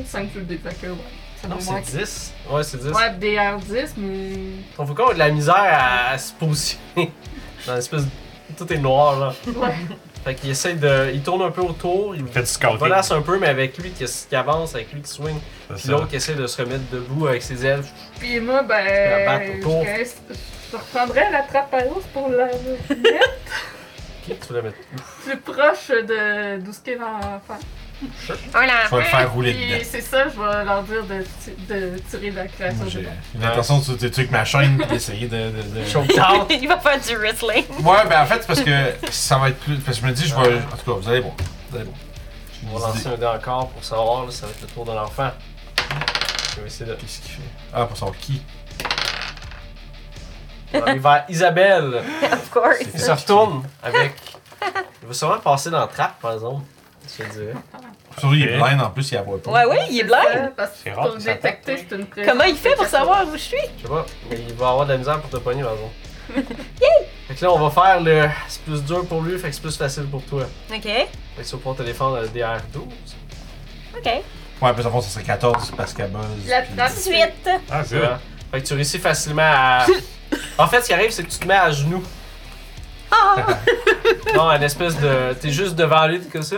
E: 5 sur le dé, fait que ouais. Ça
C: Non,
E: doit moins
C: c'est 10. Ouais, c'est 10.
E: Ouais, DR10, mais.
C: Ton faucon a de la misère à, à se positionner. Dans l'espèce de... Tout est noir, là.
E: Ouais.
C: Fait qu'il essaie de... Il tourne un peu autour, il
D: Fait du scouting.
C: volasse un peu, mais avec lui qui, qui avance, avec lui qui swing.
D: C'est
C: Puis
D: ça.
C: l'autre qui essaie de se remettre debout avec ses ailes.
E: Puis moi,
C: La barre
E: ben.
C: autour.
E: Je, reste- je reprendrais la trappe à l'os pour la mettre
C: Qui tu voulais mettre où?
E: plus proche de, d'où ce qu'elle va faire.
B: Un an.
A: Je vais le faire rouler
E: Puis
A: dedans.
E: c'est ça, je vais leur dire de, ti- de tirer de la créature.
A: Moi,
E: de
A: j'ai
E: bord.
A: j'ai l'intention de sauter dessus avec ma chaîne et d'essayer de. de, de-
C: Chokedown!
B: Il va faire du wrestling.
A: Ouais, ben en fait, c'est parce que ça va être plus. Parce que je me dis, je vais. En tout cas, vous allez voir. Vous allez voir.
C: On va lancer un dé encore pour savoir, là, ça va être le tour de l'enfant. Je vais essayer de...
A: Qu'est-ce qu'il fait Ah, pour savoir qui
C: On va aller vers Isabelle!
B: Of course.
C: Il se retourne avec... Il va sûrement passer dans la trappe, par exemple. Je te dirais.
A: Surtout, il est
D: Ok.
A: blind en plus, il la voit pas.
B: Ouais, ouais, il est blind.
E: Ouais, Parce
D: C'est
E: que
D: rare
E: pour
D: que ça
E: détecter, c'est une présence.
B: Comment il fait pour savoir où je suis?
C: Je sais pas, mais il va avoir de la misère pour te pogner, par exemple. fait que là, on va faire le. C'est plus dur pour lui, fait que c'est plus facile pour toi.
B: Ok,
C: Fait que tu vas pouvoir te défendre le DR12.
B: ok.
A: Ouais, plus en fond, ça serait 14 parce qu'elle buzz.
E: La
A: puis-
E: trappe, c'est-
B: 18.
D: Ah,
C: Tu vois?
D: good.
C: Fait que tu réussis facilement à. En fait, ce qui arrive, c'est que tu te mets à genoux.
B: Ah!
C: Non, une espèce de. T'es juste devant lui, t'es comme ça.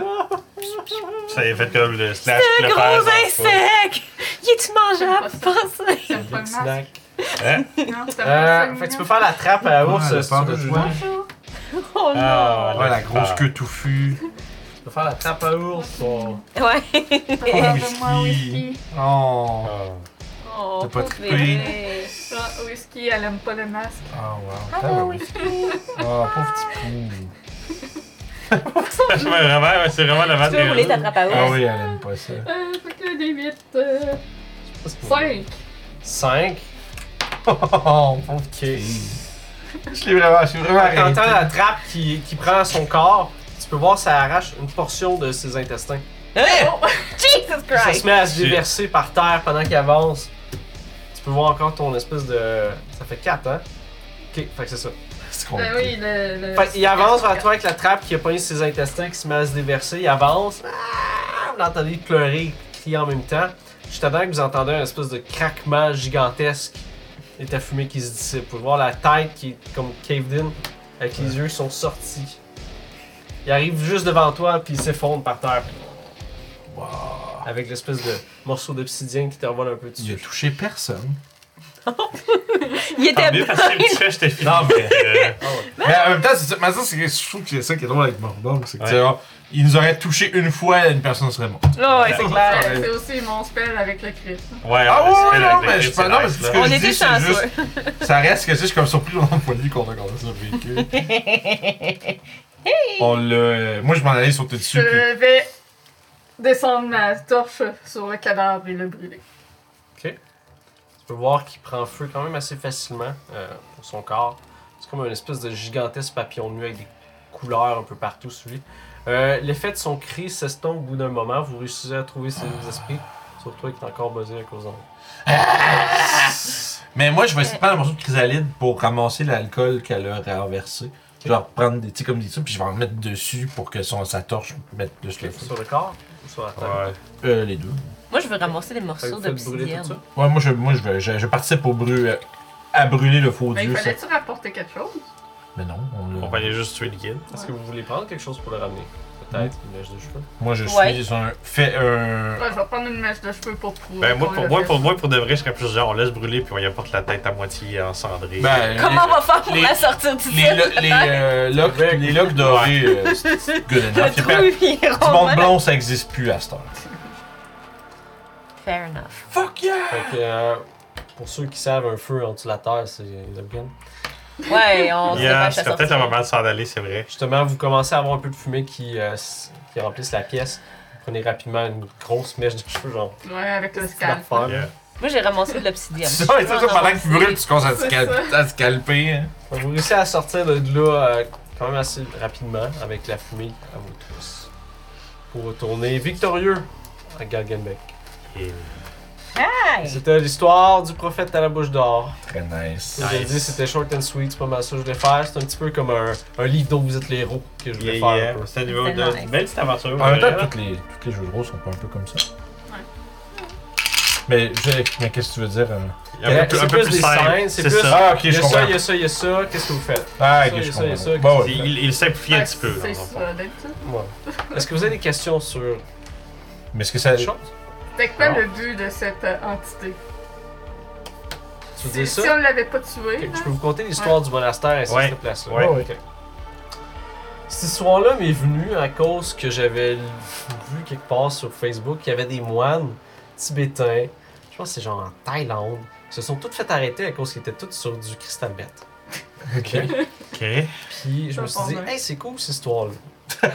D: Ça a fait comme le slash.
B: Un
D: le
B: gros insecte! Il est-tu mangeable? Pensez!
E: C'est pas le masque.
D: Hein?
E: Non, c'est pas
C: Euh,
E: le
C: fait que tu peux
E: masque.
C: faire la trappe à ours
A: Ouais,
C: si
A: peur
C: tu veux,
A: de
C: Julie.
A: toi.
B: Oh
D: Ah,
A: Ouais, la grosse queue touffue.
C: Tu peux faire la trappe à ours. pour-
B: non! Ouais!
E: Parle de
A: Whisky.
E: moi, whisky.
A: Oh.
D: Ah.
B: Oh,
A: T'as pas
B: pauvre
A: trippé.
B: bébé.
E: Ah, whisky, elle aime pas le masque.
A: Oh, wow. T'as oui. Oh, pauvre petit pou.
D: Ouais, vraiment, ouais, c'est vraiment la
B: Tu peux rouler ta
D: euh,
B: trappe à
A: Ah
B: ours?
A: oui, elle aime pas ça.
E: Euh, fait que le D8, euh, 5.
C: 5.
A: Oh, pauvre petit. Je l'ai vraiment, je suis vraiment
C: Quand t'entends la
A: arrêté.
C: trappe qui, qui prend son corps, tu peux voir ça arrache une portion de ses intestins.
B: Hein? Jesus
C: Ça se
B: Christ!
C: met à se déverser par terre pendant qu'il avance. Tu peux voir encore ton espèce de. Ça fait 4, hein? Ok, fait que c'est ça.
A: C'est
E: Ben oui, le. le-
C: Fait qu'il avance vers toi avec la trappe qui a pogné ses intestins qui se met à se déverser. Il avance. Ah! Vous l'entendez pleurer, crier en même temps. Juste avant que vous entendez un espèce de craquement gigantesque et ta fumée qui se dissipe. Vous pouvez voir la tête qui est comme caved in, avec les yeux qui sont sortis. Il arrive juste devant toi puis il s'effondre par terre. Avec l'espèce de morceau d'obsidienne qui te revole un peu dessus.
A: Il a touché personne.
B: Il était
D: Tant Ah, mieux, parce que
B: blind!
D: si tu fais, je t'ai fini.
A: Non, mais-
D: Euh,
A: Mais en même temps, c'est ça, mais ça, c'est- je trouve que c'est ça qui est drôle avec Mordor. C'est que,
D: Ouais.
A: tu vois, il nous aurait touché une fois et une personne serait morte.
B: Non, Oh, ouais, c'est
E: Euh,
B: clair.
E: C'est aussi mon spell avec le crit.
D: Ouais,
A: Ah ouais,
D: on respecte
A: non,
D: la
A: mais je
D: technique,
A: pas- non, mais
D: c'est
A: c'est ce
D: nice,
A: que-
B: On
A: je
B: était
A: dis, c'est
B: chanceux.
A: Ça reste que tu sais, je suis comme surpris de point de vue qu'on a qu'on a survécu. On l'a. euh, Moi, je m'en allais sauter dessus.
B: Euh.
A: puis-
E: Je vais descendre ma torche sur le cadavre et le brûler.
C: Tu peux voir qu'il prend feu quand même assez facilement euh, pour son corps. C'est comme une espèce de gigantesque papillon de nuit avec des couleurs un peu partout sur lui. Euh, L'effet de son cri s'estompe au bout d'un moment. Vous réussissez à trouver ses esprits. Sauf toi qui est encore buzzé à cause d'en
A: Mais moi, je vais essayer de prendre un morceau de chrysalide pour ramasser l'alcool qu'elle a renversé. Je vais reprendre des, tu sais, comme des trucs, puis je vais en mettre dessus pour que son, sa torche mette plus le feu.
C: sur le corps. sur la terre.
A: Ouais. Euh, les deux.
B: Moi, je veux ramasser des
C: Fait que
B: morceaux
C: vous faites brûler tout ça.
B: d'obsidienne.
A: Ouais, moi, je, moi, je, vais- je, je participe au brû- à brûler le faux
B: Ben,
E: Mais Ben, il
A: dieu. ça-
E: fallait-tu rapporter quelque chose?
A: Mais non, on l'a-
D: On va aller juste tuer le guide.
C: Est-ce que vous voulez prendre quelque chose pour le ramener Peut-être une mèche de cheveux.
A: moi, je
B: Ouais.
A: suis un fait. un-
E: Ouais, je vais prendre une mèche de cheveux pour prouver.
D: Ben, moi,
E: qu'on
D: pour,
E: l'a
D: moi,
E: fait.
D: pour, moi, pour de vrai, je serais plus genre, on laisse brûler, puis on y apporte la tête à moitié encendrée.
A: Ben,
B: Comment on va faire pour
A: les-
B: la sortir du
A: les,
B: ciel?
A: les, les, euh, locks-
C: Ouais.
A: les locks dorés, euh, c'est c'est good
B: Le
A: enough. Il perd-
B: trou, il est
A: Du monde
B: rond.
A: blond, ça existe plus à cette heure.
B: Fair enough.
A: Fuck yeah!
C: Fait que, euh, pour ceux qui savent, un feu en dessous de la terre, c'est le gun.
B: Ouais, on se dépêche
D: Yeah,
B: à
D: c'était peut-être
B: sortir.
D: le moment de s'en aller, c'est vrai.
C: Justement, vous commencez à avoir un peu de fumée qui, euh, s- qui remplisse la pièce. Vous Prenez rapidement une grosse mèche de cheveux, genre.
E: Ouais, avec le
C: petite
E: scalp.
C: affaire, là.
D: Yeah.
B: Moi, j'ai ramassé de l'obsidienne.
A: C'est ça, c'est ça, pendant que tu brûles, tu commences à te
E: C'est
A: cal- à te calper. hein.
C: Vous réussissez à sortir de là euh, quand même assez rapidement avec la fumée à vous tous. Pour retourner victorieux à Galgenbeck.
D: Et-
B: Hey!
C: C'était l'histoire du prophète à la bouche d'or.
A: Très nice.
C: Aujourd'hui,
D: Nice.
C: c'était short and sweet, c'est pas mal ça que je voulais faire. C'est un petit peu comme un, un livre dont vous êtes les héros que je voulais
D: Yeah,
C: faire. un peu.
D: yeah. C'est un niveau
B: Tellement
D: de
B: nice.
D: belle petite aventure.
A: En même
D: vraiment.
A: temps, toutes les, toutes les jeux de rôle sont pas un peu comme ça. Mais, je- mais qu'est-ce que tu veux dire? euh?
D: Un peu plus-
C: C'est
D: un peu
C: plus
D: plus
C: des
D: simple.
C: scènes, c'est
D: C'est
C: plus-
D: ça.
A: Ah, ok,
C: Il y
A: je
C: a ça, il y
A: comprends.
C: a ça, il y a ça. Qu'est-ce que vous faites
A: Ah,
C: ça,
A: ok,
C: il y
A: je
C: a ça, il y a ça,
A: comprends. Bon,
D: Il,
A: ouais.
D: il simplifie un petit peu.
E: C'est
D: dans le fond.
E: ça, d'habitude.
C: Ouais. Est-ce que vous avez des questions sur
A: Mais est-ce que ça.
C: les choses
E: C'était quoi
C: Non.
E: le but de cette euh, entité?
C: Tu veux
E: Si,
C: dire ça
E: si on l'avait pas tué,
C: Ok,
E: là,
C: Je peux vous conter l'histoire du monastère ainsi
D: Ouais.
C: que cette place-là.
D: Ouais.
A: Ouais.
C: Ok. Cette histoire-là m'est venue à cause que j'avais l- vu quelque part sur Facebook qu'il y avait des moines tibétains, je pense que c'est genre en Thaïlande, qui se sont toutes fait arrêter à cause qu'ils étaient toutes sur du cristal bête.
A: Ok.
D: Ok.
C: Puis je me suis dit, hey, c'est cool cette histoire-là.
A: Mm.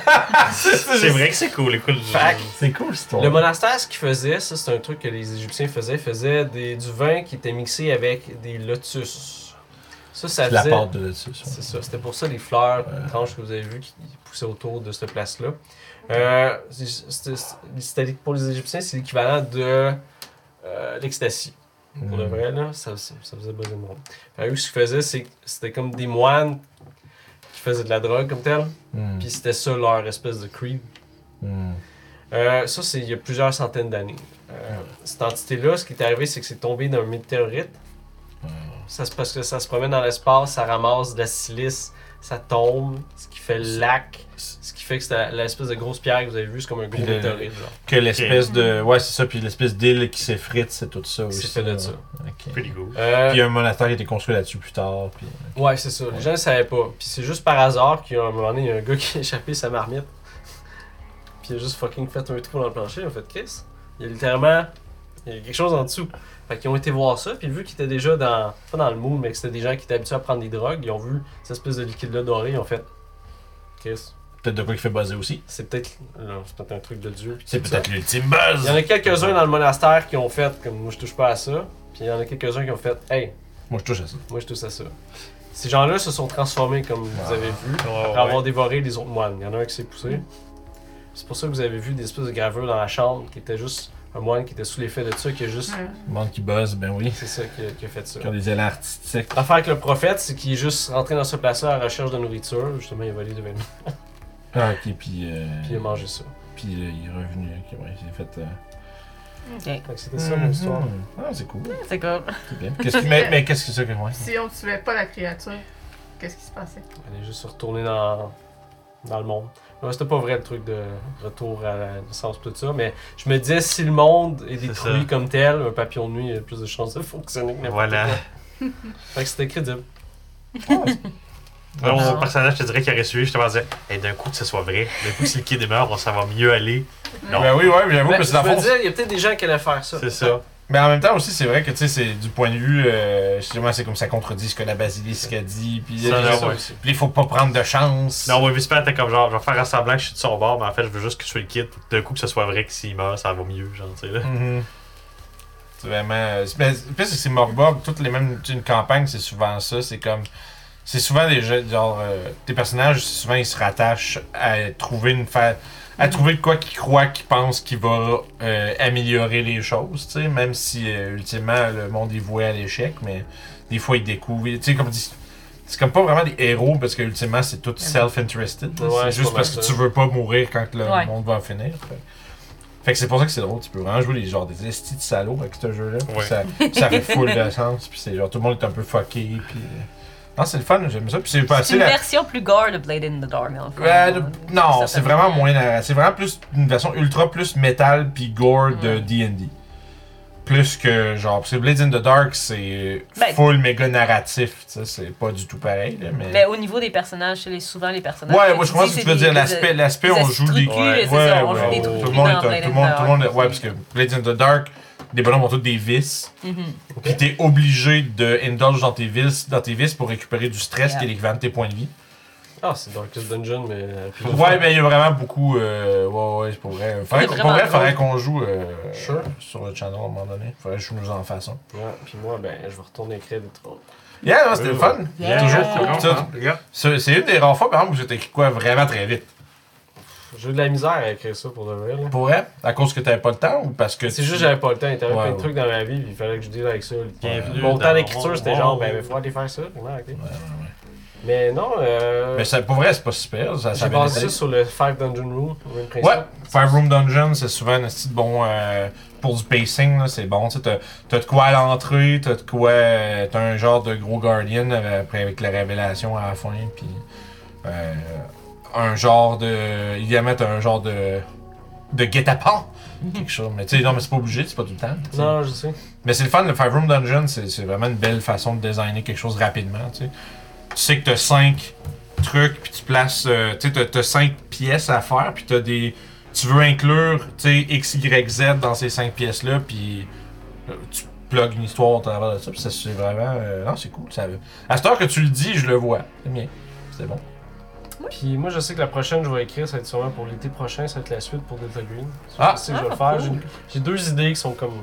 D: C'est vrai que c'est cool, écoute. je-
C: Fact.
A: C'est cool, cette
C: Le
A: histoire.
C: monastère, ce qu'ils faisaient, ça c'est un truc que les Égyptiens faisaient, faisaient des, du vin qui était mixé avec des lotus. Ça, ça
A: C'est La
C: faisait-
A: porte de dessus. ça.
C: C'est ça, c'était pour ça les fleurs étranges que vous avez vues qui poussaient autour de cette place-là. Euh, c'est- c'est- c'était- pour les Égyptiens, c'est l'équivalent de euh, l'ecstasy. Pour le
A: Mm.
C: vrai, là, ça, ça- ça faisait buzzer le monde. Fait que eux, ce qu'ils faisaient, c'est que c'était comme des moines qui faisaient de la drogue comme tel,
A: Mm.
C: puis c'était ça leur espèce de creed.
A: Mm.
C: Euh, ça, c'est il y a plusieurs centaines d'années. Euh, Cette entité-là, ce qui est arrivé, c'est que c'est tombé d'un météorite. Ça se, parce que ça se promène dans l'espace, ça ramasse de la silice, ça tombe, ce qui fait le lac, ce qui fait que c'est l'espèce de grosse pierre que vous avez vue, c'est comme un gros
A: Puis le- Ah
C: météorite. genre.
A: Que l'espèce de. Ouais, c'est ça, puis l'espèce d'île qui s'effrite, c'est tout ça aussi.
C: C'est fait de ça.
A: Ok. Puis
D: Pretty cool.
C: Euh,
A: il y a un monastère qui a été construit là-dessus plus tard. Puis...
C: ouais, c'est ça. Les gens ne savaient pas. Puis c'est juste par hasard qu'à un moment donné, il y a un gars qui a échappé sa marmite. Puis il a juste fucking fait un trou dans le plancher, il a fait Chris. Il y a littéralement. Il y a quelque chose en dessous. Fait qu'ils ont été voir ça, puis vu qu'ils étaient déjà dans. Pas dans le mood, mais que c'était des gens qui étaient habitués à prendre des drogues, ils ont vu cette espèce de liquide-là doré, ils ont fait. Chris.
A: Peut-être de quoi qui fait buzzer aussi.
C: C'est peut-être là, c'est peut-être un truc de Dieu. puis
A: C'est
C: tout
A: peut-être
C: ça.
A: l'ultime
C: Il y en
A: buzz.
C: a quelques-uns dans le monastère qui ont fait comme moi je touche pas à ça. Puis il y en a quelques-uns qui ont fait hey,
A: Moi, je touche à ça.
C: moi je touche à ça. Ces gens-là se sont transformés comme vous avez vu
D: Ouais,
C: après
D: ouais.
C: avoir dévoré les autres moines. Il y en a un qui s'est poussé. C'est pour ça que vous avez vu des espèces de gravures dans la chambre qui était juste un moine qui était sous l'effet de ça qui a juste
E: Ouais.
A: Le monde qui buzz, ben oui.
C: c'est ça qui a, qui a fait ça.
A: Qui ont des élans artistiques. Ah,
C: L'affaire avec le prophète, c'est qu'il est juste rentré dans ce place-là à la recherche de nourriture. Justement, il a volé des vêtements,
A: Ah, ok, puis. euh,
C: puis il a mangé ça.
A: Puis euh, il est revenu. Ok, ouais, il s'est fait. euh,
B: Ok.
C: Donc c'était ça mon histoire.
A: Mhm. Ah, c'est cool.
B: C'est cool.
A: C'est bien. Qu'est-ce qui- mais mais qu'est-ce que c'est que moi
E: si on tuait pas la créature, qu'est-ce qui se passait?
C: Elle est juste retournée dans, dans le monde. Ouais, C'était pas vrai le truc de retour à la naissance, tout ça, mais je me disais si le monde est détruit
D: ça.
C: comme tel, un papillon de nuit a plus de chances de fonctionner que n'importe
D: Voilà.
C: quoi. Fait que c'était crédible.
D: Alors, mon personnage, je te dirais qu'il aurait suivi, je te pensais, hey, d'un coup que ce soit vrai, d'un coup que si le kid est mort, on- ça va mieux aller. Non.
A: Ben oui, ouais, j'avoue
C: Mais
A: que
C: je
A: c'est la
C: me
A: force.
C: disais, il y a peut-être des gens qui allaient faire ça.
D: C'est ça.
A: Mais en même temps aussi, c'est vrai que tu sais, c'est du point de vue, euh, justement, c'est comme ça contredit ce que la basilisque a dit, puis
D: Ça,
A: euh,
D: non,
A: ça,
D: ouais.
A: puis il faut pas prendre de chance.
D: Non, ouais, Vispa était comme genre, je vais faire semblant que je suis de son bord, mais en fait, je veux juste que tu sois le kid pour que d'un coup que ce soit vrai que s'il meurt, ça va mieux, genre, tu sais, là.
A: Mhm. C'est vraiment. euh, c'est- mais- Puis c'est c'est Morbob, toutes les mêmes. tu sais, Une campagne, c'est souvent ça. C'est comme. C'est souvent des jeux, genre. euh, tes personnages, souvent, ils se rattachent à trouver une fa- À trouver de quoi qu'ils croient, qu'ils pensent qui va euh, améliorer les choses, tu sais, même si euh, ultimement le monde est voué à l'échec, mais des fois ils découvrent. Tu sais, comme dis- c'est comme pas vraiment des héros parce que ultimement c'est tout self-interested. là.
C: Ouais,
A: c'est
C: c'est
A: juste
C: pas
A: parce
C: mal
A: que
C: ça.
A: tu veux pas mourir quand le
B: Ouais.
A: monde va finir. fait. Fait que c'est pour ça que c'est drôle, tu peux vraiment jouer les genres des estis de salauds avec ce jeu-là. puis
D: Ouais.
A: Ça, ça fait full de sens, puis c'est genre tout le monde est un peu fucké, puis. euh, Non, c'est le fun, j'aime ça, puis Bah, c'est
B: C'est une
A: facile à.
B: version plus gore de Blade in the Dark. dans le fond.
A: Euh, de- non,
B: Ça
A: c'est
B: fait-
A: vraiment moins narra- C'est vraiment plus une version ultra plus métal puis gore de
B: Mm.
A: D&D. Plus que genre, parce que Blades in the Dark, c'est
B: Ben-
A: full méga narratif, tu sais, c'est pas du tout pareil, là, mais...
B: Mais au niveau des personnages, c'est les- souvent les personnages.
A: Ouais,
B: comme
A: moi je comprends ce que
B: dis,
A: tu veux
B: c'est
A: dire,
B: des-
A: l'aspect,
B: des-
A: l'aspect,
B: des
A: on
B: astuces
A: joue des...
B: trucs, là, c'est ça, on joue des
A: tout
B: trucs
A: le monde, est
B: dans
A: un- tout
B: Blade in
A: le
B: the
A: monde, tout le monde,
B: Dark.
A: ouais, parce que Blades in the Dark, les bonhommes ont tous des vices,
B: Mhm.
A: puis t'es obligé de indulge dans tes vices, dans tes vices pour récupérer du stress
B: Yeah.
A: qui est l'équivalent de tes points de vie.
C: Ah, c'est Darkest Dungeon, mais. euh,
A: Ouais, mais il y a vraiment beaucoup. Euh, ouais, ouais, c'est pour vrai. Faudrait,
B: C'est
A: qu'on-
B: vraiment
A: pour vrai,
B: drôle.
A: faudrait qu'on joue euh,
C: Sure.
A: sur le channel à un moment donné. Faudrait que je nous en fasse un.
C: Ouais, puis moi, ben, je vais retourner écrire des trucs.
A: Yeah, non, c'était le fun.
B: Yeah.
A: Toujours hein.
B: Cool.
A: cool. Ça, C'est c'est une des rares fois, par exemple, où j'ai écrit quoi vraiment très vite.
C: J'ai eu de la misère à écrire ça pour de vrai, là.
A: Pour vrai, à cause que t'avais pas le temps ou parce que.
C: C'est
A: tu-
C: juste, j'avais pas le temps. Il y avait
A: Ouais,
C: plein de
A: ouais.
C: trucs dans ma vie, puis il fallait que je deal avec ça.
D: Bienvenue
C: Mon
D: dans
C: temps d'écriture, c'était
D: mon
C: genre,
D: monde.
C: ben, il faut aller faire ça. Ouais, ok. Mais non, euh.
A: Mais ça, pour vrai, c'est pas super. Ça, ça avait
C: J'ai basé
A: des-
C: ça sur le 5 Dungeon Rule, le même principe.
A: Ouais, Fire Room Dungeon, c'est souvent un petit bon. euh, pour du pacing, là, c'est bon. Tu sais, t'as- t'as de quoi à l'entrée, t'as de quoi. euh, T'as un genre de gros Guardian euh, après avec la révélation à la fin, puis. euh, un genre de. Évidemment, t'as un genre de. de guet-apens. Quelque chose. Mais tu sais, non, mais c'est pas obligé, c'est pas tout le temps. tu sais.
C: Mhm. Non, je sais.
A: Mais c'est le fun, le Five Room Dungeon, c'est c'est vraiment une belle façon de designer quelque chose rapidement. Tu sais, tu sais que t'as 5 trucs, puis tu places. euh, tu sais, t'as- t'as 5 pièces à faire, puis t'as des. Tu veux inclure tu sais, X, Y, Z dans ces 5 pièces-là, puis euh, tu plugues une histoire au travers de ça, puis ça, c'est vraiment. euh, non, c'est cool. Ça, à cette heure que tu le dis, je le vois. C'est bien. C'est bon.
C: Puis moi, je sais que la prochaine, je vais écrire, ça va être sûrement pour l'été prochain, ça va être la suite pour Delta Green.
A: Ah.
C: Je sais que je vais le
B: Ah,
C: faire.
B: cool.
C: J'ai- J'ai deux idées qui sont comme.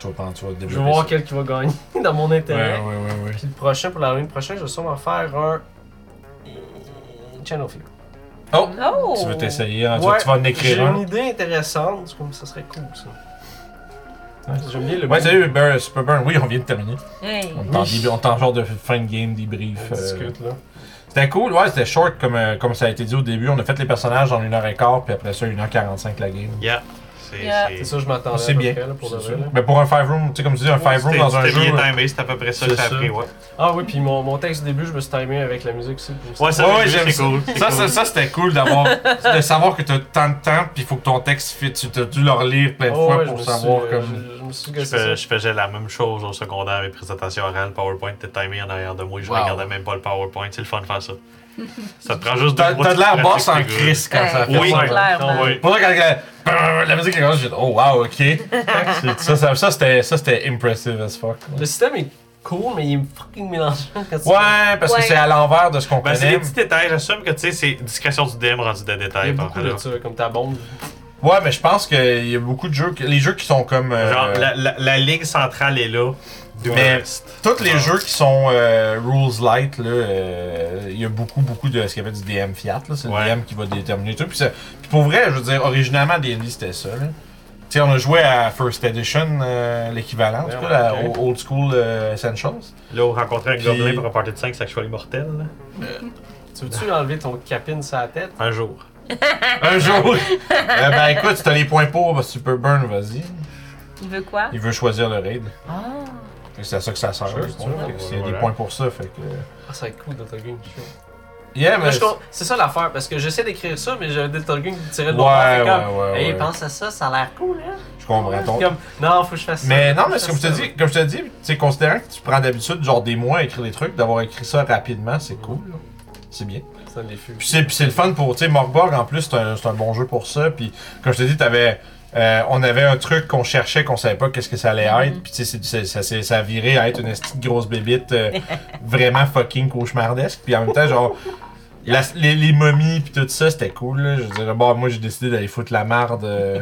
A: Tu vas prendre, tu vas développer.
C: Je vais voir euh,
A: ça.
C: quel qui va gagner dans mon
A: Ouais,
C: intérêt.
A: ouais, ouais, ouais.
C: Puis le prochain, pour l'Halloween prochain, je vais sûrement faire un. Channel Fear.
A: Oh!
B: Oh!
A: Tu veux t'essayer, hein, tu,
C: Ouais,
A: tu vas en
C: J'ai
A: écrire
C: une
A: un.
C: idée intéressante, c'est comme ça serait cool ça.
A: Ouais.
C: J'aime bien le.
A: Ouais, salut, Bur- Super Burn. Oui, on vient de terminer.
B: Hey.
A: On t'en
C: Oui.
A: dé- on t'en genre de fin de game débrief.
C: On
A: euh,
C: discute là.
A: C'était cool, ouais, c'était short comme, euh, comme ça a été dit au début. On a fait les personnages en 1h15, puis après ça, 1h45 la game.
D: Yeah. C'est
B: Yeah.
C: C'est ça, je m'attendais.
A: C'est
C: à peu
A: bien.
C: près, là, pour de
A: C'est
C: vrai,
A: ça.
C: là.
A: Mais pour un five room, tu sais, comme tu dis, un five room
D: C'était
A: dans un
D: c'était
A: jeu. euh,
D: bien
A: Ouais,
D: timé, c'est à peu près ça
A: C'est
D: que ça a
A: ça.
D: pris, ouais.
C: Ah oui, puis mon, mon texte du début, je me suis timé avec la musique aussi. puis
D: Ouais, ça,
A: Ouais,
D: oui,
A: ouais, j'aime
D: c'est cool. c'est
A: ça,
D: cool.
A: ça, ça, c'était cool d'avoir, de savoir que t'as tant de temps, puis il faut que ton texte fit. Tu t'as dû le relire plein de
C: Oh,
A: fois
C: ouais,
A: pour
C: je me
A: savoir
C: suis, euh,
A: comme.
C: Je, je me suis
D: Je,
C: gossé
D: fais-
C: ça.
D: je faisais la même chose au secondaire, les présentations orales, PowerPoint était timé en arrière de moi, je
A: Wow.
D: regardais même pas le PowerPoint, c'est le fun de faire ça. ça te prend juste deux
A: T'as
D: trois
A: t'as de l'air
D: petites
A: boss en
D: pratiques, t'es
A: crise quand
B: Ouais.
A: ça fait
D: Oui.
A: ça.
B: Ouais. Clairement.
D: good. Ah Oui.
A: Pour ça, quand la, la musique est commencée, j'ai dit, oh wow, ok. C'est- ça, ça, ça, c'était- ça, c'était impressive as fuck.
C: Le système est cool, mais il est fucking mélangeant quand tu-
A: Ouais, parce
B: Ouais.
A: que c'est à l'envers de ce qu'on
D: Ben, c'est
A: connaît.
D: des petits détails, j'assume que tu sais, c'est discrétion du DM rendu des
C: Il y a
D: détails. par
C: beaucoup
D: contre, là.
C: de ça, comme ta bombe.
A: Ouais, mais je pense qu'il y a beaucoup de jeux, que- les jeux qui sont comme. euh,
D: Genre, la, la, la ligne centrale est là, d'où
A: Mais-
D: le reste.
A: Tous les
D: Ah.
A: jeux qui sont euh, rules light, là, euh, il y a beaucoup, beaucoup de ce qu'il y avait du DM fiat, là. C'est
D: Ouais.
A: le DM qui va déterminer tout. Puis, ça- puis pour vrai, je veux dire, originalement, D&D, c'était ça, là. Tu sais, on a joué à First Edition, euh, l'équivalent, en tout
C: Ouais,
A: cas, la-
C: ok.
A: au- Old School euh, Essentials.
D: Là, on rencontrait un
A: Puis-
D: gobelin pour un party de 5 sexuels mortels, là.
C: Tu veux-tu enlever ton capine sur la tête?
D: un jour.
A: Un jour! Euh, ben écoute, si t'as les points pour, bah, Super Burn, vas-y.
B: Il veut quoi?
A: Il veut choisir le raid.
B: Ah!
A: Fait que C'est à ça que ça sert.
C: Sure,
A: les
C: tu
A: points.
C: veux.
A: Fait que s'il y a des
D: Voilà.
A: points pour ça, fait que. euh,
C: Ah, ça va être cool, Delta Green. je suis sûr.
A: Yeah, Ah, mais.
C: Là, je com- C'est ça l'affaire, parce que j'essaie d'écrire ça, mais j'ai un Delta Green qui tirait
A: Ouais,
C: de mon père, fait
A: ouais,
C: comme,
A: ouais,
C: Hey,
A: ouais.
C: pense à ça, ça a l'air cool, hein?
A: Je comprends ton-
C: Comme, non, faut que je fasse ça.
A: Mais non,
C: faut
A: mais
C: que
A: c'est comme je te
C: fasse
A: dis, comme je te dis, tu sais, considérant que tu prends d'habitude genre des mois à écrire des trucs, d'avoir écrit ça rapidement, c'est cool. là. C'est bien.
C: ça. Ça les fûts.
A: Puis c'est, puis c'est le fun pour, tu sais, Morgborg en plus, c'est un, c'est un bon jeu pour ça. Puis comme je te dis, t'avais, euh, on avait un truc qu'on cherchait, qu'on savait pas qu'est-ce que ça allait être. Puis tu sais, c'est- c'est- ça, s'est- ça a viré à être une petite grosse bébite euh, vraiment fucking cauchemardesque. Puis en même temps, genre, la- les, les momies puis tout ça, c'était cool. là. Je dirais, bon, moi j'ai décidé d'aller foutre la marde. euh.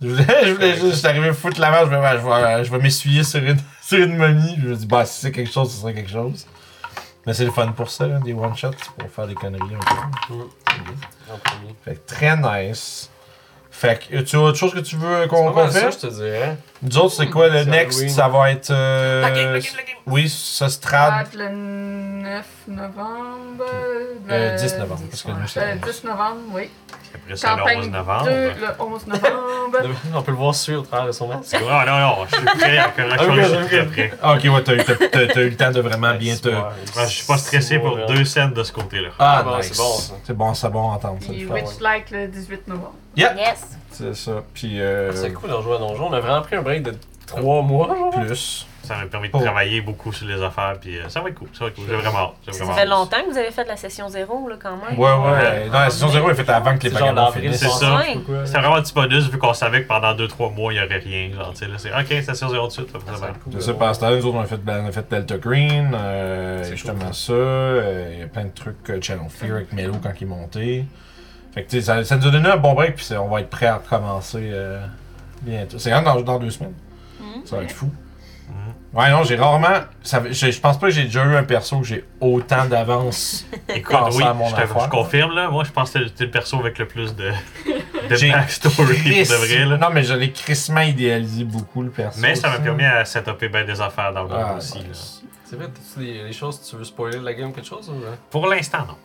A: Je voulais, je voulais juste, je suis arrivé foutre la marde, je me je vais, je vais m'essuyer sur une, sur une momie. Je me dis, bah, si c'est quelque chose, ce serait quelque chose. Mais c'est le fun pour ça, là, des one-shots, pour faire des conneries un peu.
C: Mm.
A: C'est bien.
C: En premier.
A: Fait que très nice. Fait que, tu as autre chose que tu veux
C: C'est
A: qu'on
C: pas mal
A: qu'on
C: ça,
A: fasse?
C: je te dirais. hein.
A: Nous autres, c'est quoi le
C: C'est
A: next?
C: Halloween.
A: Ça va être. euh,
D: La game, la game, la game.
A: Oui, ce strad.
E: le 9 novembre.
A: Euh,
E: le-
A: 10 novembre, parce que nous,
E: Le
A: c'est.
E: 10 novembre, oui.
D: Après ça, le 11
E: Campagne 2,
D: novembre.
E: le 11 novembre.
C: On peut le voir suivre au travers de son masque.
D: C'est- Ah non, non, je suis prêt à la chose, je suis très prêt.
A: Ah, ok, ouais, t'as eu, t'as- t'as- t'as eu le temps de vraiment bien te.
D: Ah, Je suis pas stressé pour deux scènes de ce côté-là.
A: Ah,
C: hein. bon,
A: nice.
C: c'est bon, ça.
A: C'est bon, c'est bon à entendre ça.
E: Puis
A: le fun.
E: Witchlight le 18 novembre.
A: Yep.
B: Yes.
A: C'est ça. Puis euh,
C: Ah, C'est cool de rejouer à Donjon. On a vraiment pris un break de 3 mois. genre.
A: plus.
D: Ça m'a permis de
A: Oh.
D: travailler beaucoup sur les affaires, puis euh, ça va être cool, ça va être cool. J'ai vraiment hâte, j'ai
B: Ça
D: vraiment
B: fait
D: hâte.
B: longtemps que vous avez fait de la session zéro, là, quand même.
A: Ouais, ouais. Non, la saison 0 est faite avant que les
C: C'est genre
A: pagaments
C: d'avril,
A: finissent.
D: c'est ça.
C: je sais pas quoi.
D: C'était vraiment un petit bonus vu qu'on savait que pendant 2-3 mois, il n'y aurait rien. Genre, tu sais, là, c'est OK, station 0 de suite. ça va
C: Ah, Ça
D: être
C: va être
D: bien.
C: cool hein.
A: Je
C: de
A: sais
C: voir.
A: pas, cette année, nous autres, on a fait, ben, on a fait Delta Green, euh,
C: C'est
A: justement ça. euh, Il y a plein de trucs euh, Channel Fear avec Melo quand il est monté. Fait que, tu sais, ça, ça nous a donné un bon break, puis c'est- on va être prêt à recommencer euh, bientôt. C'est quand même dans, dans deux semaines.
B: Mhm.
A: Ça va être fou.
D: Mhm.
A: Ouais, non, j'ai rarement. ça- je, je pense pas que j'ai déjà eu un perso que j'ai autant d'avance.
D: Écoute,
A: Pensez
D: oui,
A: à mon
D: je, te, je
A: affaire.
D: confirme, là. Moi, je pense que t'es le- t'es le perso avec le plus de, de
A: J'ai
D: backstory pour de vrai, là.
A: Non, mais je l'ai crissement idéalisé beaucoup, le perso.
D: Mais ça m'a permis à setuper bien des affaires dans le monde
A: Ah,
D: aussi. là.
A: nice.
C: C'est vrai, t'as-tu des, des choses que tu veux spoiler de la game, quelque chose ou. euh?
D: Pour l'instant, non.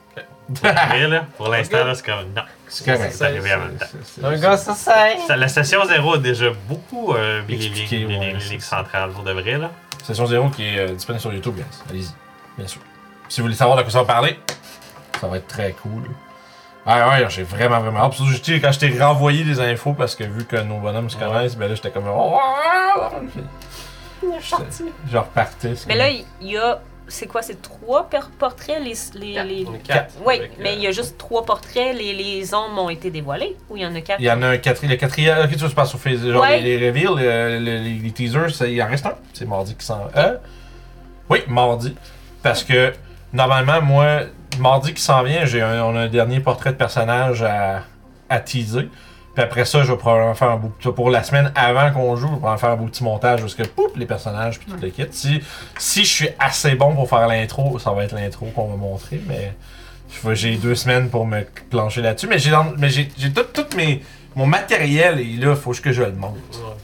D: Pour de vrai, là, pour l'instant,
C: Ok.
D: là, c'est comme non.
A: C'est
C: Ça,
A: correct.
D: C'est arrivé
C: c'est-
D: en même temps.
A: C'est-
C: Un
A: c'est-
C: gars, ça sert!
D: Ça, la session 0 a déjà beaucoup euh, mis les lignes,
A: Expliqué,
D: les
A: ouais,
D: lignes- les
A: c'est
D: lignes
A: ça.
D: centrales pour de vrai, là.
A: Session 0 qui est euh, disponible sur YouTube, guys. Allez-y, bien sûr. Si vous voulez savoir de quoi ça va parler, ça va être très cool. Ah ouais, j'ai vraiment, vraiment hâte. Surtout, tu sais, quand je t'ai renvoyé des infos, parce que vu que nos bonhommes se
C: Ouais.
A: connaissent, ben là, j'étais comme... Oh, ah, ah, ah, puis Je repartais. c'est
B: Mais
A: comme-
B: là, il y a. C'est quoi, c'est trois per- portraits? Les, les, les-
C: On est quatre.
B: Oui,
C: Avec, euh,
B: mais il y a juste trois portraits. Les, les ombres ont été dévoilés. Ou il y en a quatre?
A: Il y en a un quatrième, le quatrième, ok, tu veux se passer sur Facebook, genre
B: Ouais.
A: les, les reveals, le- le- les, les teasers, ça, il en reste un, c'est mardi qui s'en... Euh, oui, mardi, parce que normalement, moi, mardi qui s'en vient, j'ai un- on a un dernier portrait de personnage à, à teaser, puis après ça, je vais probablement faire un beau petit... Pour la semaine avant qu'on joue, je vais probablement faire un beau petit montage, parce que, poup, les personnages, puis tout le kit. Si, si je suis assez bon pour faire l'intro, ça va être l'intro qu'on va montrer, mais... Je vois, J'ai deux semaines pour me plancher là-dessus, mais j'ai dans- mais j'ai j'ai tout, toutes mes mon matériel est là, faut que je le monte.
C: euh, Ouais.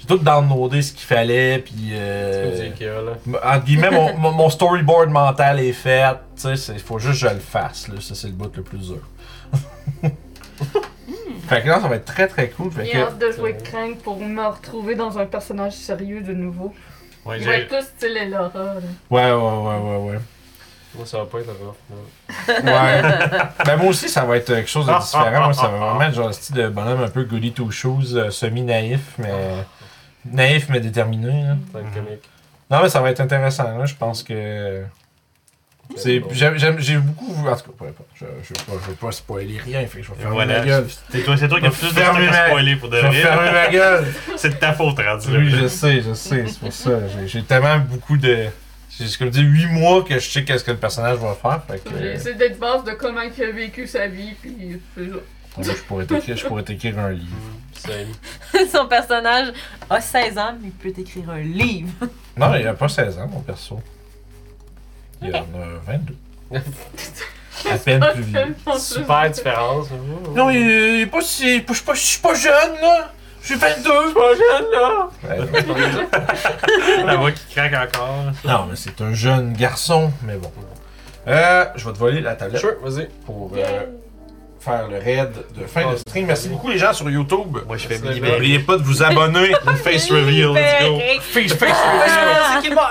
A: J'ai tout downloadé ce qu'il fallait, puis
C: C'est comme du
A: euh,
C: Ikea, là.
A: entre guillemets mon, mon- mon storyboard mental est fait. Tu sais, c'est- faut juste que je le fasse. Là, ça c'est le bout le plus dur. fait que non, ça va être très très cool. Fait
E: J'ai
A: que
E: hâte de jouer Crank pour me retrouver dans un personnage sérieux de nouveau.
D: Ouais,
E: Il
D: j'ai-
E: va être plus style Elora. là.
A: ouais ouais ouais ouais ouais.
C: Moi, ça va pas être rough. là.
A: Ouais. ben moi aussi, ça va être quelque chose de différent. Moi, ça va vraiment être genre le style de bonhomme un peu goody two shoes, euh, semi-naïf, mais naïf mais déterminé. là.
C: Ça va être
D: Mhm.
C: comique.
A: Non, mais ça va être intéressant. là. Je pense que. C'est, j'aime, j'aime- j'ai beaucoup. En tout cas, peu importe. Je, je, vais pas, je vais pas spoiler rien. Fait que je vais
D: Et
A: fermer
D: voilà.
A: ma gueule.
D: C'est toi, c'est toi qui as
A: Je
D: plus de
A: ferme
D: trucs à
A: ma-
D: spoiler pour de
A: Je vais
D: vrai.
A: fermer
D: là.
A: ma gueule.
D: C'est de ta faute, rendu. là.
A: Oui, je sais, je sais. C'est pour ça. J'ai, j'ai tellement beaucoup de. J'ai, c'est comme dire, 8 mois que je sais qu'est-ce que le personnage va faire. Fait que.
E: J'ai essayé d'être base de comment il a vécu sa vie, puis c'est ça.
A: euh, je, pourrais t'écrire, je pourrais t'écrire un livre.
C: C'est
B: Son personnage a 16 ans, mais il peut écrire un livre.
A: Non, il a pas 16 ans, mon perso. Il en a 22. à peine plus vieux.
E: Tellement
C: super différence. Ouh.
A: Non, il, il est pas si. Je suis pas, je suis pas jeune, là. J'ai 22.
C: pas jeune, là!
A: Ouais, ouais.
D: La voix qui craque encore. là.
A: Non, mais c'est un jeune garçon, mais bon. Euh, je vais te voler la tablette
C: Sure, vas-y.
A: pour euh, faire le raid de
C: Ah.
A: fin de stream. Merci beaucoup les gens sur YouTube.
D: Moi, je fais
C: Merci,
D: libérer.
A: N'oubliez pas de vous abonner.
D: Face reveal, let's go.
B: Ah,
A: Face, face reveal.